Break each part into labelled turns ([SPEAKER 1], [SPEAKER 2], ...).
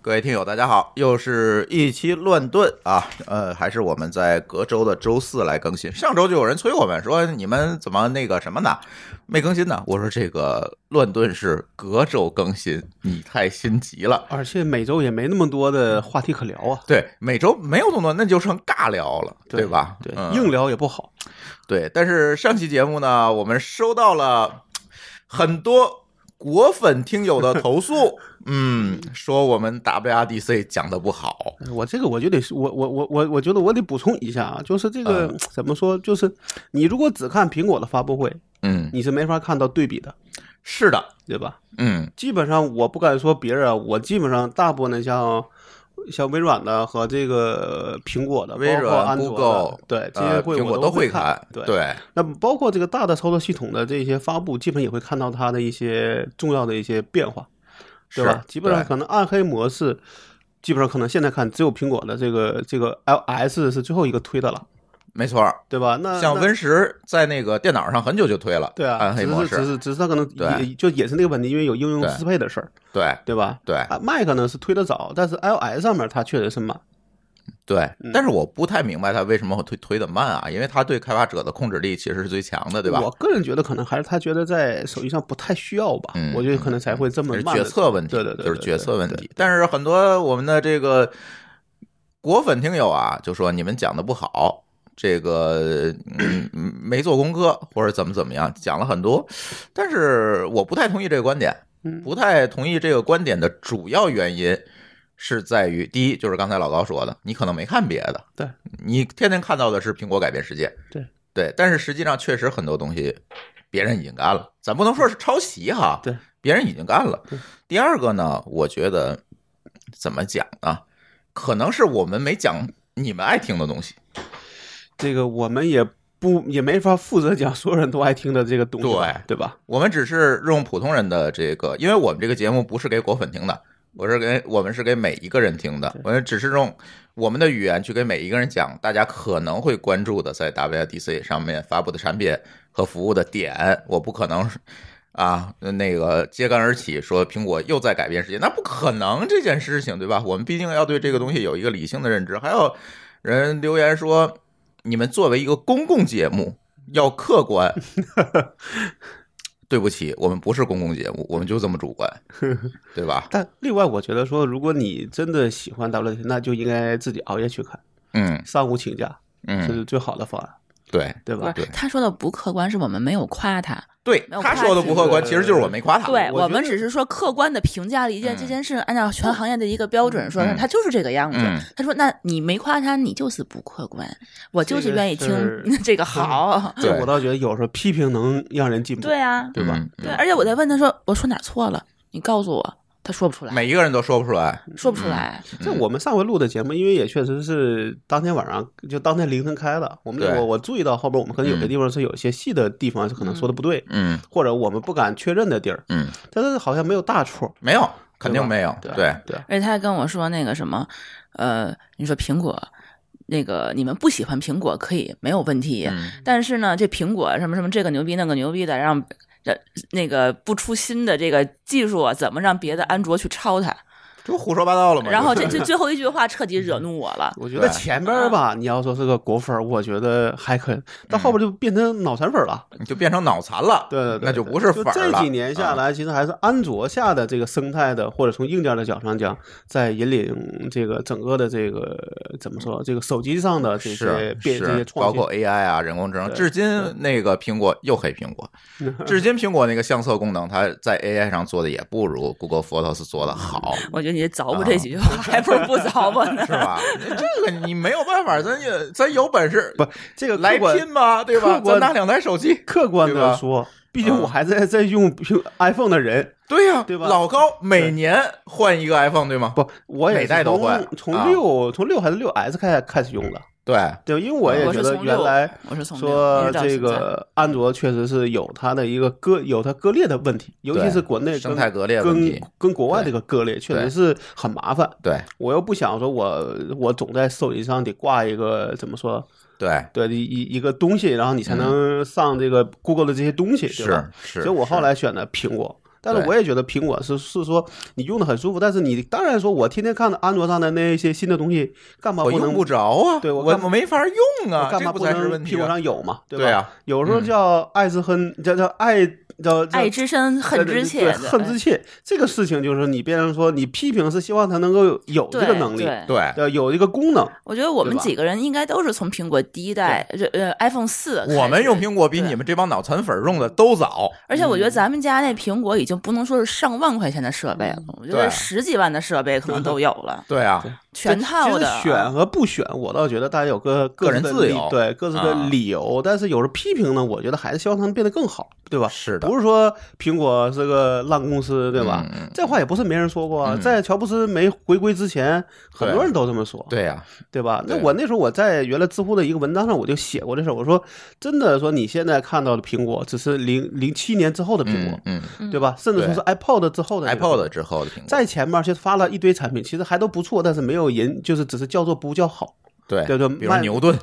[SPEAKER 1] 各位听友，大家好，又是一期乱炖啊，呃，还是我们在隔周的周四来更新。上周就有人催我们说，你们怎么那个什么呢，没更新呢？我说这个乱炖是隔周更新，你太心急了。
[SPEAKER 2] 而且每周也没那么多
[SPEAKER 1] 嗯
[SPEAKER 2] 的话题可聊啊，
[SPEAKER 1] 对，每周没有动作，那就成尬聊了，
[SPEAKER 2] 对
[SPEAKER 1] 吧？
[SPEAKER 2] 对，
[SPEAKER 1] 嗯
[SPEAKER 2] 硬聊也不好。
[SPEAKER 1] 对，但是上期节目呢，我们收到了很多果粉听友的投 诉，嗯，说我们 WRDC 讲的不好，
[SPEAKER 2] 我这个我就得是我我我我我觉得我得补充一下啊，就是这个、
[SPEAKER 1] 嗯
[SPEAKER 2] 怎么说，就是你如果只看苹果的发布会，
[SPEAKER 1] 嗯，
[SPEAKER 2] 你是没法看到对比的，
[SPEAKER 1] 是的，
[SPEAKER 2] 对吧？
[SPEAKER 1] 嗯
[SPEAKER 2] 基本上我不敢说别人啊，我基本上大部分的像。像微软的和这个苹果的，
[SPEAKER 1] 微
[SPEAKER 2] 包括
[SPEAKER 1] 软、
[SPEAKER 2] 安卓的
[SPEAKER 1] Google，
[SPEAKER 2] 对这些
[SPEAKER 1] 呃，
[SPEAKER 2] 会
[SPEAKER 1] 苹果
[SPEAKER 2] 都
[SPEAKER 1] 会
[SPEAKER 2] 看
[SPEAKER 1] 看，，对，
[SPEAKER 2] 那么包括这个大的操作系统的这些发布，基本也会看到它的一些重要的一些变化，对
[SPEAKER 1] 是
[SPEAKER 2] 吧？基本上
[SPEAKER 1] 对
[SPEAKER 2] 可能暗黑模式，基本上可能现在看只有苹果的这个这个 iOS 是最后一个推的了，
[SPEAKER 1] 没错儿。
[SPEAKER 2] 对吧？那
[SPEAKER 1] 像
[SPEAKER 2] 嗯那
[SPEAKER 1] Win 十在那个电脑上很久就推了，
[SPEAKER 2] 对啊，
[SPEAKER 1] 暗黑
[SPEAKER 2] 只
[SPEAKER 1] 模
[SPEAKER 2] 是只
[SPEAKER 1] 式，
[SPEAKER 2] 是只是它可能
[SPEAKER 1] 对
[SPEAKER 2] 也就也是那个问题，因为有应用
[SPEAKER 1] 对
[SPEAKER 2] 适配的事儿，
[SPEAKER 1] 对
[SPEAKER 2] 对吧？
[SPEAKER 1] 对
[SPEAKER 2] 啊，Mac 呢是推的早，但是 iOS 上面它确实是慢，
[SPEAKER 1] 对。但是我不太明白它为什么会推推的慢啊，因为它对开发者的控制力其实是最强的，对吧
[SPEAKER 2] 我？个人觉得可能还是他觉得在手机上不太需要吧，
[SPEAKER 1] 嗯
[SPEAKER 2] 我觉得可能才会这么
[SPEAKER 1] 是
[SPEAKER 2] 慢
[SPEAKER 1] 决
[SPEAKER 2] 的。
[SPEAKER 1] 策问题，
[SPEAKER 2] 对对对，
[SPEAKER 1] 就是
[SPEAKER 2] 对
[SPEAKER 1] 决策问。
[SPEAKER 2] 对
[SPEAKER 1] 题。但是很多我们的这个果粉听友啊，就说你们讲的不好，这个嗯没做功课或者怎么怎么样，讲了很多，但是我不太同意这个观点，
[SPEAKER 2] 嗯
[SPEAKER 1] 不太同意这个观点的主要原因。是在于第一，就是刚才老高说的，你可能没看别的，
[SPEAKER 2] 对
[SPEAKER 1] 你天天看到的是苹果改变世界，
[SPEAKER 2] 对
[SPEAKER 1] 对，但是实际上确实很多东西别人已经干了，咱不能说是抄袭哈，
[SPEAKER 2] 对，
[SPEAKER 1] 别人已经干了
[SPEAKER 2] 对。
[SPEAKER 1] 第二个呢，我觉得怎么讲呢？可能是我们没讲你们爱听的东西，
[SPEAKER 2] 这个我们也不也没法负责讲所有人都爱听的这个东西吧，对吧？
[SPEAKER 1] 我们只是用普通人的这个，因为我们这个节目不是给果粉听的，我是给我们是给每一个人听的，我们只是用我们的语言去给每一个人讲大家可能会关注的在 WDC 上面发布的产品和服务的点，我不可能是。啊，那个揭竿而起，说苹果又在改变世界，那不可能这件事情，对吧？我们毕竟要对这个东西有一个理性的认知。还有人留言说，你们作为一个公共节目，要客观。对不起，我们不是公共节目，我们就这么主观，对吧？
[SPEAKER 2] 但另外，我觉得说，如果你真的喜欢 WT，那就应该自己熬夜去看，
[SPEAKER 1] 嗯
[SPEAKER 2] 上午请假，这
[SPEAKER 1] 嗯，
[SPEAKER 2] 是最好的方案，
[SPEAKER 1] 对
[SPEAKER 2] 对
[SPEAKER 3] 不
[SPEAKER 2] 吧？
[SPEAKER 1] 对
[SPEAKER 3] 是，他说的不客观是我们没有夸他，
[SPEAKER 1] 对，
[SPEAKER 3] 没有
[SPEAKER 1] 他说的不客观，其实就是我没夸他。
[SPEAKER 3] 对
[SPEAKER 2] 我觉
[SPEAKER 3] 我们
[SPEAKER 2] 得
[SPEAKER 3] 只是说客观的评价了一件、
[SPEAKER 1] 嗯
[SPEAKER 3] 这件事，按照全行业的一个标准说，
[SPEAKER 1] 嗯
[SPEAKER 3] 他就是这个样子。
[SPEAKER 1] 嗯
[SPEAKER 3] 他说，那你没夸他，你就是不客观，我就是愿意听
[SPEAKER 2] 这个事儿
[SPEAKER 3] 这个好。
[SPEAKER 1] 对
[SPEAKER 2] 这我倒觉得有时候批评能让人进步。
[SPEAKER 3] 对啊，
[SPEAKER 2] 对吧
[SPEAKER 1] 嗯
[SPEAKER 3] 对，而且我在问他说，我说哪儿错了？你告诉我，他说不出来，
[SPEAKER 1] 每一个人都说不出来。
[SPEAKER 3] 说不出来。
[SPEAKER 1] 嗯
[SPEAKER 2] 这我们上回录的节目，因为也确实是当天晚上，就当天凌晨开的。我们
[SPEAKER 1] 对
[SPEAKER 2] 我我注意到后边，我们可能有
[SPEAKER 1] 嗯
[SPEAKER 2] 些地方是有一些细的地方是可能说的不对，
[SPEAKER 1] 嗯
[SPEAKER 2] 或者我们不敢确认的地儿，
[SPEAKER 1] 嗯，
[SPEAKER 2] 但是好像没有大错。
[SPEAKER 1] 没有，肯定没有。
[SPEAKER 2] 对吧
[SPEAKER 1] 对，
[SPEAKER 2] 对，
[SPEAKER 3] 而且他还跟我说那个什么，呃，你说苹果，那个你们不喜欢苹果可以没有问题，
[SPEAKER 1] 嗯
[SPEAKER 3] 但是呢，这苹果什么什么这个牛逼那个牛逼的，让让那个不出新的这个技术啊，怎么让别的安卓去抄它？
[SPEAKER 1] 就胡说八道了嘛。
[SPEAKER 3] 然后
[SPEAKER 1] 就
[SPEAKER 3] 这
[SPEAKER 1] 是
[SPEAKER 3] 这最后一句话彻底惹怒我了。
[SPEAKER 2] 我觉得
[SPEAKER 1] 对
[SPEAKER 2] 前边儿
[SPEAKER 1] 嗯
[SPEAKER 2] 吧，你要说是个果粉儿，我觉得还可以，但后边就变成脑残粉儿了。
[SPEAKER 1] 你就变成脑残了，
[SPEAKER 2] 对对对，
[SPEAKER 1] 那就不是
[SPEAKER 2] 就
[SPEAKER 1] 反儿
[SPEAKER 2] 这
[SPEAKER 1] 了。啊
[SPEAKER 2] 几年下来，其实还是安卓下的这个生态的，或者从硬件的角上讲，在引领这个整个的这个怎么说，这个手机上的这些
[SPEAKER 1] 是
[SPEAKER 2] 变这些
[SPEAKER 1] 是，
[SPEAKER 2] 创
[SPEAKER 1] 包
[SPEAKER 2] 新
[SPEAKER 1] 括。AI 啊、人工智能，
[SPEAKER 2] 对
[SPEAKER 1] 至今那个苹果又黑苹果，至今苹果那个相册功能，它在 AI 上做的也不如 Google Photos 做的好，
[SPEAKER 3] 我觉得你这
[SPEAKER 2] 啊
[SPEAKER 3] 凿吧这几句话，还不如不凿吧呢
[SPEAKER 2] 嗯
[SPEAKER 1] 是。吧？这个你没有办法，咱也咱有本事
[SPEAKER 2] 不，这个
[SPEAKER 1] 来
[SPEAKER 2] 客观
[SPEAKER 1] 拼吧，对吧？
[SPEAKER 2] 客观
[SPEAKER 1] 咱拿两台手机，
[SPEAKER 2] 客观
[SPEAKER 1] 对吧
[SPEAKER 2] 的说，毕竟
[SPEAKER 1] 嗯
[SPEAKER 2] 我还在在用 用 iPhone 的人，
[SPEAKER 1] 对呀、
[SPEAKER 2] 对吧
[SPEAKER 1] 老高每年换一个 iPhone，对吗？
[SPEAKER 2] 不，我也
[SPEAKER 1] 每
[SPEAKER 2] 是
[SPEAKER 1] 代都换
[SPEAKER 2] 从从
[SPEAKER 1] 啊
[SPEAKER 2] 六从六还是六 S 开开始用的，
[SPEAKER 1] 对，
[SPEAKER 2] 对吧，因为我
[SPEAKER 1] 嗯
[SPEAKER 2] 也
[SPEAKER 3] 我
[SPEAKER 2] 觉
[SPEAKER 3] 是
[SPEAKER 2] 得
[SPEAKER 3] 从
[SPEAKER 2] 原
[SPEAKER 3] 六
[SPEAKER 2] 来。，
[SPEAKER 3] 我是从六
[SPEAKER 2] 说
[SPEAKER 3] 一直到
[SPEAKER 2] 这
[SPEAKER 3] 现在
[SPEAKER 2] 个安卓确实是有它的一个割有它割裂的问题，尤其是国内跟
[SPEAKER 1] 生态割裂问
[SPEAKER 2] 跟
[SPEAKER 1] 题，
[SPEAKER 2] 跟国外这个割裂确实是很麻烦。
[SPEAKER 1] 对
[SPEAKER 2] 我又不想说我我总在手机上得挂一个怎么说
[SPEAKER 1] 对，
[SPEAKER 2] 对一一一个东西，然后你才能上这个 Google 的这些东西，对吧？
[SPEAKER 1] 嗯是是。
[SPEAKER 2] 所以我后
[SPEAKER 1] 是
[SPEAKER 2] 来选的苹果，但是
[SPEAKER 1] 对
[SPEAKER 2] 我也觉得苹果是是说你用的很舒服，但是你当然说我天天看着安卓上的那些新的东西，干嘛
[SPEAKER 1] 我
[SPEAKER 2] 不
[SPEAKER 1] 用
[SPEAKER 2] 能
[SPEAKER 1] 不着啊，
[SPEAKER 2] 对
[SPEAKER 1] 我
[SPEAKER 2] 我干
[SPEAKER 1] 没法用啊
[SPEAKER 2] 我，干
[SPEAKER 1] 这
[SPEAKER 2] 嘛
[SPEAKER 1] 不才是
[SPEAKER 2] 能
[SPEAKER 1] 问
[SPEAKER 2] 苹
[SPEAKER 1] 题
[SPEAKER 2] 果
[SPEAKER 1] 啊。
[SPEAKER 2] 上有嘛？对吧？
[SPEAKER 1] 对啊，
[SPEAKER 2] 有时候
[SPEAKER 1] 嗯
[SPEAKER 2] 叫爱之恨，叫叫爱叫叫
[SPEAKER 3] 爱之深，恨
[SPEAKER 2] 对对
[SPEAKER 3] 之
[SPEAKER 2] 对
[SPEAKER 3] 切，嗯
[SPEAKER 2] 恨之切。这个事情就是你变成说，你批评是希望他能够有有
[SPEAKER 3] 对
[SPEAKER 2] 这个能力，
[SPEAKER 3] 对，
[SPEAKER 1] 对，
[SPEAKER 2] 呃，有这个功能。
[SPEAKER 3] 我觉得我们
[SPEAKER 2] 对吧
[SPEAKER 3] 几个人应该都是从苹果第一代，这呃 iPhone 四，
[SPEAKER 1] 我们用苹果比
[SPEAKER 3] 对
[SPEAKER 1] 你们这帮脑残粉儿用的都早。
[SPEAKER 3] 而且我
[SPEAKER 2] 嗯
[SPEAKER 3] 觉得咱们家那苹果已经不能说是上万块钱的设备了，
[SPEAKER 2] 嗯
[SPEAKER 3] 我觉得
[SPEAKER 1] 对
[SPEAKER 3] 十几万的设备可能都有了，
[SPEAKER 1] 对啊，
[SPEAKER 3] 全套
[SPEAKER 2] 其
[SPEAKER 3] 的
[SPEAKER 2] 实
[SPEAKER 3] 啊。
[SPEAKER 2] 选和不选，我倒觉得大家有个
[SPEAKER 1] 个人
[SPEAKER 2] 自的
[SPEAKER 1] 自
[SPEAKER 2] 理
[SPEAKER 1] 由
[SPEAKER 2] 对各自的
[SPEAKER 1] 啊
[SPEAKER 2] 理由。但是有时候批评呢，我觉得还是希望他们变得更好，对吧？
[SPEAKER 1] 是的
[SPEAKER 2] 不，是说苹果是个烂公司，对吧？
[SPEAKER 1] 嗯嗯
[SPEAKER 2] 这话也不是没人说过啊，
[SPEAKER 1] 嗯
[SPEAKER 2] 在乔布斯没回归之前，很
[SPEAKER 1] 对
[SPEAKER 2] 多人都这么说。
[SPEAKER 1] 对呀，
[SPEAKER 2] 对吧？那
[SPEAKER 1] 对
[SPEAKER 2] 我那时候我在原来知乎的一个文章上我就写过这事儿，我说真的说你现在看到的苹果只是零零七年之后的苹
[SPEAKER 1] 嗯
[SPEAKER 2] 果，
[SPEAKER 1] 嗯
[SPEAKER 2] 对吧？甚至说是 iPod 之后的那个苹果
[SPEAKER 1] ，iPod 之后的苹果，
[SPEAKER 2] 在前面就发了一堆产品，其实还都不错，但是没有人就是只是叫做不叫好，
[SPEAKER 1] 对
[SPEAKER 2] 对对
[SPEAKER 1] 比如
[SPEAKER 2] 慢
[SPEAKER 1] 牛顿，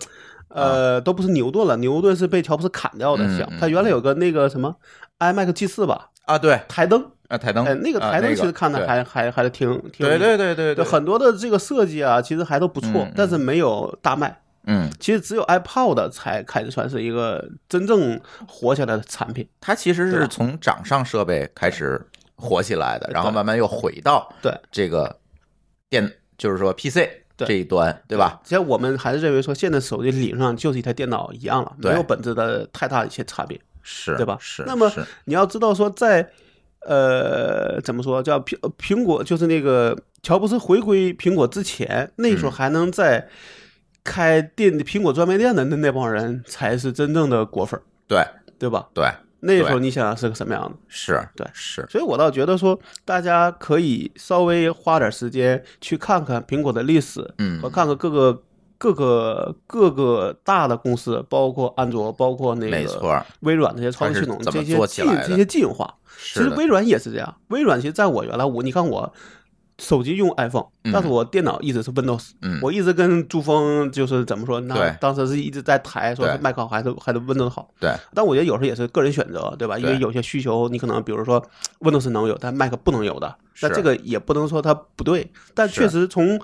[SPEAKER 2] 呃，都不是牛顿了，牛顿是被乔布斯砍掉的
[SPEAKER 1] 啊嗯
[SPEAKER 2] 像
[SPEAKER 1] 嗯
[SPEAKER 2] 他原来有个那个什么 iMac G 四吧，
[SPEAKER 1] 啊，对，
[SPEAKER 2] 台灯，
[SPEAKER 1] 啊，台灯，
[SPEAKER 2] 哎，那个
[SPEAKER 1] 啊
[SPEAKER 2] 台灯其实看
[SPEAKER 1] 对
[SPEAKER 2] 的还还还是挺挺有
[SPEAKER 1] 对
[SPEAKER 2] 意
[SPEAKER 1] 对
[SPEAKER 2] 思
[SPEAKER 1] 对对
[SPEAKER 2] 对，很多的这个设计啊，其实还都不错
[SPEAKER 1] 嗯嗯，
[SPEAKER 2] 但是没有大卖。
[SPEAKER 1] 嗯，
[SPEAKER 2] 其实只有 iPod 才开始算是一个真正火起来的产品。
[SPEAKER 1] 它其实
[SPEAKER 2] 对
[SPEAKER 1] 是
[SPEAKER 2] 吧
[SPEAKER 1] 从掌上设备开始火起来的，然后
[SPEAKER 2] 对
[SPEAKER 1] 慢慢又回到
[SPEAKER 2] 对
[SPEAKER 1] 这个电，就是说 PC
[SPEAKER 2] 对
[SPEAKER 1] 这一端，对吧？
[SPEAKER 2] 其实我们还是认为说，现在手机理论上就是一台电脑一样了，
[SPEAKER 1] 对
[SPEAKER 2] 没有本质的太大的一些差别，
[SPEAKER 1] 是，
[SPEAKER 2] 对吧？
[SPEAKER 1] 是。
[SPEAKER 2] 那么
[SPEAKER 1] 是
[SPEAKER 2] 你要知道说在，呃怎么说叫苹苹果，就是那个乔布斯回归苹果之前，那时候还能在开店苹果专卖店的那那帮人才是真正的果粉儿，
[SPEAKER 1] 对
[SPEAKER 2] 对吧？
[SPEAKER 1] 对
[SPEAKER 2] 那时候你想想是个什么样的？
[SPEAKER 1] 是，
[SPEAKER 2] 对
[SPEAKER 1] 是，
[SPEAKER 2] 所以我倒觉得说，大家可以稍微花点时间去看看苹果的历史，
[SPEAKER 1] 嗯
[SPEAKER 2] 和看看各个各个各个大的公司，包括安卓，包括那
[SPEAKER 1] 没
[SPEAKER 2] 个
[SPEAKER 1] 错，
[SPEAKER 2] 微软这些操作系统
[SPEAKER 1] 它是怎么
[SPEAKER 2] 这些
[SPEAKER 1] 做起
[SPEAKER 2] 进
[SPEAKER 1] 来的
[SPEAKER 2] 这些进化。其
[SPEAKER 1] 是
[SPEAKER 2] 实
[SPEAKER 1] 的，
[SPEAKER 2] 微软也是这样，微软其实在我原来我你看我。手机用 iPhone，
[SPEAKER 1] 嗯
[SPEAKER 2] 但是我电脑一直是 Windows，、
[SPEAKER 1] 嗯
[SPEAKER 2] 我一直跟朱峰就是怎么说，那
[SPEAKER 1] 对
[SPEAKER 2] 当时是一直在抬，说是
[SPEAKER 1] 对
[SPEAKER 2] 麦克好还是还是 Windows 好，
[SPEAKER 1] 对
[SPEAKER 2] 但我觉得有时候也是个人选择，对吧？因为
[SPEAKER 1] 对
[SPEAKER 2] 有些需求你可能，比如说 Windows 能有，但 Mac 不能有的。那
[SPEAKER 1] 是
[SPEAKER 2] 这个也不能说它不对，但
[SPEAKER 1] 是
[SPEAKER 2] 确实从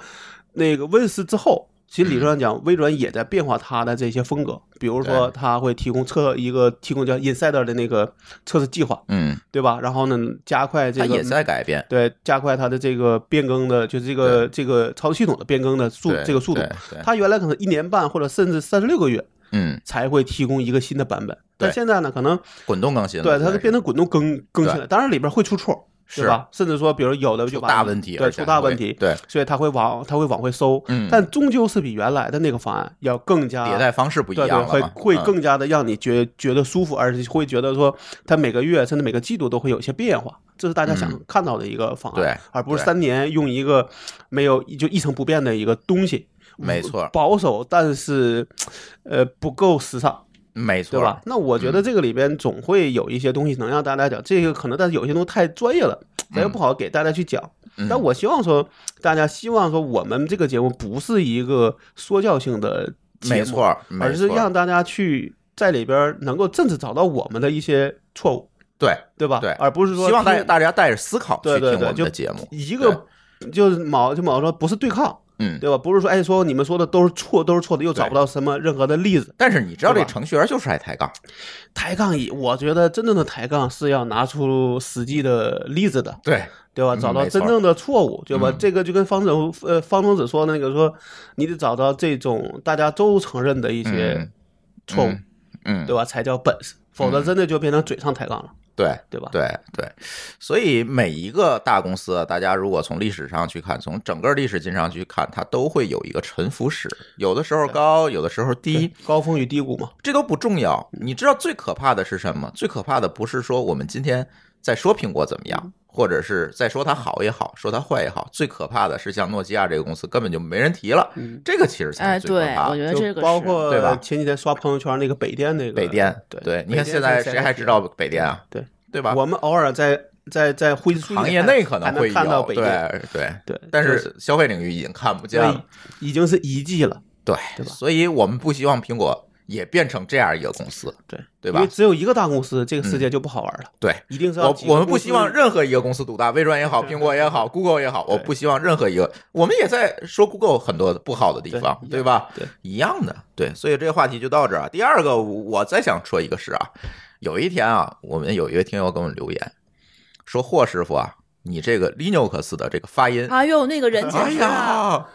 [SPEAKER 2] 那个 Win 四之后，其实理论上讲，微软也在变化它的这些风格，比如说
[SPEAKER 1] 嗯对
[SPEAKER 2] 它会提供测一个提供叫 Insider 的那个测试计划，
[SPEAKER 1] 嗯，
[SPEAKER 2] 对吧？然后呢，加快
[SPEAKER 1] 它
[SPEAKER 2] 这
[SPEAKER 1] 也
[SPEAKER 2] 个。
[SPEAKER 1] 在改变，
[SPEAKER 2] 对，加快它的这个变更的，就是这个这个操作系统的变更的速
[SPEAKER 1] 对
[SPEAKER 2] 这个速度
[SPEAKER 1] 对，对
[SPEAKER 2] 它原来可能一年半或者甚至三十六个月，
[SPEAKER 1] 嗯，
[SPEAKER 2] 才会提供一个新的版本。
[SPEAKER 1] 对
[SPEAKER 2] 但现在呢，可能
[SPEAKER 1] 滚动更新了，
[SPEAKER 2] 对它就变
[SPEAKER 1] 得
[SPEAKER 2] 成滚动更更新了，当然里边会出错，
[SPEAKER 1] 是
[SPEAKER 2] 对吧？甚至说，比如有的就
[SPEAKER 1] 出
[SPEAKER 2] 把
[SPEAKER 1] 大问题，
[SPEAKER 2] 对，
[SPEAKER 1] 而且
[SPEAKER 2] 出大
[SPEAKER 1] 还会
[SPEAKER 2] 问题，
[SPEAKER 1] 对，
[SPEAKER 2] 所以它会往它会往回收，
[SPEAKER 1] 嗯
[SPEAKER 2] 但终究是比原来的那个方案要更加
[SPEAKER 1] 迭代方式不一
[SPEAKER 2] 对对，
[SPEAKER 1] 样了
[SPEAKER 2] 会
[SPEAKER 1] 嘛，
[SPEAKER 2] 会
[SPEAKER 1] 嗯
[SPEAKER 2] 更加的让你觉觉得舒服，而且会觉得说它每个月甚至每个季度都会有一些变化，这是大家想
[SPEAKER 1] 嗯
[SPEAKER 2] 看到的一个方案，
[SPEAKER 1] 对
[SPEAKER 2] 而不是
[SPEAKER 1] 对
[SPEAKER 2] 三年用一个没有就一成不变的一个东西，
[SPEAKER 1] 没错
[SPEAKER 2] 保守但是呃不够时尚。
[SPEAKER 1] 没错，
[SPEAKER 2] 对吧？？那我
[SPEAKER 1] 嗯
[SPEAKER 2] 觉得这个里边总会有一些东西能让大家讲，这个可能，但是有些东西太专业了，咱又不好给大家去讲。
[SPEAKER 1] 嗯
[SPEAKER 2] 但我希望说，大家希望说，我们这个节目不是一个说教性的节目，
[SPEAKER 1] 没错，没
[SPEAKER 2] 而是
[SPEAKER 1] 错
[SPEAKER 2] 让大家去在里边能够正式找到我们的一些错误，
[SPEAKER 1] 对
[SPEAKER 2] 对吧？
[SPEAKER 1] 对
[SPEAKER 2] 而不是说
[SPEAKER 1] 希望大家
[SPEAKER 2] 听
[SPEAKER 1] 大家带着思考去
[SPEAKER 2] 对
[SPEAKER 1] 听
[SPEAKER 2] 对
[SPEAKER 1] 我
[SPEAKER 2] 对，
[SPEAKER 1] 们
[SPEAKER 2] 就
[SPEAKER 1] 的节目，
[SPEAKER 2] 一个就是卯就卯说不是对抗，
[SPEAKER 1] 嗯。
[SPEAKER 2] 对吧？不是说哎说你们说的都是错，都是错的，又找不到什么任何的例子。
[SPEAKER 1] 但是你知道，
[SPEAKER 2] 对
[SPEAKER 1] 这
[SPEAKER 2] 吧
[SPEAKER 1] 程序员就是爱抬杠，
[SPEAKER 2] 抬杠也，我觉得真正的抬杠是要拿出实际的例子的，
[SPEAKER 1] 对，
[SPEAKER 2] 对吧？
[SPEAKER 1] 嗯
[SPEAKER 2] 找到
[SPEAKER 1] 没错
[SPEAKER 2] 真正的错误，对吧？
[SPEAKER 1] 嗯
[SPEAKER 2] 这个就跟方总呃方总子说那个说，你得找到这种大家都承认的一些
[SPEAKER 1] 嗯
[SPEAKER 2] 错误，
[SPEAKER 1] 嗯嗯，
[SPEAKER 2] 对吧？才叫本事，否则真的就变成嘴上抬杠了，
[SPEAKER 1] 对
[SPEAKER 2] 对吧？
[SPEAKER 1] 对对，所以每一个大公司啊，大家如果从历史上去看，从整个历史进上去看，它都会有一个沉浮史，有的时候高，有的时候低，
[SPEAKER 2] 高峰与低谷嘛，
[SPEAKER 1] 这都不重要。你知道最可怕的是什么？最可怕的不是说我们今天在说苹果怎么
[SPEAKER 2] 嗯
[SPEAKER 1] 样，或者是在说它好也好，说它坏也好，最可怕的是像诺基亚这个公司根本就没人提了，
[SPEAKER 2] 嗯，
[SPEAKER 1] 这个其实才
[SPEAKER 3] 哎，
[SPEAKER 1] 是最可
[SPEAKER 3] 对，
[SPEAKER 1] 怕
[SPEAKER 3] 我
[SPEAKER 1] 的。
[SPEAKER 3] 觉得
[SPEAKER 2] 就
[SPEAKER 3] 这个
[SPEAKER 2] 包
[SPEAKER 3] 是
[SPEAKER 2] 括
[SPEAKER 1] 对吧
[SPEAKER 2] 前几天刷朋友圈那个北电那个
[SPEAKER 1] 北电，
[SPEAKER 2] 对
[SPEAKER 1] 你看
[SPEAKER 2] 北电
[SPEAKER 1] 现在
[SPEAKER 2] 是
[SPEAKER 1] 谁还知道北电啊？
[SPEAKER 2] 对，
[SPEAKER 1] 对吧？
[SPEAKER 2] 我们偶尔在在在灰书
[SPEAKER 1] 行业内可能会有，
[SPEAKER 2] 看到北电，
[SPEAKER 1] 对对
[SPEAKER 2] 对，
[SPEAKER 1] 但
[SPEAKER 2] 就是
[SPEAKER 1] 消费领域已经看不见
[SPEAKER 2] 对
[SPEAKER 1] 了，，
[SPEAKER 2] 已经是一季了。
[SPEAKER 1] 对
[SPEAKER 2] 对吧
[SPEAKER 1] 所以我们不希望苹果也变成这样一个公司，
[SPEAKER 2] 对
[SPEAKER 1] 对
[SPEAKER 2] 因
[SPEAKER 1] 吧
[SPEAKER 2] 为？只有一个大公司，这个世界就不好玩了。
[SPEAKER 1] 对，
[SPEAKER 2] 一定是要
[SPEAKER 1] 我
[SPEAKER 2] 几个
[SPEAKER 1] 我们
[SPEAKER 2] 公
[SPEAKER 1] 不
[SPEAKER 2] 司
[SPEAKER 1] 希望任何一个公司独大，微软也好，
[SPEAKER 2] 对
[SPEAKER 1] 苹果也好，Google 也好，我
[SPEAKER 2] 对
[SPEAKER 1] 不希望任何一个。我们也在说 Google 很多不好的地方，
[SPEAKER 2] 对
[SPEAKER 1] 对吧？
[SPEAKER 2] 对，
[SPEAKER 1] 一样的，对。所以这个话题就到这儿啊。第二个，我我再想说一个事啊，有一天啊，我们有一位听友给我们留言说，霍师傅啊，你这个 Linux 的这个发音，
[SPEAKER 3] 哎呦，那个人简
[SPEAKER 1] 哎
[SPEAKER 3] 直了，
[SPEAKER 1] 呀，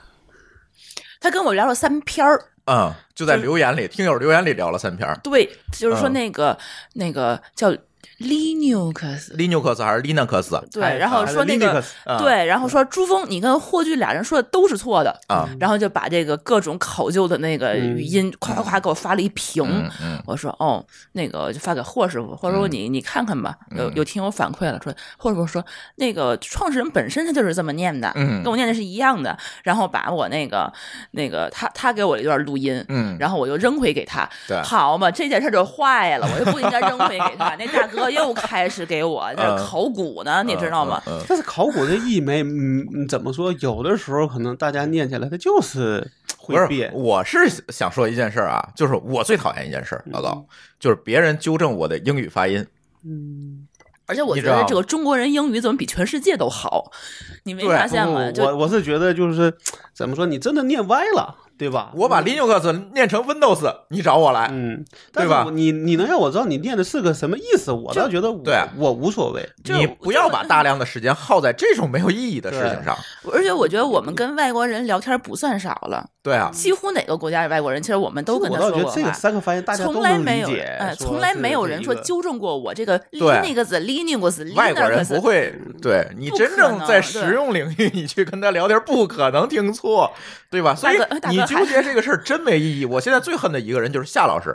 [SPEAKER 3] 他跟我聊了三篇儿，
[SPEAKER 1] 嗯，就在留言里，听友留言里聊了三篇儿
[SPEAKER 3] 对，就是说
[SPEAKER 1] 嗯
[SPEAKER 3] 那个那个叫 Linux，
[SPEAKER 1] ，Linux 还是 Linux
[SPEAKER 3] 嗯对，然后
[SPEAKER 2] 还是
[SPEAKER 3] 说那个
[SPEAKER 2] Linux，嗯
[SPEAKER 1] 啊
[SPEAKER 3] 对，然后说朱峰，你跟霍炬俩人说的都是错的，
[SPEAKER 1] 啊？
[SPEAKER 3] 然后就把这个各种考究的那个
[SPEAKER 2] 嗯
[SPEAKER 3] 语音夸夸夸给我发了一屏。
[SPEAKER 1] 嗯嗯
[SPEAKER 3] 我说哦，那个就发给霍师傅，霍师傅
[SPEAKER 1] 嗯
[SPEAKER 3] 你、你看看吧，有
[SPEAKER 1] 嗯
[SPEAKER 3] 有听友反馈了，说霍师傅说那个创始人本身他就是这么念的，
[SPEAKER 1] 嗯
[SPEAKER 3] 跟我念的是一样的，然后把我那个那个他他给我一段录音，
[SPEAKER 1] 嗯，
[SPEAKER 3] 然后我又扔回给他，
[SPEAKER 2] 嗯
[SPEAKER 1] 对
[SPEAKER 3] 好嘛，这件事就坏了，我就不应该扔回给他，那大哥又开始给我那
[SPEAKER 1] 嗯
[SPEAKER 3] 考古呢，你知道吗？
[SPEAKER 1] 嗯？嗯嗯
[SPEAKER 2] 但是考古这意义没，嗯，怎么说？有的时候可能大家念起来，它就是
[SPEAKER 1] 不
[SPEAKER 2] 会
[SPEAKER 1] 是
[SPEAKER 2] 变，。
[SPEAKER 1] 我是想说一件事儿啊，就是我最讨厌一件事儿，老
[SPEAKER 3] 嗯
[SPEAKER 1] 高，就是别人纠正我的英语发音。
[SPEAKER 2] 嗯，
[SPEAKER 3] 而且我
[SPEAKER 1] 你
[SPEAKER 3] 觉
[SPEAKER 1] 知道
[SPEAKER 3] 得
[SPEAKER 1] 吗
[SPEAKER 3] 这个中国人英语怎么比全世界都好？你没
[SPEAKER 1] 对
[SPEAKER 3] 发现吗？
[SPEAKER 2] 我
[SPEAKER 3] 就
[SPEAKER 2] 我是觉得就是怎么说，你真的念歪了，对吧？
[SPEAKER 1] 我
[SPEAKER 3] 嗯
[SPEAKER 1] 把 Linux 念成 Windows，你找我来。
[SPEAKER 2] 嗯，但
[SPEAKER 1] 对
[SPEAKER 2] 是
[SPEAKER 1] 吧
[SPEAKER 2] 我你你能让我知道你念的是个什么意思？我倒觉得我
[SPEAKER 1] 对啊
[SPEAKER 2] 我无所谓。
[SPEAKER 3] 就是
[SPEAKER 1] 你不要把大量的时间耗在这种没有意义的事情上。
[SPEAKER 3] 而且我觉得我们跟外国人聊天不算少了，
[SPEAKER 1] 对啊，
[SPEAKER 3] 几乎哪个国家的外国人，其实我们都跟
[SPEAKER 2] 嗯我
[SPEAKER 3] 他
[SPEAKER 2] 倒
[SPEAKER 3] 说
[SPEAKER 2] 觉
[SPEAKER 3] 过
[SPEAKER 2] 得这个
[SPEAKER 3] 话。
[SPEAKER 2] 三个发现大家都
[SPEAKER 3] 从来
[SPEAKER 2] 能
[SPEAKER 3] 没
[SPEAKER 2] 理
[SPEAKER 3] 有
[SPEAKER 2] 解
[SPEAKER 3] 人，，哎，
[SPEAKER 2] 说
[SPEAKER 3] 从来
[SPEAKER 2] 是
[SPEAKER 3] 没有
[SPEAKER 2] 这
[SPEAKER 3] 人
[SPEAKER 2] 一
[SPEAKER 3] 说
[SPEAKER 2] 个
[SPEAKER 3] 纠正过我这个
[SPEAKER 1] 对
[SPEAKER 3] Linux、Linux、
[SPEAKER 1] 外国人不
[SPEAKER 3] Linux。
[SPEAKER 1] 会对你
[SPEAKER 3] 不可
[SPEAKER 1] 真正在
[SPEAKER 3] 能
[SPEAKER 1] 实用领域，你去跟他聊天，不可能听错，对吧？所以
[SPEAKER 2] 呃
[SPEAKER 3] 大哥大
[SPEAKER 1] 你
[SPEAKER 3] 哥
[SPEAKER 1] 纠结这个事儿真没意义。我现在最恨的一个人就是夏老 师，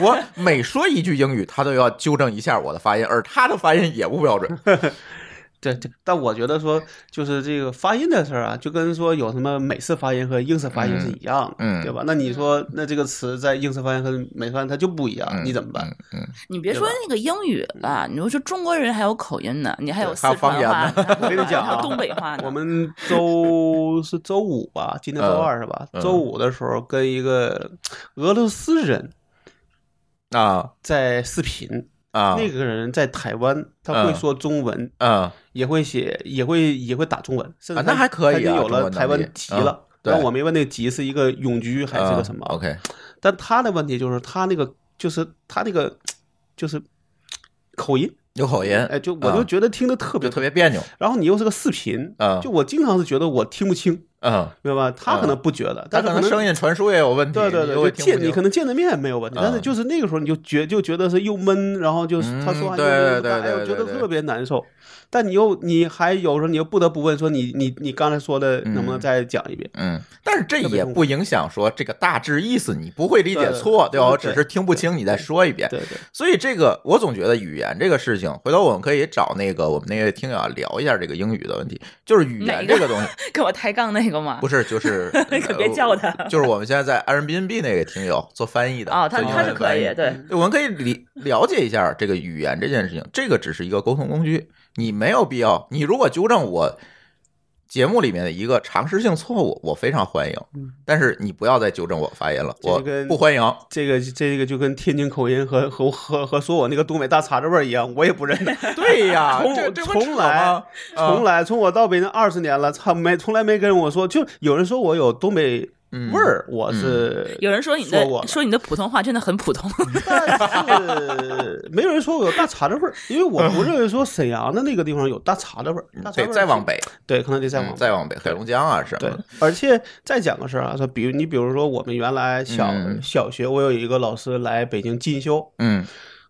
[SPEAKER 1] 我每说一句英语，他都要纠正一下我的发音，而他的发音也不标 准。
[SPEAKER 2] 对对，但我觉得说就是这个发音的事儿啊，就跟说有什么美式发音和英式发音是一样的，
[SPEAKER 1] 嗯嗯
[SPEAKER 2] 对吧？那你说那这个词在英式发音和美式发音它就不一样，
[SPEAKER 1] 嗯
[SPEAKER 2] 你怎么办？
[SPEAKER 3] 你别说那个英语了，你就说中国人还有口音呢，你还有
[SPEAKER 1] 对
[SPEAKER 3] 四
[SPEAKER 1] 还有
[SPEAKER 3] 川
[SPEAKER 1] 方言
[SPEAKER 3] 话
[SPEAKER 1] 呢
[SPEAKER 3] 呢，还有
[SPEAKER 2] 我跟你讲
[SPEAKER 3] 还有
[SPEAKER 2] 啊
[SPEAKER 3] 东北话呢。
[SPEAKER 2] 我们周是周五吧，今天周二是吧？
[SPEAKER 1] 嗯
[SPEAKER 2] 周五的时候跟一个俄罗斯人
[SPEAKER 1] 啊
[SPEAKER 2] 在视频，
[SPEAKER 1] 啊，
[SPEAKER 2] 那个人在台湾，他会说中文，
[SPEAKER 1] 嗯
[SPEAKER 2] 也会写，也会也会打中文，甚至
[SPEAKER 1] 啊那还可以啊
[SPEAKER 2] 他已经有了台
[SPEAKER 1] 中文能力嗯
[SPEAKER 2] 湾籍
[SPEAKER 1] 对
[SPEAKER 2] 了。
[SPEAKER 1] 嗯
[SPEAKER 2] 但我没问那个籍是一个永居还是个什么。
[SPEAKER 1] o k
[SPEAKER 2] 但他的问题就是他那个就是他那个就是口音，
[SPEAKER 1] 有口音，
[SPEAKER 2] 哎，就我就
[SPEAKER 1] 嗯
[SPEAKER 2] 觉得听得特别
[SPEAKER 1] 就特。别别扭，
[SPEAKER 2] 然后你又是个视频，
[SPEAKER 1] 嗯
[SPEAKER 2] 就我经常是觉得我听不清，
[SPEAKER 1] 嗯，
[SPEAKER 2] 明白吧？他可能不觉得，
[SPEAKER 1] 他
[SPEAKER 2] 但是
[SPEAKER 1] 可能声音传输也有问题，
[SPEAKER 2] 对对
[SPEAKER 1] 你
[SPEAKER 2] 对，
[SPEAKER 1] 就会
[SPEAKER 2] 就
[SPEAKER 1] 听
[SPEAKER 2] 见
[SPEAKER 1] 不
[SPEAKER 2] 你
[SPEAKER 1] 清
[SPEAKER 2] 可能见了面没有问题，
[SPEAKER 1] 嗯
[SPEAKER 2] 但是就是那个时候你就觉就觉得是又闷，然后就是
[SPEAKER 1] 嗯
[SPEAKER 2] 他说话又
[SPEAKER 1] 对
[SPEAKER 2] 又
[SPEAKER 1] 对
[SPEAKER 2] 干哎呦
[SPEAKER 1] 对
[SPEAKER 2] 觉得
[SPEAKER 1] 对对
[SPEAKER 2] 特别难受。但你又你还有时候你又不得不问说你你你刚才说的能不能再讲一遍？
[SPEAKER 1] 嗯，但是这
[SPEAKER 2] 特别
[SPEAKER 1] 也
[SPEAKER 2] 痛
[SPEAKER 1] 不影响说这个大致意思，你不会理解
[SPEAKER 2] 对对
[SPEAKER 1] 错，
[SPEAKER 2] 对
[SPEAKER 1] 吧？我
[SPEAKER 2] 对
[SPEAKER 1] 只是听不清，你再说一遍。
[SPEAKER 2] 对对，
[SPEAKER 1] 所以这个，我总觉得语言这个事情，回头我们可以找那个我们那个听友啊聊一下这个英语的问题，就是语
[SPEAKER 3] 哪
[SPEAKER 1] 言
[SPEAKER 3] 个
[SPEAKER 1] 这个东 西，
[SPEAKER 3] 跟我抬杠那个嘛，
[SPEAKER 1] 不是就是
[SPEAKER 3] 你 可别叫他
[SPEAKER 1] 呃就是我们现在在 Airbnb 那个听友做翻译的
[SPEAKER 3] 哦，他
[SPEAKER 1] 做英
[SPEAKER 3] 他是
[SPEAKER 1] 文
[SPEAKER 3] 可
[SPEAKER 1] 翻译，
[SPEAKER 3] 以对。
[SPEAKER 1] 对，我们可以理了解一下这个语言这件事情，这个只是一个沟通工具，你没有必要。你如果纠正我节目里面的一个常识性错误，我非常欢迎
[SPEAKER 2] 嗯，
[SPEAKER 1] 但是你不要再纠正我发言了，
[SPEAKER 2] 这就
[SPEAKER 1] 我
[SPEAKER 2] 跟
[SPEAKER 1] 不欢 迎。
[SPEAKER 2] 这个这个就跟天津口音和和和和说我那个东北大碴子味儿一样，我也不认 得。
[SPEAKER 1] 对呀，
[SPEAKER 2] 从
[SPEAKER 1] 这这不扯
[SPEAKER 2] 从来
[SPEAKER 1] 吗？啊
[SPEAKER 2] 从来从我到北京二十年了，操没从来没跟我说，就有人说我有东北
[SPEAKER 1] 嗯
[SPEAKER 2] 味儿，我是
[SPEAKER 3] 有人说你的
[SPEAKER 2] 说我了
[SPEAKER 3] 说你的普通话真的很普通，
[SPEAKER 2] 但是 没有人说我有大碴子味儿，因为我不认为说沈阳的那个地方有大碴子味儿。大碴
[SPEAKER 1] 得
[SPEAKER 2] 味儿
[SPEAKER 1] 嗯再往
[SPEAKER 2] 是，
[SPEAKER 1] 北，
[SPEAKER 2] 对，可能得再往
[SPEAKER 1] 嗯再往北，黑龙江啊什么
[SPEAKER 2] 对
[SPEAKER 1] 的。，
[SPEAKER 2] 而且再讲个事儿啊，说比如你比如说我们原来小
[SPEAKER 1] 嗯
[SPEAKER 2] 小学，我有一个老师来北京进修，
[SPEAKER 1] 嗯，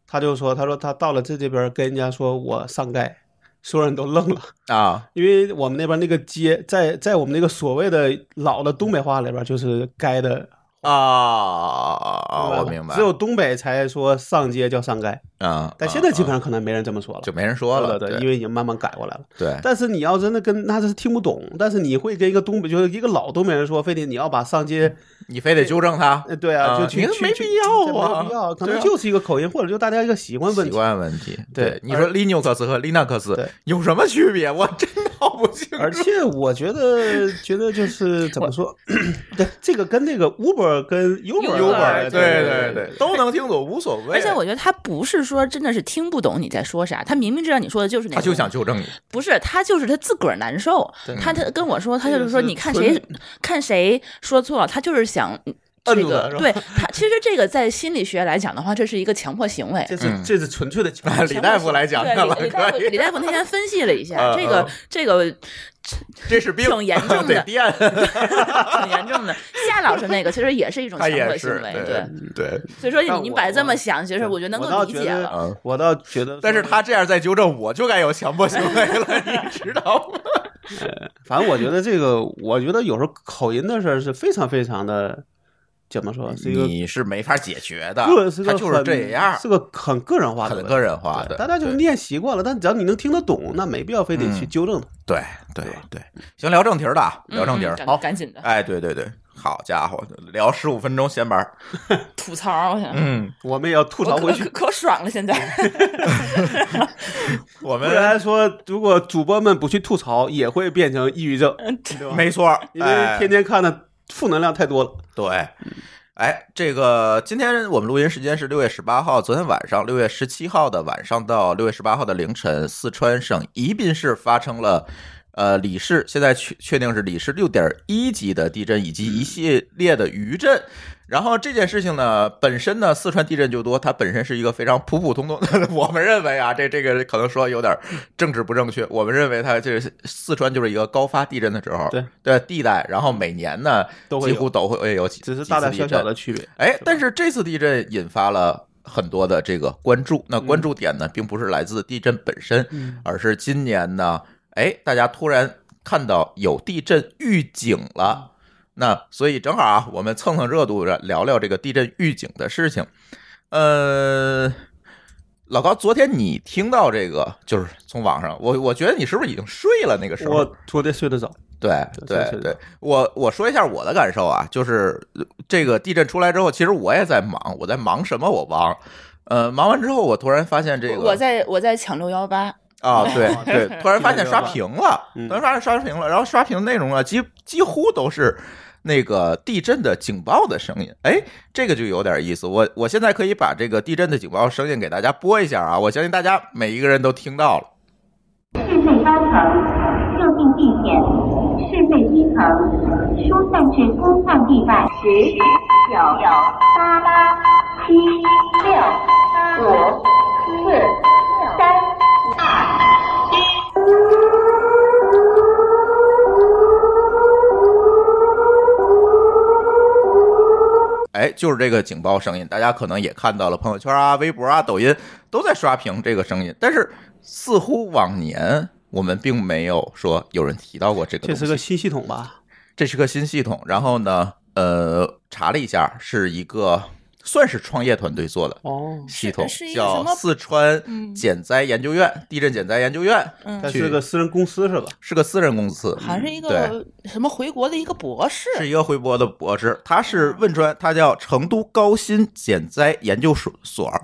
[SPEAKER 2] 他就说，他说他到了这这边儿跟人家说我上盖，所有人都愣了，
[SPEAKER 1] 啊，
[SPEAKER 2] 因为我们那边那个街，在在我们那个所谓的老的东北话里边儿就是该的，
[SPEAKER 1] 啊啊，我明白。
[SPEAKER 2] 只有东北才说上街叫上盖，
[SPEAKER 1] 啊，
[SPEAKER 2] 但现在基本
[SPEAKER 1] 上
[SPEAKER 2] 上可能没人这么说了。
[SPEAKER 1] 就没人说了。
[SPEAKER 2] 对
[SPEAKER 1] 对哎
[SPEAKER 2] 对，因为已经慢慢改过来了。
[SPEAKER 1] 对，
[SPEAKER 2] 但是你要真的跟那是听不懂，但是你会跟一个东北，就是一个老东北人说，非得你要把上街，
[SPEAKER 1] 你非得纠正他
[SPEAKER 2] 呃，对啊，
[SPEAKER 1] 啊
[SPEAKER 2] 就去
[SPEAKER 1] 你
[SPEAKER 2] 去
[SPEAKER 1] 没
[SPEAKER 2] 去
[SPEAKER 1] 必要
[SPEAKER 2] 这
[SPEAKER 1] 啊
[SPEAKER 2] 没必要，可
[SPEAKER 1] 对
[SPEAKER 2] 能
[SPEAKER 1] 啊
[SPEAKER 2] 就是一个口音，或者就大家一个习惯问
[SPEAKER 1] 习
[SPEAKER 2] 题。
[SPEAKER 1] 惯问题。
[SPEAKER 2] 对
[SPEAKER 1] 你说 Linux 和 Linux
[SPEAKER 2] 对
[SPEAKER 1] 有什么区别？我真的 搞不清
[SPEAKER 2] 而且我觉得，觉得就是怎么说，对这个跟那个 Uber 跟 Uber 啊
[SPEAKER 3] Uber，
[SPEAKER 1] Uber，对
[SPEAKER 2] 对
[SPEAKER 1] 对，都能听懂，无所谓。
[SPEAKER 3] 而且我觉得他不是说真的是听不懂你在说啥，他明明知道你说的就是那
[SPEAKER 1] 他
[SPEAKER 3] 个，
[SPEAKER 1] 就想纠 正你，
[SPEAKER 3] 不是他就是他自个儿难受，他他跟我说他就是说
[SPEAKER 2] 这个是
[SPEAKER 3] 你看谁看谁说错，他就是想。
[SPEAKER 1] 嗯
[SPEAKER 3] 这
[SPEAKER 2] 摁住
[SPEAKER 3] 个
[SPEAKER 2] 他是吧
[SPEAKER 3] 对他，其实这个在心理学来讲的话，这是一个强迫行为。
[SPEAKER 2] 这是
[SPEAKER 1] 嗯
[SPEAKER 2] 这是纯粹的强
[SPEAKER 1] 啊
[SPEAKER 2] 迫
[SPEAKER 1] 李
[SPEAKER 2] 行为
[SPEAKER 1] 大夫来讲的
[SPEAKER 3] 对
[SPEAKER 1] 了，
[SPEAKER 3] 李李大夫，
[SPEAKER 1] 可
[SPEAKER 3] 李
[SPEAKER 1] 以，
[SPEAKER 3] 大夫那天分析了一下，
[SPEAKER 1] 嗯
[SPEAKER 3] 这个
[SPEAKER 1] 嗯
[SPEAKER 3] 这个
[SPEAKER 1] 这是病，
[SPEAKER 3] 挺严重的
[SPEAKER 1] 得垫，
[SPEAKER 3] 挺严重的。夏老师那个其实也是一种
[SPEAKER 1] 他
[SPEAKER 3] 强迫
[SPEAKER 1] 也
[SPEAKER 3] 行
[SPEAKER 1] 是
[SPEAKER 3] 为，，
[SPEAKER 1] 对，
[SPEAKER 3] 所以说
[SPEAKER 2] 但
[SPEAKER 3] 你你
[SPEAKER 2] 我
[SPEAKER 3] 把这
[SPEAKER 2] 我
[SPEAKER 3] 么想，其实我觉得能
[SPEAKER 2] 我倒
[SPEAKER 3] 更理
[SPEAKER 2] 觉
[SPEAKER 3] 解
[SPEAKER 2] 得
[SPEAKER 3] 了。
[SPEAKER 1] 嗯。
[SPEAKER 2] 我倒觉得，
[SPEAKER 1] 但是他这样再纠正，我就该有强迫行为 了，你知道吗？
[SPEAKER 2] 反正我觉得这个，我觉得有时候口音的事儿是非常非常的，怎么说，是一个
[SPEAKER 1] 你是没法解决的
[SPEAKER 2] 个，是
[SPEAKER 1] 他
[SPEAKER 2] 个
[SPEAKER 1] 就是
[SPEAKER 2] 很
[SPEAKER 1] 这样，
[SPEAKER 2] 是个很个人化的
[SPEAKER 1] 很
[SPEAKER 2] 问题，
[SPEAKER 1] 个人化
[SPEAKER 2] 对
[SPEAKER 1] 的，
[SPEAKER 2] 大家就是
[SPEAKER 1] 对
[SPEAKER 2] 念习惯了，但只要你能听得懂，那没必要非得去
[SPEAKER 1] 嗯
[SPEAKER 2] 纠正它。
[SPEAKER 1] 对对对。行，聊正题儿的啊，聊正题儿
[SPEAKER 3] 嗯，赶
[SPEAKER 1] 好，
[SPEAKER 3] 赶紧的
[SPEAKER 1] 哎，对对对，好家伙，聊十五分钟闲白儿，
[SPEAKER 3] 吐槽，啊我想
[SPEAKER 1] 嗯，
[SPEAKER 2] 我们也要吐槽
[SPEAKER 3] 我
[SPEAKER 2] 回
[SPEAKER 3] 可
[SPEAKER 2] 去
[SPEAKER 3] 可。可爽了，现在
[SPEAKER 1] 我
[SPEAKER 2] 不
[SPEAKER 1] 们
[SPEAKER 2] 然说，如果主播们不去吐槽，也会变成抑郁症，
[SPEAKER 1] 没错儿，
[SPEAKER 2] 因为
[SPEAKER 1] 哎
[SPEAKER 2] 天天看的负能量太多了。
[SPEAKER 1] 对，哎，这个今天我们录音时间是六月十八号，昨天晚上六月十七号的晚上到六月十八号的凌晨，四川省宜宾市发生了。呃，里氏现在确确定是里氏六点一级的地震，以及一系列的余震。然后这件事情呢，本身呢，四川地震就多，它本身是一个非常普普通通的。 我们认为啊，这这个可能说有点政治不正确，我们认为它这四川就是一个高发地震的时候，
[SPEAKER 2] 对
[SPEAKER 1] 对地带，然后每年呢
[SPEAKER 2] 都会
[SPEAKER 1] 几
[SPEAKER 2] 有
[SPEAKER 1] 乎都会哎有几，
[SPEAKER 2] 只是
[SPEAKER 1] 几
[SPEAKER 2] 大
[SPEAKER 1] 次
[SPEAKER 2] 大
[SPEAKER 1] 地
[SPEAKER 2] 小小
[SPEAKER 1] 震
[SPEAKER 2] 的区别。
[SPEAKER 1] 哎，但是这次地震引发了很多的这个关注。那关注点呢，并不是来自地震本身，
[SPEAKER 2] 嗯
[SPEAKER 1] 而是今年呢，哎，大家突然看到有地震预警
[SPEAKER 2] 嗯
[SPEAKER 1] 了。那所以正好啊，我们蹭蹭热度，聊聊这个地震预警的事情。呃，老高，昨天你听到这个，就是从网上，我我觉得你是不是已经睡了？那个时候
[SPEAKER 2] 我昨天睡得早，
[SPEAKER 1] 对
[SPEAKER 2] 对
[SPEAKER 1] 对
[SPEAKER 2] 是的
[SPEAKER 1] 对，我我说一下我的感受啊，就是呃这个地震出来之后，其实我也在忙，我在忙什么？我忘了。呃，忙完之后，我突然发现这个
[SPEAKER 3] 我在我在抢六幺八，
[SPEAKER 1] 啊，对对，突然发现刷
[SPEAKER 2] 地
[SPEAKER 1] 屏了，
[SPEAKER 2] 嗯
[SPEAKER 1] 突然发现刷屏了，然后刷屏内容啊，几几乎都是那个地震的警报的声音，哎，这个就有点意思。我我现在可以把这个地震的警报声音给大家播一下啊，我相信大家每一个人都听到了。
[SPEAKER 4] 室内高层就近地铁，室内低层疏散至公共地外。十、九、八、七、六、五、四、三、二、一。
[SPEAKER 1] 哎，就是这个警报声音，大家可能也看到了，朋友圈啊、微博啊、抖音都在刷屏这个声音，但是似乎往年我们并没有说有人提到过这个
[SPEAKER 2] 这
[SPEAKER 1] 东
[SPEAKER 2] 是
[SPEAKER 1] 西，
[SPEAKER 2] 个新系统吧？
[SPEAKER 1] 这是个新系统。然后呢，呃，查了一下，是一个算是创业团队做的。
[SPEAKER 2] 哦，
[SPEAKER 1] 系统
[SPEAKER 3] 是是一个什
[SPEAKER 1] 叫
[SPEAKER 3] 么
[SPEAKER 1] 四川
[SPEAKER 3] 嗯
[SPEAKER 1] 减灾研究院、地震减灾研究院，
[SPEAKER 3] 嗯
[SPEAKER 2] 它
[SPEAKER 1] 去
[SPEAKER 2] 是个私人公司是吧？
[SPEAKER 1] 是个私人公司，
[SPEAKER 3] 好像是一
[SPEAKER 1] 嗯对
[SPEAKER 3] 个什么回国的一个博士，
[SPEAKER 1] 是一个回博的博士，他是汶川，他叫成都高新减灾研究所所儿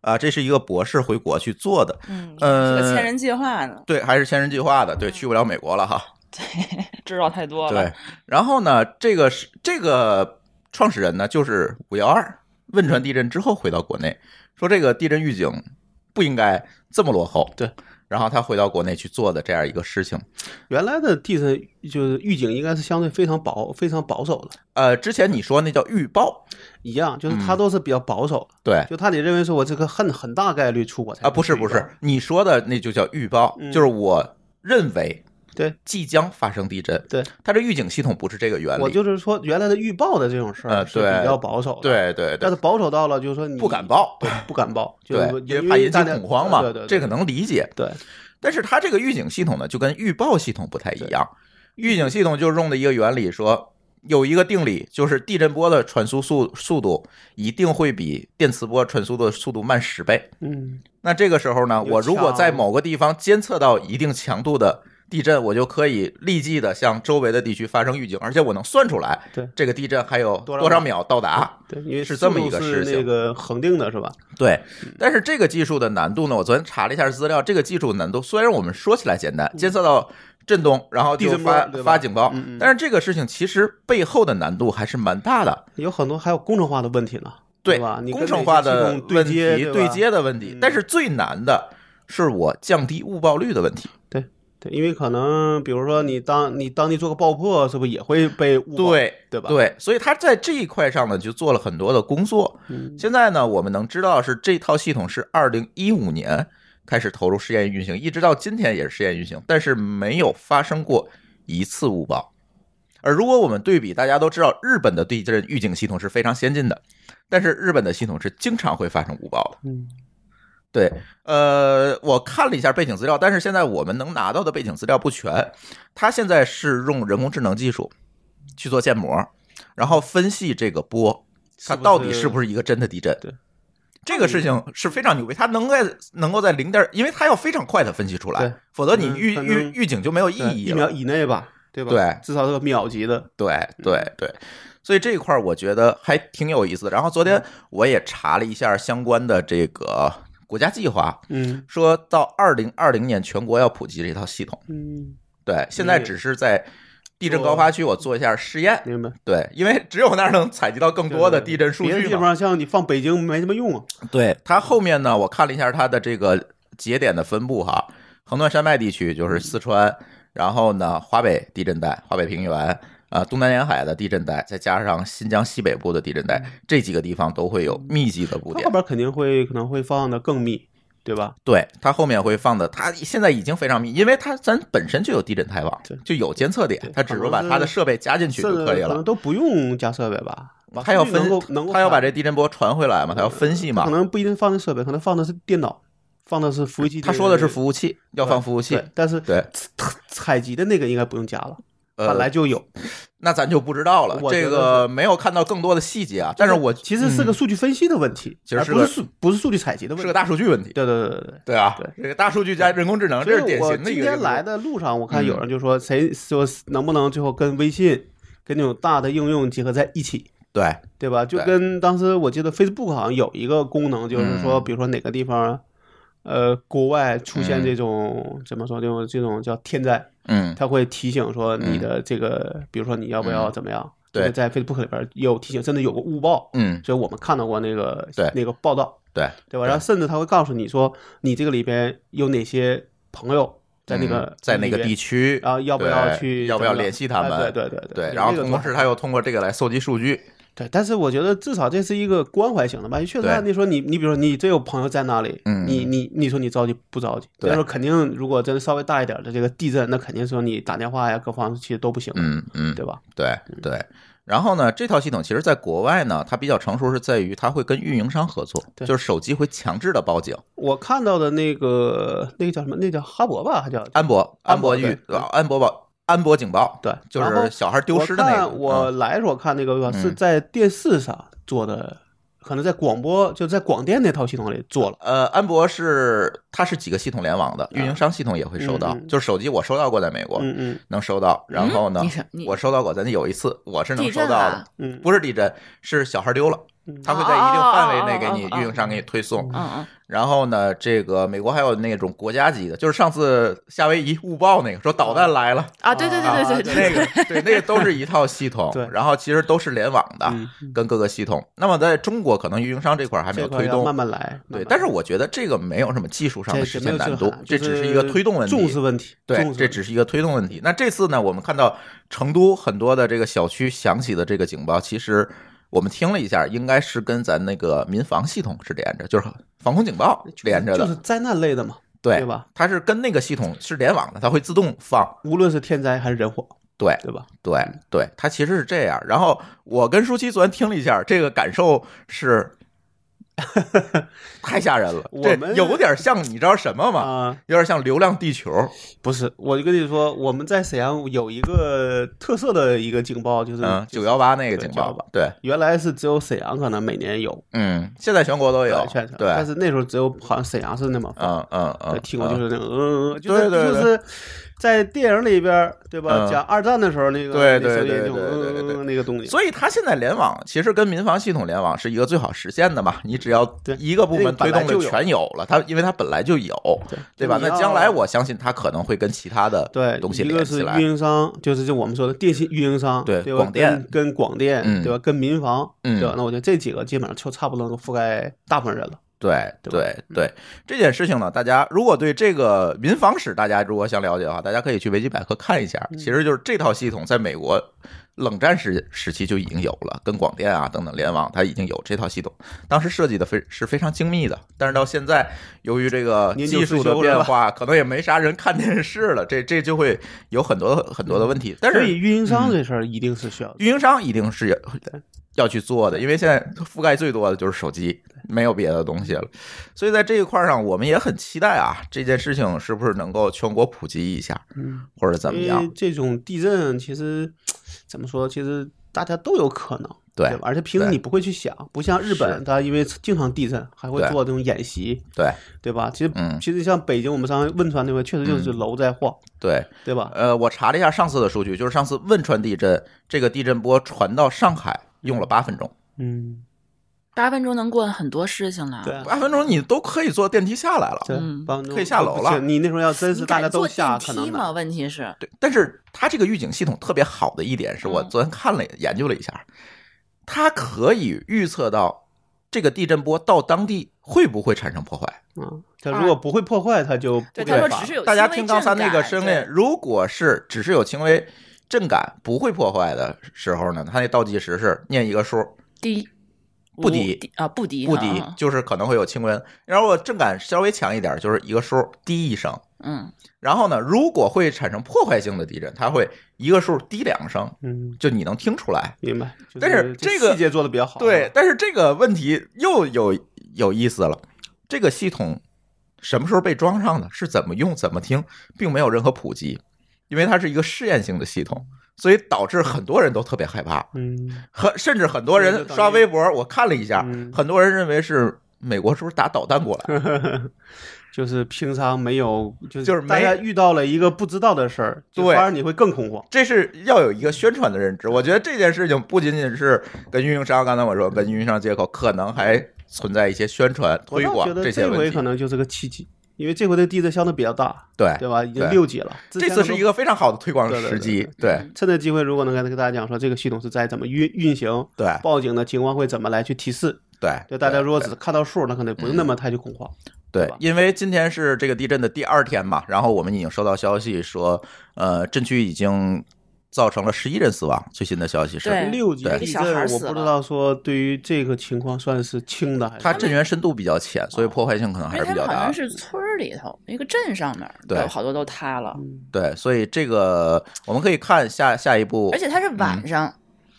[SPEAKER 1] 啊，这是一个博士回国去做的，
[SPEAKER 3] 嗯，
[SPEAKER 1] 呃
[SPEAKER 3] 是个千人计划呢，
[SPEAKER 1] 对，还是千人计划的，对，去不了美国了哈，
[SPEAKER 3] 知道太多了
[SPEAKER 1] 对，，然后呢，这个是这个创始人呢，就是五幺二汶川地震之后回到国内，说这个地震预警不应该这么落后，
[SPEAKER 2] 对，
[SPEAKER 1] 然后他回到国内去做的这样一个事情，
[SPEAKER 2] 原来的地震就是预警应该是相对非常保非常保守的，
[SPEAKER 1] 呃，之前你说那叫预报，
[SPEAKER 2] 一样
[SPEAKER 1] 嗯
[SPEAKER 2] 就是它都是比较保守的，
[SPEAKER 1] 对，
[SPEAKER 2] 就他得认为说我这个很很大概率出国才
[SPEAKER 1] 哎啊，不是不是，你说的那就叫预报，
[SPEAKER 2] 嗯
[SPEAKER 1] 就是我认为
[SPEAKER 2] 对
[SPEAKER 1] 即将发生地震，
[SPEAKER 2] 对，
[SPEAKER 1] 它这预警系统不是这个原理。
[SPEAKER 2] 我就是说原来的预报的这种事儿
[SPEAKER 1] 呃
[SPEAKER 2] 是
[SPEAKER 1] 对
[SPEAKER 2] 比较保守的，，
[SPEAKER 1] 对对对
[SPEAKER 2] 但是保守到了就是说你
[SPEAKER 1] 不敢报，
[SPEAKER 2] 对，不敢报，就
[SPEAKER 1] 对
[SPEAKER 2] 是说，
[SPEAKER 1] 因为怕引起
[SPEAKER 2] 大家
[SPEAKER 1] 恐慌嘛，
[SPEAKER 2] 对对，
[SPEAKER 1] 这个能理解。
[SPEAKER 2] 对，
[SPEAKER 1] 但是它这个预警系统呢，就跟预报系统不太一样。预警系统就是用的一个原理说。有一个定理，就是地震波的传输速速度一定会比电磁波传输的速度慢十倍。
[SPEAKER 2] 嗯，
[SPEAKER 1] 那这个时候呢，
[SPEAKER 2] 有
[SPEAKER 1] 我如果在
[SPEAKER 2] 强
[SPEAKER 1] 某个地方监测到一定强度的地震，我就可以立即的向周围的地区发生预警，而且我能算出来，
[SPEAKER 2] 对
[SPEAKER 1] 这个地震还有
[SPEAKER 2] 多少
[SPEAKER 1] 多少秒到达。
[SPEAKER 2] 对，因为
[SPEAKER 1] 是这么一个
[SPEAKER 2] 速度
[SPEAKER 1] 事
[SPEAKER 2] 是
[SPEAKER 1] 情
[SPEAKER 2] 那个恒定的是吧？
[SPEAKER 1] 对，但是这个技术的难度呢，我昨天查了一下资料，这个技术难度虽然我们说起来简单，监测到震动，然后
[SPEAKER 2] 嗯地
[SPEAKER 1] 就
[SPEAKER 2] 震波
[SPEAKER 1] 发
[SPEAKER 2] 对吧
[SPEAKER 1] 发警报
[SPEAKER 2] 嗯嗯。
[SPEAKER 1] 但是这个事情其实背后的难度还是蛮大的，
[SPEAKER 2] 有很多还有工程化的问题呢，
[SPEAKER 1] 对
[SPEAKER 2] 吧？你跟
[SPEAKER 1] 工程化
[SPEAKER 2] 哪
[SPEAKER 1] 的
[SPEAKER 2] 些系统
[SPEAKER 1] 问
[SPEAKER 2] 对
[SPEAKER 1] 题、
[SPEAKER 2] 接对吧
[SPEAKER 1] 接的问题
[SPEAKER 2] 嗯。
[SPEAKER 1] 但是最难的是我降低误报率的问题。
[SPEAKER 2] 对，因为可能比如说你当你当地做个爆破，是不是也会被误报
[SPEAKER 1] 对
[SPEAKER 2] 对吧？，
[SPEAKER 1] 对，所以他在这一块上呢，就做了很多的工作。
[SPEAKER 2] 嗯
[SPEAKER 1] 现在呢，我们能知道是这套系统是二零一五年开始投入试验运行，一直到今天也是试验运行，但是没有发生过一次误报。而如果我们对比，大家都知道日本的地震预警系统是非常先进的，但是日本的系统是经常会发生误报的。
[SPEAKER 2] 嗯，
[SPEAKER 1] 对，呃，我看了一下背景资料，但是现在我们能拿到的背景资料不全。它现在是用人工智能技术去做建模，然后分析这个波，它
[SPEAKER 2] 是不
[SPEAKER 1] 到底是
[SPEAKER 2] 是
[SPEAKER 1] 不是一个真的地震。
[SPEAKER 2] 对
[SPEAKER 1] 这个事情是非常牛逼，它能在能够在零点，因为它要非常快的分析出
[SPEAKER 2] 对
[SPEAKER 1] 来，否则你
[SPEAKER 2] 嗯
[SPEAKER 1] 预
[SPEAKER 2] 反
[SPEAKER 1] 预
[SPEAKER 2] 正
[SPEAKER 1] 预警就没有意
[SPEAKER 2] 对
[SPEAKER 1] 义
[SPEAKER 2] 一嗯
[SPEAKER 1] 了
[SPEAKER 2] 秒。以内吧，对吧？
[SPEAKER 1] 对
[SPEAKER 2] 至少是个秒级的。
[SPEAKER 1] 对对对，所以这一块儿我觉得还挺有意思的。然后昨
[SPEAKER 2] 嗯
[SPEAKER 1] 天我也查了一下相关的这个国家计划，
[SPEAKER 2] 嗯
[SPEAKER 1] 说到二零二零年全国要普及这套系统。
[SPEAKER 2] 嗯，
[SPEAKER 1] 对，现在
[SPEAKER 2] 嗯
[SPEAKER 1] 只是在地震
[SPEAKER 2] 做
[SPEAKER 1] 高发区我做一下试验。
[SPEAKER 2] 明白。
[SPEAKER 1] 对，因为只有那儿能采集到更多的地震数
[SPEAKER 2] 别的
[SPEAKER 1] 据
[SPEAKER 2] 地
[SPEAKER 1] 嘛。
[SPEAKER 2] 方像你放北京没什么用啊。
[SPEAKER 1] 对，它后面呢，我看了一下它的这个节点的分布哈，横断山脉地区就是四川，然后呢，华北地震带、华北平原。啊，东南沿海的地震带，再加上新疆西北部的地震带，这几个地方都会有密集的布
[SPEAKER 2] 它
[SPEAKER 1] 点
[SPEAKER 2] 嗯后。边肯定会可能会放的更密，对吧？
[SPEAKER 1] 对，它后面会放的，它现在已经非常密，因为它咱本身就有地震台网
[SPEAKER 2] 对，
[SPEAKER 1] 就有监测点
[SPEAKER 2] 对，
[SPEAKER 1] 它只不过把
[SPEAKER 2] 反正
[SPEAKER 1] 它的设备加进去就
[SPEAKER 2] 甚至
[SPEAKER 1] 可以
[SPEAKER 2] 可
[SPEAKER 1] 了
[SPEAKER 2] 能。都不用加设备吧？把
[SPEAKER 1] 它要
[SPEAKER 2] 数据
[SPEAKER 1] 分
[SPEAKER 2] 能够能，够
[SPEAKER 1] 它要把
[SPEAKER 2] 看
[SPEAKER 1] 这地震波传回来嘛，它要分析
[SPEAKER 2] 可
[SPEAKER 1] 嘛。
[SPEAKER 2] 能不一定放在设备，可能放的是电脑，放的是服务器。
[SPEAKER 1] 他说的是服务器，要放服务器
[SPEAKER 2] 对，，但是
[SPEAKER 1] 对
[SPEAKER 2] 采采集的那个应该不用加了，
[SPEAKER 1] 呃
[SPEAKER 2] 本来就有。
[SPEAKER 1] 那咱就不知道了。
[SPEAKER 2] 我觉
[SPEAKER 1] 这
[SPEAKER 2] 得
[SPEAKER 1] 个没有看到更多的细节啊，但是我嗯
[SPEAKER 2] 其实是个数据分析的问题，
[SPEAKER 1] 其实
[SPEAKER 2] 而
[SPEAKER 1] 是
[SPEAKER 2] 不
[SPEAKER 1] 个
[SPEAKER 2] 是数不是数据采集的问题，
[SPEAKER 1] 是个大数据问题，
[SPEAKER 2] 对对对对对。
[SPEAKER 1] 对啊
[SPEAKER 2] 对，
[SPEAKER 1] 这个大数据加人工智能，
[SPEAKER 2] 所
[SPEAKER 1] 这
[SPEAKER 2] 以
[SPEAKER 1] 是典
[SPEAKER 2] 我
[SPEAKER 1] 型的一
[SPEAKER 2] 今
[SPEAKER 1] 个
[SPEAKER 2] 天
[SPEAKER 1] 应用
[SPEAKER 2] 来的路上，我看有
[SPEAKER 1] 嗯
[SPEAKER 2] 人就说谁说能不能最后跟微信跟那种大的应用结合在一起，
[SPEAKER 1] 对
[SPEAKER 2] 对吧？就
[SPEAKER 1] 对
[SPEAKER 2] 跟当时我记得 Facebook 好像有一个功能，就是说，
[SPEAKER 1] 嗯
[SPEAKER 2] 比如说哪个地方，呃，国外出现
[SPEAKER 1] 嗯
[SPEAKER 2] 这种怎么说，这种这种叫天灾，
[SPEAKER 1] 嗯
[SPEAKER 2] 它会提醒说你的这个，比如说你要不要怎么样？
[SPEAKER 1] 对
[SPEAKER 2] 就在 Facebook 里边有提醒，甚至有个误报，
[SPEAKER 1] 嗯
[SPEAKER 2] 所以我们看到过那个
[SPEAKER 1] 对
[SPEAKER 2] 那个报道，
[SPEAKER 1] 对
[SPEAKER 2] 对吧？然后甚至他会告诉你说，你这个里边有哪些朋友在那个
[SPEAKER 1] 嗯在那个
[SPEAKER 2] 里边
[SPEAKER 1] 地，区，
[SPEAKER 2] 然后要不要
[SPEAKER 1] 对
[SPEAKER 2] 去
[SPEAKER 1] 要不要
[SPEAKER 2] 怎么样
[SPEAKER 1] 联系他
[SPEAKER 2] 哎
[SPEAKER 1] 们？
[SPEAKER 2] 对对对对
[SPEAKER 1] 对，
[SPEAKER 2] 有
[SPEAKER 1] 然后
[SPEAKER 2] 这个
[SPEAKER 1] 同
[SPEAKER 2] 做法
[SPEAKER 1] 时他又通过这个来搜集数据。
[SPEAKER 2] 对。但是我觉得至少这是一个关怀型的吧，确实
[SPEAKER 1] 对
[SPEAKER 2] 按理说你你比如说你真有朋友在那里，
[SPEAKER 1] 嗯
[SPEAKER 2] 你你你说你着急不着急？
[SPEAKER 1] 对
[SPEAKER 2] 但是肯定如果真稍微大一点的这个地震，那肯定说你打电话呀各方面其实都不行，
[SPEAKER 1] 嗯嗯，
[SPEAKER 2] 对吧？
[SPEAKER 1] 对对。然后呢，这套系统其实在国外呢，它比较成熟是在于它会跟运营商合作，
[SPEAKER 2] 对
[SPEAKER 1] 就是手机会强制的报警。
[SPEAKER 2] 我看到的那个那个叫什么？那叫哈勃吧，还叫
[SPEAKER 1] 安博
[SPEAKER 2] 安博
[SPEAKER 1] 博预
[SPEAKER 2] 对
[SPEAKER 1] 安博报安博警报，
[SPEAKER 2] 对，
[SPEAKER 1] 就
[SPEAKER 2] 然后
[SPEAKER 1] 是小孩丢失的那个。嗯
[SPEAKER 2] 我看我来的时候看那个是在电视上做的，可能在广播就在广电那套系统里做了。
[SPEAKER 1] 呃，安博是它是几个系统联网的，运营商系统也会收到
[SPEAKER 2] 嗯嗯嗯。
[SPEAKER 1] 就是手机我收到过，在美国
[SPEAKER 2] 嗯嗯
[SPEAKER 1] 能收到。然后呢
[SPEAKER 3] 嗯你是你，
[SPEAKER 1] 我收到过，咱有一次我是能
[SPEAKER 3] 地
[SPEAKER 1] 收
[SPEAKER 3] 震
[SPEAKER 1] 到
[SPEAKER 3] 啊
[SPEAKER 1] 的，
[SPEAKER 2] 嗯，
[SPEAKER 1] 不是地震，是小孩丢了
[SPEAKER 2] 嗯，，
[SPEAKER 1] 他会在一定范围内
[SPEAKER 3] 哦哦哦
[SPEAKER 1] 给你
[SPEAKER 3] 哦哦
[SPEAKER 1] 运营商给你推送。
[SPEAKER 3] 嗯嗯，
[SPEAKER 1] 然后呢，这个美国还有那种国家级的，就是上次夏威夷误报那个，说导弹来了，
[SPEAKER 3] 啊，对对对对对对，
[SPEAKER 1] 那个对，那个都是一套系统
[SPEAKER 2] 对
[SPEAKER 1] 然后其实都是联网的
[SPEAKER 2] 嗯，
[SPEAKER 1] 跟各个系统。那么在中国，可能运营商这啊块儿还没有
[SPEAKER 2] 这块
[SPEAKER 1] 推
[SPEAKER 2] 要
[SPEAKER 1] 动，
[SPEAKER 2] 慢慢来。慢慢
[SPEAKER 1] 对，
[SPEAKER 2] 来
[SPEAKER 1] 但是我觉得这个没有什么技术上的
[SPEAKER 2] 这
[SPEAKER 1] 实
[SPEAKER 2] 没
[SPEAKER 1] 现
[SPEAKER 2] 有
[SPEAKER 1] 难
[SPEAKER 2] 震
[SPEAKER 1] 度
[SPEAKER 2] 撼，
[SPEAKER 1] 这
[SPEAKER 2] 就
[SPEAKER 1] 只是一个推动问题，
[SPEAKER 2] 重视问题。重
[SPEAKER 1] 对，
[SPEAKER 2] 视
[SPEAKER 1] 这
[SPEAKER 2] 问
[SPEAKER 1] 只
[SPEAKER 2] 题
[SPEAKER 1] 是一个推动问题。那这次呢，我们看到成都很多的这个小区响起的这个警报，其实我们听了一下，应该是跟咱那个民防系统是连着，就是防空警报连着
[SPEAKER 2] 就
[SPEAKER 1] 的，
[SPEAKER 2] 是灾难类的嘛，
[SPEAKER 1] 对
[SPEAKER 2] 对吧？嗯
[SPEAKER 1] 它是跟那个系统是联网的，它会自动放。
[SPEAKER 2] 无论是天灾还是人祸，
[SPEAKER 1] 对
[SPEAKER 2] 对吧？
[SPEAKER 1] 对对，它其实是这样。然后我跟舒淇昨天听了一下，这个感受 是太吓人了，
[SPEAKER 2] 我
[SPEAKER 1] 这
[SPEAKER 2] 们
[SPEAKER 1] 有点像你知道什么吗？
[SPEAKER 2] 啊，
[SPEAKER 1] 有点像《流浪地球》。
[SPEAKER 2] 不是，我就跟你说，我们在沈阳有一个特色的一个警报，就是
[SPEAKER 1] 嗯，九幺八那个
[SPEAKER 2] 对
[SPEAKER 1] 警报
[SPEAKER 2] 918，
[SPEAKER 1] 对，
[SPEAKER 2] 原来是只有沈阳可能每年有，
[SPEAKER 1] 嗯，现在全国都有
[SPEAKER 2] 全省，
[SPEAKER 1] 对，
[SPEAKER 2] 但是那时候只有好像沈阳是那么发
[SPEAKER 1] 嗯嗯嗯，
[SPEAKER 2] 听过就
[SPEAKER 1] 嗯
[SPEAKER 2] 是那个，嗯，嗯嗯就
[SPEAKER 1] 对
[SPEAKER 2] 是
[SPEAKER 1] 对对
[SPEAKER 2] 就是在电影里边儿，对吧？
[SPEAKER 1] 嗯
[SPEAKER 2] 讲二战的时候那个，
[SPEAKER 1] 对
[SPEAKER 2] 那声
[SPEAKER 1] 对
[SPEAKER 2] 音
[SPEAKER 1] 对
[SPEAKER 2] 就
[SPEAKER 1] 对对对
[SPEAKER 2] 嗯那个东西，
[SPEAKER 1] 所以它现在联网其实跟民防系统联网是一个最好实现的嘛，你只要
[SPEAKER 2] 对
[SPEAKER 1] 一个部门推动
[SPEAKER 2] 这个本来就
[SPEAKER 1] 力
[SPEAKER 2] 有
[SPEAKER 1] 全有了，它因为它本来就有，
[SPEAKER 2] 对
[SPEAKER 1] 对吧？
[SPEAKER 2] 你
[SPEAKER 1] 那
[SPEAKER 2] 要
[SPEAKER 1] 将来我相信它可能会跟其他的
[SPEAKER 2] 对，
[SPEAKER 1] 东西
[SPEAKER 2] 一个
[SPEAKER 1] 连
[SPEAKER 2] 是
[SPEAKER 1] 起
[SPEAKER 2] 运
[SPEAKER 1] 来。
[SPEAKER 2] 营商，就是就我们说的电信运营商，
[SPEAKER 1] 对
[SPEAKER 2] 对吧？
[SPEAKER 1] 广电
[SPEAKER 2] 跟跟广电，
[SPEAKER 1] 嗯
[SPEAKER 2] 对吧？跟民房，
[SPEAKER 1] 嗯
[SPEAKER 2] 对吧？那我觉得这几个基本上就差不多能覆盖大部分人了。
[SPEAKER 1] 对
[SPEAKER 2] 对吧
[SPEAKER 1] 对对，这件事情呢，大家如果对这个民防史大家如果想了解的话，大家可以去维基百科看一下。
[SPEAKER 2] 嗯
[SPEAKER 1] 其实就是这套系统在美国冷战时时期就已经有了，跟广电啊等等联网，它已经有这套系统。当时设计的非是非常精密的，但是到现在由于这个
[SPEAKER 2] 您就
[SPEAKER 1] 技术的
[SPEAKER 2] 退休了
[SPEAKER 1] 变化，可能也没啥人看电视了，这这就会有很多很多的问题。但
[SPEAKER 2] 所
[SPEAKER 1] 是嗯
[SPEAKER 2] 以运营商这事儿一定是需要的。
[SPEAKER 1] 运营商一定是要要去做的，因为现在覆盖最多的就是手机，没有别的东西了。所以在这一块儿上，我们也很期待啊，这件事情是不是能够全国普及一下，
[SPEAKER 2] 嗯，
[SPEAKER 1] 或者怎么
[SPEAKER 2] 因为
[SPEAKER 1] 样？
[SPEAKER 2] 这种地震其实怎么说？其实大家都有可能，
[SPEAKER 1] 对
[SPEAKER 2] 吧？而且平时
[SPEAKER 1] 对
[SPEAKER 2] 你不会去想，不像日
[SPEAKER 1] 是
[SPEAKER 2] 本，它因为经常地震，还会
[SPEAKER 1] 对
[SPEAKER 2] 做这种演习，
[SPEAKER 1] 对
[SPEAKER 2] 对吧？其实
[SPEAKER 1] 嗯
[SPEAKER 2] 其实像北京，我们上回汶川那回，确实就是
[SPEAKER 1] 嗯
[SPEAKER 2] 楼在晃，
[SPEAKER 1] 对，
[SPEAKER 2] 对吧？
[SPEAKER 1] 呃，我查了一下上次的数据，就是上次汶川地震，这个地震波传到上海用了八分钟，
[SPEAKER 2] 嗯，
[SPEAKER 3] 八分钟能过很多事情了。
[SPEAKER 2] 对啊。
[SPEAKER 1] 八分钟你都可以坐电梯下来了。
[SPEAKER 2] 对
[SPEAKER 3] 嗯，
[SPEAKER 2] 帮助哦
[SPEAKER 1] 可以下楼了
[SPEAKER 2] 不行你那时候要真是
[SPEAKER 3] 你
[SPEAKER 2] 大家
[SPEAKER 3] 敢
[SPEAKER 2] 都
[SPEAKER 3] 坐
[SPEAKER 2] 下，
[SPEAKER 3] 电
[SPEAKER 2] 可能
[SPEAKER 3] 梯
[SPEAKER 2] 难
[SPEAKER 3] 吗？问题是，
[SPEAKER 1] 对，但是它这个预警系统特别好的一点是我
[SPEAKER 3] 嗯
[SPEAKER 1] 昨天看了研究了一下，它可以预测到这个地震波到当地会不会产生破坏。
[SPEAKER 2] 啊，他如果不会破坏，他就不
[SPEAKER 3] 对
[SPEAKER 2] 给
[SPEAKER 3] 他说
[SPEAKER 2] 发
[SPEAKER 3] 只是有
[SPEAKER 1] 大家
[SPEAKER 3] 轻微
[SPEAKER 1] 听刚才
[SPEAKER 3] 震
[SPEAKER 1] 那个
[SPEAKER 3] 感
[SPEAKER 1] 声
[SPEAKER 3] 对
[SPEAKER 1] 音，如果是只是有轻微震感不会破坏的时候呢，它那倒计时是念一个数，
[SPEAKER 3] 低
[SPEAKER 1] 不
[SPEAKER 3] 五
[SPEAKER 1] 低
[SPEAKER 3] 啊，不低
[SPEAKER 1] 不
[SPEAKER 3] 啊
[SPEAKER 1] 低
[SPEAKER 3] 啊，
[SPEAKER 1] 就是可能会有轻微。然后震感稍微强一点，就是一个数低一声。
[SPEAKER 3] 嗯，
[SPEAKER 1] 然后呢，如果会产生破坏性的地震，它会一个数低两声，
[SPEAKER 2] 嗯，
[SPEAKER 1] 就你能听出来。
[SPEAKER 2] 明白。就
[SPEAKER 1] 但是这
[SPEAKER 2] 这
[SPEAKER 1] 个
[SPEAKER 2] 细节做的比较好，
[SPEAKER 1] 对，，但是这个问题又有有意思了。这个系统什么时候被装上的？是怎么用、怎么听，并没有任何普及，因为它是一个试验性的系统，所以导致很多人都特别害怕，
[SPEAKER 2] 嗯，
[SPEAKER 1] 很甚至很多
[SPEAKER 2] 对
[SPEAKER 1] 人
[SPEAKER 2] 就导致
[SPEAKER 1] 刷微博，我看了一下，
[SPEAKER 2] 嗯
[SPEAKER 1] 很多人认为是美国是不是打导弹过 来？
[SPEAKER 2] 就是平常没有，就是
[SPEAKER 1] 就是
[SPEAKER 2] 大家
[SPEAKER 1] 没
[SPEAKER 2] 遇到了一个不知道的事儿，就
[SPEAKER 1] 对
[SPEAKER 2] 反而你会更恐慌。
[SPEAKER 1] 这是要有一个宣传的认知。我觉得这件事情不仅仅是跟运营商，刚才我说跟运营商接口，可能还存在一些宣传
[SPEAKER 2] 我
[SPEAKER 1] 推
[SPEAKER 2] 倒
[SPEAKER 1] 广
[SPEAKER 2] 觉得
[SPEAKER 1] 这些
[SPEAKER 2] 这
[SPEAKER 1] 问
[SPEAKER 2] 回可
[SPEAKER 1] 题。
[SPEAKER 2] 能就是个契机，因为这回的地震相对比较大，
[SPEAKER 1] 对
[SPEAKER 2] 对吧？已经
[SPEAKER 1] 哎对
[SPEAKER 2] 六级了，之
[SPEAKER 1] 这
[SPEAKER 2] 前
[SPEAKER 1] 次是一个非常好的推广
[SPEAKER 2] 对对
[SPEAKER 1] 时机，
[SPEAKER 2] 对
[SPEAKER 1] 对
[SPEAKER 2] 趁着机会，如果能跟跟大家讲说这个系统是在怎么运运行，
[SPEAKER 1] 对
[SPEAKER 2] 报警的情况会怎么来去提示，
[SPEAKER 1] 对
[SPEAKER 2] 对嗯大家如果
[SPEAKER 1] 对嗯
[SPEAKER 2] 只看到数，那可能不用那么太去恐慌。
[SPEAKER 1] 对
[SPEAKER 2] 对吧
[SPEAKER 1] 因为今天是这个地震的第二天嘛，然后我们已经收到消息说，呃，震区已经造成了十一人死亡，最新的消息
[SPEAKER 3] 对
[SPEAKER 1] 是，
[SPEAKER 2] 六级
[SPEAKER 1] 对
[SPEAKER 2] 地
[SPEAKER 3] 小孩
[SPEAKER 2] 震，
[SPEAKER 3] 儿
[SPEAKER 2] 我
[SPEAKER 3] 死
[SPEAKER 2] 不知
[SPEAKER 3] 了
[SPEAKER 2] 道说对于这个情况算是轻的还
[SPEAKER 1] 它
[SPEAKER 2] 是。
[SPEAKER 1] 震源深度比较浅，所以破坏性可能啊还
[SPEAKER 3] 因
[SPEAKER 1] 是
[SPEAKER 3] 为
[SPEAKER 1] 比较
[SPEAKER 3] 他们好
[SPEAKER 1] 大
[SPEAKER 3] 像
[SPEAKER 1] 的。
[SPEAKER 3] 是村儿里头一个镇上面儿，
[SPEAKER 1] 对嗯
[SPEAKER 3] 有好多都塌了，
[SPEAKER 1] 对，所以这个我们可以看下下一步，
[SPEAKER 3] 而且它是
[SPEAKER 1] 嗯
[SPEAKER 3] 晚上，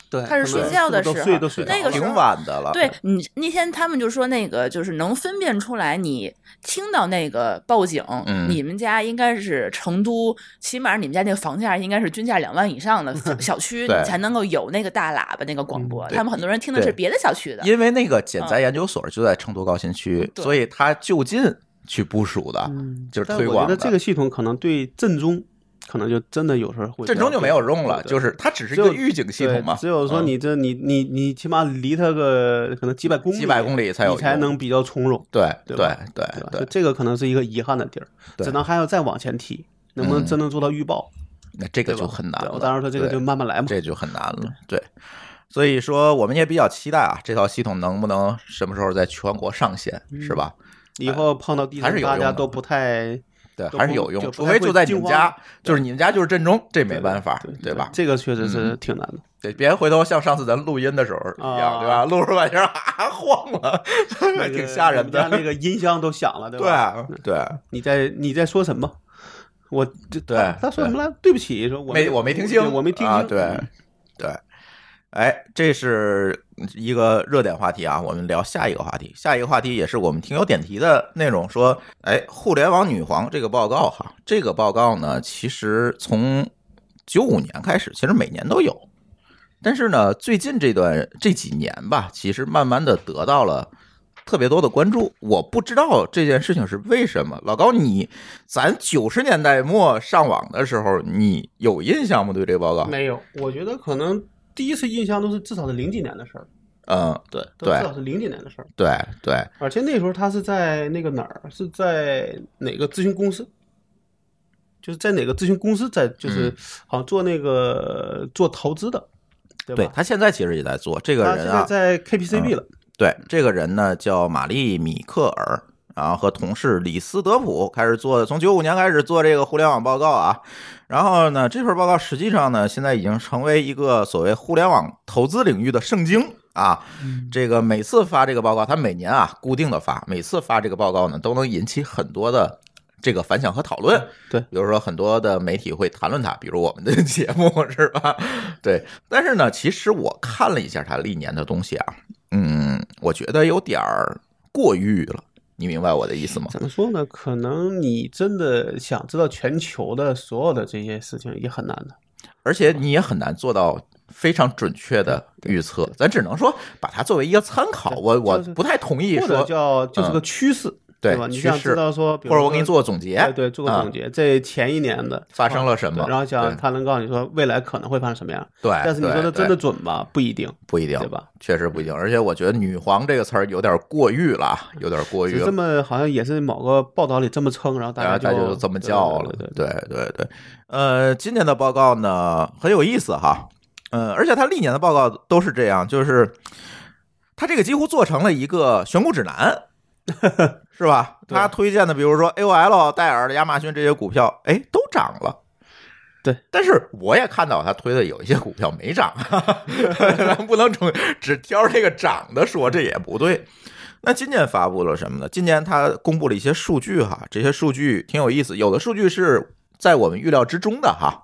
[SPEAKER 2] 对，
[SPEAKER 3] 他是
[SPEAKER 2] 可能
[SPEAKER 3] 睡觉的
[SPEAKER 2] 都
[SPEAKER 3] 时
[SPEAKER 2] 睡
[SPEAKER 3] 候
[SPEAKER 2] 都睡
[SPEAKER 3] 那
[SPEAKER 2] 着
[SPEAKER 3] 个
[SPEAKER 2] 了
[SPEAKER 3] 时候
[SPEAKER 1] 挺晚的了，
[SPEAKER 3] 对你那天他们就说那个就是能分辨出来，你听到那个报警，
[SPEAKER 1] 嗯
[SPEAKER 3] 你们家应该是成都，起码你们家那个房价应该是均价两万以上 的小小区，
[SPEAKER 1] 对嗯
[SPEAKER 3] 你才能够有那个大喇叭那个广播。
[SPEAKER 1] 对
[SPEAKER 3] 他们很多人听的是
[SPEAKER 1] 对
[SPEAKER 3] 别的小区的，
[SPEAKER 1] 因为那个减灾研究所就在成都高新区，
[SPEAKER 3] 嗯对
[SPEAKER 1] 所以它就近去部署的，
[SPEAKER 2] 嗯
[SPEAKER 1] 就是
[SPEAKER 2] 但
[SPEAKER 1] 推
[SPEAKER 2] 我
[SPEAKER 1] 广
[SPEAKER 2] 觉
[SPEAKER 1] 的。
[SPEAKER 2] 得这个系统可能对震中，可能就真的有时候会
[SPEAKER 1] 震中就没有用了，
[SPEAKER 2] 对对
[SPEAKER 1] 就是它只是一
[SPEAKER 2] 只
[SPEAKER 1] 个
[SPEAKER 2] 有
[SPEAKER 1] 预警系统嘛，
[SPEAKER 2] 对只有说
[SPEAKER 1] 嗯
[SPEAKER 2] 你这你你你起码离它个可能几百公里，
[SPEAKER 1] 几百公里才有
[SPEAKER 2] 你才
[SPEAKER 1] 用
[SPEAKER 2] 能比较从容，
[SPEAKER 1] 对对
[SPEAKER 2] 对吧
[SPEAKER 1] 对
[SPEAKER 2] 对吧？
[SPEAKER 1] 对
[SPEAKER 2] 就，这个可能是一个遗憾的地儿，
[SPEAKER 1] 对
[SPEAKER 2] 只能还要再往前提，能不能真能做到预报？
[SPEAKER 1] 那这个
[SPEAKER 2] 对
[SPEAKER 1] 就
[SPEAKER 2] 吧
[SPEAKER 1] 很嗯难
[SPEAKER 2] 对
[SPEAKER 1] 了。
[SPEAKER 2] 我当时说这个就
[SPEAKER 1] 对
[SPEAKER 2] 慢慢来嘛，
[SPEAKER 1] 这就很难了，对。所以说，我们也比较期待啊，这套系统能不能什么时候在全国上线，
[SPEAKER 2] 嗯
[SPEAKER 1] 是吧？
[SPEAKER 2] 以后碰到地
[SPEAKER 1] 哎还是
[SPEAKER 2] 震
[SPEAKER 1] 有
[SPEAKER 2] 大
[SPEAKER 1] 用
[SPEAKER 2] 家
[SPEAKER 1] 的
[SPEAKER 2] 都不太
[SPEAKER 1] 对，
[SPEAKER 2] 都
[SPEAKER 1] 还是
[SPEAKER 2] 不
[SPEAKER 1] 有用，
[SPEAKER 2] 就不
[SPEAKER 1] 除
[SPEAKER 2] 太
[SPEAKER 1] 非就
[SPEAKER 2] 会
[SPEAKER 1] 在你们
[SPEAKER 2] 惊慌
[SPEAKER 1] 家，就是你们家就是震中，这没
[SPEAKER 2] 对
[SPEAKER 1] 办法，对吧？嗯
[SPEAKER 2] 这个确实是挺难的。
[SPEAKER 1] 对，别回头像上次咱录音的时候一样，
[SPEAKER 2] 啊
[SPEAKER 1] 对吧？录出半天 啊晃了，
[SPEAKER 2] 那个
[SPEAKER 1] 挺吓人
[SPEAKER 2] 我们家
[SPEAKER 1] 的。
[SPEAKER 2] 那个音箱都响了，对吧？
[SPEAKER 1] 对啊对，
[SPEAKER 2] 你在你在说什么？我这
[SPEAKER 1] 对
[SPEAKER 2] 他他说什么来？对不起，说我
[SPEAKER 1] 没我没
[SPEAKER 2] 没
[SPEAKER 1] 听清，
[SPEAKER 2] 对我没听
[SPEAKER 1] 啊，
[SPEAKER 2] 清。嗯
[SPEAKER 1] 对对。哎，这是一个热点话题啊，我们聊下一个话题。下一个话题也是我们听友点题的内容，说，哎，互联网女皇这个报告哈，这个报告呢，其实从九五年开始，其实每年都有，但是呢，最近这段这几年吧，其实慢慢的得到了特别多的关注。我不知道这件事情是为什么。老高你，咱九十年代末上网的时候，你有印象吗？对这个报告？
[SPEAKER 2] 没有，我觉得可能第一次印象都是至少是零几年的事儿，
[SPEAKER 1] 嗯，
[SPEAKER 2] 对
[SPEAKER 1] 对
[SPEAKER 2] 至少是零几年的事儿。
[SPEAKER 1] 对对，
[SPEAKER 2] 而且那时候他是在那个哪儿，是在哪个咨询公司？就是在哪个咨询公司在，就是
[SPEAKER 1] 嗯
[SPEAKER 2] 好像做那个做投资的，对
[SPEAKER 1] 对
[SPEAKER 2] 吧？
[SPEAKER 1] 他现在其实也在做这个
[SPEAKER 2] 他现
[SPEAKER 1] 人
[SPEAKER 2] 在
[SPEAKER 1] 啊，
[SPEAKER 2] 在 KPCB 了，
[SPEAKER 1] 对这个人呢叫玛丽米克尔，然后和同事里斯德普开始做的，从九五年开始做这个互联网报告啊。然后呢，这份报告实际上呢，现在已经成为一个所谓互联网投资领域的圣经啊。
[SPEAKER 2] 嗯
[SPEAKER 1] 这个每次发这个报告，他每年啊固定的发，每次发这个报告呢，都能引起很多的这个反响和讨论。
[SPEAKER 2] 对
[SPEAKER 1] 比如说很多的媒体会谈论它，比如我们的 节目是吧？对，但是呢，其实我看了一下他历年的东西啊，嗯，我觉得有点儿过誉了，你明白我的意思吗？
[SPEAKER 2] 怎么说呢？可能你真的想知道全球的所有的这些事情也很难的。
[SPEAKER 1] 而且你也很难做到。非常准确的预测，咱只能说把它作为一个参考。
[SPEAKER 2] 对
[SPEAKER 1] 我我
[SPEAKER 2] 就是
[SPEAKER 1] 不太同意
[SPEAKER 2] 或者
[SPEAKER 1] 说，
[SPEAKER 2] 叫就是个
[SPEAKER 1] 嗯
[SPEAKER 2] 趋势，
[SPEAKER 1] 对
[SPEAKER 2] 吧？你
[SPEAKER 1] 趋
[SPEAKER 2] 想
[SPEAKER 1] 势
[SPEAKER 2] 知道说，比
[SPEAKER 1] 或
[SPEAKER 2] 如
[SPEAKER 1] 者我给你
[SPEAKER 2] 说
[SPEAKER 1] 做个总结，
[SPEAKER 2] 对对，做个总
[SPEAKER 1] 嗯
[SPEAKER 2] 结，这前一年的啊
[SPEAKER 1] 发生了什
[SPEAKER 2] 对
[SPEAKER 1] 么，
[SPEAKER 2] 然后
[SPEAKER 1] 对
[SPEAKER 2] 想他能告诉你说未来可能会发生什么样，
[SPEAKER 1] 对，
[SPEAKER 2] 但是你
[SPEAKER 1] 对
[SPEAKER 2] 说的真
[SPEAKER 1] 对
[SPEAKER 2] 的准吧？不一定，
[SPEAKER 1] 不一定，
[SPEAKER 2] 对吧？
[SPEAKER 1] 确实不一定，而且我觉得“女皇”这个词儿有点过誉了啊，有点过誉
[SPEAKER 2] 是这
[SPEAKER 1] 了，
[SPEAKER 2] 么好像也是某个报道里这么称，然后大
[SPEAKER 1] 然后
[SPEAKER 2] 家
[SPEAKER 1] 大家就这么叫了
[SPEAKER 2] 对对。对，
[SPEAKER 1] 对对对，呃，今年的报告呢很有意思哈，呃，而且它历年的报告都是这样，就是它这个几乎做成了一个选股指 南。是吧？
[SPEAKER 2] 对
[SPEAKER 1] 他推荐的，比如说 AOL、戴尔、亚马逊这些股票，哎，都涨了。
[SPEAKER 2] 对，
[SPEAKER 1] 但是我也看到他推的有一些股票没 涨，咱不能只只挑这个涨的说，这也不对。那今年发布了什么呢？今年它公布了一些数据哈，这些数据挺有意思，有的数据是在我们预料之中的哈。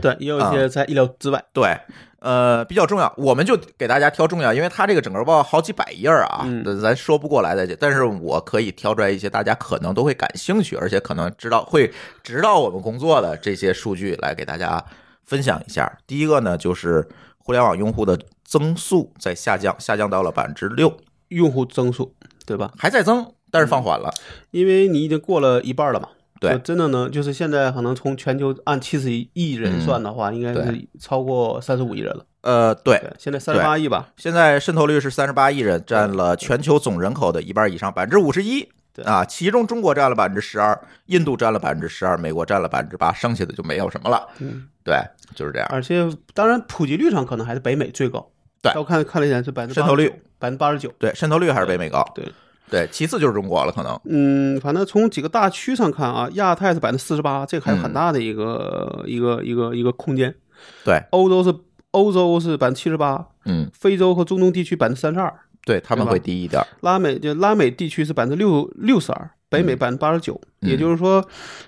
[SPEAKER 2] 对也有一
[SPEAKER 1] 啊
[SPEAKER 2] 些在意料之外。
[SPEAKER 1] 对，呃，比较重要，我们就给大家挑重要，因为它这个整个报告好几百页儿啊，
[SPEAKER 2] 嗯
[SPEAKER 1] 咱咱说不过来再讲。但是我可以挑出来一些大家可能都会感兴趣，而且可能知道会指导我们工作的这些数据来给大家分享一下。第一个呢，就是互联网用户的增速在下降，下降到了百分之六，
[SPEAKER 2] 用户增速，对吧？
[SPEAKER 1] 还在增，但是放缓了。
[SPEAKER 2] 因为你已经过了一半了嘛。
[SPEAKER 1] 对
[SPEAKER 2] 就真的呢，就是现在可能从全球按七十亿人算的话，应该是
[SPEAKER 1] 嗯对
[SPEAKER 2] 超过三十五亿人了。
[SPEAKER 1] 呃，对，
[SPEAKER 2] 对，现在三十八亿吧。
[SPEAKER 1] 现在渗透率是三十八亿人，占了全球总人口的一半以上，百分之五十一。
[SPEAKER 2] 对
[SPEAKER 1] 啊，其中中国占了百分之十二，印度占了百分之十二，美国占了百分之八，剩下的就没有什么了。
[SPEAKER 2] 嗯，
[SPEAKER 1] 对，就是这样。
[SPEAKER 2] 而且当然普及率上可能还是北美最高。
[SPEAKER 1] 对
[SPEAKER 2] 但我看看了一眼是百分之
[SPEAKER 1] 渗透率
[SPEAKER 2] 百分之八十九。
[SPEAKER 1] 对，渗透率还是北美高。
[SPEAKER 2] 对，
[SPEAKER 1] 对，其次就是中国了，可能。
[SPEAKER 2] 嗯，反正从几个大区上看啊，亚太是百分之四十八，这个还有很
[SPEAKER 1] 嗯
[SPEAKER 2] 大的一个、一个一个一个空间。
[SPEAKER 1] 对，
[SPEAKER 2] 欧洲是欧洲是百分之七十八，
[SPEAKER 1] 嗯，
[SPEAKER 2] 非洲和中东地区百分之三十二，
[SPEAKER 1] 对他们
[SPEAKER 2] 对吧
[SPEAKER 1] 会低一点儿。
[SPEAKER 2] 拉美就拉美地区是百分之六六十二，北美
[SPEAKER 1] 嗯
[SPEAKER 2] 百分之八十九。
[SPEAKER 1] 嗯
[SPEAKER 2] 也就是说，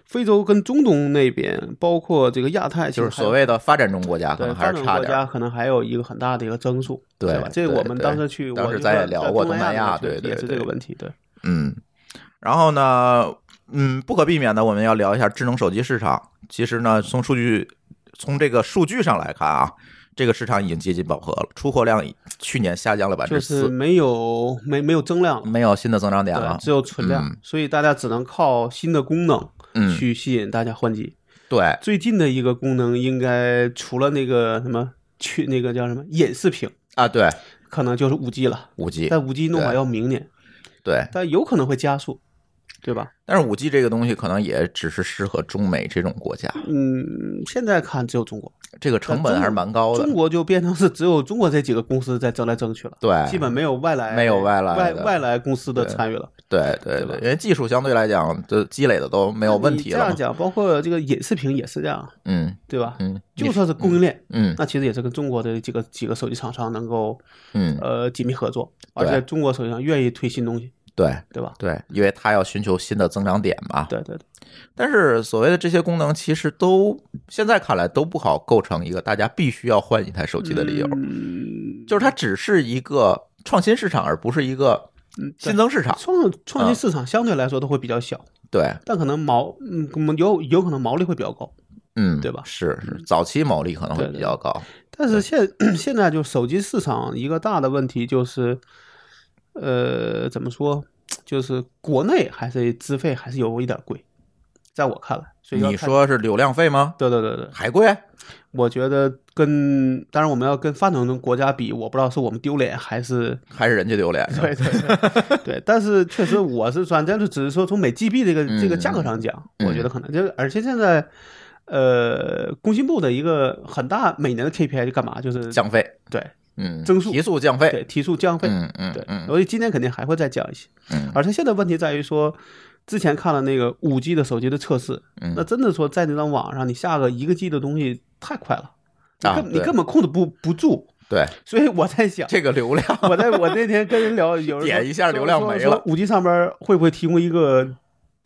[SPEAKER 2] 非洲跟中东那边，包括这个亚太，
[SPEAKER 1] 就是所。谓的发展中国家啊可
[SPEAKER 2] 对
[SPEAKER 1] 能还
[SPEAKER 2] 发
[SPEAKER 1] 是
[SPEAKER 2] 展
[SPEAKER 1] 差
[SPEAKER 2] 国
[SPEAKER 1] 点儿。
[SPEAKER 2] 家可能还有一个很大的一个增速，
[SPEAKER 1] 对
[SPEAKER 2] 是吧？这
[SPEAKER 1] 对
[SPEAKER 2] 个我们
[SPEAKER 1] 对
[SPEAKER 2] 当时去，
[SPEAKER 1] 当
[SPEAKER 2] 我
[SPEAKER 1] 时
[SPEAKER 2] 就
[SPEAKER 1] 咱也
[SPEAKER 2] 在
[SPEAKER 1] 聊
[SPEAKER 2] 在
[SPEAKER 1] 过
[SPEAKER 2] 东
[SPEAKER 1] 东南
[SPEAKER 2] 亚
[SPEAKER 1] 亚
[SPEAKER 2] 那边
[SPEAKER 1] 对
[SPEAKER 2] 也
[SPEAKER 1] 对
[SPEAKER 2] 是这个
[SPEAKER 1] 对
[SPEAKER 2] 问题，对，
[SPEAKER 1] 嗯，然后呢，嗯，不可避免的，我们要聊一下智能手机市场。其实呢，从数据，从这个数据上来看啊，这个市场已经接近饱和了，出货量去年下降了百分
[SPEAKER 2] 就
[SPEAKER 1] 之
[SPEAKER 2] 是
[SPEAKER 1] 四，
[SPEAKER 2] 没有没没有增量，
[SPEAKER 1] 没有新的增长点
[SPEAKER 2] 对
[SPEAKER 1] 了，
[SPEAKER 2] 只。有存量，
[SPEAKER 1] 嗯
[SPEAKER 2] 所以大家只能靠新的功能
[SPEAKER 1] 嗯，
[SPEAKER 2] 去吸引大家换机。
[SPEAKER 1] 对，
[SPEAKER 2] 最近的一个功能应该除了那个什么去那个叫什么隐视屏，
[SPEAKER 1] 啊，对，
[SPEAKER 2] 可能就是五 G 了。
[SPEAKER 1] 五 G，
[SPEAKER 2] 但五 G 弄好
[SPEAKER 1] 对
[SPEAKER 2] 要明年，
[SPEAKER 1] 对，
[SPEAKER 2] 但有可能会加速，对吧？
[SPEAKER 1] 但是五 G 这个东西可能也只是适合中美这种国家，
[SPEAKER 2] 嗯，现在看只有中国，
[SPEAKER 1] 这个成本还是蛮高的
[SPEAKER 2] 中。国就变成是只有中国这几个公司在争来争去了，
[SPEAKER 1] 对，
[SPEAKER 2] 基本没有外来
[SPEAKER 1] 没有外来
[SPEAKER 2] 外
[SPEAKER 1] 的
[SPEAKER 2] 外来公司的
[SPEAKER 1] 对
[SPEAKER 2] 参与了。
[SPEAKER 1] 对对
[SPEAKER 2] 对吧
[SPEAKER 1] 对，因为技术相对来讲，就积累的都没有问
[SPEAKER 2] 你
[SPEAKER 1] 题
[SPEAKER 2] 这
[SPEAKER 1] 了
[SPEAKER 2] 样
[SPEAKER 1] 嘛。
[SPEAKER 2] 讲，包括这个隐视屏也是这样，
[SPEAKER 1] 嗯
[SPEAKER 2] 对吧？
[SPEAKER 1] 嗯，
[SPEAKER 2] 就算是供应链，
[SPEAKER 1] 嗯
[SPEAKER 2] 那其实也是跟中国的几个几个手机厂商能够
[SPEAKER 1] 嗯，
[SPEAKER 2] 呃紧密合作，
[SPEAKER 1] 对
[SPEAKER 2] 而且中国手机上愿意推新东西，
[SPEAKER 1] 对
[SPEAKER 2] 对吧？
[SPEAKER 1] 对，因为它要寻求新的增长点嘛。
[SPEAKER 2] 对对对，
[SPEAKER 1] 但是所谓的这些功能，其实都现在看来都不好构成一个大家必须要换一台手机的理由，
[SPEAKER 2] 嗯，
[SPEAKER 1] 就是它只是一个创新市场，而不是一个新增市场。
[SPEAKER 2] 创
[SPEAKER 1] 啊
[SPEAKER 2] 创新市场相对来说都会比较小，
[SPEAKER 1] 对，
[SPEAKER 2] 但可能毛嗯可能有有可能毛利会比较高，
[SPEAKER 1] 嗯，
[SPEAKER 2] 对吧
[SPEAKER 1] 是是，早期毛利可能会
[SPEAKER 2] 对
[SPEAKER 1] 比
[SPEAKER 2] 对
[SPEAKER 1] 较高。
[SPEAKER 2] 但是现现在就手机市场一个大的问题就是，呃，怎么说，就是国内还是资费还是有一点贵。在我看来，所以要
[SPEAKER 1] 你
[SPEAKER 2] 看，
[SPEAKER 1] 说是流量费吗？
[SPEAKER 2] 对对对对，
[SPEAKER 1] 还贵？
[SPEAKER 2] 我觉得跟当然我们要跟发展中国家比，我不知道是我们丢脸 还是
[SPEAKER 1] 还是人家丢脸？
[SPEAKER 2] 对对对对，但是确实我是专，但是只是说从每 GB 这个这个价格上讲，
[SPEAKER 1] 嗯
[SPEAKER 2] 我觉得可能就是，而且现在。呃，工信部的一个很大每年的 KPI 就干嘛？就是
[SPEAKER 1] 降费，
[SPEAKER 2] 对
[SPEAKER 1] 嗯，
[SPEAKER 2] 增速
[SPEAKER 1] 提速降费，
[SPEAKER 2] 对提速降费，
[SPEAKER 1] 嗯嗯
[SPEAKER 2] 对，
[SPEAKER 1] 嗯
[SPEAKER 2] 所以今年肯定还会再降一些。
[SPEAKER 1] 嗯
[SPEAKER 2] 而且现在问题在于说，之前看了那个五 G 的手机的测试，
[SPEAKER 1] 嗯，
[SPEAKER 2] 那真的说在那张网上你下个一个 G 的东西太快了，你
[SPEAKER 1] 啊
[SPEAKER 2] 根你
[SPEAKER 1] 对
[SPEAKER 2] 根本控制不不住。
[SPEAKER 1] 对
[SPEAKER 2] 所以我在想，
[SPEAKER 1] 这个流量，
[SPEAKER 2] 我在我那天跟 人聊，有人说
[SPEAKER 1] 点一下流量没了。
[SPEAKER 2] 五 G 上边会不会提供一个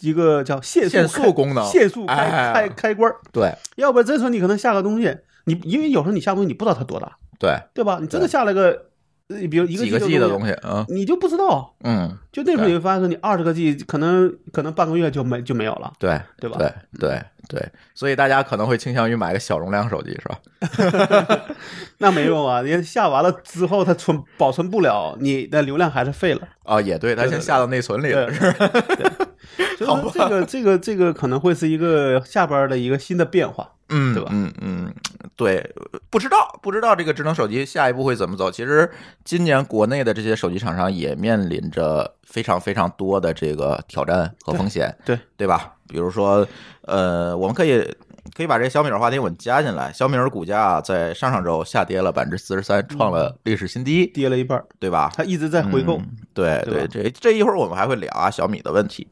[SPEAKER 2] 一个叫限
[SPEAKER 1] 限
[SPEAKER 2] 速
[SPEAKER 1] 速
[SPEAKER 2] 开
[SPEAKER 1] 功能
[SPEAKER 2] 限速开、
[SPEAKER 1] 哎
[SPEAKER 2] 开开关儿？
[SPEAKER 1] 对
[SPEAKER 2] 要不然真说你可能下个东西，你因为有时候你下东西你不知道它多大，
[SPEAKER 1] 对，
[SPEAKER 2] 对吧？你真的下了个，呃比如一个
[SPEAKER 1] 几个
[SPEAKER 2] G
[SPEAKER 1] G 的东，西，嗯
[SPEAKER 2] 你就不知道。
[SPEAKER 1] 嗯，
[SPEAKER 2] 就那时候你会发现，说你二十个 G 可能可能半个月就没就没有了。
[SPEAKER 1] 对
[SPEAKER 2] 对吧嗯
[SPEAKER 1] 对对对，所以大家可能会倾向于买个小容量手机，是吧？
[SPEAKER 2] 那没 用啊，你下完了之后它存保存不了，你的流量还是废了。
[SPEAKER 1] 哦，也对，它
[SPEAKER 2] 对
[SPEAKER 1] 先
[SPEAKER 2] 对
[SPEAKER 1] 下到内存里了，哎
[SPEAKER 2] 对
[SPEAKER 1] 是吧
[SPEAKER 2] 所以
[SPEAKER 1] 好吧
[SPEAKER 2] 说这个这个这个可能会是一个下边的一个新的变化。
[SPEAKER 1] 嗯，
[SPEAKER 2] 对吧
[SPEAKER 1] 嗯嗯，对，不知道不知道这个智能手机下一步会怎么走。其实今年国内的这些手机厂商也面临着非常非常多的这个挑战和风险，
[SPEAKER 2] 对对
[SPEAKER 1] 对吧？比如说，呃，我们可以可以把这个小米的话题我们加进来。小米的股价在上上周下跌了百分之四十三，创
[SPEAKER 2] 嗯
[SPEAKER 1] 了历史新低，
[SPEAKER 2] 跌了一半儿，
[SPEAKER 1] 对吧？
[SPEAKER 2] 它一直在回购。
[SPEAKER 1] 嗯对
[SPEAKER 2] 对吧
[SPEAKER 1] 这这一会儿我们还会聊啊小米的问题。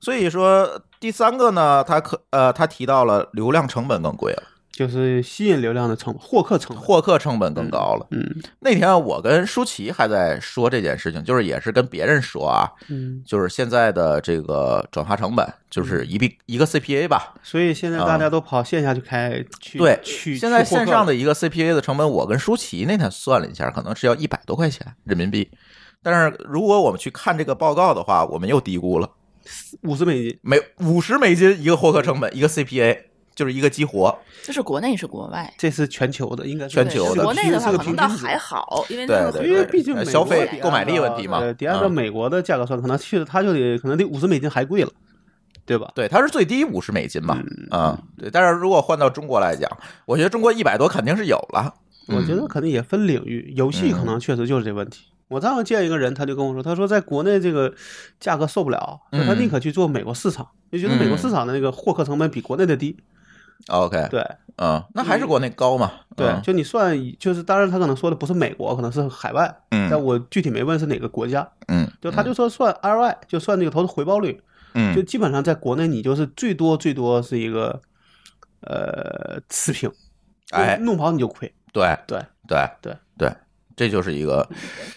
[SPEAKER 1] 所以说第三个呢，他可呃他提到了流量成本更贵了，
[SPEAKER 2] 就是吸引流量的成本，获客成本。
[SPEAKER 1] 获客成本更高了。
[SPEAKER 2] 嗯
[SPEAKER 1] 那天我跟舒淇还在说这件事情，就是也是跟别人说啊，
[SPEAKER 2] 嗯，
[SPEAKER 1] 就是现在的这个转化成本就是一币一个 CPA 吧，
[SPEAKER 2] 所以现在大家都跑线下去开去
[SPEAKER 1] 对，
[SPEAKER 2] 去
[SPEAKER 1] 现在
[SPEAKER 2] 去获客
[SPEAKER 1] 线上的一个 CPA 的成本，我跟舒淇那天算了一下，可能是要一百多块钱人民币。但是如果我们去看这个报告的话，我们又低估了。
[SPEAKER 2] 五十美金，
[SPEAKER 1] 每五十美金一个获客成本，一个 CPA 就是一个激活。
[SPEAKER 3] 这是国内是国外，
[SPEAKER 2] 这是全球的，应该是
[SPEAKER 1] 全球的
[SPEAKER 2] 是
[SPEAKER 3] 对
[SPEAKER 2] 个
[SPEAKER 3] 国内的
[SPEAKER 2] 平
[SPEAKER 3] 话
[SPEAKER 2] 是个
[SPEAKER 3] 可
[SPEAKER 2] 平
[SPEAKER 3] 能倒
[SPEAKER 2] 均值
[SPEAKER 3] 还好，因为
[SPEAKER 1] 对
[SPEAKER 3] 那个
[SPEAKER 1] 对
[SPEAKER 2] 因为毕竟
[SPEAKER 1] 呃
[SPEAKER 2] 美国
[SPEAKER 1] 消费
[SPEAKER 2] 得
[SPEAKER 1] 购买力
[SPEAKER 2] 按照
[SPEAKER 1] 问题嘛
[SPEAKER 2] 对得按照
[SPEAKER 1] 嗯
[SPEAKER 2] 美国的价格算，可能去它就得可能得五十美金还贵了，对吧？嗯
[SPEAKER 1] 对，它是最低五十美金嘛，啊、对。但是如果换到中国来讲，我觉得中国一百多肯定是有了。嗯
[SPEAKER 2] 我觉得可能也分领域，游戏可能确实就是这问题。我上次见一个人，他就跟我说，他说在国内这个价格受不了，
[SPEAKER 1] 嗯
[SPEAKER 2] 他宁可去做美国市场，就觉得美国
[SPEAKER 1] 嗯
[SPEAKER 2] 市场的那个获客成本比国内的低。
[SPEAKER 1] OK，
[SPEAKER 2] 对
[SPEAKER 1] 嗯，那还是国内高嘛？
[SPEAKER 2] 对，
[SPEAKER 1] 嗯
[SPEAKER 2] 就你算，就是当然他可能说的不是美国，可能是海外，
[SPEAKER 1] 嗯
[SPEAKER 2] 但我具体没问是哪个国家，
[SPEAKER 1] 嗯，
[SPEAKER 2] 就他就说算 ROI，就算这个投资回报率，
[SPEAKER 1] 嗯
[SPEAKER 2] 就基本上在国内你就是最多最多是一个呃持平，
[SPEAKER 1] 哎
[SPEAKER 2] 弄跑你就亏。
[SPEAKER 1] 对
[SPEAKER 2] 对
[SPEAKER 1] 对
[SPEAKER 2] 对
[SPEAKER 1] 对，这就是一个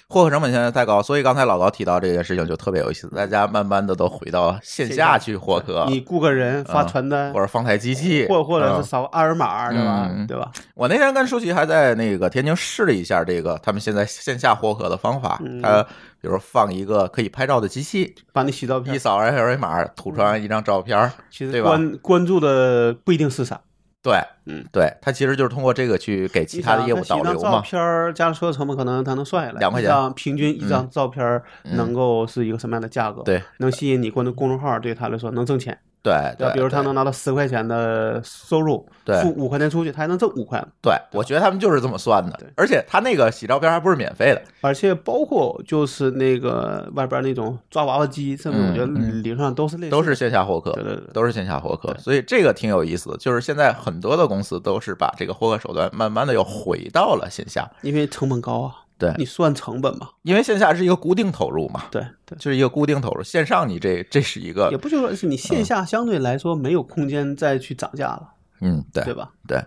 [SPEAKER 1] 获客成本现在太高，所以刚才老高提到这件事情就特别有意思，大家慢慢的都回到线
[SPEAKER 2] 线
[SPEAKER 1] 下
[SPEAKER 2] 下
[SPEAKER 1] 去获客，
[SPEAKER 2] 你雇个人发
[SPEAKER 1] 嗯
[SPEAKER 2] 传单，
[SPEAKER 1] 啊或者放台机器，
[SPEAKER 2] 或或者
[SPEAKER 1] 嗯
[SPEAKER 2] 是扫二维码，对吧？
[SPEAKER 1] 嗯
[SPEAKER 2] 对吧？
[SPEAKER 1] 我那天跟舒淇还在那个天津试了一下这个他们现在线下获客的方法，
[SPEAKER 2] 嗯
[SPEAKER 1] 他比如放一个可以拍照的机器，
[SPEAKER 2] 把你洗照
[SPEAKER 1] 一
[SPEAKER 2] 片，
[SPEAKER 1] 扫二维码吐出来一张照片儿，
[SPEAKER 2] 其
[SPEAKER 1] 对
[SPEAKER 2] 实
[SPEAKER 1] 吧
[SPEAKER 2] 关关注的不一定是啥，
[SPEAKER 1] 对，
[SPEAKER 2] 嗯，
[SPEAKER 1] 对，他其实就是通过这个去给其他的业务导
[SPEAKER 2] 你想
[SPEAKER 1] 流
[SPEAKER 2] 一张照
[SPEAKER 1] 嘛，
[SPEAKER 2] 片儿加上所有成本，可能他能算下来
[SPEAKER 1] 两块钱
[SPEAKER 2] 一张平均一张照片儿
[SPEAKER 1] 嗯
[SPEAKER 2] 能够是一个什么样的价格？，
[SPEAKER 1] 对
[SPEAKER 2] 能吸引你关注公众号，对他来说能挣钱。
[SPEAKER 1] 对
[SPEAKER 2] 吧
[SPEAKER 1] 对，
[SPEAKER 2] 比如他
[SPEAKER 1] 对
[SPEAKER 2] 能拿到十块钱的收入，
[SPEAKER 1] 对
[SPEAKER 2] 付五块钱出去，他还能挣五块呢。
[SPEAKER 1] 对，我觉得他们就是这么算的
[SPEAKER 2] 对，
[SPEAKER 1] 而且他那个洗照片还不是免费的，
[SPEAKER 2] 而且包括就是那个外边那种抓娃娃机，甚至
[SPEAKER 1] 嗯
[SPEAKER 2] 我觉得
[SPEAKER 1] 嗯
[SPEAKER 2] 理论上都是类似的，
[SPEAKER 1] 都是线下获客，
[SPEAKER 2] 对对对，
[SPEAKER 1] 都是线下获客，
[SPEAKER 2] 对
[SPEAKER 1] 所以这个挺有意思的，就是现在很多的公司都是把这个获客手段慢慢的又回到了线下，
[SPEAKER 2] 因为成本高啊，
[SPEAKER 1] 对
[SPEAKER 2] 你算成本吧，
[SPEAKER 1] 因为线下是一个固定投入嘛，
[SPEAKER 2] 对对。
[SPEAKER 1] 就是一个固定投入，线上你这这是一个
[SPEAKER 2] 也，不就说是你线下相对来说没有空间再去涨价了，
[SPEAKER 1] 嗯，对
[SPEAKER 2] 对吧？
[SPEAKER 1] 对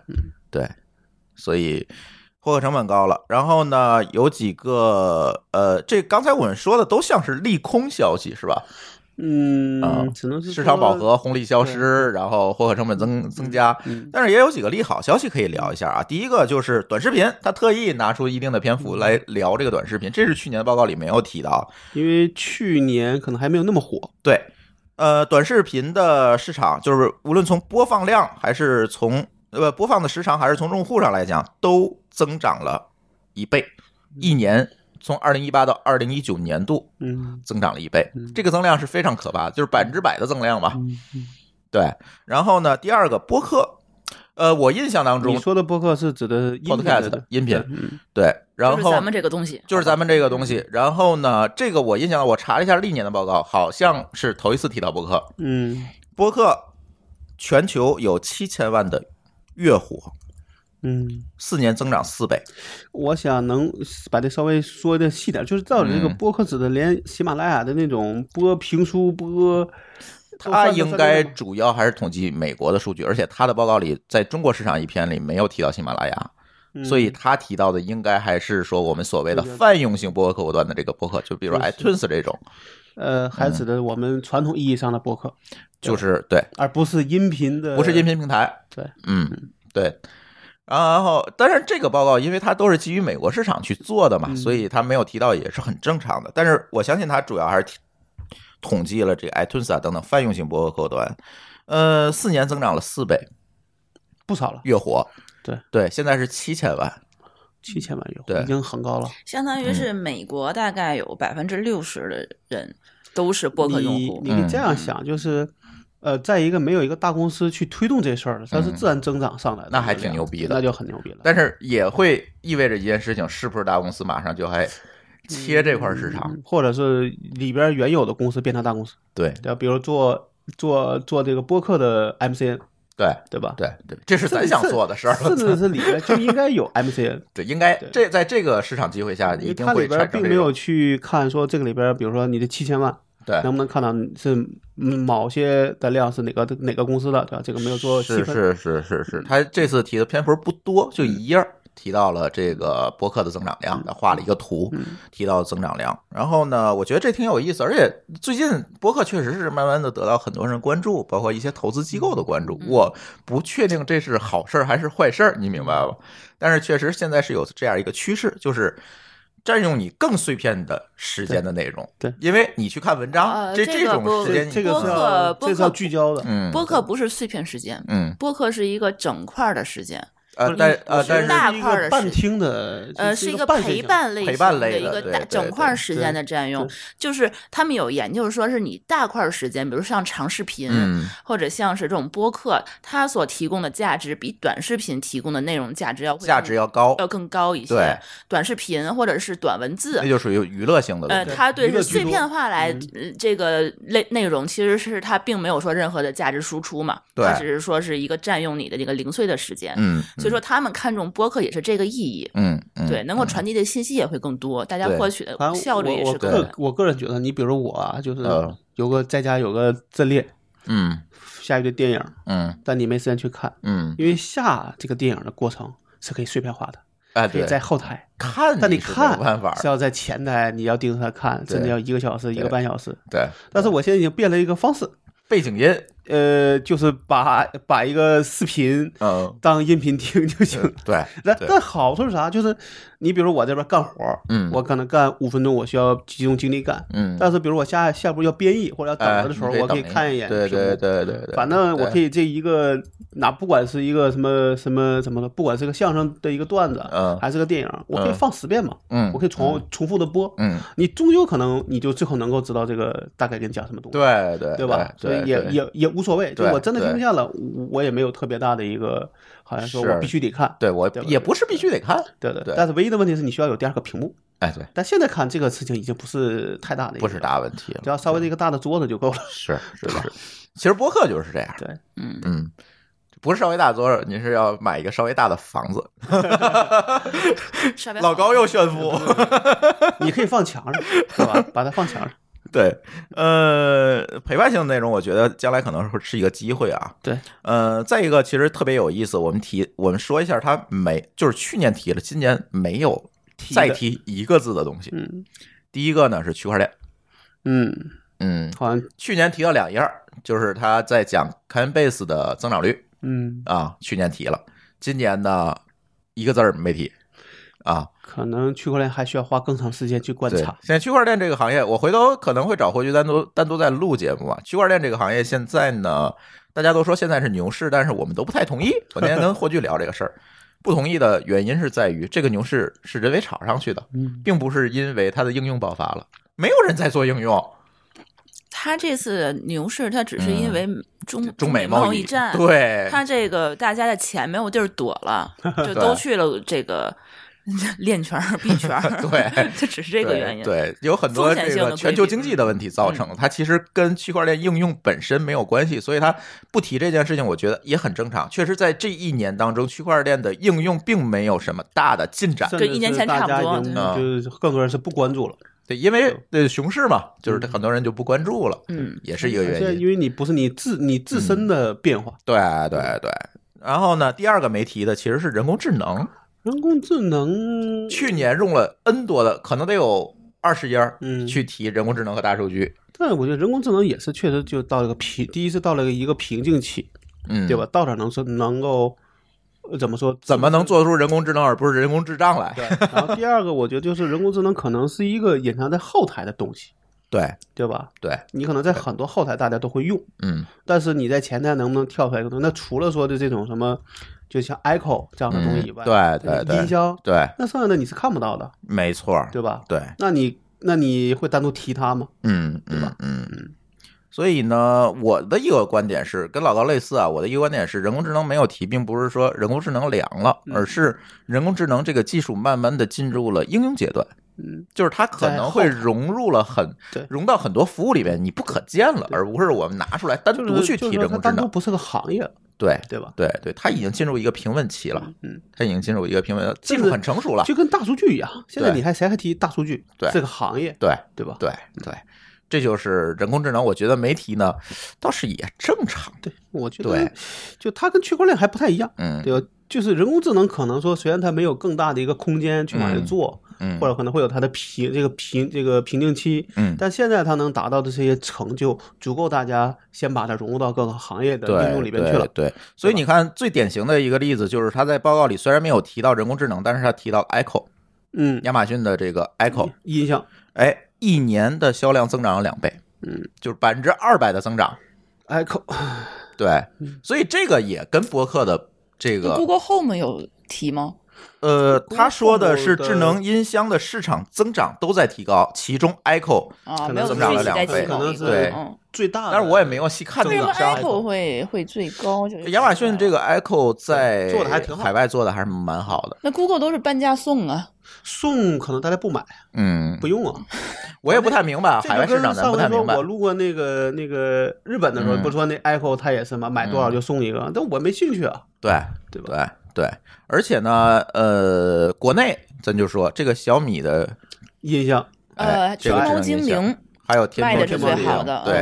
[SPEAKER 1] 对，所以获客成本高了。然后呢，有几个呃，这刚才我们说的都像是利空消息，是吧？啊
[SPEAKER 2] 嗯，只能是
[SPEAKER 1] 市场
[SPEAKER 2] 说
[SPEAKER 1] 饱，和，红利消失，然后获客成本增增加。
[SPEAKER 2] 嗯
[SPEAKER 1] 但是也有几个利好消息可以聊一下啊。第一个就是短视频，它特意拿出一定的篇
[SPEAKER 2] 嗯
[SPEAKER 1] 幅来聊这个短视频，这是去年的报告里没有提到的。
[SPEAKER 2] 因为去年可能还没有那么火，
[SPEAKER 1] 对，呃，短视频的市场就是无论从播放量还是从呃播放的时长，还是从用户上来讲，都增长了一倍，一年从二零一八到二零一九年度
[SPEAKER 2] 嗯
[SPEAKER 1] 增长了一倍
[SPEAKER 2] 嗯，
[SPEAKER 1] 这个增量是非常可怕的，就是百分之百的增量吧。
[SPEAKER 2] 嗯
[SPEAKER 1] 对，然后呢，第二个播客，呃，我印象当
[SPEAKER 2] 你
[SPEAKER 1] 中
[SPEAKER 2] 说的播客是指的音频
[SPEAKER 1] podcast
[SPEAKER 2] 的
[SPEAKER 1] 音频，
[SPEAKER 2] 嗯
[SPEAKER 1] 对，然
[SPEAKER 3] 就是
[SPEAKER 1] 后
[SPEAKER 3] 咱们这个东西，
[SPEAKER 1] 就是咱们这个东西，然后呢，这个我印象我查了一下历年的报告，好像是头一次提到播客，
[SPEAKER 2] 嗯
[SPEAKER 1] 播客全球有七千万的月活，
[SPEAKER 2] 嗯，
[SPEAKER 1] 四年增长四倍，
[SPEAKER 2] 我想能把这稍微说的细点，就是到底这个
[SPEAKER 1] 嗯
[SPEAKER 2] 播客指的连喜马拉雅的那种播评书播，
[SPEAKER 1] 它应该
[SPEAKER 2] 都算
[SPEAKER 1] 主要还是统计美国的数据，而且它的报告里在中国市场一篇里没有提到喜马拉雅，
[SPEAKER 2] 嗯
[SPEAKER 1] 所以他提到的应该还是说我们所谓的
[SPEAKER 2] 这个
[SPEAKER 1] 泛用性播客客户端的这个播客，就比如说
[SPEAKER 2] 是
[SPEAKER 1] iTunes 这种，
[SPEAKER 2] 呃，还指的我们传统意义上的播客，
[SPEAKER 1] 就是对，
[SPEAKER 2] 而不是音频的，
[SPEAKER 1] 不是音频平台，
[SPEAKER 2] 对，
[SPEAKER 1] 嗯，对。然后，但是这个报告，因为它都是基于美国市场去做的嘛，
[SPEAKER 2] 嗯
[SPEAKER 1] 所以它没有提到也是很正常的。但是我相信它主要还是提统计了这个 iTunes 啊等等泛用性播客客户端，呃，四年增长了四倍，
[SPEAKER 2] 不少了，
[SPEAKER 1] 月活，
[SPEAKER 2] 对
[SPEAKER 1] 对，现在是七千万，
[SPEAKER 2] 七千万用户
[SPEAKER 1] 对
[SPEAKER 2] 已经很高了。
[SPEAKER 3] 相当于是
[SPEAKER 1] 嗯
[SPEAKER 3] 美国大概有百分之六十的人都是播客用户
[SPEAKER 2] 你，你
[SPEAKER 1] 嗯
[SPEAKER 2] 这样想就是，呃，在一个没有一个大公司去推动这事儿的，它是
[SPEAKER 1] 嗯
[SPEAKER 2] 自然增长上来的，
[SPEAKER 1] 那还挺牛逼的
[SPEAKER 2] 那就很牛逼了。
[SPEAKER 1] 但是也会意味着一件事情，是不是大公司马上就还切这块市场？
[SPEAKER 2] 嗯或者是里边原有的公司变成大公司，
[SPEAKER 1] 对
[SPEAKER 2] 对吧，比如做做做这个播客的 MCN，
[SPEAKER 1] 对
[SPEAKER 2] 对吧？
[SPEAKER 1] 对对，这是
[SPEAKER 2] 甚
[SPEAKER 1] 咱
[SPEAKER 2] 至，
[SPEAKER 1] 想做的事儿。
[SPEAKER 2] 甚至是里边就应该有 MCN，
[SPEAKER 1] 对，应该
[SPEAKER 2] 对
[SPEAKER 1] 这在这个市场机会下，
[SPEAKER 2] 因
[SPEAKER 1] 啊一
[SPEAKER 2] 为
[SPEAKER 1] 定
[SPEAKER 2] 它里
[SPEAKER 1] 会产生
[SPEAKER 2] 边并
[SPEAKER 1] 这
[SPEAKER 2] 没有
[SPEAKER 1] 种
[SPEAKER 2] 去看说这个里边，比如说你的七千万
[SPEAKER 1] 对
[SPEAKER 2] 能不能看到是嗯某些的量是哪个哪个公司的，对吧？这个没有做细
[SPEAKER 1] 是
[SPEAKER 2] 分。嗯
[SPEAKER 1] 是是是是，他这次提的篇幅不多，就一页儿提到了这个播客的增长量，
[SPEAKER 2] 嗯
[SPEAKER 1] 他画了一个图，提到增长量。然后呢，我觉得这挺有意思，而且最近播客确实是慢慢的得到很多人关注，包括一些投资机构的关
[SPEAKER 2] 嗯
[SPEAKER 1] 注。我不确定这是好事儿还是坏事儿，你明白吧？但是确实现在是有这样一个趋势，就是。占用你更碎片的时间的内容，
[SPEAKER 2] 对对
[SPEAKER 1] 因为你去看文章，
[SPEAKER 3] 呃
[SPEAKER 1] 这
[SPEAKER 3] 这
[SPEAKER 1] 这
[SPEAKER 3] 个
[SPEAKER 1] 种
[SPEAKER 3] 不
[SPEAKER 1] 时间你，
[SPEAKER 2] 这个
[SPEAKER 3] 播
[SPEAKER 2] 是
[SPEAKER 3] 客
[SPEAKER 2] 要
[SPEAKER 3] 播
[SPEAKER 2] 这是要
[SPEAKER 3] 客
[SPEAKER 2] 聚焦的，
[SPEAKER 1] 嗯
[SPEAKER 3] 播客不是碎片时间，
[SPEAKER 1] 嗯
[SPEAKER 3] 播客是一个整块儿的时间，
[SPEAKER 1] 呃，但呃，
[SPEAKER 3] 是
[SPEAKER 1] 但
[SPEAKER 2] 是
[SPEAKER 1] 是
[SPEAKER 3] 大
[SPEAKER 2] 一
[SPEAKER 3] 块儿
[SPEAKER 2] 个
[SPEAKER 3] 的
[SPEAKER 2] 半
[SPEAKER 3] 事
[SPEAKER 2] 听的，
[SPEAKER 3] 呃，
[SPEAKER 2] 是
[SPEAKER 3] 是一
[SPEAKER 2] 个
[SPEAKER 3] 个
[SPEAKER 2] 半现
[SPEAKER 3] 陪
[SPEAKER 2] 象
[SPEAKER 3] 伴类
[SPEAKER 1] 陪伴
[SPEAKER 3] 型
[SPEAKER 1] 类
[SPEAKER 3] 的一
[SPEAKER 1] 的
[SPEAKER 3] 个
[SPEAKER 1] 对
[SPEAKER 3] 大
[SPEAKER 1] 对
[SPEAKER 3] 整
[SPEAKER 1] 对
[SPEAKER 3] 块儿时间
[SPEAKER 2] 对
[SPEAKER 3] 的占用
[SPEAKER 2] 对，
[SPEAKER 3] 就是他们有研究说，是你大块儿时间，比如像长视频，
[SPEAKER 1] 嗯，
[SPEAKER 3] 或者像是这种播客，它所提供的价值比短视频提供的内容价值要会
[SPEAKER 1] 价
[SPEAKER 3] 更
[SPEAKER 1] 值要高，
[SPEAKER 3] 要更高一
[SPEAKER 1] 对
[SPEAKER 3] 些。短视频或者是短文字
[SPEAKER 1] 那，就属于娱乐性的
[SPEAKER 3] 呃，
[SPEAKER 1] 东西。
[SPEAKER 3] 它对
[SPEAKER 2] 娱乐
[SPEAKER 3] 是
[SPEAKER 2] 居
[SPEAKER 3] 碎
[SPEAKER 2] 多
[SPEAKER 3] 片化来、
[SPEAKER 2] 嗯
[SPEAKER 3] 呃这个类内容，其实是它并没有说任何的价值输出嘛，
[SPEAKER 1] 对
[SPEAKER 3] 它只是说是一个占用你的这个零碎的时间。
[SPEAKER 1] 嗯，
[SPEAKER 3] 所以说，他们看重播客也是这个意义，
[SPEAKER 1] 嗯，嗯，
[SPEAKER 3] 对，能够传递的信息也会更多，大家
[SPEAKER 1] 对
[SPEAKER 3] 获取的
[SPEAKER 2] 反正
[SPEAKER 3] 效率
[SPEAKER 2] 我
[SPEAKER 3] 也
[SPEAKER 2] 我
[SPEAKER 3] 是更
[SPEAKER 2] 个
[SPEAKER 3] 高。
[SPEAKER 2] 我个人觉得，你比如我啊，就是
[SPEAKER 1] 嗯
[SPEAKER 2] 有个在家有个阵列，
[SPEAKER 1] 嗯，
[SPEAKER 2] 下一堆电影，
[SPEAKER 1] 嗯
[SPEAKER 2] 但你没时间去看，
[SPEAKER 1] 嗯嗯，
[SPEAKER 2] 因为下这个电影的过程是可以碎片化的，
[SPEAKER 1] 哎，
[SPEAKER 2] 可以
[SPEAKER 1] 对，
[SPEAKER 2] 在后台，
[SPEAKER 1] 看，
[SPEAKER 2] 但你
[SPEAKER 1] 是
[SPEAKER 2] 看
[SPEAKER 1] 没有办法儿，
[SPEAKER 2] 是要在前台，你要盯着它看，
[SPEAKER 1] 对
[SPEAKER 2] 甚至要一个小时、一个半小时。
[SPEAKER 1] 对，
[SPEAKER 2] 但是我现在已经变了一个方式，
[SPEAKER 1] 背景音，
[SPEAKER 2] 呃，就是把把一个视频
[SPEAKER 1] 嗯，
[SPEAKER 2] 当音频听就行
[SPEAKER 1] 呃
[SPEAKER 2] 了。
[SPEAKER 1] 对，
[SPEAKER 2] 那
[SPEAKER 1] 对
[SPEAKER 2] 那好处是啥？就是你比如我这边干活儿，
[SPEAKER 1] 嗯
[SPEAKER 2] 我可能干五分钟，我需要集中精力干。
[SPEAKER 1] 嗯，
[SPEAKER 2] 但是比如我下下一步要编译或者要等
[SPEAKER 1] 哎
[SPEAKER 2] 着的时候，
[SPEAKER 1] 你可以
[SPEAKER 2] 我可以
[SPEAKER 1] 等一
[SPEAKER 2] 看
[SPEAKER 1] 下
[SPEAKER 2] 一眼
[SPEAKER 1] 对
[SPEAKER 2] 屏
[SPEAKER 1] 对
[SPEAKER 2] 幕
[SPEAKER 1] 对对对，
[SPEAKER 2] 反正我可
[SPEAKER 1] 以，
[SPEAKER 2] 以这一个哪，不管是一个什么什么什么的，不管是个相声的一个段子，
[SPEAKER 1] 嗯
[SPEAKER 2] 还是个电影，我可以
[SPEAKER 1] 嗯
[SPEAKER 2] 放十遍嘛，
[SPEAKER 1] 嗯，
[SPEAKER 2] 我可以重、重复的播，
[SPEAKER 1] 嗯，
[SPEAKER 2] 你终究可能你就最后能够知道这个大概给你讲什么东西，
[SPEAKER 1] 对对哎
[SPEAKER 2] 对吧？所
[SPEAKER 1] 对
[SPEAKER 2] 以也
[SPEAKER 1] 对
[SPEAKER 2] 也也无所谓，就
[SPEAKER 1] 对
[SPEAKER 2] 我真的
[SPEAKER 1] 对
[SPEAKER 2] 听不下了，我我也没有特别大的一个，好像说
[SPEAKER 1] 是
[SPEAKER 2] 我必须得看，
[SPEAKER 1] 对我
[SPEAKER 2] 对吧
[SPEAKER 1] 也不是必须得看，
[SPEAKER 2] 对对
[SPEAKER 1] 对
[SPEAKER 2] 但是唯一的问题是你需要有第二个屏幕，
[SPEAKER 1] 哎，对，
[SPEAKER 2] 但现在看这个事情已经不是太大的，
[SPEAKER 1] 不是，大问题
[SPEAKER 2] 只
[SPEAKER 1] 了，
[SPEAKER 2] 要稍微的一个大的桌子就够了。
[SPEAKER 1] 是是是，其实播客就是这样，
[SPEAKER 2] 对，
[SPEAKER 3] 嗯，
[SPEAKER 1] 嗯。不是稍微大的桌子，你是要买一个稍微大的房子。
[SPEAKER 3] 稍微
[SPEAKER 1] 老
[SPEAKER 3] 好
[SPEAKER 1] 高又炫 富，
[SPEAKER 2] 你可以放墙上，对吧？把它放墙上。
[SPEAKER 1] 对，呃，陪伴性的内容，我觉得将来可能会是一个机会啊。
[SPEAKER 2] 对，
[SPEAKER 1] 呃，再一个，其实特别有意思，我们提，我们说一下，它没，就是去年提了，今年没有
[SPEAKER 2] 提的
[SPEAKER 1] 再提一个字的东西。
[SPEAKER 2] 嗯
[SPEAKER 1] 第一个呢是区块链，
[SPEAKER 2] 嗯，
[SPEAKER 1] 嗯，
[SPEAKER 2] 好像
[SPEAKER 1] 去年提到两页儿，就是他在讲 Coinbase 的增长率
[SPEAKER 2] 嗯，
[SPEAKER 1] 啊，去年提了，今年呢一个字儿没提啊。
[SPEAKER 2] 可能区块链还需要花更长时间去观
[SPEAKER 1] 对，
[SPEAKER 2] 察。
[SPEAKER 1] 现在区块链这个行业，我回头可能会找霍炬单独单独再录节目啊。区块链这个行业现在呢，大家都说现在是牛市，但是我们都不太同意。我那天跟霍炬聊这个事儿，不同意的原因是在于这个牛市是人为炒上去的，
[SPEAKER 2] 嗯，
[SPEAKER 1] 并不是因为它的应用爆发了，没有人在做应用。
[SPEAKER 3] 它这次牛市，它只是因为中、
[SPEAKER 1] 嗯中美
[SPEAKER 3] 贸
[SPEAKER 1] 易
[SPEAKER 3] 战，
[SPEAKER 1] 对，
[SPEAKER 3] 它这个大家的钱没有地儿躲 了，
[SPEAKER 1] 对
[SPEAKER 3] 就都去了这个 练 圈儿、币圈儿，
[SPEAKER 1] 对，
[SPEAKER 3] 这只是这个
[SPEAKER 1] 对
[SPEAKER 3] 原因。
[SPEAKER 1] 对，有很多
[SPEAKER 3] 风险
[SPEAKER 1] 这
[SPEAKER 3] 性的
[SPEAKER 1] 个
[SPEAKER 3] 规
[SPEAKER 1] 全球
[SPEAKER 3] 避嗯
[SPEAKER 1] 经济的问题造成的，它其实跟区块链应用本身没有关系，所以它不提这件事情，我觉得也很正常。确实，在这一年当中，区块链的应用并没有什么大的进展。
[SPEAKER 2] 甚
[SPEAKER 3] 跟
[SPEAKER 2] 至
[SPEAKER 3] 一年
[SPEAKER 2] 是
[SPEAKER 3] 前
[SPEAKER 2] 大
[SPEAKER 3] 差不
[SPEAKER 2] 家
[SPEAKER 3] 多
[SPEAKER 2] 已经
[SPEAKER 1] 对
[SPEAKER 2] 就是更多人是不关注了，
[SPEAKER 1] 对，因为呃熊市嘛，就是很多人就不关注了，
[SPEAKER 3] 嗯，
[SPEAKER 1] 也是一个
[SPEAKER 2] 嗯而且
[SPEAKER 1] 原因。嗯
[SPEAKER 2] 因为你不是你自你自身的变化，
[SPEAKER 1] 对对对。然后呢，第二个没提的其实是人工智
[SPEAKER 2] 嗯
[SPEAKER 1] 能，
[SPEAKER 2] 人工智能
[SPEAKER 1] 去年用了 N 多的，可能得有二十页，
[SPEAKER 2] 嗯
[SPEAKER 1] 去提人工智能和大数据，
[SPEAKER 2] 但我觉得人工智能也是确实就到了个瓶，第一是到了一个瓶颈期，
[SPEAKER 1] 嗯，
[SPEAKER 2] 对吧？？到哪能说能够呃怎 么说？
[SPEAKER 1] 怎么能做出人工智能而不是人工智障来？
[SPEAKER 2] 对？然后第二个，我觉得就是人工智能可能是一个隐藏在后台的东西，
[SPEAKER 1] 对
[SPEAKER 2] 对吧？
[SPEAKER 1] 对，
[SPEAKER 2] 你可能在很多后台大家都会用，
[SPEAKER 1] 嗯
[SPEAKER 2] 但是你在前台能不能跳出来一个东西？那除了说的这种什么，就像 Echo 这样的东西以外，
[SPEAKER 1] 嗯对对对
[SPEAKER 2] 音箱，
[SPEAKER 1] 对，
[SPEAKER 2] 那剩下的你是看不到的，
[SPEAKER 1] 没错儿，
[SPEAKER 2] 对吧？
[SPEAKER 1] 对，
[SPEAKER 2] 那你那你会单独提它吗？
[SPEAKER 1] 嗯，对吧？嗯嗯。所以呢，我的一个观点是跟老高类似啊。我的一个观点是，人工智能没有提，并不是说人工智能凉了，
[SPEAKER 2] 嗯
[SPEAKER 1] 而是人工智能这个技术慢慢的进入了应用阶段，
[SPEAKER 2] 嗯，
[SPEAKER 1] 就是它可能会
[SPEAKER 2] 在后台
[SPEAKER 1] 融入了很
[SPEAKER 2] 对
[SPEAKER 1] 融到很多服务里面，你不可见了，而不是我们拿出来单
[SPEAKER 2] 就
[SPEAKER 1] 独
[SPEAKER 2] 是
[SPEAKER 1] 去
[SPEAKER 2] 就
[SPEAKER 1] 提
[SPEAKER 2] 是
[SPEAKER 1] 人
[SPEAKER 2] 说它
[SPEAKER 1] 工智
[SPEAKER 2] 单独
[SPEAKER 1] 能。
[SPEAKER 2] 不是个行业，
[SPEAKER 1] 对
[SPEAKER 2] 对吧？
[SPEAKER 1] 对对，它已经进入一个平稳期了，
[SPEAKER 2] 嗯，
[SPEAKER 1] 它已经进入一个平稳，技
[SPEAKER 2] 甚
[SPEAKER 1] 术
[SPEAKER 2] 至
[SPEAKER 1] 很成熟了。
[SPEAKER 2] 就跟大数据一样，现在
[SPEAKER 1] 对
[SPEAKER 2] 你还谁还提大数据？
[SPEAKER 1] 对
[SPEAKER 2] 这个行业，
[SPEAKER 1] 对，
[SPEAKER 2] 对吧？
[SPEAKER 1] 对对，这就是人工智能。我觉得媒体呢，倒是也正常。
[SPEAKER 2] 对，我觉
[SPEAKER 1] 对
[SPEAKER 2] 得就它跟区块链还不太一样，
[SPEAKER 1] 嗯
[SPEAKER 2] 对吧？就是人工智能可能说，虽然它没有更大的一个空间去往下
[SPEAKER 1] 嗯
[SPEAKER 2] 做，
[SPEAKER 1] 嗯，
[SPEAKER 2] 或者可能会有它的瓶这个瓶这个瓶颈期，
[SPEAKER 1] 嗯
[SPEAKER 2] 但现在它能达到的这些成就，足够大家先把它融入到各个行业的应用里边去了。
[SPEAKER 1] 对，对所以
[SPEAKER 2] 吧
[SPEAKER 1] 你看，最典型的一个例子就是他在报告里虽然没有提到人工智能，但是他提到了 Echo，
[SPEAKER 2] 嗯，
[SPEAKER 1] 亚马逊的这个 Echo，
[SPEAKER 2] 音箱，
[SPEAKER 1] 哎，一年的销量增长了两倍，
[SPEAKER 2] 嗯，
[SPEAKER 1] 就是百分之二百的增长。
[SPEAKER 2] 哎，口，
[SPEAKER 1] 对，
[SPEAKER 2] 嗯
[SPEAKER 1] 所以这个也跟博客的这
[SPEAKER 3] 那
[SPEAKER 1] 个
[SPEAKER 3] Google Home 有提吗？
[SPEAKER 1] 呃，他说的是
[SPEAKER 2] Google 的
[SPEAKER 1] 智能音箱的市场增长都在提高，其中 Echo
[SPEAKER 3] 啊，
[SPEAKER 2] 可能
[SPEAKER 3] 没有具
[SPEAKER 1] 增长了
[SPEAKER 3] 体在
[SPEAKER 1] 两
[SPEAKER 3] 提
[SPEAKER 1] 倍
[SPEAKER 3] 供
[SPEAKER 2] 可能
[SPEAKER 3] 一个
[SPEAKER 1] 是
[SPEAKER 3] 嗯，
[SPEAKER 2] 最大的，
[SPEAKER 1] 但是我也没有细看
[SPEAKER 2] 为
[SPEAKER 3] 为
[SPEAKER 1] 那
[SPEAKER 3] 什
[SPEAKER 1] 个
[SPEAKER 3] 么
[SPEAKER 2] 增长
[SPEAKER 3] Echo 会会最高？就是嗯
[SPEAKER 1] 亚马逊这个 Echo 在
[SPEAKER 2] 做得还挺好
[SPEAKER 1] 海外做的还是蛮好的。
[SPEAKER 3] 那 Google 都是半价送啊，
[SPEAKER 2] 送，可能大家不买，
[SPEAKER 1] 嗯
[SPEAKER 2] 不，用啊。
[SPEAKER 1] 我也不太明白，啊
[SPEAKER 2] 这
[SPEAKER 1] 海外
[SPEAKER 2] 个
[SPEAKER 1] 市场咱
[SPEAKER 2] 跟上
[SPEAKER 1] 不太
[SPEAKER 2] 回说
[SPEAKER 1] 明白
[SPEAKER 2] 我。路过那个那个日本的时候，
[SPEAKER 1] 嗯
[SPEAKER 2] 不是说那 Echo 它也是嘛，买多少就送一个，但我没兴趣啊，
[SPEAKER 1] 对
[SPEAKER 2] 对吧？
[SPEAKER 1] 对对，而且呢，呃，国内咱就说这个小米的，
[SPEAKER 2] 音箱，
[SPEAKER 1] 哎
[SPEAKER 3] 呃，
[SPEAKER 1] 这
[SPEAKER 3] 天
[SPEAKER 1] 个智
[SPEAKER 3] 猫
[SPEAKER 1] 能
[SPEAKER 3] 精
[SPEAKER 1] 音
[SPEAKER 3] 灵
[SPEAKER 1] 响，还有天
[SPEAKER 3] 卖
[SPEAKER 1] 猫
[SPEAKER 3] 的
[SPEAKER 1] 之影
[SPEAKER 3] 是最好的
[SPEAKER 1] 对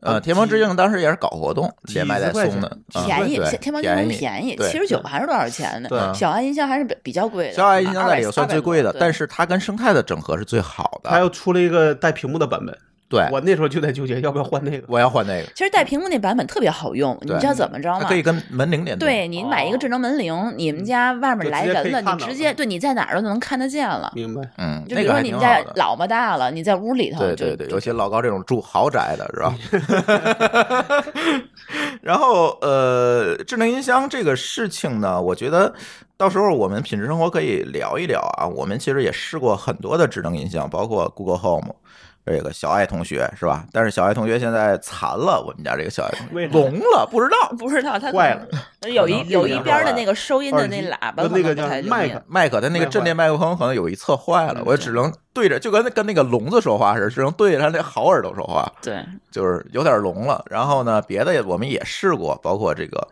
[SPEAKER 3] 嗯，
[SPEAKER 1] 呃，天猫之影当时也是搞活动，连卖带送的，
[SPEAKER 2] 几十
[SPEAKER 1] 啊
[SPEAKER 2] 块钱
[SPEAKER 3] 便宜，
[SPEAKER 1] 对
[SPEAKER 3] 天天猫精灵
[SPEAKER 1] 便
[SPEAKER 3] 便宜，
[SPEAKER 1] 对
[SPEAKER 3] 七十九还是多少钱呢？
[SPEAKER 1] 对啊
[SPEAKER 3] 小爱音箱还是比比较贵的，
[SPEAKER 1] 小矮音箱在里也算最贵的，但
[SPEAKER 3] 是
[SPEAKER 1] 是它跟生态的整合是最好
[SPEAKER 2] 它
[SPEAKER 1] 的。
[SPEAKER 2] 又出了一个带屏幕的版本，
[SPEAKER 1] 啊对，
[SPEAKER 2] 我那时候就在纠结要不要换那个。
[SPEAKER 1] 我要换那个，
[SPEAKER 3] 其实带屏幕那版本特别好用，你
[SPEAKER 1] 对
[SPEAKER 3] 知道怎么着
[SPEAKER 1] 它
[SPEAKER 3] 吗
[SPEAKER 1] 可？以哦跟门铃连
[SPEAKER 3] 对你买一个智能门铃，你们家外面来
[SPEAKER 2] 就直
[SPEAKER 3] 人
[SPEAKER 2] 接可
[SPEAKER 3] 了，
[SPEAKER 2] 以看
[SPEAKER 3] 你
[SPEAKER 2] 到
[SPEAKER 3] 直接对你在哪儿都能看得见了。
[SPEAKER 2] 明白，
[SPEAKER 1] 嗯，
[SPEAKER 3] 就比
[SPEAKER 1] 那
[SPEAKER 3] 如
[SPEAKER 1] 个
[SPEAKER 3] 说
[SPEAKER 1] 还
[SPEAKER 3] 你
[SPEAKER 1] 挺
[SPEAKER 3] 们
[SPEAKER 1] 好
[SPEAKER 3] 家
[SPEAKER 1] 的。
[SPEAKER 3] 老么大了，你在屋里头
[SPEAKER 1] 对
[SPEAKER 3] 就
[SPEAKER 1] 对对，
[SPEAKER 3] 就
[SPEAKER 1] 尤其老啊高这种住豪宅的是吧？嗯 然后呃，智能音箱这个事情呢，我觉得到时候我们品质生活可以聊一聊啊。我们其实也试过很多的智能音箱，包括 Google Home。这个小爱同学是吧？但是小爱同学现在残了，我们家这个小爱同
[SPEAKER 2] 为
[SPEAKER 1] 学
[SPEAKER 2] 啥
[SPEAKER 1] 聋了，不知道。
[SPEAKER 3] 不知道它
[SPEAKER 2] 坏了，
[SPEAKER 3] 有
[SPEAKER 1] 可能
[SPEAKER 3] 一有
[SPEAKER 1] 力
[SPEAKER 3] 一
[SPEAKER 1] 量
[SPEAKER 3] 边
[SPEAKER 1] 吧
[SPEAKER 3] 的那个收音的那
[SPEAKER 2] 耳机
[SPEAKER 3] 喇叭
[SPEAKER 2] 呃
[SPEAKER 3] 可
[SPEAKER 2] 那个
[SPEAKER 3] 能不
[SPEAKER 2] 叫
[SPEAKER 3] 太灵
[SPEAKER 2] 麦
[SPEAKER 3] 敏
[SPEAKER 2] 克
[SPEAKER 1] 麦克他那个
[SPEAKER 2] 麦坏
[SPEAKER 1] 阵列麦克风可能有一侧坏了，我也只能对着，就跟跟那个聋子说话似的，只能对着他那好耳朵说话。
[SPEAKER 3] 对，
[SPEAKER 1] 就是有点聋了。然后呢，别的也我们也试过，包括这个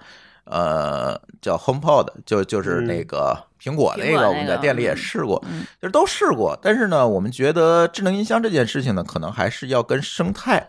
[SPEAKER 1] 呃叫 HomePod，就就是那个苹果那个，
[SPEAKER 3] 苹果那个
[SPEAKER 1] 我们在店里也试过，
[SPEAKER 3] 嗯
[SPEAKER 1] 就是都试过。但是呢，我们觉得智能音箱这件事情呢，可能还是要跟生态。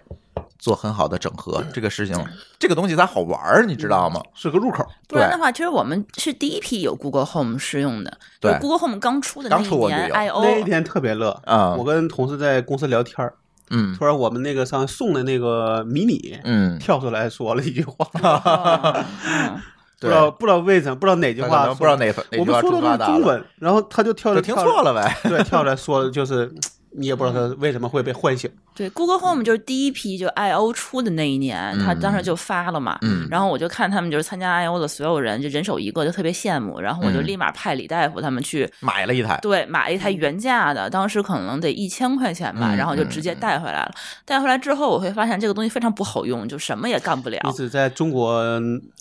[SPEAKER 1] 做很好的整合，这个事情，这个东西它好玩儿，你知道吗？
[SPEAKER 2] 是个入口。
[SPEAKER 3] 不然
[SPEAKER 1] 对
[SPEAKER 3] 的话，其实我们是第一批有 Google Home 试用的。
[SPEAKER 1] 对
[SPEAKER 3] 就 Google Home 刚出的那
[SPEAKER 1] 刚
[SPEAKER 3] 一
[SPEAKER 1] 出我就
[SPEAKER 3] 年
[SPEAKER 1] 有
[SPEAKER 2] 那一
[SPEAKER 3] ，I/O
[SPEAKER 2] 天特别乐
[SPEAKER 3] 嗯
[SPEAKER 1] 啊
[SPEAKER 2] 我跟同事在公司聊天儿，
[SPEAKER 1] 嗯
[SPEAKER 2] 突然我们那个上送的那个迷你
[SPEAKER 1] 嗯，
[SPEAKER 2] 跳出来说了一句 话，
[SPEAKER 3] 哦。嗯
[SPEAKER 2] 不
[SPEAKER 1] 啊对
[SPEAKER 2] 知道不知道为什么，不知道哪句
[SPEAKER 1] 他
[SPEAKER 2] 话
[SPEAKER 1] 可
[SPEAKER 2] 说，
[SPEAKER 1] 能不知道哪哪句
[SPEAKER 2] 我们
[SPEAKER 1] 话
[SPEAKER 2] 说
[SPEAKER 1] 触
[SPEAKER 2] 的
[SPEAKER 1] 发
[SPEAKER 2] 都是
[SPEAKER 1] 嗯大
[SPEAKER 2] 中
[SPEAKER 1] 了，
[SPEAKER 2] 文，然后他就跳
[SPEAKER 1] 就
[SPEAKER 2] 着
[SPEAKER 1] 听
[SPEAKER 2] 跳着
[SPEAKER 1] 错了呗。
[SPEAKER 2] 对，跳着说的就是，你也不知道他为什么会被唤醒，
[SPEAKER 3] 对，Google Home 就是第一批就 I O 出的那一年，他当时就发了嘛。
[SPEAKER 1] 嗯，
[SPEAKER 3] 然后我就看他们就是参加 I O 的所有人，就人手一个，就特别羡慕。然后我就立马派李大夫他们去，
[SPEAKER 1] 买了一台，
[SPEAKER 3] 对，买了一台原价的，当时可能得一千块钱吧，
[SPEAKER 1] 嗯
[SPEAKER 3] 然后就直接带回来了。带回来之后，我会发现这个东西非常不好用，就什么也干不了
[SPEAKER 1] 嗯
[SPEAKER 2] 你。只在中国，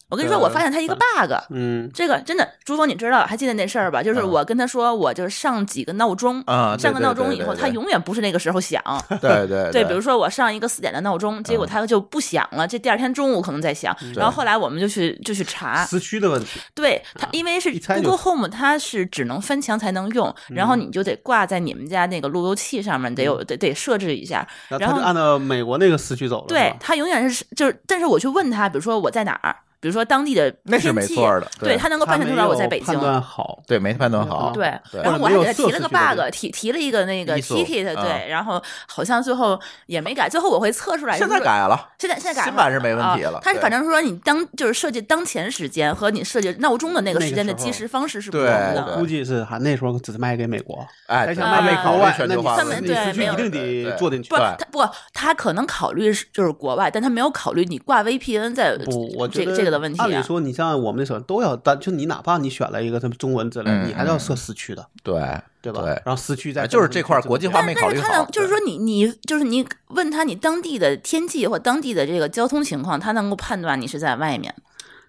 [SPEAKER 3] 我跟你说，我发现它
[SPEAKER 1] 呃
[SPEAKER 3] 一个 bug。
[SPEAKER 2] 嗯，
[SPEAKER 3] 这个真的，朱峰，你知道还记得那事儿吧？就是
[SPEAKER 1] 嗯
[SPEAKER 3] 我跟他说，我就是上几个闹钟，
[SPEAKER 1] 啊对
[SPEAKER 3] 上个
[SPEAKER 1] 对
[SPEAKER 3] 闹
[SPEAKER 1] 对
[SPEAKER 3] 钟以
[SPEAKER 1] 对
[SPEAKER 3] 后，
[SPEAKER 1] 对
[SPEAKER 3] 它永远不是那个时候响。
[SPEAKER 1] 对对嗯
[SPEAKER 3] 对，比如说我上一个四点的闹钟，结果它就不响了，这第二天中午可能在响。然后后来我们就去就去
[SPEAKER 1] 啊
[SPEAKER 3] 查，
[SPEAKER 2] 时区的问题，
[SPEAKER 3] 对它，因为是
[SPEAKER 2] 一猜就
[SPEAKER 3] Google Home，它是只能翻墙才能用，然后你就得挂在你们家那个路由器上面，得有得得设置一下。
[SPEAKER 2] 然
[SPEAKER 3] 然
[SPEAKER 2] 后他
[SPEAKER 3] 后
[SPEAKER 2] 就按照美国那个时区走了，是
[SPEAKER 3] 对
[SPEAKER 2] 吧，
[SPEAKER 3] 它永远是就是，但是我去问他，比如说我在哪儿，比如说当地的
[SPEAKER 1] 那是
[SPEAKER 3] 天
[SPEAKER 1] 没
[SPEAKER 3] 气啊
[SPEAKER 1] 错的对
[SPEAKER 3] 对他能够
[SPEAKER 2] 他
[SPEAKER 3] 判
[SPEAKER 2] 没
[SPEAKER 3] 断出来我在
[SPEAKER 2] 有
[SPEAKER 3] 北
[SPEAKER 2] 判
[SPEAKER 3] 京。
[SPEAKER 2] 断好，
[SPEAKER 1] 对没判断好，
[SPEAKER 3] 对，
[SPEAKER 1] 对
[SPEAKER 3] 然后我
[SPEAKER 2] 或者没有
[SPEAKER 3] 还给他提了个
[SPEAKER 2] 设置这个
[SPEAKER 3] bug，提提了一个那个
[SPEAKER 1] ISO
[SPEAKER 3] ticket，
[SPEAKER 1] 啊
[SPEAKER 3] 对，然后好像最后也没改，最后我会测出来。
[SPEAKER 1] 现在
[SPEAKER 3] 就是
[SPEAKER 1] 改了，
[SPEAKER 3] 现在现在改了
[SPEAKER 1] 新版是没问题了
[SPEAKER 3] 啊它是
[SPEAKER 1] 对
[SPEAKER 3] 反正说你当就是设计当前时间和你设计闹钟的那个时间
[SPEAKER 2] 那
[SPEAKER 3] 的
[SPEAKER 2] 个时候
[SPEAKER 3] 计时方式是不同
[SPEAKER 1] 对
[SPEAKER 3] 的。
[SPEAKER 1] 对
[SPEAKER 2] 我估计是哈，那时候只是卖给美国，
[SPEAKER 1] 哎，
[SPEAKER 2] 还想
[SPEAKER 1] 对
[SPEAKER 3] 卖
[SPEAKER 1] 没
[SPEAKER 3] 给
[SPEAKER 1] 考
[SPEAKER 2] 国
[SPEAKER 1] 虑
[SPEAKER 2] 外
[SPEAKER 1] 全
[SPEAKER 2] 那
[SPEAKER 1] 球
[SPEAKER 2] 你
[SPEAKER 1] 化
[SPEAKER 3] 他
[SPEAKER 1] 问
[SPEAKER 3] 们
[SPEAKER 1] 题，
[SPEAKER 2] 你
[SPEAKER 3] 对
[SPEAKER 2] 时区
[SPEAKER 3] 没
[SPEAKER 2] 一
[SPEAKER 3] 有
[SPEAKER 2] 定得做进去
[SPEAKER 3] 不，。
[SPEAKER 1] 对
[SPEAKER 3] 他不，他可能考虑是就是国外，但他没有考虑你挂 VPN 在
[SPEAKER 2] 不，我觉
[SPEAKER 3] 这
[SPEAKER 2] 得
[SPEAKER 3] 个这个的问题
[SPEAKER 2] 按理
[SPEAKER 3] 啊。
[SPEAKER 2] 说，你像我们那时候都要单，就你哪怕你选了一个什么中文之类
[SPEAKER 1] 嗯
[SPEAKER 2] 的，你还是要设时区的，
[SPEAKER 1] 对
[SPEAKER 2] 对吧？
[SPEAKER 1] 对，啊
[SPEAKER 2] 然后时区在
[SPEAKER 1] 就是这块国际化
[SPEAKER 3] 但
[SPEAKER 1] 没考
[SPEAKER 3] 但
[SPEAKER 1] 虑
[SPEAKER 3] 是
[SPEAKER 1] 好，
[SPEAKER 3] 他能，就是说你你就是你问他你当地的天气或当地的这个交通情况，他能够判断你是在外面，